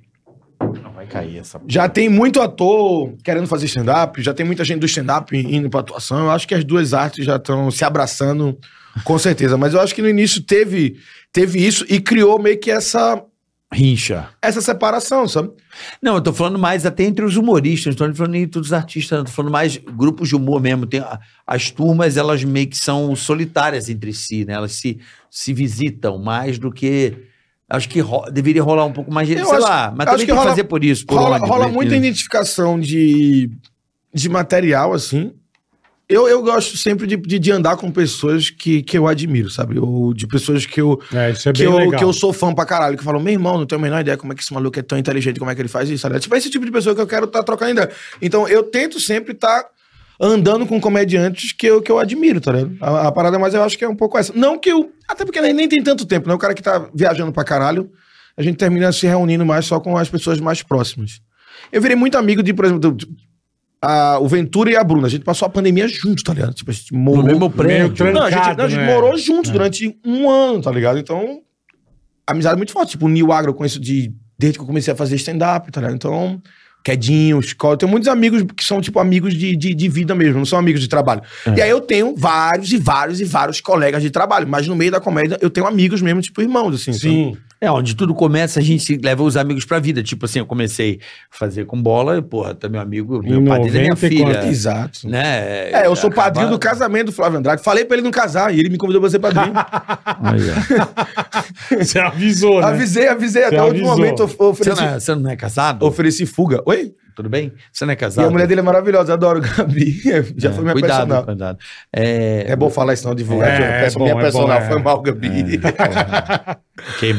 Speaker 4: Vai cair essa
Speaker 6: já tem muito ator querendo fazer stand-up, já tem muita gente do stand-up indo pra atuação. Eu acho que as duas artes já estão se abraçando, com certeza. Mas eu acho que no início teve, teve isso e criou meio que essa,
Speaker 4: rincha.
Speaker 6: essa separação, sabe?
Speaker 4: Não, eu tô falando mais até entre os humoristas, não tô nem falando nem entre os artistas, não. tô falando mais grupos de humor mesmo. Tem, a- as turmas, elas meio que são solitárias entre si, né? Elas se, se visitam mais do que. Acho que ro- deveria rolar um pouco mais de.
Speaker 6: Eu
Speaker 4: sei
Speaker 6: acho-
Speaker 4: lá, mas também
Speaker 6: acho que
Speaker 4: tem que
Speaker 6: rola-
Speaker 4: fazer por isso. Por
Speaker 6: rola
Speaker 4: onde,
Speaker 6: rola
Speaker 4: né?
Speaker 6: muita identificação de, de material, assim. Eu, eu gosto sempre de, de, de andar com pessoas que, que eu admiro, sabe? Ou de pessoas que eu,
Speaker 2: É, isso é
Speaker 6: que
Speaker 2: bem
Speaker 6: eu,
Speaker 2: legal.
Speaker 6: que eu sou fã pra caralho, que falam, meu irmão, não tenho a menor ideia como é que esse maluco é tão inteligente, como é que ele faz isso. sabe? Tipo, é esse tipo de pessoa que eu quero estar trocando ideia. Então, eu tento sempre estar andando com comediantes que eu, que eu admiro, tá ligado? A, a parada, mas eu acho que é um pouco essa. Não que eu. Até porque nem, nem tem tanto tempo, né? O cara que tá viajando pra caralho, a gente termina se reunindo mais só com as pessoas mais próximas. Eu virei muito amigo de, por exemplo, do- a- o Ventura e a Bruna. A gente passou a pandemia junto, tá ligado? Tipo, a gente morou.
Speaker 4: No mesmo
Speaker 2: Meio
Speaker 4: prédio.
Speaker 2: trancado,
Speaker 6: Não, a gente, não, a gente
Speaker 2: né?
Speaker 6: morou junto
Speaker 2: É.
Speaker 6: durante um ano, tá ligado? Então, amizade muito forte. Tipo, o Nil Agro eu conheço de, desde que eu comecei a fazer stand-up, tá ligado? Então, Quedinho, Escola. Eu tenho muitos amigos que são, tipo, amigos de, de, de vida mesmo, não são amigos de trabalho.
Speaker 2: É.
Speaker 6: E aí eu tenho vários e vários e vários colegas de trabalho, mas no meio da comédia eu tenho amigos mesmo, tipo, irmãos, assim. sabe?
Speaker 2: Sim.
Speaker 4: É, É, onde tudo começa, a gente leva os amigos pra vida. Tipo assim, eu comecei a fazer com bola, e, porra, tá meu amigo, meu
Speaker 2: Em
Speaker 4: padrinho é minha
Speaker 2: 94.
Speaker 4: filha.
Speaker 6: Exato.
Speaker 4: Né?
Speaker 6: É, eu sou
Speaker 4: Acaba-
Speaker 6: padrinho do casamento do Flávio Andrade. Falei pra ele não casar e ele me convidou pra ser padrinho.
Speaker 2: Né?
Speaker 5: Aí,
Speaker 4: é.
Speaker 5: ó.
Speaker 2: Você avisou, né?
Speaker 6: avisei, avisei.
Speaker 2: Você
Speaker 6: até o último
Speaker 2: avisou.
Speaker 6: momento eu eu
Speaker 4: Você
Speaker 6: ofereci,
Speaker 4: não, é, você não é casado?
Speaker 6: ofereci fuga. Oi?
Speaker 4: Tudo bem? Você não é
Speaker 6: E
Speaker 4: casado?
Speaker 6: a mulher dele é maravilhosa, adoro Gabi. Já
Speaker 4: É,
Speaker 6: foi minha
Speaker 4: cuidado,
Speaker 6: personal.
Speaker 4: Cuidado. É,
Speaker 6: É bom falar isso, não divulgar.
Speaker 2: É,
Speaker 6: que eu
Speaker 2: é
Speaker 6: peço
Speaker 2: bom,
Speaker 6: minha
Speaker 2: é
Speaker 6: personal
Speaker 2: bom, é.
Speaker 6: foi mal, Gabi.
Speaker 4: é, ok.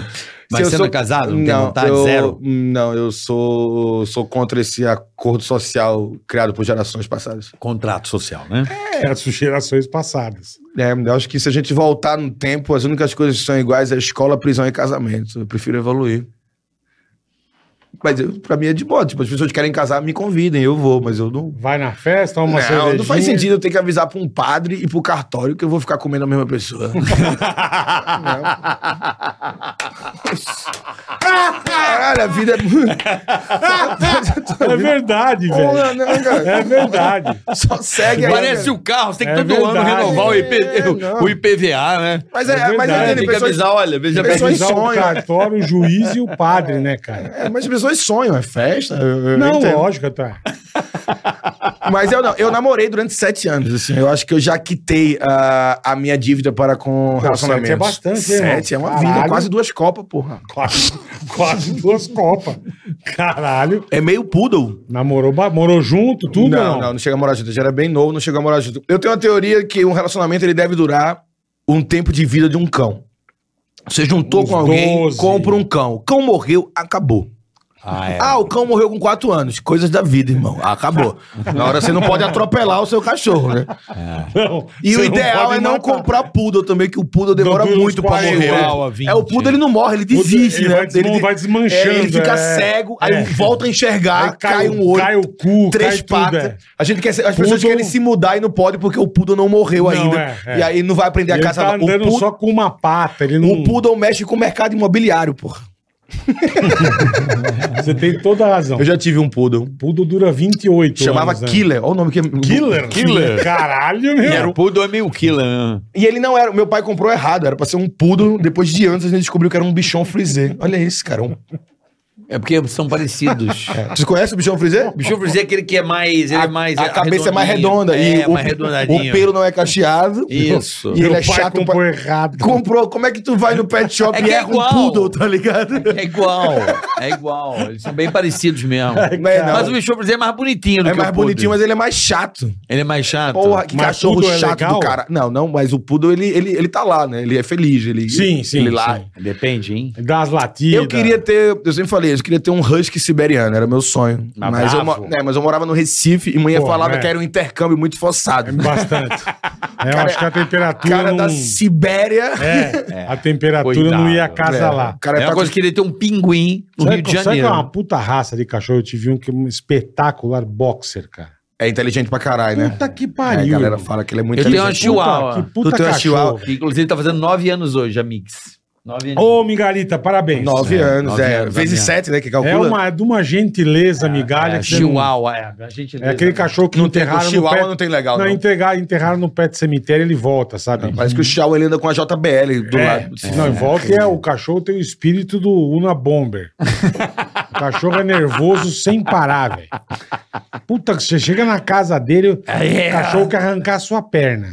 Speaker 4: Mas
Speaker 6: Se eu
Speaker 4: você
Speaker 6: sou-
Speaker 4: não é casado? Não, tem vontade?
Speaker 6: eu,
Speaker 4: Zero?
Speaker 6: Não, eu sou, sou contra esse acordo social criado por gerações passadas.
Speaker 4: Contrato social, né?
Speaker 2: É, as gerações passadas.
Speaker 6: É, eu acho que se a gente voltar no tempo, as únicas coisas que são iguais é escola, prisão e casamento. Eu prefiro evoluir. Mas eu, pra mim é de boa. Tipo, as pessoas querem casar, me convidem, eu vou, mas eu não.
Speaker 2: Vai na festa, toma uma
Speaker 6: É, Não,
Speaker 2: cervejinha.
Speaker 6: não faz sentido eu ter que avisar pra um padre e pro cartório que eu vou ficar comendo a mesma pessoa. Não. Caralho, a vida
Speaker 2: É
Speaker 6: é.
Speaker 2: verdade, velho.
Speaker 6: Porra, não, cara.
Speaker 2: É verdade.
Speaker 6: Só segue aí.
Speaker 4: Parece
Speaker 6: cara.
Speaker 4: o carro, você tem que
Speaker 2: É
Speaker 4: todo ano
Speaker 2: verdade.
Speaker 4: renovar o, IP,
Speaker 6: É, não.
Speaker 4: o IPVA, né?
Speaker 6: Mas
Speaker 2: É
Speaker 6: é, mas
Speaker 2: verdade.
Speaker 4: Tem
Speaker 6: é,
Speaker 4: que
Speaker 6: pessoas,
Speaker 4: avisar, olha, veja bem.
Speaker 6: Pessoas
Speaker 2: Avisar o
Speaker 6: sonham.
Speaker 2: cartório, o juiz e o padre, né, cara?
Speaker 6: é, mas as pessoas sonham, é festa. eu- eu
Speaker 2: Não,
Speaker 6: entendo.
Speaker 2: lógico, tá.
Speaker 6: Mas eu não, eu namorei durante sete anos, assim. Eu acho que eu já quitei a, a minha dívida para com relacionamentos.
Speaker 2: sete é bastante, hein, irmão?
Speaker 6: Sete é uma
Speaker 2: Caralho.
Speaker 6: vida, quase duas copas, porra.
Speaker 2: Quase, quase duas copas. Caralho.
Speaker 6: É meio poodle.
Speaker 2: Namorou, ba- morou junto, tudo ou
Speaker 6: não,
Speaker 2: não?
Speaker 6: não, não chega a morar junto. Eu já era bem novo, não chega a morar junto. Eu tenho uma teoria que um relacionamento ele deve durar um tempo de vida de um cão. Você juntou
Speaker 2: Uns
Speaker 6: com alguém,
Speaker 2: 12.
Speaker 6: compra um cão. O cão morreu, acabou.
Speaker 4: Ah, é.
Speaker 6: Ah, o cão morreu com quatro anos. Coisas da vida, irmão. Acabou. Na hora você não pode atropelar o seu cachorro, né?
Speaker 2: Não,
Speaker 6: E
Speaker 2: você
Speaker 6: o ideal
Speaker 2: pode
Speaker 6: é não
Speaker 2: matar.
Speaker 6: comprar poodle também, que o poodle demora
Speaker 2: Dura uns
Speaker 6: muito pra
Speaker 2: 40,
Speaker 6: morrer.
Speaker 2: a
Speaker 6: É, o poodle ele não morre, ele desiste,
Speaker 2: Ele
Speaker 6: né?
Speaker 2: vai desman- vai desmanchando,
Speaker 6: é, ele fica
Speaker 2: é.
Speaker 6: cego, aí
Speaker 2: É.
Speaker 6: volta a enxergar,
Speaker 2: Aí
Speaker 6: cai, um olho,
Speaker 2: Cai o cu, cai
Speaker 6: três
Speaker 2: tudo,
Speaker 6: patas.
Speaker 2: é.
Speaker 6: A gente quer, ser- as
Speaker 2: Poodle-
Speaker 6: pessoas querem se mudar e não pode porque o poodle não morreu
Speaker 2: Não,
Speaker 6: ainda.
Speaker 2: é, é.
Speaker 6: E aí não vai aprender a
Speaker 2: Ele
Speaker 6: casa.
Speaker 2: tá
Speaker 6: não. o,
Speaker 2: andando
Speaker 6: poodle,
Speaker 2: só com um. uma pata. Ele não...
Speaker 6: o poodle mexe com o mercado imobiliário, porra.
Speaker 2: Você tem toda a razão.
Speaker 6: Eu já tive um poodle.
Speaker 2: Pudo dura 28
Speaker 6: Chamava
Speaker 2: anos, né?
Speaker 6: Killer. Olha o nome que é.
Speaker 2: Killer.
Speaker 5: Killer.
Speaker 2: Caralho, meu.
Speaker 4: E era o poodle é meio quilo, né?
Speaker 6: E ele não era. Meu pai comprou errado. Era pra ser um poodle. Depois de anos a gente descobriu que era um bichão frisé. Olha isso, cara. Um
Speaker 4: É porque são parecidos.
Speaker 6: Você conhece o bichão frisé?
Speaker 4: Deixa eu dizer aquele que é mais. Ele é mais
Speaker 6: É. a cabeça é mais redonda
Speaker 4: É,
Speaker 6: e o,
Speaker 4: mais redondadinho.
Speaker 6: o pelo não é cacheado.
Speaker 4: Isso.
Speaker 6: E
Speaker 2: Meu
Speaker 6: ele é
Speaker 2: pai
Speaker 6: chato
Speaker 2: comprou
Speaker 6: pra...
Speaker 2: errado.
Speaker 6: Comprou. Como é que tu vai no pet shop
Speaker 4: É que
Speaker 6: e
Speaker 4: é
Speaker 6: erra
Speaker 4: igual.
Speaker 6: um poodle, tá ligado?
Speaker 4: É igual. É igual. Eles são bem parecidos mesmo.
Speaker 6: Não é, não.
Speaker 4: Mas o bicho é mais bonitinho do
Speaker 6: É
Speaker 4: que
Speaker 6: mais
Speaker 4: o poodle.
Speaker 6: bonitinho, mas ele é mais chato.
Speaker 4: Ele é mais chato.
Speaker 6: Porra, que
Speaker 2: Mas
Speaker 6: cachorro
Speaker 2: poodle é
Speaker 6: chato
Speaker 2: legal?
Speaker 6: do cara. Não, não, mas o poodle, ele, ele, ele tá lá, né? Ele é feliz. Ele,
Speaker 2: Sim, sim,
Speaker 6: Ele lá.
Speaker 2: sim.
Speaker 4: Depende, hein?
Speaker 2: Dá as latidas.
Speaker 6: Eu queria ter, eu sempre falei, eu queria ter um husky siberiano, era meu sonho.
Speaker 4: Ah,
Speaker 6: Mas eu,
Speaker 4: bravo.
Speaker 6: mo- né, mas eu morava no Recife e manhã
Speaker 2: Pô,
Speaker 6: falava
Speaker 2: né?
Speaker 6: que era um intercâmbio muito forçado.
Speaker 2: Bastante. É, eu acho que a temperatura
Speaker 6: cara
Speaker 2: não...
Speaker 6: da Sibéria.
Speaker 2: É, a temperatura
Speaker 4: Cuidado.
Speaker 2: não ia acasalar.
Speaker 6: O cara
Speaker 4: é
Speaker 6: tá
Speaker 4: uma
Speaker 6: com
Speaker 4: coisa que ele tem um pinguim no
Speaker 2: Sabe
Speaker 4: Rio de
Speaker 2: que- Sabe que
Speaker 4: Janeiro.
Speaker 2: é uma puta raça de cachorro? Eu tive um, que, um espetacular boxer, cara.
Speaker 6: É inteligente pra caralho, né?
Speaker 2: Puta que
Speaker 6: É, a
Speaker 2: pariu.
Speaker 6: galera
Speaker 2: irmão.
Speaker 6: fala que ele é muito
Speaker 4: Eu tenho uma
Speaker 6: inteligente.
Speaker 2: Puta,
Speaker 4: chihuahua.
Speaker 2: Que puta
Speaker 6: Tu tem uma
Speaker 2: cachorro.
Speaker 6: chihuahua?
Speaker 4: Que, inclusive tá fazendo nove anos hoje, a Mix. Nove anos.
Speaker 2: Ô, Migarita, parabéns.
Speaker 6: Nove
Speaker 4: É,
Speaker 6: anos,
Speaker 4: nove
Speaker 6: é.
Speaker 4: anos,
Speaker 6: Vezes
Speaker 4: Damião.
Speaker 6: sete, né? Que
Speaker 2: É,
Speaker 6: calcula.
Speaker 2: uma, é de uma gentileza, migalha.
Speaker 4: é,
Speaker 2: que você não-
Speaker 4: Chihuahua, é. A gente
Speaker 2: É aquele cachorro que
Speaker 6: Não tem, o
Speaker 2: enterraram no
Speaker 6: chihuahua
Speaker 2: pé...
Speaker 6: não tem legal,
Speaker 2: Não,
Speaker 6: não.
Speaker 2: enterrar- enterraram no pé de cemitério, ele volta, sabe?
Speaker 6: Parece que o chihuahua ele anda com a JBL do
Speaker 2: É,
Speaker 6: lado.
Speaker 2: Não, e volta e é, o cachorro tem o espírito do Una Bomber. o cachorro é nervoso sem parar, velho. Puta, que você chega na casa dele,
Speaker 6: é,
Speaker 2: o
Speaker 6: ah.
Speaker 2: cachorro quer arrancar a sua perna.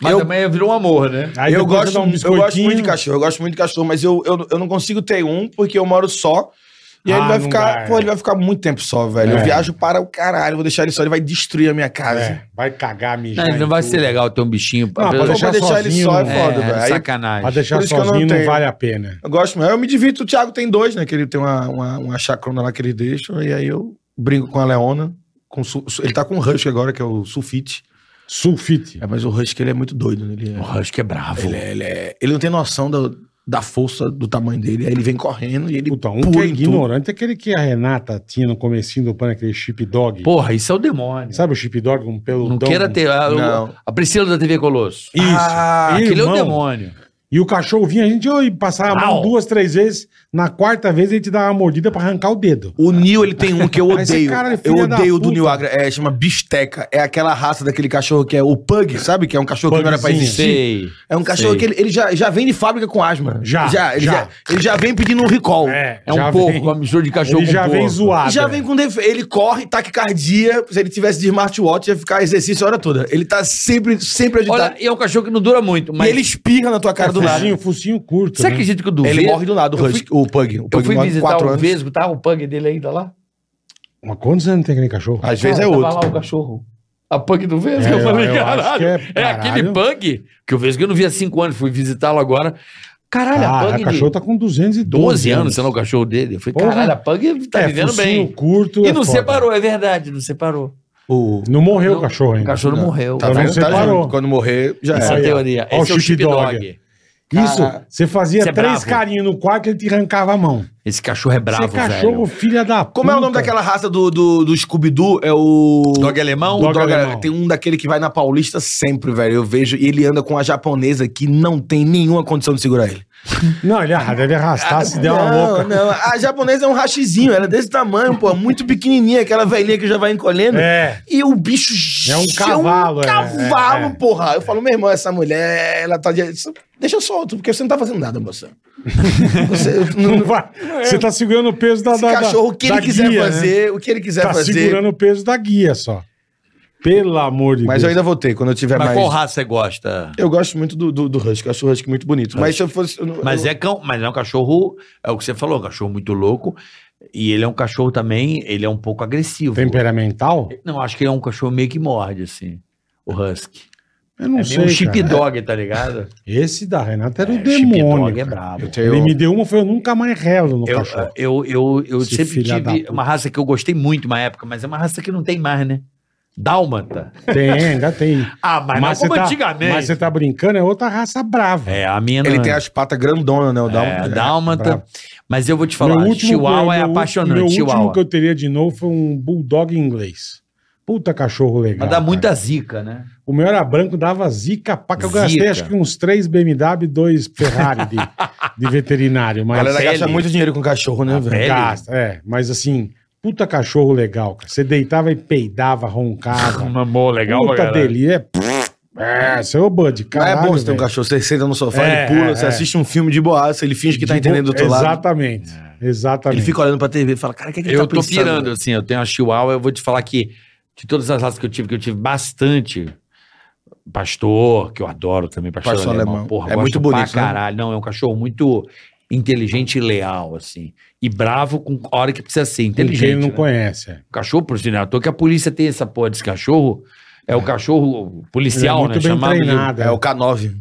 Speaker 4: Mas também virou um amor, né?
Speaker 2: Aí
Speaker 6: eu,
Speaker 2: depois você
Speaker 6: gosto,
Speaker 2: dá um
Speaker 6: eu gosto muito de
Speaker 2: biscoitinho.
Speaker 6: cachorro, eu gosto muito de cachorro, mas eu, eu, eu não consigo ter um porque eu moro só. E aí
Speaker 2: Ah,
Speaker 6: ele vai
Speaker 2: não
Speaker 6: ficar.
Speaker 2: dá, é.
Speaker 6: pô, ele vai ficar muito tempo só, velho.
Speaker 2: É.
Speaker 6: Eu viajo para o caralho, vou deixar ele só, ele vai destruir a minha casa.
Speaker 2: É, vai cagar, mijar.
Speaker 4: Não, ele não
Speaker 2: em
Speaker 4: vai
Speaker 2: tudo.
Speaker 4: ser legal ter um bichinho. pra-
Speaker 2: Não,
Speaker 4: pra-
Speaker 2: pra
Speaker 6: Pô,
Speaker 2: deixar
Speaker 6: pra deixar ele
Speaker 2: sozinho né?
Speaker 6: só é
Speaker 2: não-
Speaker 6: foda,
Speaker 4: é,
Speaker 6: velho. Aí
Speaker 4: sacanagem.
Speaker 2: Pra deixar
Speaker 6: Por isso que eu não
Speaker 2: sozinho não,
Speaker 6: tenho.
Speaker 2: vale a pena.
Speaker 6: eu gosto, mas eu me divirto. O Thiago tem dois, né? Que ele tem uma, uma, uma chacrona lá que ele deixa. E aí eu brinco com a Leona. Com su- su- ele tá com o Rush agora, que é o Sulfite.
Speaker 2: Sulfite.
Speaker 6: É, mas o Rush ele é muito doido, né? Ele é-
Speaker 4: O Husky é bravo.
Speaker 6: Ele, é- ele é- ele não tem noção do- da força do tamanho dele. Aí ele vem correndo e ele
Speaker 2: Puta, um que
Speaker 6: pula
Speaker 2: é
Speaker 6: em tudo.
Speaker 2: ignorante é aquele que a Renata tinha no comecinho do pano, aquele chip dog.
Speaker 4: Porra, isso é o demônio.
Speaker 2: Sabe o chip dog com um peludão?
Speaker 4: não queira ter. A, o-
Speaker 6: Não.
Speaker 4: a Priscila da TV Colosso.
Speaker 2: Isso.
Speaker 6: Ah,
Speaker 4: Aquele é o
Speaker 2: Irmão,
Speaker 4: demônio.
Speaker 2: E o cachorro vinha, a gente ia passar a mão
Speaker 4: Au.
Speaker 2: duas, três vezes. Na quarta vez, ele te dava uma mordida pra arrancar o dedo.
Speaker 6: O Nil, ele tem um que eu
Speaker 2: Mas esse
Speaker 6: odeio.
Speaker 2: cara é
Speaker 6: eu
Speaker 2: filha da
Speaker 6: odeio o do
Speaker 2: puta.
Speaker 6: Nil Agra. É, chama bisteca. É aquela raça daquele cachorro que é o pug, sabe? Que é um cachorro que não era pra
Speaker 2: Pugzinho.
Speaker 6: existir. É um cachorro
Speaker 4: Sei.
Speaker 6: que ele, ele já, já vem de fábrica com asma.
Speaker 2: Já,
Speaker 6: ele,
Speaker 2: já.
Speaker 6: já. ele já vem pedindo um recall.
Speaker 4: É um
Speaker 2: já
Speaker 4: porco,
Speaker 2: vem-
Speaker 4: uma mistura de cachorro
Speaker 2: Ele
Speaker 4: com
Speaker 2: já vem
Speaker 4: porco.
Speaker 2: zoado. né?
Speaker 6: Já vem com defeito. Ele corre, taquicardia. Se ele tivesse de smartwatch, ia ficar exercício a hora toda. Ele tá sempre, sempre agitado.
Speaker 2: tá-
Speaker 4: Olha, e é um cachorro que não dura muito, mas...
Speaker 6: E ele espirra na tua cara do
Speaker 2: É
Speaker 6: lado.
Speaker 2: Focinho, focinho curto.
Speaker 4: Você
Speaker 2: né?
Speaker 4: acredita que o do
Speaker 6: Ele
Speaker 4: Vesgo-
Speaker 6: morre do lado, o
Speaker 4: Eu
Speaker 6: Husky, o Pug. O
Speaker 4: Eu
Speaker 6: Pug
Speaker 4: fui
Speaker 6: morre com
Speaker 4: visitar
Speaker 6: quatro
Speaker 4: o
Speaker 6: anos.
Speaker 4: Vesgo, tá? O pug dele ainda lá.
Speaker 2: Mas quantos anos tem aquele cachorro?
Speaker 6: Às vezes é
Speaker 4: Cara,
Speaker 6: outro.
Speaker 4: Tava lá o cachorro. A pug do Vesgo,
Speaker 2: É,
Speaker 4: eu falei,
Speaker 2: eu acho que
Speaker 4: caralho.
Speaker 2: é,
Speaker 4: É, aquele
Speaker 2: caralho.
Speaker 4: pug que o Vesgo eu não vi há cinco anos, fui visitá-lo agora. Caralho, a
Speaker 2: Caralho,
Speaker 4: pug
Speaker 2: o
Speaker 4: de
Speaker 2: cachorro tá com 212
Speaker 4: 12 anos, sei lá, o cachorro dele. Eu falei,
Speaker 2: Porra.
Speaker 4: caralho, a pug tá
Speaker 2: É,
Speaker 4: vivendo
Speaker 2: focinho
Speaker 4: bem.
Speaker 2: curto.
Speaker 4: E
Speaker 2: é
Speaker 4: não
Speaker 2: foda.
Speaker 4: separou, é verdade, não separou.
Speaker 6: O...
Speaker 2: Não morreu
Speaker 4: Não,
Speaker 2: o cachorro
Speaker 4: O
Speaker 2: ainda.
Speaker 4: cachorro morreu.
Speaker 6: Tá
Speaker 2: Não
Speaker 6: vendo? Tá
Speaker 2: separou.
Speaker 6: vendo? Quando morrer, já
Speaker 4: Essa é
Speaker 6: é.
Speaker 4: a
Speaker 2: Aí, ó.
Speaker 4: teoria.
Speaker 2: Ó,
Speaker 4: Esse
Speaker 2: o
Speaker 4: é o
Speaker 2: chip
Speaker 4: chip
Speaker 2: dog.
Speaker 4: dog.
Speaker 2: Isso, você fazia
Speaker 4: Você é
Speaker 2: três
Speaker 4: bravo.
Speaker 2: carinhos no quarto, ele te arrancava a mão.
Speaker 4: Esse cachorro é bravo,
Speaker 2: você é cachorro,
Speaker 4: velho.
Speaker 2: filha da puta.
Speaker 6: Como é o nome daquela raça do, do, do Scooby-Doo? É o...
Speaker 4: Dog alemão?
Speaker 6: O
Speaker 2: Dog é
Speaker 6: Dog-
Speaker 2: alemão.
Speaker 6: Tem um daquele que vai na Paulista sempre, velho. Eu vejo. E ele anda com a japonesa que não tem nenhuma condição de segurar ele.
Speaker 2: Não, ele arra- deve arrastar, se der uma
Speaker 6: não,
Speaker 2: louca.
Speaker 6: não. A japonesa é um rachizinho. Ela é desse tamanho, pô. Muito pequenininha. Aquela velhinha que já vai encolhendo.
Speaker 2: É.
Speaker 6: E o bicho...
Speaker 2: É um cavalo, é,
Speaker 6: É um cavalo,
Speaker 2: é, é.
Speaker 6: porra. Eu falo, meu irmão, essa mulher, ela tá... de- Deixa solto, porque você não tá fazendo nada, moça. você não,
Speaker 2: Não vai. Você tá segurando o peso da.
Speaker 6: Esse
Speaker 2: da- da-
Speaker 6: cachorro, o que
Speaker 2: da
Speaker 6: ele quiser
Speaker 2: guia, né?
Speaker 6: fazer, o que ele quiser
Speaker 2: Tá
Speaker 6: fazer.
Speaker 2: segurando o peso da guia só. Pelo amor de
Speaker 6: Mas eu
Speaker 2: Deus.
Speaker 6: ainda voltei, quando eu tiver
Speaker 4: Mas
Speaker 6: mais.
Speaker 4: qual raça você gosta?
Speaker 6: Eu gosto muito do, do, do Husky, eu acho o Husky muito bonito. Mas se eu fosse. eu não-
Speaker 4: Mas
Speaker 6: eu-
Speaker 4: é, cão, mas é um cachorro, é o que você falou, um cachorro muito louco. E ele é um cachorro também, ele é um pouco agressivo.
Speaker 2: Temperamental?
Speaker 4: Não, acho que ele é um cachorro meio que morde, assim. O Husky.
Speaker 2: Eu não
Speaker 4: é
Speaker 2: sei.
Speaker 4: meio um chip
Speaker 2: cara.
Speaker 4: dog, tá ligado?
Speaker 2: Esse da Renata era o
Speaker 4: É,
Speaker 2: demônio.
Speaker 4: Chip dog é
Speaker 2: cara.
Speaker 4: bravo.
Speaker 6: Eu
Speaker 2: Ele
Speaker 6: tenho.
Speaker 2: me deu uma, foi eu nunca mais relo no
Speaker 4: Eu,
Speaker 2: cachorro.
Speaker 4: eu, eu, eu
Speaker 2: Esse
Speaker 4: sempre
Speaker 2: filha da
Speaker 4: tive
Speaker 2: puta.
Speaker 4: uma raça que eu gostei muito uma época, mas é uma raça que não tem mais, né? Dálmata.
Speaker 2: Tem, ainda tem.
Speaker 4: Ah, mas, não
Speaker 2: você
Speaker 4: como
Speaker 2: tá,
Speaker 4: antigamente.
Speaker 2: mas você tá brincando, é outra raça brava.
Speaker 4: É, a minha
Speaker 6: Ele
Speaker 4: não.
Speaker 6: tem as patas grandonas, né? O
Speaker 4: É,
Speaker 6: Dalma.
Speaker 4: dálmata.
Speaker 2: bravo.
Speaker 4: mas eu vou te falar, chihuahua é apaixonante.
Speaker 2: Meu último
Speaker 4: chihuahua.
Speaker 2: que eu teria de novo foi um bulldog inglês. Puta cachorro legal.
Speaker 4: Mas dá
Speaker 2: Ah, cara.
Speaker 4: muita zica, né?
Speaker 2: O meu era branco, dava zica pra que eu
Speaker 4: Zica.
Speaker 2: gastei acho que uns três BMW e dois Ferrari de, de veterinário.
Speaker 6: A
Speaker 2: Mas
Speaker 6: galera gasta
Speaker 4: pele.
Speaker 6: muito dinheiro com cachorro, né,
Speaker 4: A
Speaker 6: velho?
Speaker 4: pele.
Speaker 2: gasta, é. Mas assim, puta cachorro legal, cara. Você deitava e peidava, roncava.
Speaker 4: boa,
Speaker 2: puta delícia. É, é, seu Bud,
Speaker 6: Mas
Speaker 2: caralho.
Speaker 6: é bom você ter um
Speaker 2: velho.
Speaker 6: cachorro. Você senta no sofá,
Speaker 2: É,
Speaker 6: ele pula,
Speaker 2: é,
Speaker 6: você
Speaker 2: é.
Speaker 6: assiste um filme de boaça, ele finge que tá
Speaker 2: De
Speaker 6: entendendo do
Speaker 2: bo-
Speaker 6: outro lado.
Speaker 2: Exatamente.
Speaker 4: É.
Speaker 2: Exatamente.
Speaker 6: Ele fica olhando pra TV e fala: Cara, o que é que ele
Speaker 4: Eu
Speaker 6: tá
Speaker 4: tô
Speaker 6: pensando?
Speaker 4: pirando, assim, eu tenho a chihuahua, eu vou te falar que de todas as raças que eu tive, que eu tive bastante. Pastor, que eu adoro também, pastor,
Speaker 6: Pastor
Speaker 4: alemão.
Speaker 6: alemão.
Speaker 4: Porra,
Speaker 6: É
Speaker 4: gosto
Speaker 6: muito
Speaker 4: Pra
Speaker 6: bonito, né?
Speaker 4: caralho. Não, é um cachorro muito inteligente e leal, assim. E bravo com a hora que precisa ser.
Speaker 2: Com quem
Speaker 4: Inteligente.
Speaker 2: ele não
Speaker 4: né?
Speaker 2: conhece. é.
Speaker 4: Cachorro, por sinal, à toa que a polícia tem essa porra desse cachorro. É o cachorro
Speaker 2: Ele é
Speaker 4: policial,
Speaker 2: muito
Speaker 4: né?
Speaker 2: bem
Speaker 4: Chamado de-
Speaker 2: treinado.
Speaker 6: É o K9.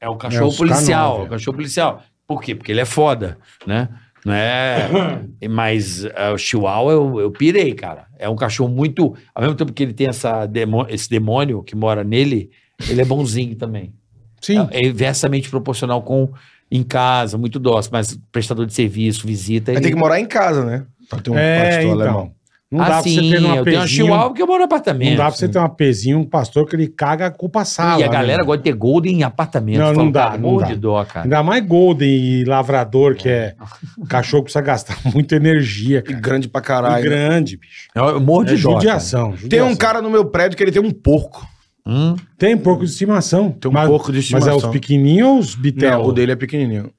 Speaker 4: É o cachorro
Speaker 2: É, os
Speaker 4: policial,
Speaker 2: K9,
Speaker 4: o
Speaker 2: é.
Speaker 4: cachorro policial. Por quê? Porque ele é foda, né? Não é- Mas é, o Chihuahua eu, eu pirei, cara. É um cachorro muito. Ao mesmo tempo que ele tem essa demo- esse demônio que mora nele, ele é bonzinho também.
Speaker 2: Sim.
Speaker 4: É, é inversamente proporcional com em casa, muito dócil, mas prestador de serviço, visita.
Speaker 6: Vai
Speaker 4: Ele...
Speaker 6: ter que morar em casa, né? Pra ter um
Speaker 2: é,
Speaker 6: pastor
Speaker 2: então.
Speaker 6: alemão.
Speaker 2: Não dá
Speaker 4: ah,
Speaker 2: pra
Speaker 4: sim,
Speaker 2: você ter um
Speaker 4: eu tenho um
Speaker 2: apezinho.
Speaker 4: Chihuahua porque eu moro em
Speaker 2: Não
Speaker 4: apartamento.
Speaker 2: dá pra você ter um apezinho, um pastor que ele caga com o sala.
Speaker 4: E a galera
Speaker 2: né?
Speaker 4: gosta de ter golden em apartamento.
Speaker 2: Não,
Speaker 4: Eu
Speaker 2: não
Speaker 4: falo,
Speaker 2: dá,
Speaker 4: cara,
Speaker 2: não
Speaker 4: morro
Speaker 2: dá.
Speaker 4: de dó, cara.
Speaker 2: Ainda mais Golden e Lavrador, que é. Cachorro que precisa gastar muita energia,
Speaker 6: E
Speaker 2: cara.
Speaker 6: grande pra
Speaker 2: E
Speaker 6: caralho.
Speaker 2: grande, bicho.
Speaker 4: Eu, eu morro de
Speaker 2: É
Speaker 4: dó. cara.
Speaker 2: judiação, judiação.
Speaker 6: Tem um cara no meu prédio que ele tem um porco.
Speaker 4: Hum?
Speaker 2: Tem porco de estimação.
Speaker 6: Tem um porco de
Speaker 2: Mas é
Speaker 6: estimação.
Speaker 2: os pequenininhos ou os
Speaker 6: Não,
Speaker 2: bitelos?
Speaker 6: o dele é pequenininho.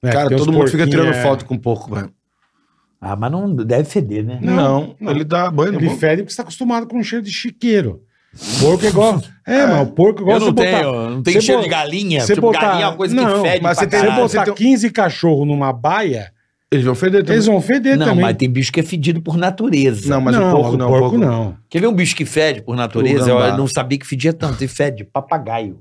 Speaker 2: É,
Speaker 6: cara,
Speaker 2: tem uns
Speaker 6: todo mundo fica
Speaker 2: porquinhos,
Speaker 6: tirando
Speaker 2: é.
Speaker 6: foto com o porco, velho.
Speaker 4: Ah, mas não deve feder, né?
Speaker 6: Não,
Speaker 2: não.
Speaker 6: ele dá banho é no
Speaker 2: Ele
Speaker 6: porco.
Speaker 2: fede porque você tá acostumado com o cheiro de chiqueiro. Porco é igual. É, mas o porco é igual
Speaker 4: Eu não
Speaker 2: você botar-
Speaker 4: tenho, não tenho
Speaker 2: você
Speaker 4: cheiro
Speaker 2: bo-
Speaker 4: de galinha.
Speaker 2: você
Speaker 4: Tipo,
Speaker 2: botar-
Speaker 4: galinha é uma coisa
Speaker 2: não,
Speaker 4: que fede
Speaker 6: mas
Speaker 4: pra
Speaker 6: você tem- um-
Speaker 2: Você botar
Speaker 4: caralho.
Speaker 2: 15 cachorros numa baia,
Speaker 6: Eles vão feder também.
Speaker 2: eles vão feder
Speaker 4: Não,
Speaker 2: também.
Speaker 4: mas tem bicho que é fedido por natureza.
Speaker 6: Não, mas o porco não. o porco não.
Speaker 2: não.
Speaker 4: Quer ver um bicho que fede por natureza?
Speaker 6: O
Speaker 4: Eu,
Speaker 6: gambá.
Speaker 4: não sabia que fedia tanto. E fede papagaio.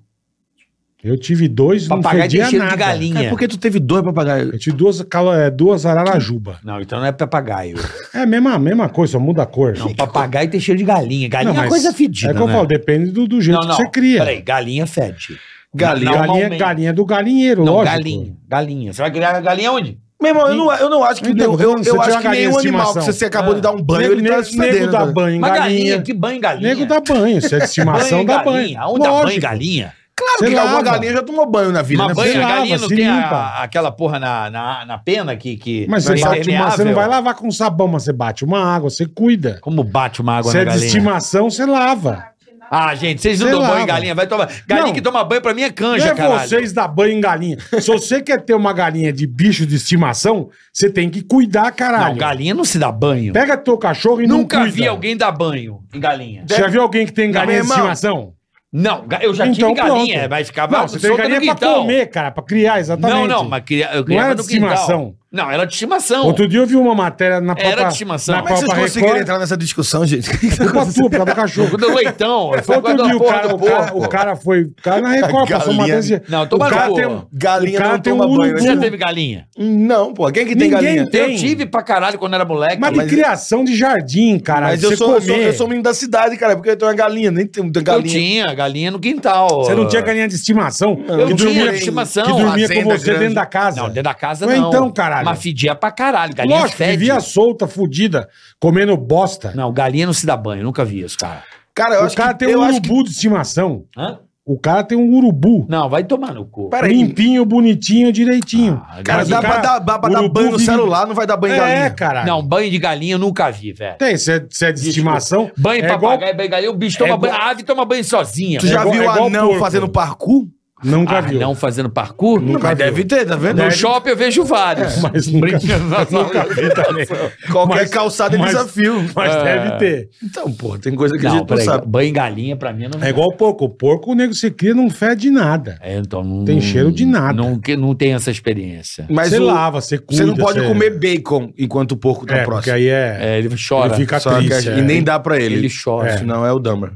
Speaker 2: Eu tive dois, não
Speaker 4: Papagaio tem
Speaker 2: fedia
Speaker 4: cheiro
Speaker 2: nada.
Speaker 4: de galinha.
Speaker 6: É porque tu teve dois papagaios.
Speaker 2: Eu tive duas, cala- é, duas ararajuba.
Speaker 4: Não, então não é papagaio.
Speaker 2: É a mesma, mesma coisa, só muda a cor.
Speaker 4: Não, papagaio tem cheiro de galinha. Galinha
Speaker 2: Não,
Speaker 4: é
Speaker 2: mas
Speaker 4: coisa fedida,
Speaker 2: É que eu
Speaker 4: né?
Speaker 2: falo, depende do, do jeito
Speaker 4: não, não.
Speaker 2: que você cria.
Speaker 4: Peraí, galinha fede.
Speaker 6: Galinha.
Speaker 2: Galinha,
Speaker 4: Normalmente.
Speaker 2: galinha é do galinheiro,
Speaker 4: Não,
Speaker 2: lógico.
Speaker 4: galinha. Galinha. Você vai criar a galinha onde?
Speaker 6: Meu irmão, eu não, eu não acho que.
Speaker 2: Então,
Speaker 6: eu eu,
Speaker 2: você
Speaker 6: eu
Speaker 2: tinha
Speaker 6: acho
Speaker 2: uma
Speaker 6: que
Speaker 2: galinha
Speaker 6: nenhum
Speaker 2: de
Speaker 6: animal que
Speaker 2: estimação.
Speaker 6: você acabou de dar um banho,
Speaker 2: Nego,
Speaker 6: ele tá
Speaker 2: nego,
Speaker 6: se
Speaker 2: nego
Speaker 6: fedendo.
Speaker 2: dá
Speaker 6: né?
Speaker 2: banho em
Speaker 4: Mas
Speaker 2: galinha.
Speaker 4: galinha, que banho em galinha?
Speaker 2: Nego dá banho, se é de
Speaker 4: Banho em
Speaker 2: estimação dá banho.
Speaker 4: galinha. Aonde dá banho em
Speaker 2: Lógico.
Speaker 4: galinha?
Speaker 6: Claro,
Speaker 2: Sei
Speaker 6: que
Speaker 2: lá,
Speaker 6: alguma
Speaker 2: mano.
Speaker 6: galinha já tomou banho na vida,
Speaker 4: Uma
Speaker 6: né?
Speaker 4: banha,
Speaker 2: lava,
Speaker 4: a galinha não
Speaker 2: se
Speaker 4: tem é a-
Speaker 2: limpa.
Speaker 4: aquela porra na, na, na pena que. que
Speaker 2: Mas
Speaker 4: não
Speaker 2: você,
Speaker 4: é
Speaker 2: bate uma- você não
Speaker 4: impermeável?
Speaker 2: vai lavar com sabão, mas você bate uma água, você cuida.
Speaker 4: Como bate uma água
Speaker 2: Se
Speaker 4: na
Speaker 2: é de
Speaker 4: galinha?
Speaker 2: estimação, você lava.
Speaker 4: Ah, gente, vocês não
Speaker 2: Sei
Speaker 4: dão
Speaker 2: lá,
Speaker 4: banho em
Speaker 2: mano.
Speaker 4: galinha. Vai tomar. Galinha
Speaker 2: Não.
Speaker 4: que toma banho pra mim é
Speaker 2: Não
Speaker 4: canja,
Speaker 2: é
Speaker 4: caralho.
Speaker 2: vocês dar banho em galinha. Se você quer ter uma galinha de bicho de estimação, você tem que cuidar, caralho.
Speaker 4: Não, galinha não se dá banho.
Speaker 2: Pega teu cachorro e
Speaker 4: Nunca
Speaker 2: não cuida.
Speaker 4: vi alguém dar banho em galinha.
Speaker 2: Você já viu alguém que tem galinha
Speaker 6: Meu
Speaker 2: de
Speaker 6: irmão,
Speaker 2: estimação?
Speaker 4: Não, ga- eu já
Speaker 2: Então,
Speaker 4: tive galinha, é,
Speaker 2: pronto.
Speaker 4: mas ficava
Speaker 2: Não, você tem
Speaker 4: solta no
Speaker 2: galinha pra
Speaker 4: quintal.
Speaker 2: comer, cara, pra criar, exatamente.
Speaker 4: Não, não, mas queria, eu
Speaker 2: Não
Speaker 4: criava
Speaker 2: era de
Speaker 4: no quintal.
Speaker 2: estimação.
Speaker 4: Não, era de estimação.
Speaker 2: Outro dia eu vi uma matéria na
Speaker 4: Era de estimação.
Speaker 2: Na
Speaker 4: Como
Speaker 6: Como é que
Speaker 2: Papa
Speaker 6: vocês conseguiram
Speaker 2: Record.
Speaker 6: entrar nessa discussão, gente?
Speaker 2: Culpa tua, por causa do cachorro.
Speaker 4: Do leitão. eu fui por
Speaker 2: Outro
Speaker 4: causa
Speaker 2: dia
Speaker 4: da
Speaker 2: o
Speaker 4: porra
Speaker 2: cara,
Speaker 4: do
Speaker 2: o, cara,
Speaker 4: porco.
Speaker 2: o cara foi. O cara na Record
Speaker 6: A
Speaker 2: passou uma
Speaker 6: galinha-
Speaker 2: matéria.
Speaker 4: Não, toma
Speaker 2: o cara
Speaker 4: no cu.
Speaker 2: tem, um-
Speaker 6: Galinha
Speaker 2: o cara
Speaker 6: não
Speaker 2: tem
Speaker 6: toma
Speaker 2: um
Speaker 6: banho,
Speaker 4: Você já
Speaker 2: urubu.
Speaker 4: teve galinha?
Speaker 6: Não, pô. Quem que tem
Speaker 2: Ninguém
Speaker 6: galinha?
Speaker 2: tem.
Speaker 4: Eu tive pra caralho quando era moleque.
Speaker 2: Mas de
Speaker 6: Mas-
Speaker 2: criação de jardim, cara.
Speaker 6: Mas
Speaker 2: de
Speaker 6: eu
Speaker 2: você
Speaker 6: sou, eu, sou,
Speaker 2: comer.
Speaker 6: eu sou menino da cidade, cara, porque eu tenho uma galinha, nem tenho muita
Speaker 4: eu
Speaker 6: galinha.
Speaker 4: tinha galinha no quintal.
Speaker 2: Você não tinha galinha de estimação?
Speaker 4: Eu
Speaker 2: que
Speaker 4: tinha
Speaker 2: dormia,
Speaker 4: de estimação,
Speaker 2: Que dormia com
Speaker 6: fazenda
Speaker 2: você
Speaker 6: grande.
Speaker 2: dentro da casa.
Speaker 4: Não, dentro da casa
Speaker 2: Mas
Speaker 4: não.
Speaker 2: então, caralho.
Speaker 4: Mas fedia pra caralho. Galinha
Speaker 2: Lógico,
Speaker 4: fede.
Speaker 2: vivia solta, fudida, comendo bosta.
Speaker 4: Não, galinha não se dá banho. Nunca vi isso, cara.
Speaker 6: Cara, eu
Speaker 2: o
Speaker 6: acho
Speaker 2: cara
Speaker 6: que...
Speaker 2: tem
Speaker 6: eu
Speaker 2: um
Speaker 6: acho que-
Speaker 2: urubu de estimação.
Speaker 4: Hã?
Speaker 2: O cara tem um urubu.
Speaker 4: Não, vai tomar no cu.
Speaker 6: Peraí.
Speaker 2: Limpinho, bonitinho, direitinho.
Speaker 4: Ah,
Speaker 6: Cara,
Speaker 4: Mas
Speaker 6: dá
Speaker 4: o
Speaker 6: pra dar, dá pra dar
Speaker 2: urubu
Speaker 6: banho no
Speaker 2: vive-
Speaker 6: celular, não vai dar banho em galinha.
Speaker 2: É, caralho.
Speaker 4: Não, banho de galinha eu nunca vi, velho.
Speaker 2: Tem, se é, se é de estimação.
Speaker 4: Banho
Speaker 2: é
Speaker 4: pra
Speaker 2: igual-
Speaker 4: papagaio, banho de galinha, o bicho toma
Speaker 2: é igual-
Speaker 4: banho, a ave toma banho sozinha.
Speaker 6: Tu já
Speaker 2: igual-
Speaker 6: viu
Speaker 2: é
Speaker 6: o
Speaker 2: igual
Speaker 6: anão
Speaker 2: porco.
Speaker 6: fazendo parkour?
Speaker 2: Nunca
Speaker 4: Ah,
Speaker 2: viu.
Speaker 4: não fazendo parkour?
Speaker 6: Não,
Speaker 2: Nunca
Speaker 6: mas
Speaker 2: viu.
Speaker 6: deve ter, tá vendo?
Speaker 4: No shopping eu vejo vários.
Speaker 2: Mas nunca,
Speaker 4: Brincando na
Speaker 2: nunca vi também.
Speaker 6: Qualquer
Speaker 2: Mas-
Speaker 6: calçada é
Speaker 2: mas-
Speaker 6: desafio.
Speaker 2: Mas
Speaker 4: É.
Speaker 2: deve ter.
Speaker 6: Então, pô, tem coisa que a
Speaker 4: Não,
Speaker 6: gente não
Speaker 4: peraí,
Speaker 6: sabe.
Speaker 4: banho em galinha pra mim não...
Speaker 2: É igual o porco. O porco, o nego se cria, não fede nada.
Speaker 4: É, então, não-
Speaker 2: Tem cheiro de nada.
Speaker 4: Não, que- não tem essa experiência.
Speaker 6: Mas
Speaker 2: você
Speaker 6: o-
Speaker 2: lava, você cuida.
Speaker 6: você não pode
Speaker 2: você-
Speaker 6: comer bacon enquanto o porco
Speaker 2: É,
Speaker 6: tá
Speaker 2: porque
Speaker 6: próximo.
Speaker 2: aí é...
Speaker 4: É, ele chora.
Speaker 2: Ele fica
Speaker 6: Só que a
Speaker 2: triste.
Speaker 6: gente-
Speaker 2: é.
Speaker 6: E nem dá pra ele.
Speaker 4: Ele chora.
Speaker 6: Isso não é o Dumber.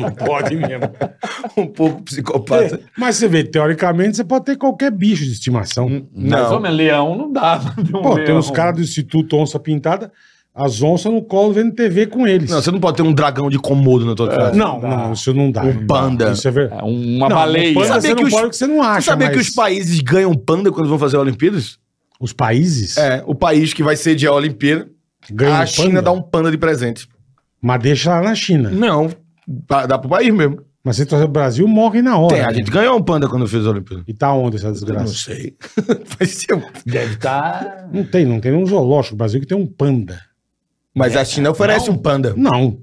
Speaker 2: Não pode mesmo.
Speaker 6: um pouco psicopata.
Speaker 2: Mas você vê, teoricamente, você pode ter qualquer bicho de estimação.
Speaker 6: Hum.
Speaker 4: Mas,
Speaker 6: Não.
Speaker 4: homem, leão não dá.
Speaker 2: Pô, tem uns caras do Instituto Onça Pintada, as onças no colo vendo TV com
Speaker 4: É.
Speaker 2: eles.
Speaker 6: Não, você não pode ter um dragão de comodo na tua casa.
Speaker 2: Não, não, isso não dá. não
Speaker 6: Um
Speaker 2: dá.
Speaker 6: panda.
Speaker 2: Isso é verdade.
Speaker 4: Uma
Speaker 2: Não,
Speaker 4: baleia.
Speaker 2: um panda
Speaker 6: Sabia
Speaker 2: você
Speaker 6: que
Speaker 2: não
Speaker 6: os-
Speaker 2: pode, porque você não acha.
Speaker 6: Você sabia
Speaker 2: mas
Speaker 6: que os países ganham panda quando vão fazer a Olimpíadas?
Speaker 2: os países
Speaker 6: É, o país que vai sediar a Olimpíada,
Speaker 2: ganham
Speaker 6: a China
Speaker 2: panda,
Speaker 6: dá um Hum. panda de presente.
Speaker 2: Mas deixa lá na
Speaker 4: É.
Speaker 2: China.
Speaker 6: Não, dá, dá pro país mesmo.
Speaker 2: Mas se trouxer o Brasil, morre na hora.
Speaker 6: Tem, a
Speaker 2: né?
Speaker 6: gente ganhou um panda quando fez a Olimpíada.
Speaker 2: E tá onde essa
Speaker 6: Eu Não
Speaker 2: desgraça?
Speaker 6: sei. um- Faz tempo.
Speaker 4: Deve estar...
Speaker 2: Não tem, não tem um zoológico no Brasil que tem um panda.
Speaker 6: Mas
Speaker 4: É.
Speaker 6: a China oferece um panda.
Speaker 2: Não.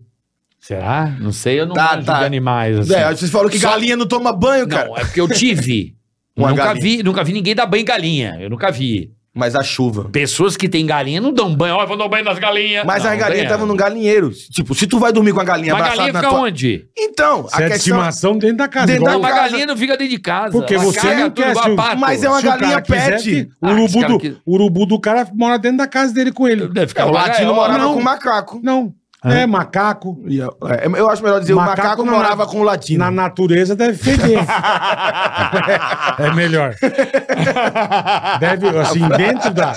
Speaker 4: Será? Ah, Não sei, eu não
Speaker 6: Tá,
Speaker 4: manjo
Speaker 6: tá.
Speaker 4: de animais. Assim.
Speaker 6: É, acho que vocês falaram que galinha não toma banho, cara.
Speaker 4: Não, é porque eu tive.
Speaker 6: Uma
Speaker 4: nunca
Speaker 6: galinha.
Speaker 4: vi, nunca vi ninguém dar banho em galinha. Eu nunca vi.
Speaker 6: Mas a chuva.
Speaker 4: Pessoas que têm galinha não dão banho. Ó, eu vou dar banho nas galinhas.
Speaker 6: Mas
Speaker 4: não,
Speaker 6: as
Speaker 4: estavam
Speaker 6: galinhas estavam num galinheiro. Tipo, se tu vai dormir com a galinha
Speaker 4: Mas a
Speaker 6: abraçada
Speaker 4: galinha
Speaker 6: na
Speaker 4: fica
Speaker 6: tua...
Speaker 4: onde?
Speaker 6: Então,
Speaker 2: Se é de estimação dentro da casa.
Speaker 6: Dentro
Speaker 2: igual
Speaker 6: da
Speaker 4: Não, mas a
Speaker 6: casa.
Speaker 4: galinha não fica dentro de casa.
Speaker 2: Porque
Speaker 4: Ela
Speaker 2: você
Speaker 4: caga
Speaker 2: não
Speaker 4: tudo
Speaker 2: quer
Speaker 4: igual
Speaker 2: se
Speaker 4: a
Speaker 2: o-
Speaker 4: pato.
Speaker 6: Mas é uma
Speaker 2: Se o cara
Speaker 6: galinha
Speaker 2: quiser,
Speaker 6: pede.
Speaker 2: fi- O
Speaker 4: Ah, esse
Speaker 2: urubu,
Speaker 4: cara
Speaker 2: do,
Speaker 4: que-
Speaker 2: o urubu do cara mora dentro da casa dele com ele.
Speaker 4: Deve
Speaker 6: É,
Speaker 4: ficar
Speaker 6: o
Speaker 4: numa
Speaker 6: latino
Speaker 4: gaiola.
Speaker 6: morava
Speaker 2: não.
Speaker 6: com o macaco.
Speaker 2: Não. É macaco.
Speaker 6: E Eu é, eu acho melhor dizer,
Speaker 2: Macaco
Speaker 6: o macaco
Speaker 2: na-
Speaker 6: morava com o latino.
Speaker 2: Na natureza deve feder. é melhor. Deve, assim, dentro da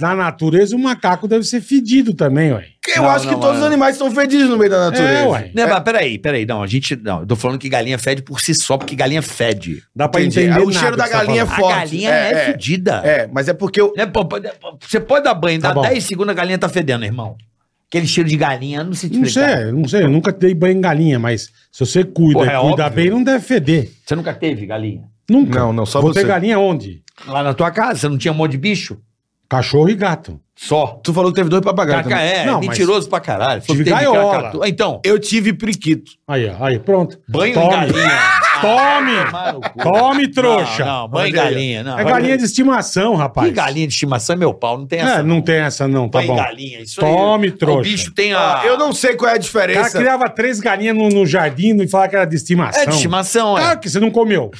Speaker 2: na natureza, o macaco deve ser fedido também, ué.
Speaker 6: Eu
Speaker 4: Não,
Speaker 6: acho que
Speaker 4: não,
Speaker 6: todos
Speaker 4: é.
Speaker 6: os animais são fedidos no meio da natureza.
Speaker 2: É, ué.
Speaker 4: Não, né, mas peraí, peraí. Não, a gente. Não, eu tô falando que galinha fede por si só, porque galinha fede.
Speaker 2: Dá pra
Speaker 6: Entendi.
Speaker 2: entender.
Speaker 6: Aí o
Speaker 2: nada
Speaker 6: cheiro da
Speaker 2: que você tá
Speaker 6: galinha
Speaker 2: falando.
Speaker 4: A
Speaker 6: Forte,
Speaker 4: galinha
Speaker 6: é,
Speaker 4: é,
Speaker 6: é.
Speaker 4: fedida.
Speaker 6: É, mas é porque eu...
Speaker 4: Né, pô, pô, pô, Você pode dar banho, dá
Speaker 2: Tá bom.
Speaker 4: 10 segundos a galinha tá fedendo, irmão. Aquele cheiro de galinha, eu não
Speaker 6: é
Speaker 4: sei te
Speaker 2: Não
Speaker 4: explicar.
Speaker 2: sei, não sei. Eu nunca dei banho em galinha, mas se você cuida
Speaker 4: Porra, é
Speaker 2: e cuida
Speaker 4: óbvio.
Speaker 2: bem, não deve feder.
Speaker 4: Você nunca teve galinha?
Speaker 2: Nunca.
Speaker 6: Não, não, só
Speaker 2: Vou
Speaker 6: você.
Speaker 2: ter galinha onde?
Speaker 4: Lá na tua casa, você não tinha um monte de bicho?
Speaker 2: Cachorro e gato.
Speaker 4: Só.
Speaker 6: Tu falou que teve dois papagaios
Speaker 4: Caca,
Speaker 6: também.
Speaker 4: é,
Speaker 2: Não, mas-
Speaker 4: mentiroso pra caralho. Falou
Speaker 2: Tive
Speaker 4: que teve
Speaker 2: gaiola.
Speaker 4: cacatu. Ah, Então,
Speaker 6: Eu tive periquito.
Speaker 2: Aí, ó, aí, pronto.
Speaker 4: banho
Speaker 2: Tome.
Speaker 4: em galinha. Ah,
Speaker 2: Tome!
Speaker 4: Tomar no cu.
Speaker 2: Tome, trouxa!
Speaker 4: Não, não, banho em
Speaker 6: Olha aí.
Speaker 4: galinha. Não.
Speaker 2: é galinha de estimação, rapaz.
Speaker 4: Que galinha de estimação é meu pau, não tem essa.
Speaker 2: É, não tem essa, não, tá
Speaker 4: banho em
Speaker 2: bom.
Speaker 4: galinha, isso
Speaker 2: Tome,
Speaker 4: aí.
Speaker 2: trouxa.
Speaker 4: O bicho tem a...
Speaker 6: Ah, eu não sei qual é a
Speaker 2: O cara
Speaker 6: diferença.
Speaker 2: criava três galinhas no, no jardim e falava que era de estimação.
Speaker 4: É de estimação, é.
Speaker 2: Claro que você não comeu.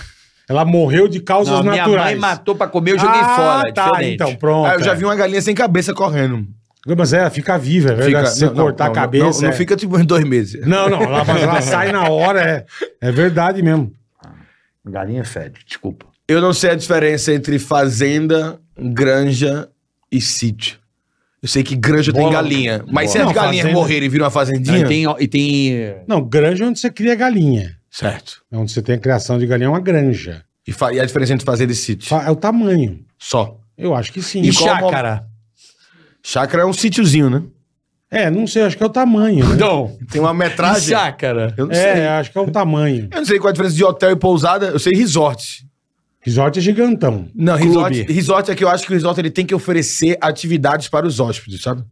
Speaker 2: Ela morreu de causas
Speaker 4: Não, minha
Speaker 2: naturais.
Speaker 4: mãe matou pra comer, eu joguei
Speaker 2: Ah,
Speaker 4: fora. é
Speaker 2: tá,
Speaker 4: diferente.
Speaker 2: então, pronto.
Speaker 6: Ah, eu já vi uma galinha sem cabeça correndo.
Speaker 2: Mas ela fica viva, é verdade. Se você
Speaker 6: não, não,
Speaker 2: cortar
Speaker 6: não,
Speaker 2: a cabeça...
Speaker 6: Não, não,
Speaker 2: é.
Speaker 6: fica tipo em dois meses.
Speaker 2: Não, não, ela, mas ela sai na hora, é. É verdade mesmo.
Speaker 4: Galinha fede, desculpa.
Speaker 6: Eu não sei a diferença entre fazenda, granja e sítio. Eu sei que granja tem
Speaker 4: Bola.
Speaker 6: galinha. Mas se
Speaker 2: Bola.
Speaker 6: as
Speaker 2: Não,
Speaker 6: galinhas
Speaker 2: fazenda-
Speaker 6: morrerem e viram uma fazendinha.
Speaker 4: E tem... E tem...
Speaker 2: Não, granja é onde você cria galinha.
Speaker 6: Certo.
Speaker 2: É onde você tem a criação de galinha, é uma granja.
Speaker 6: E, fa- e a diferença entre fazenda e sítio?
Speaker 2: Fa- É o tamanho.
Speaker 6: Só.
Speaker 2: Eu acho que sim.
Speaker 4: E
Speaker 6: qual-
Speaker 4: chácara.
Speaker 6: Chácara é um sítiozinho, né?
Speaker 2: É, não sei, acho que é o tamanho. Né?
Speaker 5: Então,
Speaker 6: Tem uma
Speaker 5: e
Speaker 6: metragem.
Speaker 5: chácara.
Speaker 6: Eu não sei.
Speaker 2: É, acho que é o tamanho.
Speaker 6: Eu não sei qual a diferença de hotel e pousada. Eu sei resort.
Speaker 2: Resort é gigantão.
Speaker 6: Não, resort,
Speaker 5: Clube.
Speaker 6: resort é que eu acho que o resort ele tem que oferecer atividades para os hóspedes, sabe?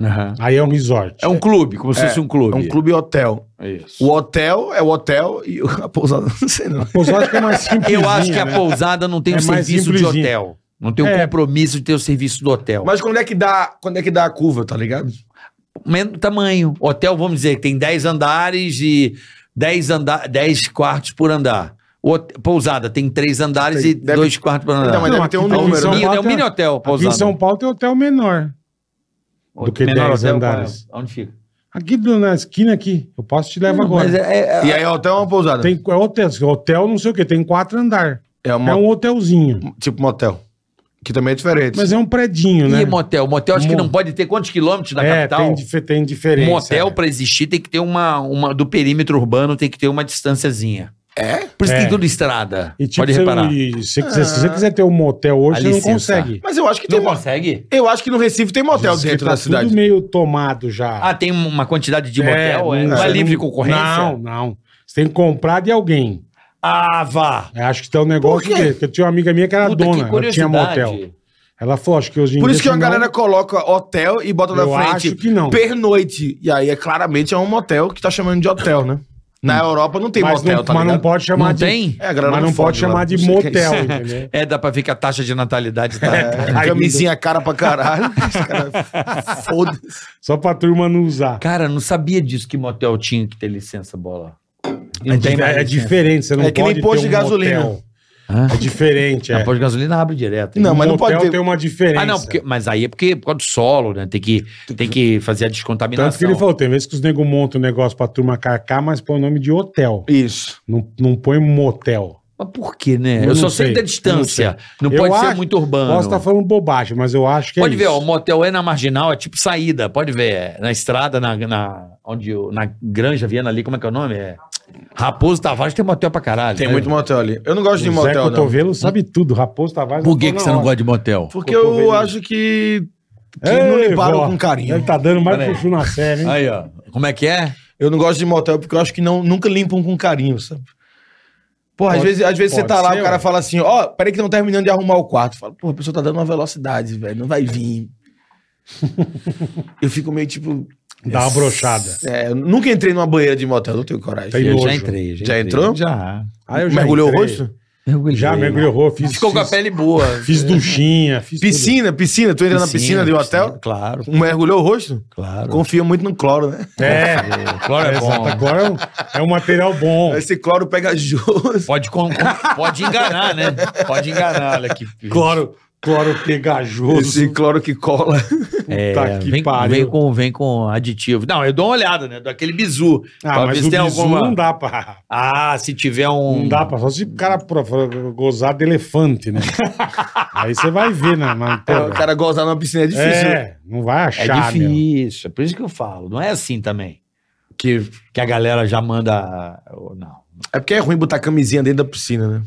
Speaker 5: Aham.
Speaker 2: Aí é um resort.
Speaker 5: É um clube, como se fosse um clube.
Speaker 6: É um clube hotel.
Speaker 5: Isso.
Speaker 6: O hotel é o hotel e a pousada, não sei não.
Speaker 2: Pousada acho que é mais simples.
Speaker 4: Eu acho que a
Speaker 2: né?
Speaker 4: pousada não tem
Speaker 2: É
Speaker 4: um
Speaker 2: mais
Speaker 4: serviço de
Speaker 2: simplesinha.
Speaker 4: hotel. Não tem um
Speaker 2: É.
Speaker 4: compromisso de ter o serviço do hotel.
Speaker 6: Mas quando é que dá, quando é que dá a curva, tá ligado?
Speaker 4: Men- tamanho. Hotel, vamos dizer, tem 10 andares e 10, anda 10 quartos por andar. O hot- Pousada tem 3 andares
Speaker 6: Tem-
Speaker 4: e
Speaker 6: deve-
Speaker 4: 2 quartos por andar.
Speaker 6: Não, mas deve ter um
Speaker 2: aqui em
Speaker 6: número,
Speaker 2: São
Speaker 6: né?
Speaker 4: Mini-
Speaker 2: Paulo
Speaker 4: é um
Speaker 2: tem-
Speaker 4: mini hotel,
Speaker 2: Aqui em
Speaker 4: pousada.
Speaker 2: São Paulo tem hotel menor. do que
Speaker 4: Menor
Speaker 2: 10
Speaker 4: hotel,
Speaker 2: andares.
Speaker 4: qual é? Onde fica?
Speaker 2: Aqui do- na esquina aqui. Eu posso te levar agora.
Speaker 4: Mas é- é-
Speaker 6: E aí hotel é uma pousada?
Speaker 2: Tem é hotel, hotel não sei o que, tem quatro andar.
Speaker 6: É, uma,
Speaker 2: É um hotelzinho.
Speaker 6: tipo motel. Que também é diferente.
Speaker 2: Mas é um predinho, né?
Speaker 4: E motel? Motel acho que
Speaker 2: Mo-
Speaker 4: não pode ter quantos quilômetros da
Speaker 2: é,
Speaker 4: capital?
Speaker 2: tem,
Speaker 4: Um
Speaker 2: dif- tem diferença.
Speaker 4: motel,
Speaker 2: é.
Speaker 4: pra existir, tem que ter uma, uma. Do perímetro urbano, tem que ter uma distânciazinha. É? Por isso que
Speaker 2: É.
Speaker 4: tem tudo estrada.
Speaker 2: E, tipo,
Speaker 4: pode
Speaker 2: você-
Speaker 4: reparar.
Speaker 2: e se, quiser- se você
Speaker 6: Ah.
Speaker 2: quiser ter um motel hoje,
Speaker 4: A
Speaker 2: você não
Speaker 4: licença.
Speaker 2: consegue.
Speaker 6: Mas eu acho que tem.
Speaker 4: Não
Speaker 6: mo-
Speaker 4: consegue?
Speaker 6: Eu acho que no Recife tem motel
Speaker 2: Porque
Speaker 6: dentro
Speaker 2: tá
Speaker 6: da cidade.
Speaker 2: tudo meio tomado já.
Speaker 4: Ah, tem uma quantidade de
Speaker 2: É,
Speaker 4: motel? É,
Speaker 2: não-
Speaker 4: não
Speaker 2: você
Speaker 4: é
Speaker 2: não-
Speaker 4: livre concorrência?
Speaker 2: Não, não. Você tem que comprar de alguém.
Speaker 4: Ah, vá!
Speaker 2: Eu acho que tem um negócio
Speaker 6: Por quê?
Speaker 2: desse. Porque eu tinha uma amiga minha que era
Speaker 4: Puta,
Speaker 2: dona,
Speaker 4: que
Speaker 2: ela tinha motel.
Speaker 4: curiosidade.
Speaker 2: Ela falou, acho que hoje em
Speaker 6: Por
Speaker 2: dia,
Speaker 6: isso que a
Speaker 2: senão-
Speaker 6: galera coloca hotel e bota na
Speaker 2: Eu
Speaker 6: frente
Speaker 2: acho que não.
Speaker 6: pernoite. E aí é claramente é um motel que tá chamando de hotel, né? Na Europa não tem
Speaker 2: mas
Speaker 6: motel,
Speaker 2: não,
Speaker 6: tá
Speaker 2: mas não
Speaker 6: ligado?
Speaker 2: pode chamar
Speaker 4: Não
Speaker 2: de...
Speaker 4: tem?
Speaker 6: É, a galera
Speaker 2: mas não
Speaker 6: fode
Speaker 2: pode
Speaker 6: lá,
Speaker 2: chamar de
Speaker 6: não sei o que é
Speaker 2: motel,
Speaker 6: isso.
Speaker 2: entendeu?
Speaker 4: É, dá pra ver que a taxa de natalidade tá.
Speaker 6: É, Camisinha cara pra caralho. Os caras- Foda-se.
Speaker 2: Só pra turma não usar.
Speaker 4: Cara, não sabia disso que motel tinha que ter licença bola.
Speaker 2: É, di-
Speaker 4: mais
Speaker 2: é
Speaker 4: né? licença.
Speaker 2: diferente, você não
Speaker 6: É que nem
Speaker 2: pode
Speaker 6: posto
Speaker 2: ter um
Speaker 6: de gasolina.
Speaker 2: motel.
Speaker 4: Hã?
Speaker 2: É diferente, é. Um
Speaker 4: Na pós gasolina abre direto. hein?
Speaker 6: Não, mas não
Speaker 2: motel
Speaker 6: pode ter.
Speaker 2: tem uma diferença.
Speaker 4: Ah, não, porque- mas aí é porque por causa do solo, né? Tem que, tem que fazer a descontaminação.
Speaker 2: Tanto que ele falou, tem vezes que os nego montam um negócio pra turma carcar, mas põe o nome de hotel.
Speaker 6: Isso.
Speaker 2: Não, não põe motel.
Speaker 4: Mas por quê, né?
Speaker 2: Eu
Speaker 4: Eu,
Speaker 2: não
Speaker 4: só
Speaker 2: sei,
Speaker 4: sei da distância. Não,
Speaker 2: Eu
Speaker 4: pode
Speaker 2: acho-
Speaker 4: ser muito urbano.
Speaker 2: Posso estar falando bobagem, mas eu acho que
Speaker 4: pode
Speaker 2: é
Speaker 4: ver,
Speaker 2: isso.
Speaker 4: ó, o motel é na marginal, é tipo saída. Pode ver, é na estrada, na, na, onde, o- na Granja Viana ali, como é que é o nome? É. Raposo Tavares tem motel pra caralho.
Speaker 6: Tem
Speaker 4: né?
Speaker 6: muito motel ali. Eu não gosto de
Speaker 2: É. Zé
Speaker 6: motel, não.
Speaker 2: Cotovelo sabe tudo. Raposo Tavares...
Speaker 4: Por que, que você não gosta de motel?
Speaker 6: Porque eu
Speaker 2: Cotovelo.
Speaker 6: acho que, que não limparam com
Speaker 2: Ele
Speaker 6: carinho.
Speaker 2: tá dando mais
Speaker 4: Peraí.
Speaker 2: puxo na série, hein?
Speaker 4: Aí, ó. Como é que é?
Speaker 6: Eu não gosto de motel porque eu acho que não, nunca limpam com carinho, sabe? Porra, às
Speaker 2: Pode-
Speaker 6: vezes, às vezes você
Speaker 2: pode
Speaker 6: tá lá,
Speaker 2: ser,
Speaker 6: o cara
Speaker 2: ué.
Speaker 6: fala assim, ó, peraí que estão terminando de arrumar o quarto. Fala, porra, a pessoa tá dando uma velocidade, velho, não vai vir. eu fico meio tipo...
Speaker 2: Dá uma brochada.
Speaker 6: É, eu nunca entrei numa banheira de motel, não tenho coragem.
Speaker 2: Tem
Speaker 4: eu
Speaker 2: Tá nojo.
Speaker 4: já entrei.
Speaker 6: Já entrou?
Speaker 4: Já.
Speaker 2: Aí Ah, eu já
Speaker 6: Mergulhou o
Speaker 2: entrei.
Speaker 6: rosto?
Speaker 4: Mergulhei.
Speaker 2: Já mergulhou, fiz,
Speaker 4: Ficou com a
Speaker 2: fiz,
Speaker 4: pele boa.
Speaker 2: fiz duchinha, fiz tudo.
Speaker 6: Piscina, piscina. Tu entra na piscina de hotel,
Speaker 4: piscina, Claro,
Speaker 6: mergulhou o rosto?
Speaker 4: claro.
Speaker 6: Confia muito no cloro, né?
Speaker 2: É,
Speaker 4: Claro é
Speaker 2: exato.
Speaker 4: bom.
Speaker 2: Agora é um, é um material bom.
Speaker 6: Esse cloro pegajoso.
Speaker 4: Pode, con- con- pode enganar, né? Pode enganar. Olha que
Speaker 2: Cloro, cloro pegajoso.
Speaker 6: Esse cloro que cola.
Speaker 2: Puta
Speaker 4: É,
Speaker 2: que
Speaker 4: vem,
Speaker 2: pariu.
Speaker 4: vem com, vem com aditivo. Não, eu dou uma olhada, né? Daquele bizu.
Speaker 2: ah,
Speaker 4: pra
Speaker 2: mas
Speaker 4: ver
Speaker 2: o
Speaker 4: se tem
Speaker 2: bizu
Speaker 4: alguma-
Speaker 2: não dá pra...
Speaker 4: Ah, se tiver um.
Speaker 2: Não dá pra... Só se o cara pro- pro- gozar de elefante, né? Aí você vai ver né? na... na
Speaker 6: É,
Speaker 2: porra.
Speaker 6: o cara gozar numa piscina é difícil.
Speaker 2: É, não vai
Speaker 4: É
Speaker 2: achar, meu.
Speaker 4: difícil. É por isso que eu falo. Não é assim também. Que, que a galera já manda. Não.
Speaker 6: É porque é ruim botar camisinha dentro da piscina, né?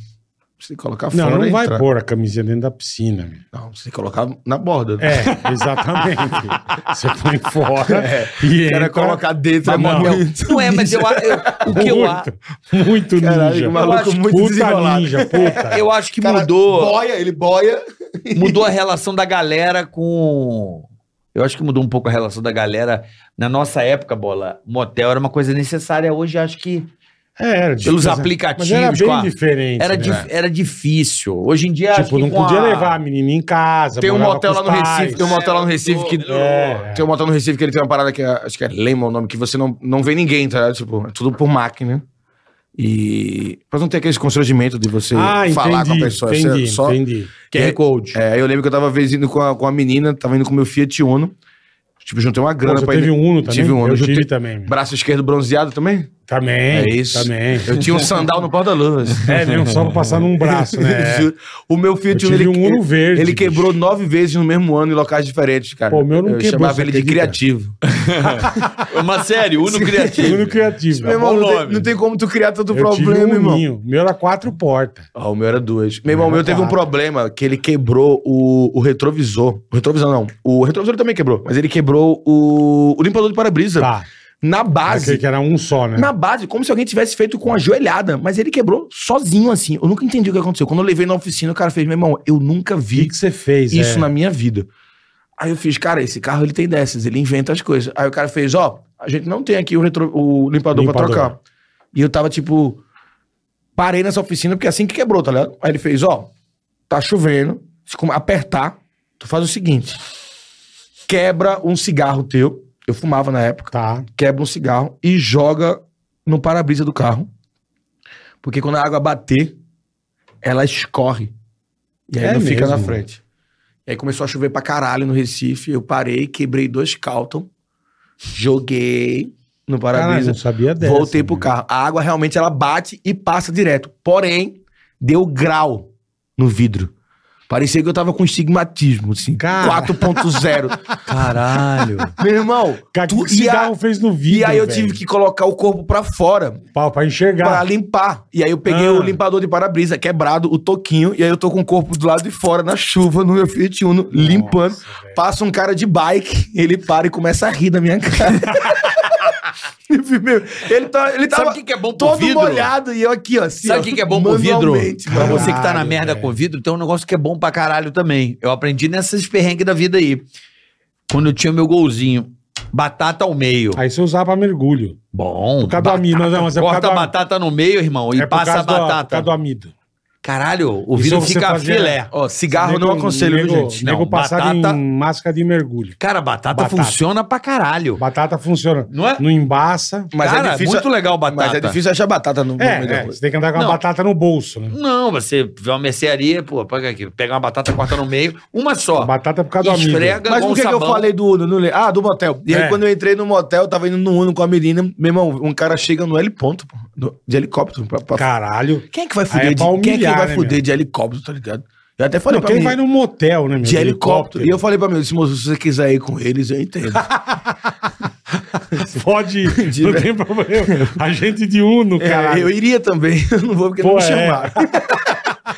Speaker 6: Precisa colocar
Speaker 2: Não,
Speaker 6: fora
Speaker 2: não
Speaker 6: e
Speaker 2: vai
Speaker 6: entrar.
Speaker 2: pôr a camisinha dentro da piscina. meu.
Speaker 6: Não, precisa colocar na borda. né?
Speaker 2: É, exatamente. Você põe fora e
Speaker 6: É. O cara
Speaker 2: entra...
Speaker 6: colocar dentro
Speaker 2: Mas não.
Speaker 6: muito
Speaker 4: Não é, mas eu, eu, o que eu acho.
Speaker 2: muito, muito
Speaker 6: Caralho, que
Speaker 2: ninja.
Speaker 6: maluco
Speaker 2: Eu acho
Speaker 6: muito
Speaker 2: puta
Speaker 6: desenrolado.
Speaker 2: ninja, puta.
Speaker 4: Eu acho que
Speaker 6: Cara,
Speaker 4: mudou.
Speaker 6: Boia, ele boia.
Speaker 4: mudou a relação da galera com. Eu acho que mudou um pouco a relação da galera. Na nossa época, bola, motel era uma coisa necessária. Hoje acho que
Speaker 2: É, era difícil,
Speaker 4: pelos
Speaker 2: né?
Speaker 4: aplicativos.
Speaker 2: Mas era bem
Speaker 4: com a-
Speaker 2: diferente.
Speaker 4: era,
Speaker 2: né?
Speaker 4: dif-
Speaker 6: é.
Speaker 4: era difícil. Hoje em dia. acho
Speaker 2: Tipo,
Speaker 4: que
Speaker 2: não
Speaker 4: com
Speaker 2: podia
Speaker 4: a-
Speaker 2: levar a menina em casa.
Speaker 6: Tem um
Speaker 2: morava
Speaker 6: motel
Speaker 2: com
Speaker 6: lá
Speaker 2: os
Speaker 6: no Recife,
Speaker 2: pais.
Speaker 6: tem um motel lá no Recife que...
Speaker 2: É.
Speaker 6: Tem um motel no Recife que ele tem uma parada que é, acho que é Lema o nome, que você não, não vê ninguém, tá? ligado? Tipo, é tudo por máquina. E. Pra não ter aquele constrangimento de você
Speaker 2: Ah,
Speaker 6: falar
Speaker 2: entendi,
Speaker 6: com a pessoa. você
Speaker 2: entendi,
Speaker 6: só...
Speaker 2: entendi.
Speaker 4: QR Code.
Speaker 6: É, eu lembro que eu tava vindo com a, com a menina, tava indo com meu Fiat Uno. Tipo, juntei uma
Speaker 2: Pô,
Speaker 6: grana
Speaker 2: você
Speaker 6: pra
Speaker 2: teve
Speaker 6: ir.
Speaker 2: um Uno também?
Speaker 6: Tive um Uno.
Speaker 2: Eu
Speaker 6: juntei-
Speaker 2: tive também.
Speaker 6: Braço esquerdo bronzeado também?
Speaker 2: Também.
Speaker 5: É isso.
Speaker 2: Também.
Speaker 6: Eu tinha um sandal no porta-luvas.
Speaker 2: É mesmo, só pra passar num braço, né?
Speaker 6: Juro. O meu filho
Speaker 2: Eu
Speaker 6: tinha
Speaker 2: tive
Speaker 6: ele,
Speaker 2: um ouro verde.
Speaker 6: ele quebrou
Speaker 2: bicho.
Speaker 6: nove vezes no mesmo ano em locais diferentes, cara.
Speaker 2: Pô, o meu não
Speaker 6: eu
Speaker 2: quebrou,
Speaker 6: chamava
Speaker 2: você
Speaker 6: ele de
Speaker 2: acredita?
Speaker 6: criativo.
Speaker 5: Mas sério, Uno
Speaker 2: Juro
Speaker 5: Criativo.
Speaker 2: criativo.
Speaker 6: Meu irmão,
Speaker 5: bom
Speaker 6: não tem,
Speaker 5: nome.
Speaker 6: não tem como tu criar tanto
Speaker 2: Tá Eu tive
Speaker 6: problema,
Speaker 2: um
Speaker 6: irmão.
Speaker 2: ninho. O meu era quatro portas.
Speaker 6: Ah, o meu era duas. Meu irmão, o
Speaker 2: meu
Speaker 6: meu
Speaker 2: era
Speaker 6: teve um
Speaker 2: quatro.
Speaker 6: problema que ele quebrou o, o retrovisor. O retrovisor não. O retrovisor ele também quebrou, mas ele quebrou o, o limpador de para-brisa.
Speaker 2: Tá.
Speaker 6: Na
Speaker 2: Aquele
Speaker 6: base.
Speaker 2: que era um só, né?
Speaker 6: Ah, Na base, como se alguém tivesse feito com a joelhada, mas ele quebrou sozinho assim. Eu nunca entendi o que aconteceu. Quando eu levei na oficina, o cara fez: meu irmão, eu nunca
Speaker 2: O que
Speaker 6: vi
Speaker 2: que você fez?
Speaker 6: isso
Speaker 2: é?
Speaker 6: na minha vida. Aí eu fiz, cara, esse carro ele tem dessas, ele inventa as coisas. Aí o cara fez, ó, a gente não tem aqui o, retro- o limpador,
Speaker 2: Limpador.
Speaker 6: pra trocar. E eu tava tipo, parei nessa oficina porque assim que quebrou, tá ligado? Aí ele fez, ó, tá chovendo, se come- apertar, tu faz o seguinte, quebra um cigarro teu, eu fumava na época,
Speaker 2: Tá.
Speaker 6: quebra um cigarro e joga no para-brisa do carro. Porque quando a água bater, ela escorre. E aí
Speaker 2: É
Speaker 6: não fica na
Speaker 2: mesmo?
Speaker 6: frente. E aí começou a chover pra caralho no Recife. Eu parei, quebrei dois Calton, joguei no
Speaker 2: Caralho,
Speaker 6: para-brisa,
Speaker 2: não sabia dessa.
Speaker 6: voltei pro
Speaker 2: né?
Speaker 6: carro. A água realmente ela bate e passa direto. Porém, deu grau no vidro. Parecia que eu tava com estigmatismo, assim,
Speaker 2: Cara.
Speaker 6: 4.0.
Speaker 4: Caralho.
Speaker 6: Meu irmão,
Speaker 2: Cara,
Speaker 6: tu-
Speaker 2: o que
Speaker 6: e a-
Speaker 2: cigarro fez no vídeo.
Speaker 6: e aí eu tive que colocar o corpo pra fora
Speaker 2: Pra, pra
Speaker 6: pra
Speaker 2: enxergar.
Speaker 6: limpar. E aí eu peguei
Speaker 2: Ah.
Speaker 6: o limpador de para-brisa quebrado, o toquinho, e aí eu tô com o corpo do lado de fora na chuva no meu Fiat Uno limpando. Passa um cara de bike, ele para e começa a rir da minha cara. Meu, ele tá,
Speaker 5: Sabe
Speaker 6: ele tava
Speaker 5: o que, que é bom pro
Speaker 6: todo
Speaker 5: vidro?
Speaker 6: molhado e eu aqui, ó. assim,
Speaker 5: Sabe
Speaker 6: ó,
Speaker 5: o que, que é bom pro vidro?
Speaker 6: manualmente,
Speaker 5: Pra
Speaker 6: mano.
Speaker 5: você que tá na
Speaker 2: Caralho,
Speaker 5: merda
Speaker 2: velho.
Speaker 5: com vidro, tem um negócio que é bom pra caralho também. Eu aprendi nesses perrengues da vida aí. Quando eu tinha meu golzinho, batata ao meio.
Speaker 2: Aí você usava pra mergulho.
Speaker 5: Bom.
Speaker 2: Por causa do amido. Não, mas é por
Speaker 5: Corta
Speaker 2: causa
Speaker 5: a
Speaker 2: do-
Speaker 5: batata no meio, irmão, e
Speaker 2: é por
Speaker 5: passa a
Speaker 2: causa da- por
Speaker 5: batata.
Speaker 2: causa do amido.
Speaker 5: Caralho, o
Speaker 2: Isso
Speaker 5: vidro
Speaker 2: você
Speaker 5: fica
Speaker 2: fazia- né?
Speaker 5: filé.
Speaker 6: Ó, cigarro
Speaker 2: Nego-
Speaker 6: Ah, não aconselho, viu,
Speaker 2: nego,
Speaker 6: gente?
Speaker 5: Não,
Speaker 2: Nego passar
Speaker 5: batata-
Speaker 2: em máscara de mergulho.
Speaker 5: Cara, batata,
Speaker 2: Batata.
Speaker 5: funciona pra caralho.
Speaker 2: Batata funciona.
Speaker 5: Não é?
Speaker 2: Não embaça.
Speaker 6: Mas
Speaker 5: Cara,
Speaker 6: é difícil.
Speaker 5: muito legal batata.
Speaker 6: Mas é difícil achar batata no no
Speaker 2: É,
Speaker 6: meio da
Speaker 2: é,
Speaker 6: rua.
Speaker 2: você tem que andar com
Speaker 5: Não.
Speaker 2: a batata no bolso, né?
Speaker 5: Não, você vê uma mercearia, pô, pega aqui, pega uma batata, corta no meio, uma só.
Speaker 2: Batata é por causa do amido.
Speaker 5: esfrega
Speaker 6: Mas
Speaker 5: com
Speaker 6: por que, que eu
Speaker 5: sabão.
Speaker 6: falei do Uno? Não lembro. ah, do motel. E aí,
Speaker 2: É.
Speaker 6: quando eu entrei no motel, eu tava indo no Uno com a menina. Meu irmão, um cara chega no L ponto, pô, no- de helicóptero. pra- pra-
Speaker 2: Caralho.
Speaker 6: Quem é que vai fuder,
Speaker 2: Aí é
Speaker 6: de,
Speaker 2: pra
Speaker 6: quem é que
Speaker 2: humilhar,
Speaker 6: vai
Speaker 2: né,
Speaker 6: fuder
Speaker 2: meu?
Speaker 6: de helicóptero, tá ligado? Eu até falei
Speaker 2: Não,
Speaker 6: pra
Speaker 2: quem
Speaker 6: mim.
Speaker 2: vai no motel, né, meu?
Speaker 6: De helicóptero. E eu falei pra mim, eu disse, moço, se você quiser ir com eles, eu entendo.
Speaker 2: Pode ir. não
Speaker 6: né?
Speaker 2: tem problema. A gente de Uno,
Speaker 6: É,
Speaker 2: cara.
Speaker 6: eu iria também, eu não vou porque
Speaker 2: Pô,
Speaker 6: não me
Speaker 2: é.
Speaker 6: chamaram.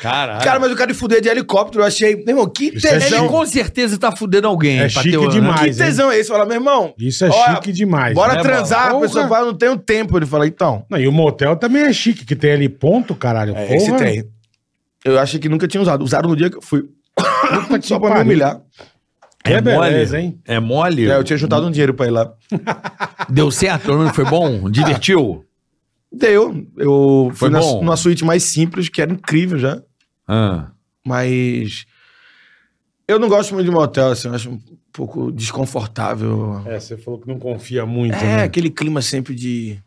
Speaker 5: Caralho.
Speaker 6: Cara, um- mas o cara de fuder de helicóptero, eu achei, meu irmão, que
Speaker 2: Isso é
Speaker 6: tesão.
Speaker 5: Ele com certeza tá fudendo alguém.
Speaker 2: É
Speaker 5: pra
Speaker 2: chique
Speaker 5: ter um- o-
Speaker 2: demais.
Speaker 6: que
Speaker 2: hein?
Speaker 6: tesão é esse? Fala, meu irmão,
Speaker 2: Isso é
Speaker 6: Olha,
Speaker 2: chique demais.
Speaker 6: bora
Speaker 5: né,
Speaker 6: transar.
Speaker 2: bola?
Speaker 6: A pessoa
Speaker 2: Porra.
Speaker 6: fala, não tenho tempo. Ele fala, então.
Speaker 2: Não, e o motel também é chique, que tem ali ponto, caralho.
Speaker 6: É, esse
Speaker 2: Porra.
Speaker 6: tem. Eu achei que nunca tinha usado. Usaram no dia que eu fui.
Speaker 2: Puta que
Speaker 6: Só pra me
Speaker 2: pariu.
Speaker 6: humilhar.
Speaker 2: É beleza,
Speaker 5: mole.
Speaker 2: hein?
Speaker 5: É mole?
Speaker 6: É, eu tinha juntado um dinheiro pra ir lá.
Speaker 5: Deu certo, pelo menos foi bom? Divertiu?
Speaker 6: Deu. Eu
Speaker 5: Foi
Speaker 6: fui na,
Speaker 5: bom?
Speaker 6: numa suíte mais simples, que era incrível já.
Speaker 5: Ah.
Speaker 6: Mas. Eu não gosto muito de motel, assim. Eu acho um pouco desconfortável.
Speaker 2: É, você falou que não confia muito,
Speaker 6: É,
Speaker 2: né?
Speaker 6: aquele clima sempre de.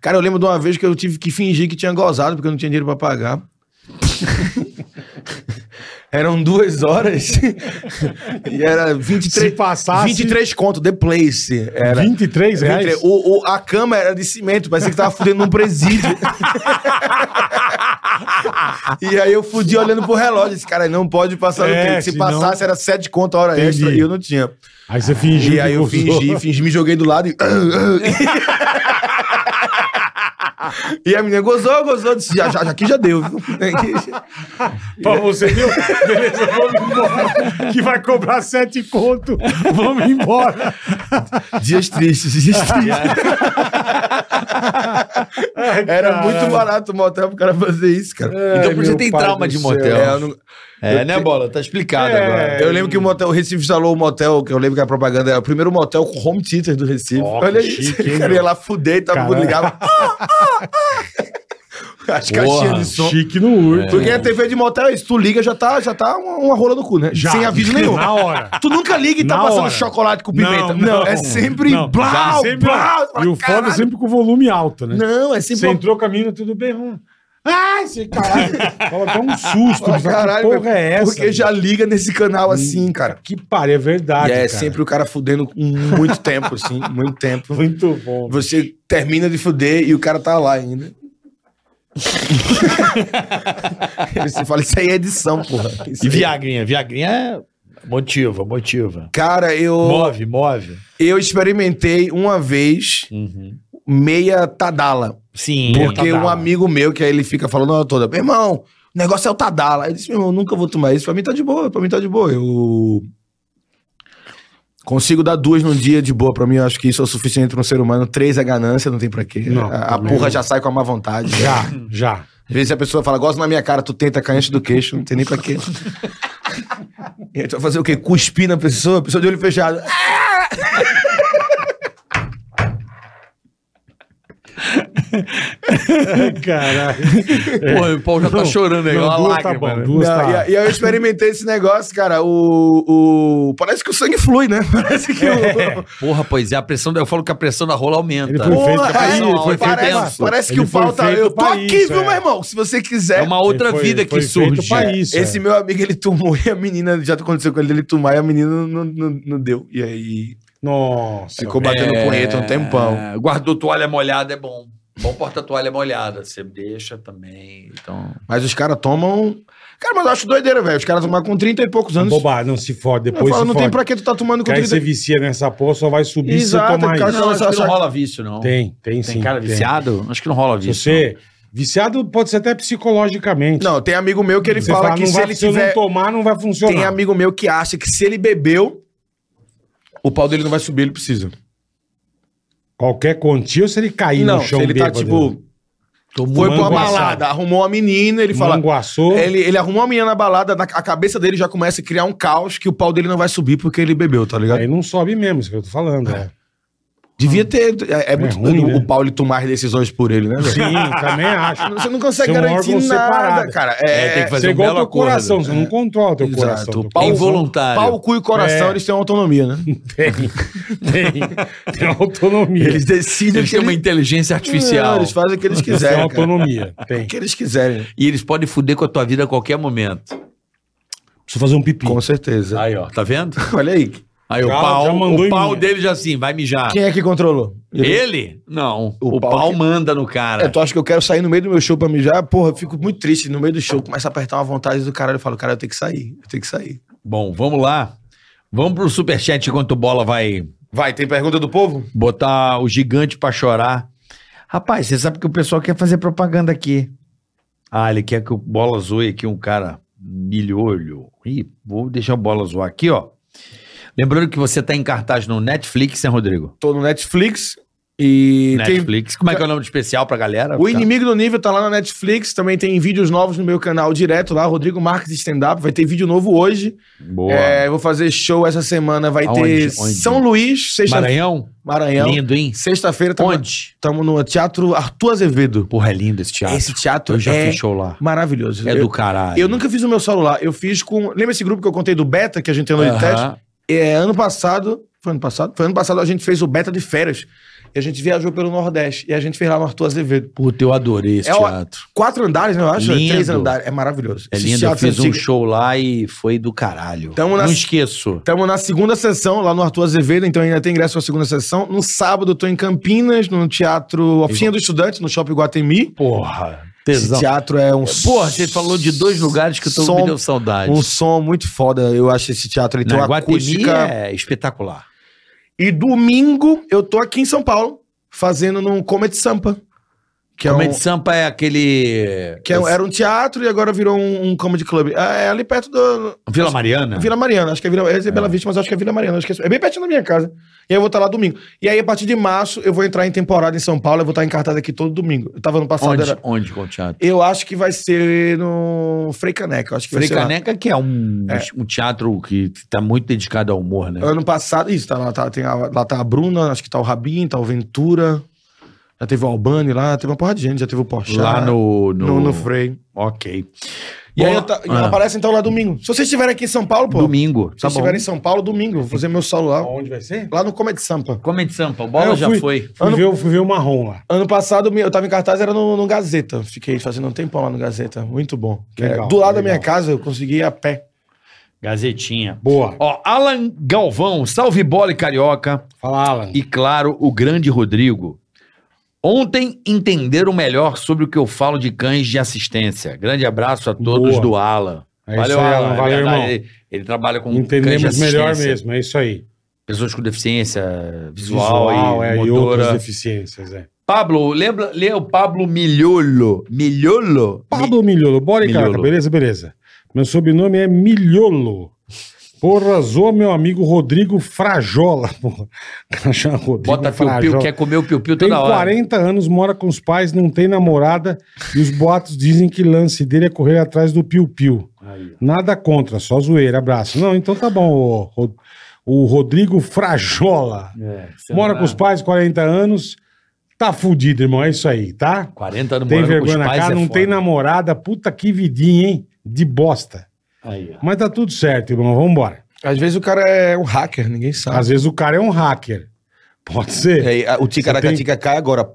Speaker 6: Cara, eu lembro de uma vez que eu tive que fingir que tinha gozado porque eu não tinha dinheiro pra pagar. Eram duas horas e era
Speaker 2: Se
Speaker 6: 23,
Speaker 2: passasse-
Speaker 6: 23 conto, The Place. É, Era.
Speaker 2: 23 reais?
Speaker 6: O, o- a cama era de cimento, parecia que tava fudendo num presídio. e aí eu fudi olhando pro relógio. Esse cara não pode passar
Speaker 2: É,
Speaker 6: no tempo. Se
Speaker 2: senão-
Speaker 6: passasse, era 7 conto a hora
Speaker 2: Entendi.
Speaker 6: extra e eu não tinha.
Speaker 2: Aí você fingiu.
Speaker 6: E aí
Speaker 2: que
Speaker 6: eu
Speaker 2: gozou.
Speaker 6: fingi, fingi, me joguei do lado e. e a menina gozou, gozou. Disse, já, já, já- aqui já deu. viu?
Speaker 2: Pra você, viu? Beleza, vamos embora. Que vai cobrar sete conto. Vamos embora.
Speaker 6: dias tristes, dias tristes.
Speaker 2: Ai,
Speaker 6: Era
Speaker 2: caralho.
Speaker 6: muito barato o motel pro cara fazer isso, cara.
Speaker 2: Ai,
Speaker 5: Então por você
Speaker 2: meu
Speaker 5: tem
Speaker 2: pai
Speaker 5: trauma
Speaker 2: do
Speaker 5: de
Speaker 2: céu.
Speaker 5: motel.
Speaker 6: É, eu não-
Speaker 5: É, né, Bola? Tá explicado
Speaker 2: É.
Speaker 5: agora.
Speaker 6: Eu lembro que o motel, o Recife instalou um motel, que eu lembro que a propaganda era o primeiro motel com home theater do Recife.
Speaker 2: Ó, que
Speaker 6: Olha isso.
Speaker 2: chique, hein,
Speaker 6: O cara ia lá fuder e todo mundo
Speaker 2: Caralho.
Speaker 6: ligava. Ah, As caixinhas de som.
Speaker 2: Chique né? no urto.
Speaker 6: Porque a TV de motel é isso. Tu liga, já tá, já tá uma, uma rola no cu, né?
Speaker 2: Já.
Speaker 6: Sem aviso nenhum.
Speaker 2: Na hora.
Speaker 6: Tu nunca liga e tá
Speaker 2: Na
Speaker 6: passando
Speaker 2: hora.
Speaker 6: chocolate com pimenta. Não, é sempre
Speaker 2: não. é
Speaker 6: blau,
Speaker 2: Sempre-
Speaker 6: blau.
Speaker 2: E o foda é sempre com o volume alto, né?
Speaker 6: Não, é sempre
Speaker 2: Você entrou com a mina, tudo bem, vamos. Ai, esse caralho. Fala até um susto.
Speaker 6: Fala,
Speaker 2: mas
Speaker 6: caralho,
Speaker 2: que porra é essa?
Speaker 6: Porque já liga nesse canal assim, cara.
Speaker 2: Que pariu, é verdade.
Speaker 6: E é
Speaker 2: cara.
Speaker 6: sempre o cara fudendo com muito tempo, assim, muito tempo.
Speaker 2: Muito bom.
Speaker 6: Você termina de fuder e o cara tá lá ainda. Você fala, isso aí é edição, porra. Isso
Speaker 4: E
Speaker 6: aí-
Speaker 4: Viagrinha? Viagrinha é- motiva, motiva.
Speaker 6: Cara, eu,
Speaker 4: Move, move.
Speaker 6: eu experimentei uma vez
Speaker 4: Uhum.
Speaker 6: meia tadala.
Speaker 4: Sim.
Speaker 6: Porque
Speaker 4: tá
Speaker 6: um
Speaker 4: dado.
Speaker 6: amigo meu, que aí ele fica falando a hora toda, meu irmão, o negócio é o Tadala. Aí Eu disse, meu irmão, nunca vou tomar isso. Pra mim tá de boa, pra mim tá de boa. Eu consigo dar duas num dia de boa. Pra mim, eu acho que isso é o suficiente pra um ser humano. Três é ganância, não tem pra quê.
Speaker 2: Não,
Speaker 6: a a
Speaker 2: também
Speaker 6: porra
Speaker 2: não.
Speaker 6: já sai com a má vontade. né?
Speaker 2: Já, já.
Speaker 6: Às vezes a pessoa fala, gosta na minha cara, tu tenta cair antes do queixo, não tem nem pra quê. e aí tu vai fazer o quê? Cuspir na pessoa, a pessoa de olho fechado.
Speaker 2: Caralho.
Speaker 4: Pô, o Paulo já tá
Speaker 2: Não,
Speaker 4: chorando aí,
Speaker 2: não,
Speaker 4: olha a
Speaker 2: duas
Speaker 4: lágrima.
Speaker 2: tá bom,
Speaker 4: né?
Speaker 2: duas
Speaker 6: Não,
Speaker 2: tá-
Speaker 6: e, a- e aí eu experimentei esse negócio, cara. O, o- Parece que o sangue flui, né? Parece que o.
Speaker 4: Porra, pois é, a pressão, eu falo que a pressão da rola aumenta. é,
Speaker 2: Ele foi feito
Speaker 6: Porra,
Speaker 2: pra
Speaker 6: aí,
Speaker 2: isso. Foi feito
Speaker 4: pra
Speaker 6: parece,
Speaker 4: isso.
Speaker 6: parece que
Speaker 2: Ele
Speaker 6: o pau
Speaker 2: foi
Speaker 6: tá.
Speaker 2: feito
Speaker 6: Eu tô
Speaker 2: pra
Speaker 6: aqui,
Speaker 2: isso,
Speaker 6: viu,
Speaker 2: é.
Speaker 6: meu irmão? Se você quiser.
Speaker 4: É uma outra
Speaker 2: Ele foi-
Speaker 4: vida que
Speaker 2: foi feito
Speaker 4: surge.
Speaker 2: pra isso,
Speaker 6: Esse
Speaker 2: é.
Speaker 6: meu amigo, ele tomou e a menina, já aconteceu com ele, ele tomar e a menina não, não, não deu. E aí
Speaker 2: Nossa.
Speaker 6: ficou
Speaker 2: velho.
Speaker 6: batendo punheta um tempão.
Speaker 4: É, guardou toalha molhada é bom. Bom porta-toalha molhada. Você deixa também. Então.
Speaker 6: Mas os caras tomam. Cara, mas eu acho doideira, velho. Os caras tomam com 30 e poucos anos.
Speaker 2: Bobagem, não se fode.
Speaker 6: Eu
Speaker 2: Depois
Speaker 6: falo,
Speaker 2: se
Speaker 6: não
Speaker 2: fode.
Speaker 6: tem pra que tu tá tomando
Speaker 2: Porque
Speaker 6: com
Speaker 2: aí você
Speaker 6: 30
Speaker 2: vicia nessa porra, só vai subir
Speaker 6: Exato,
Speaker 2: se você tomar
Speaker 6: cara,
Speaker 2: isso.
Speaker 6: Não,
Speaker 4: acho
Speaker 6: só-
Speaker 4: que
Speaker 6: só-
Speaker 4: não rola vício, não. Tem,
Speaker 2: Tem, tem sim.
Speaker 4: cara
Speaker 2: tem.
Speaker 4: viciado? Acho que não rola
Speaker 2: Se
Speaker 4: vício.
Speaker 2: Você... Viciado pode ser até psicologicamente.
Speaker 6: Não, tem amigo meu que ele
Speaker 2: Você
Speaker 6: fala, é
Speaker 2: fala,
Speaker 6: que
Speaker 2: não
Speaker 6: se
Speaker 2: vai-
Speaker 6: ele
Speaker 2: se eu
Speaker 6: tiver.
Speaker 2: não tomar, não vai funcionar.
Speaker 6: Tem amigo meu que acha que se ele bebeu, o pau dele não vai subir, ele precisa.
Speaker 2: Qualquer quantia, ou se ele cair
Speaker 6: não,
Speaker 2: no chão
Speaker 6: se ele tá,
Speaker 2: bêbado,
Speaker 6: tipo,
Speaker 2: tomou
Speaker 6: foi pra uma
Speaker 2: manguaçada.
Speaker 6: balada, arrumou uma menina, ele fala.
Speaker 2: Manguaçou.
Speaker 6: Ele, ele arrumou uma menina na balada, na- a cabeça dele já começa a criar um caos que o pau dele não vai subir porque ele bebeu, tá ligado?
Speaker 2: Aí não sobe mesmo, isso que eu tô falando. é.
Speaker 6: Devia ter. É, é muito
Speaker 2: ruim,
Speaker 6: doido
Speaker 2: né?
Speaker 6: o pau ele tomar as decisões por ele, né, velho?
Speaker 2: Sim, também acho.
Speaker 6: Você é não
Speaker 2: Ser
Speaker 6: consegue
Speaker 2: um
Speaker 6: garantir
Speaker 2: órgão
Speaker 6: nada,
Speaker 2: separado.
Speaker 6: cara. É,
Speaker 4: É, tem que fazer
Speaker 2: Você é
Speaker 4: um
Speaker 2: igual
Speaker 4: belo
Speaker 2: teu
Speaker 4: acordo. né?
Speaker 2: coração, você não controla o teu
Speaker 6: Exato,
Speaker 2: coração.
Speaker 6: o
Speaker 2: teu
Speaker 6: pau
Speaker 2: coração
Speaker 4: É involuntário.
Speaker 6: Pau, cu e coração,
Speaker 2: É.
Speaker 6: eles têm autonomia, né?
Speaker 2: Tem, tem, tem autonomia.
Speaker 6: Eles decidem
Speaker 4: Eles
Speaker 6: que
Speaker 4: têm uma
Speaker 6: eles...
Speaker 4: inteligência artificial.
Speaker 6: Não, eles fazem o que eles
Speaker 2: tem
Speaker 6: quiserem. cara.
Speaker 2: autonomia, tem.
Speaker 6: O que eles quiserem.
Speaker 4: E eles podem fuder com a tua vida a qualquer momento.
Speaker 2: Preciso fazer um pipi.
Speaker 6: Com certeza.
Speaker 4: Aí, ó, tá vendo?
Speaker 6: Olha aí.
Speaker 4: Aí
Speaker 2: Já-
Speaker 4: o pau,
Speaker 2: já mandou
Speaker 4: o
Speaker 2: em
Speaker 4: pau
Speaker 2: mim.
Speaker 4: dele já assim, vai mijar.
Speaker 6: Quem é que controlou?
Speaker 4: Ele? Não.
Speaker 6: O
Speaker 4: O,
Speaker 6: pau
Speaker 4: pau,
Speaker 6: que-
Speaker 4: manda no cara.
Speaker 6: É, tu acha que eu quero sair no meio do meu show pra mijar? Porra, eu fico muito triste. No meio do show, começa a apertar uma vontade do caralho. Eu falo, cara, eu tenho que sair. Eu tenho que sair.
Speaker 4: Bom, vamos lá. Vamos pro superchat enquanto o Bola vai
Speaker 6: Vai, tem pergunta do povo?
Speaker 4: botar o gigante pra chorar. Rapaz, você sabe que o pessoal quer fazer propaganda aqui. Ah, ele quer que o Bola zoe aqui um cara milholho. Ih, vou deixar o Bola zoar aqui, ó. Lembrando que você tá em cartaz no Netflix, né, Rodrigo?
Speaker 6: Tô no Netflix e tem...
Speaker 4: Netflix. Como é que é o nome especial pra galera?
Speaker 6: O Inimigo do Nível tá lá na Netflix, também tem vídeos novos no meu canal direto lá, Rodrigo Marques Stand Up, vai ter vídeo novo hoje.
Speaker 4: Boa.
Speaker 6: É, vou fazer show essa semana, vai
Speaker 4: Aonde?
Speaker 6: ter
Speaker 4: Onde?
Speaker 6: São Luís, sexta
Speaker 4: Maranhão?
Speaker 6: Maranhão.
Speaker 4: Lindo, hein?
Speaker 6: Sexta-feira tamo,
Speaker 4: Onde?
Speaker 6: tamo no Teatro Arthur Azevedo.
Speaker 4: Porra, é lindo esse teatro.
Speaker 6: Esse teatro
Speaker 4: Eu já
Speaker 6: é
Speaker 4: fiz show lá.
Speaker 6: maravilhoso.
Speaker 4: É
Speaker 6: eu,
Speaker 4: do caralho.
Speaker 6: eu nunca fiz o meu celular, eu fiz com... Lembra esse grupo que eu contei do Beta, que a gente tem no
Speaker 4: Aham.
Speaker 6: de teste? É, ano passado. Foi ano passado? Foi ano passado a gente fez o beta de férias. E a gente viajou pelo Nordeste. E a gente fez lá no Arthur Azevedo.
Speaker 4: Puta, eu adorei esse
Speaker 6: É o-
Speaker 4: teatro.
Speaker 6: Quatro andares, né? Eu acho.
Speaker 4: Lindo.
Speaker 6: Três andares. É maravilhoso.
Speaker 4: É
Speaker 6: Esse
Speaker 4: lindo. Eu
Speaker 6: teatro
Speaker 4: fiz um
Speaker 6: antigo.
Speaker 4: show lá e foi do caralho.
Speaker 6: Tamo na-
Speaker 4: Não esqueço.
Speaker 6: Estamos na segunda sessão lá no Arthur Azevedo, então ainda tem ingresso pra segunda sessão. No sábado eu tô em Campinas, no Teatro Oficina do Estudante, no Shopping Guatemi.
Speaker 4: Porra.
Speaker 6: Esse
Speaker 4: Tesão.
Speaker 6: teatro é um...
Speaker 4: Porra, você falou de dois lugares que eu tô,
Speaker 6: som-
Speaker 4: me deu saudade.
Speaker 6: Um som muito foda. Eu acho esse teatro, ele tem
Speaker 4: Na
Speaker 6: uma
Speaker 4: Guatemi
Speaker 6: acústica...
Speaker 4: é espetacular.
Speaker 6: E domingo eu tô aqui em São Paulo, fazendo num Comedy Sampa. Que é um,
Speaker 4: Comédia de Sampa é aquele...
Speaker 6: Que é um- era um teatro e agora virou um, um comedy club. É, é ali perto do.
Speaker 4: Vila Mariana?
Speaker 6: Vila Mariana, acho que é Vila. Eu ia dizer Bela Vista, mas acho que é Vila Mariana. Acho que é, é bem pertinho da minha casa. E aí eu vou estar lá domingo. E aí, a partir de março, eu vou entrar em temporada em São Paulo, eu vou estar em cartaz aqui todo domingo. Eu tava no passado.
Speaker 4: Onde,
Speaker 6: Era,
Speaker 4: onde com o teatro?
Speaker 6: eu acho que vai ser no Frei Caneca. Acho que
Speaker 4: Frei
Speaker 6: vai ser lá.
Speaker 4: Caneca, que é um, um teatro que tá muito dedicado ao humor,
Speaker 2: Ah,
Speaker 4: né?
Speaker 6: Ano passado, isso, tá lá, tá, tem a, lá tá a Bruna, acho que tá o Rabin, tá o Ventura. Já teve o Albani lá, teve uma porra de gente, já teve o Porchat.
Speaker 4: Lá no...
Speaker 6: No, no Frei.
Speaker 4: Ok.
Speaker 6: E
Speaker 8: Bom,
Speaker 6: aí eu ta- e
Speaker 8: ah.
Speaker 6: aparece então lá domingo. Se vocês estiverem aqui em São Paulo, pô.
Speaker 8: Domingo. Tá
Speaker 6: Se vocês
Speaker 8: bom.
Speaker 6: estiverem em São Paulo, domingo. Vou fazer meu celular.
Speaker 2: Onde vai ser?
Speaker 6: Lá no Comedy Sampa.
Speaker 8: Comedy Sampa,
Speaker 2: Ah,
Speaker 8: bola
Speaker 2: eu
Speaker 8: já
Speaker 2: fui-
Speaker 8: foi.
Speaker 2: Fui,
Speaker 6: Ano-
Speaker 2: ver, o- fui ver o marrom lá.
Speaker 6: Ano passado eu tava em cartaz, era no, no Gazeta. Fiquei fazendo um tempão lá no Gazeta. Muito bom. Que é
Speaker 2: Legal,
Speaker 6: do lado da
Speaker 2: legal.
Speaker 6: minha casa, eu consegui ir a pé.
Speaker 4: Gazetinha.
Speaker 2: Boa.
Speaker 4: Ó, Alan Galvão, salve bola e carioca.
Speaker 2: Fala, Alan.
Speaker 4: E claro, o grande Rodrigo. Ontem entenderam melhor sobre o que eu falo de cães de assistência. Grande abraço a todos
Speaker 2: Boa.
Speaker 4: do Alan.
Speaker 2: É isso aí, Alan. Valeu,
Speaker 4: é verdade,
Speaker 2: irmão.
Speaker 4: Ele, ele trabalha com
Speaker 2: Entendemos melhor
Speaker 4: assistência.
Speaker 2: mesmo, é isso aí.
Speaker 4: Pessoas com deficiência visual, e
Speaker 2: é, e
Speaker 4: motora.
Speaker 2: outras deficiências, é.
Speaker 4: Pablo, lembra? Lê o Pablo Miliolo. Miliolo?
Speaker 2: Pablo Milholo, bora aí,
Speaker 4: Milholo.
Speaker 2: caraca, beleza, beleza. Meu sobrenome é Milholo. Porra, zoa meu amigo Rodrigo Frajola, porra. Cara, chama Rodrigo
Speaker 4: Bota piu-piu,
Speaker 2: Frajola.
Speaker 4: quer comer o piu-piu
Speaker 2: Tem
Speaker 4: é toda hora.
Speaker 2: 40 anos, mora com os pais, não tem namorada e os boatos dizem que lance dele é correr atrás do piu-piu. Nada contra, só zoeira, abraço. Não, então tá bom, o, Ro- o Rodrigo Frajola.
Speaker 4: é,
Speaker 2: Mora com os pais, 40 anos, tá fudido, irmão, é isso aí, tá?
Speaker 4: 40 anos
Speaker 2: Tem
Speaker 4: morando com os
Speaker 2: vergonha na
Speaker 4: pais
Speaker 2: cara,
Speaker 4: é
Speaker 2: não
Speaker 4: foda.
Speaker 2: tem namorada, puta que vidinha, hein? De bosta.
Speaker 4: Aí, ó.
Speaker 2: Mas tá tudo certo, irmão, vambora.
Speaker 6: Às vezes o cara é um hacker, ninguém
Speaker 4: Tá.
Speaker 6: sabe.
Speaker 2: Às vezes o cara é um hacker. Pode ser.
Speaker 6: É, a- o ticaracatica cai agora.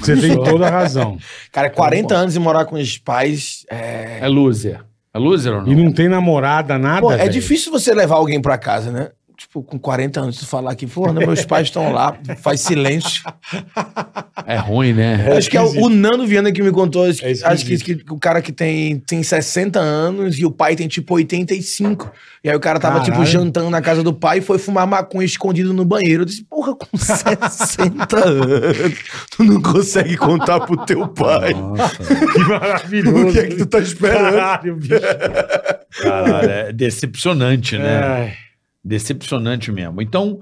Speaker 2: Você tem toda a razão.
Speaker 6: Cara,
Speaker 2: Tá
Speaker 6: 40 anos e morar com os pais. É,
Speaker 4: É loser. É loser ou não?
Speaker 2: E não tem namorada, nada.
Speaker 6: Pô, é
Speaker 2: velho.
Speaker 6: difícil você levar alguém pra casa, né? Tipo, com 40 anos, tu falar que, pô, né, meus pais estão lá, faz silêncio.
Speaker 4: É ruim, né?
Speaker 6: acho que é o, o Nando Viana que me contou. Acho, que-
Speaker 2: É
Speaker 6: acho que,
Speaker 2: esquisito.
Speaker 6: que o cara que tem, tem 60 anos e o pai tem tipo 85. E aí o cara tava, tipo,
Speaker 2: Caralho.
Speaker 6: jantando na casa do pai e foi fumar maconha escondido no banheiro. Eu disse, porra, com 60 anos, tu não consegue contar pro teu pai.
Speaker 2: Que maravilhoso.
Speaker 6: O que é que tu tá esperando?
Speaker 2: Caralho, bicho.
Speaker 4: Caralho, é decepcionante, É, né?
Speaker 2: Ai,
Speaker 4: Decepcionante mesmo. Então,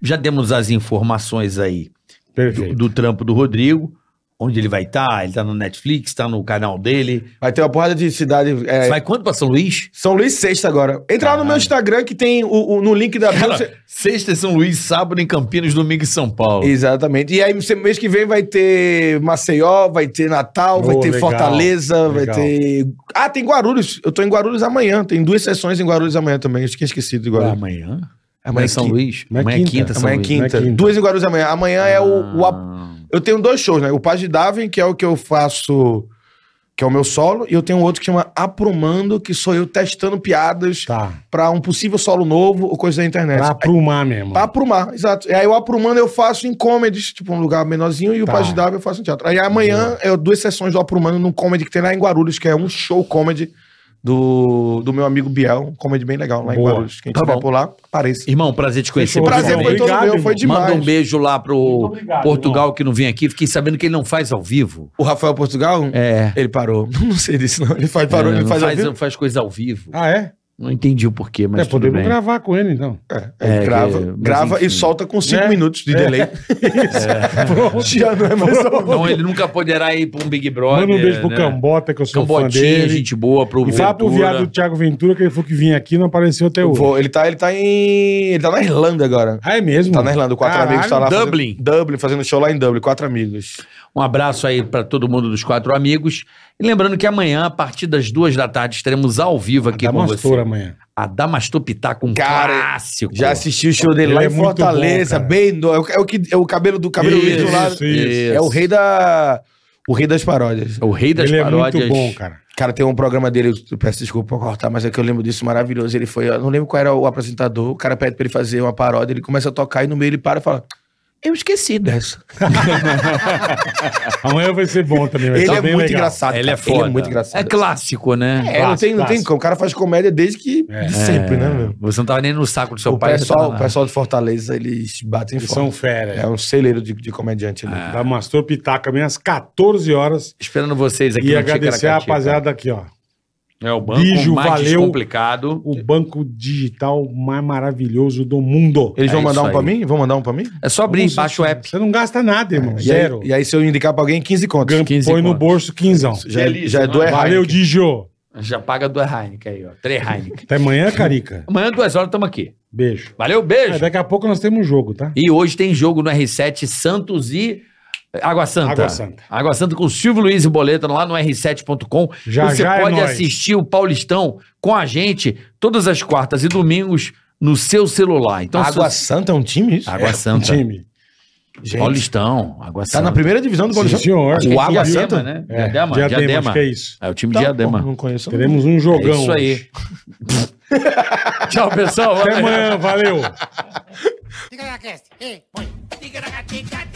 Speaker 4: já demos as informações aí do,
Speaker 2: perfeito.
Speaker 4: do trampo do Rodrigo, onde ele vai estar, ele tá no Netflix, tá no canal dele.
Speaker 6: Vai ter uma porrada de cidade. é,
Speaker 4: Você vai quando pra São Luís?
Speaker 6: São Luís Sexta agora. Entra lá no meu Instagram que tem o, o- no link da.
Speaker 4: Cara, sexta em São Luís, sábado em Campinas, domingo em São Paulo.
Speaker 6: Exatamente. E aí, você- mês que vem vai ter Maceió, vai ter Natal, vai
Speaker 2: Oh,
Speaker 6: ter
Speaker 2: legal,
Speaker 6: Fortaleza, vai
Speaker 2: legal.
Speaker 6: ter. Ah, tem Guarulhos. Eu tô em Guarulhos amanhã. Tem duas sessões em Guarulhos amanhã também. Eu tinha esquecido de
Speaker 4: Ué,
Speaker 6: Guarulhos.
Speaker 4: amanhã?
Speaker 6: Amanhã
Speaker 4: Amanhã
Speaker 6: é
Speaker 4: é São
Speaker 6: quinta.
Speaker 4: Luís?
Speaker 2: Ah, Amanhã é
Speaker 4: Amanhã é
Speaker 2: quinta.
Speaker 4: quinta, São
Speaker 6: Amanhã é
Speaker 4: Luís.
Speaker 6: quinta.
Speaker 2: Amanhã é quinta.
Speaker 6: Duas em Guarulhos amanhã. Amanhã é o, o a-
Speaker 4: Ah.
Speaker 6: Eu tenho dois shows, né? O Paz de Davin, que é o que eu faço, que é o meu solo, e eu tenho outro que chama Aprumando, que sou eu testando piadas pra
Speaker 2: Tá.
Speaker 6: um possível solo novo ou coisa da
Speaker 4: É,
Speaker 6: internet.
Speaker 2: Pra aprumar mesmo.
Speaker 6: Pra aprumar, exato. E aí o aprumando eu faço em comedies, tipo um lugar menorzinho, e o
Speaker 2: Tá.
Speaker 6: Paz de Dável eu faço em teatro. Aí amanhã é duas sessões do aprumando num comedy que tem lá em Guarulhos, que é um show comedy do, do meu amigo Biel, um comedy bem legal lá em
Speaker 2: Boa.
Speaker 6: Guarulhos. Quem
Speaker 4: Tá
Speaker 6: tiver
Speaker 4: bom.
Speaker 6: por lá, apareça.
Speaker 4: Irmão, prazer te conhecer.
Speaker 2: Fechou.
Speaker 6: Prazer foi
Speaker 4: pessoalmente.
Speaker 6: todo
Speaker 2: Obrigado,
Speaker 6: meu, foi demais.
Speaker 4: Manda um beijo lá pro
Speaker 7: Muito obrigado,
Speaker 4: Portugal que não vem aqui. Fiquei sabendo que ele não faz ao vivo.
Speaker 6: O Rafael Portugal,
Speaker 4: É.
Speaker 6: ele parou. Não sei disso não, ele faz, parou,
Speaker 4: Ele
Speaker 6: ele
Speaker 4: É, não
Speaker 6: faz...
Speaker 4: faz, um-
Speaker 6: ao vivo.
Speaker 4: não faz coisa ao vivo.
Speaker 2: Ah, é?
Speaker 4: Não entendi o porquê, mas
Speaker 2: é,
Speaker 4: tudo
Speaker 2: podemos
Speaker 4: bem.
Speaker 2: gravar com ele, então.
Speaker 6: Ele
Speaker 4: é,
Speaker 6: grava,
Speaker 4: mas
Speaker 6: grava
Speaker 4: enfim.
Speaker 6: e solta com cinco
Speaker 2: É.
Speaker 6: minutos de delay. Já não é mais ao vivo.
Speaker 4: Então ele nunca poderá ir pra um Big Brother.
Speaker 2: Manda um beijo pro
Speaker 4: né?
Speaker 2: Cambota, que eu sou fã
Speaker 4: Cambotinha,
Speaker 2: dele.
Speaker 4: gente boa, pro
Speaker 2: E fala pro
Speaker 4: Ventura.
Speaker 2: viado do Thiago Ventura que ele falou que vinha aqui e não apareceu até
Speaker 6: Eu
Speaker 2: hoje.
Speaker 6: vou, ele tá, ele tá em... Ele tá na Irlanda agora.
Speaker 2: Ah, é mesmo?
Speaker 6: Tá na Irlanda, o Quatro
Speaker 2: Caralho,
Speaker 6: Amigos tá lá. fazendo-
Speaker 4: Dublin.
Speaker 6: Dublin, fazendo show lá em Dublin, Quatro Amigos.
Speaker 4: Um abraço aí pra todo mundo dos quatro amigos. E lembrando que amanhã, a partir das duas da tarde, estaremos ao vivo aqui
Speaker 2: Dá
Speaker 4: com
Speaker 2: tá uma
Speaker 4: você.
Speaker 2: estoura amanhã.
Speaker 4: A Damastor Pitaco, um
Speaker 6: Cara,
Speaker 4: clássico.
Speaker 6: Já assisti o show dele
Speaker 2: Ele
Speaker 6: lá
Speaker 2: é
Speaker 6: em
Speaker 2: muito
Speaker 6: Fortaleza,
Speaker 2: bom, cara.
Speaker 6: bem no, é, o, é o que é o cabelo do cabelo
Speaker 4: Isso,
Speaker 6: liso lá.
Speaker 2: isso, isso.
Speaker 6: É o rei da o rei das paródias.
Speaker 4: O rei das
Speaker 2: Ele
Speaker 4: paródias.
Speaker 2: é muito bom, cara.
Speaker 6: Cara, tem um programa dele, eu peço desculpa por cortar, mas é que eu lembro disso maravilhoso. Ele foi, eu não lembro qual era o apresentador, o cara pede pra ele fazer uma paródia, ele começa a tocar e no meio ele para e fala: "Eu esqueci dessa".
Speaker 2: Amanhã vai ser bom também. Vai
Speaker 6: ele
Speaker 2: tá
Speaker 6: é
Speaker 2: bem
Speaker 6: muito
Speaker 2: legal.
Speaker 6: engraçado.
Speaker 4: Ele é
Speaker 6: cara.
Speaker 4: foda.
Speaker 6: Ele é muito engraçado.
Speaker 4: É clássico, né?
Speaker 6: É, não tem, não tem
Speaker 2: clássico.
Speaker 6: como. O cara faz comédia desde que
Speaker 2: É.
Speaker 6: de sempre, né, meu?
Speaker 4: Você não tava nem no saco do seu
Speaker 6: O
Speaker 4: pai.
Speaker 6: pessoal,
Speaker 4: você
Speaker 6: o
Speaker 4: tava
Speaker 6: pessoal de Fortaleza, eles batem
Speaker 2: Eles
Speaker 6: forte.
Speaker 2: são fera.
Speaker 6: É um celeiro de, de comediante ali.
Speaker 2: É. Da Mastor Pitaca, amanhã às 14 horas.
Speaker 4: Esperando vocês aqui
Speaker 2: e
Speaker 4: no
Speaker 2: agradecer a
Speaker 4: Ticaracatica.
Speaker 2: rapaziada aqui, ó.
Speaker 4: É o banco
Speaker 2: Bijo,
Speaker 4: mais
Speaker 2: valeu.
Speaker 4: complicado.
Speaker 2: O banco digital mais maravilhoso do mundo.
Speaker 6: Eles
Speaker 4: É
Speaker 6: vão mandar
Speaker 4: isso
Speaker 6: um pra
Speaker 4: aí.
Speaker 6: mim? Vão mandar um pra mim?
Speaker 4: É só abrir,
Speaker 2: Nossa,
Speaker 4: baixa o app.
Speaker 2: Você não gasta nada, irmão.
Speaker 6: E aí-
Speaker 2: Zero.
Speaker 6: É. E aí, se eu indicar pra alguém, 15 contos.
Speaker 2: Gan-
Speaker 4: 15
Speaker 2: Põe no
Speaker 4: conto.
Speaker 2: bolso, quinzão.
Speaker 6: Já, é- já é do errado.
Speaker 2: Valeu, Digio.
Speaker 4: Já paga duas Heineken aí, ó. Três Heineken.
Speaker 2: Até amanhã, Carica.
Speaker 4: Amanhã, duas horas, estamos aqui.
Speaker 2: Beijo.
Speaker 4: Valeu,
Speaker 2: É,
Speaker 4: beijo.
Speaker 2: daqui a pouco nós temos um jogo, tá?
Speaker 4: E hoje tem jogo no R7 Santos e Água Santa.
Speaker 2: Água Santa.
Speaker 4: Água Santa com Silvio Luiz e Boleta lá no r7.com.
Speaker 2: Já,
Speaker 4: Você
Speaker 2: já é
Speaker 4: pode
Speaker 2: nóis.
Speaker 4: assistir o Paulistão com a gente todas as quartas e domingos no seu celular. Então, se
Speaker 6: Água
Speaker 4: você-
Speaker 6: Santa é um time isso?
Speaker 4: Água
Speaker 2: Um
Speaker 4: Santa.
Speaker 2: time.
Speaker 6: Gente,
Speaker 4: Paulistão, Água
Speaker 6: tá
Speaker 4: Santa.
Speaker 6: na primeira divisão do
Speaker 2: Sim,
Speaker 6: Paulistão.
Speaker 2: senhor.
Speaker 4: Acho que é
Speaker 6: O Água
Speaker 4: Diadema,
Speaker 6: Santa?
Speaker 4: né?
Speaker 2: É,
Speaker 4: Diadema,
Speaker 2: diadema,
Speaker 4: Diadema.
Speaker 2: acho que é isso.
Speaker 4: É o time
Speaker 6: Tá,
Speaker 4: Diadema.
Speaker 6: pô, Não conheço. não.
Speaker 2: Teremos um
Speaker 4: É
Speaker 2: jogão.
Speaker 4: isso aí.
Speaker 2: hoje.
Speaker 4: Tchau, pessoal.
Speaker 2: Até amanhã, valeu.
Speaker 9: Diga na cast. Ei, põe. Diga na gatica,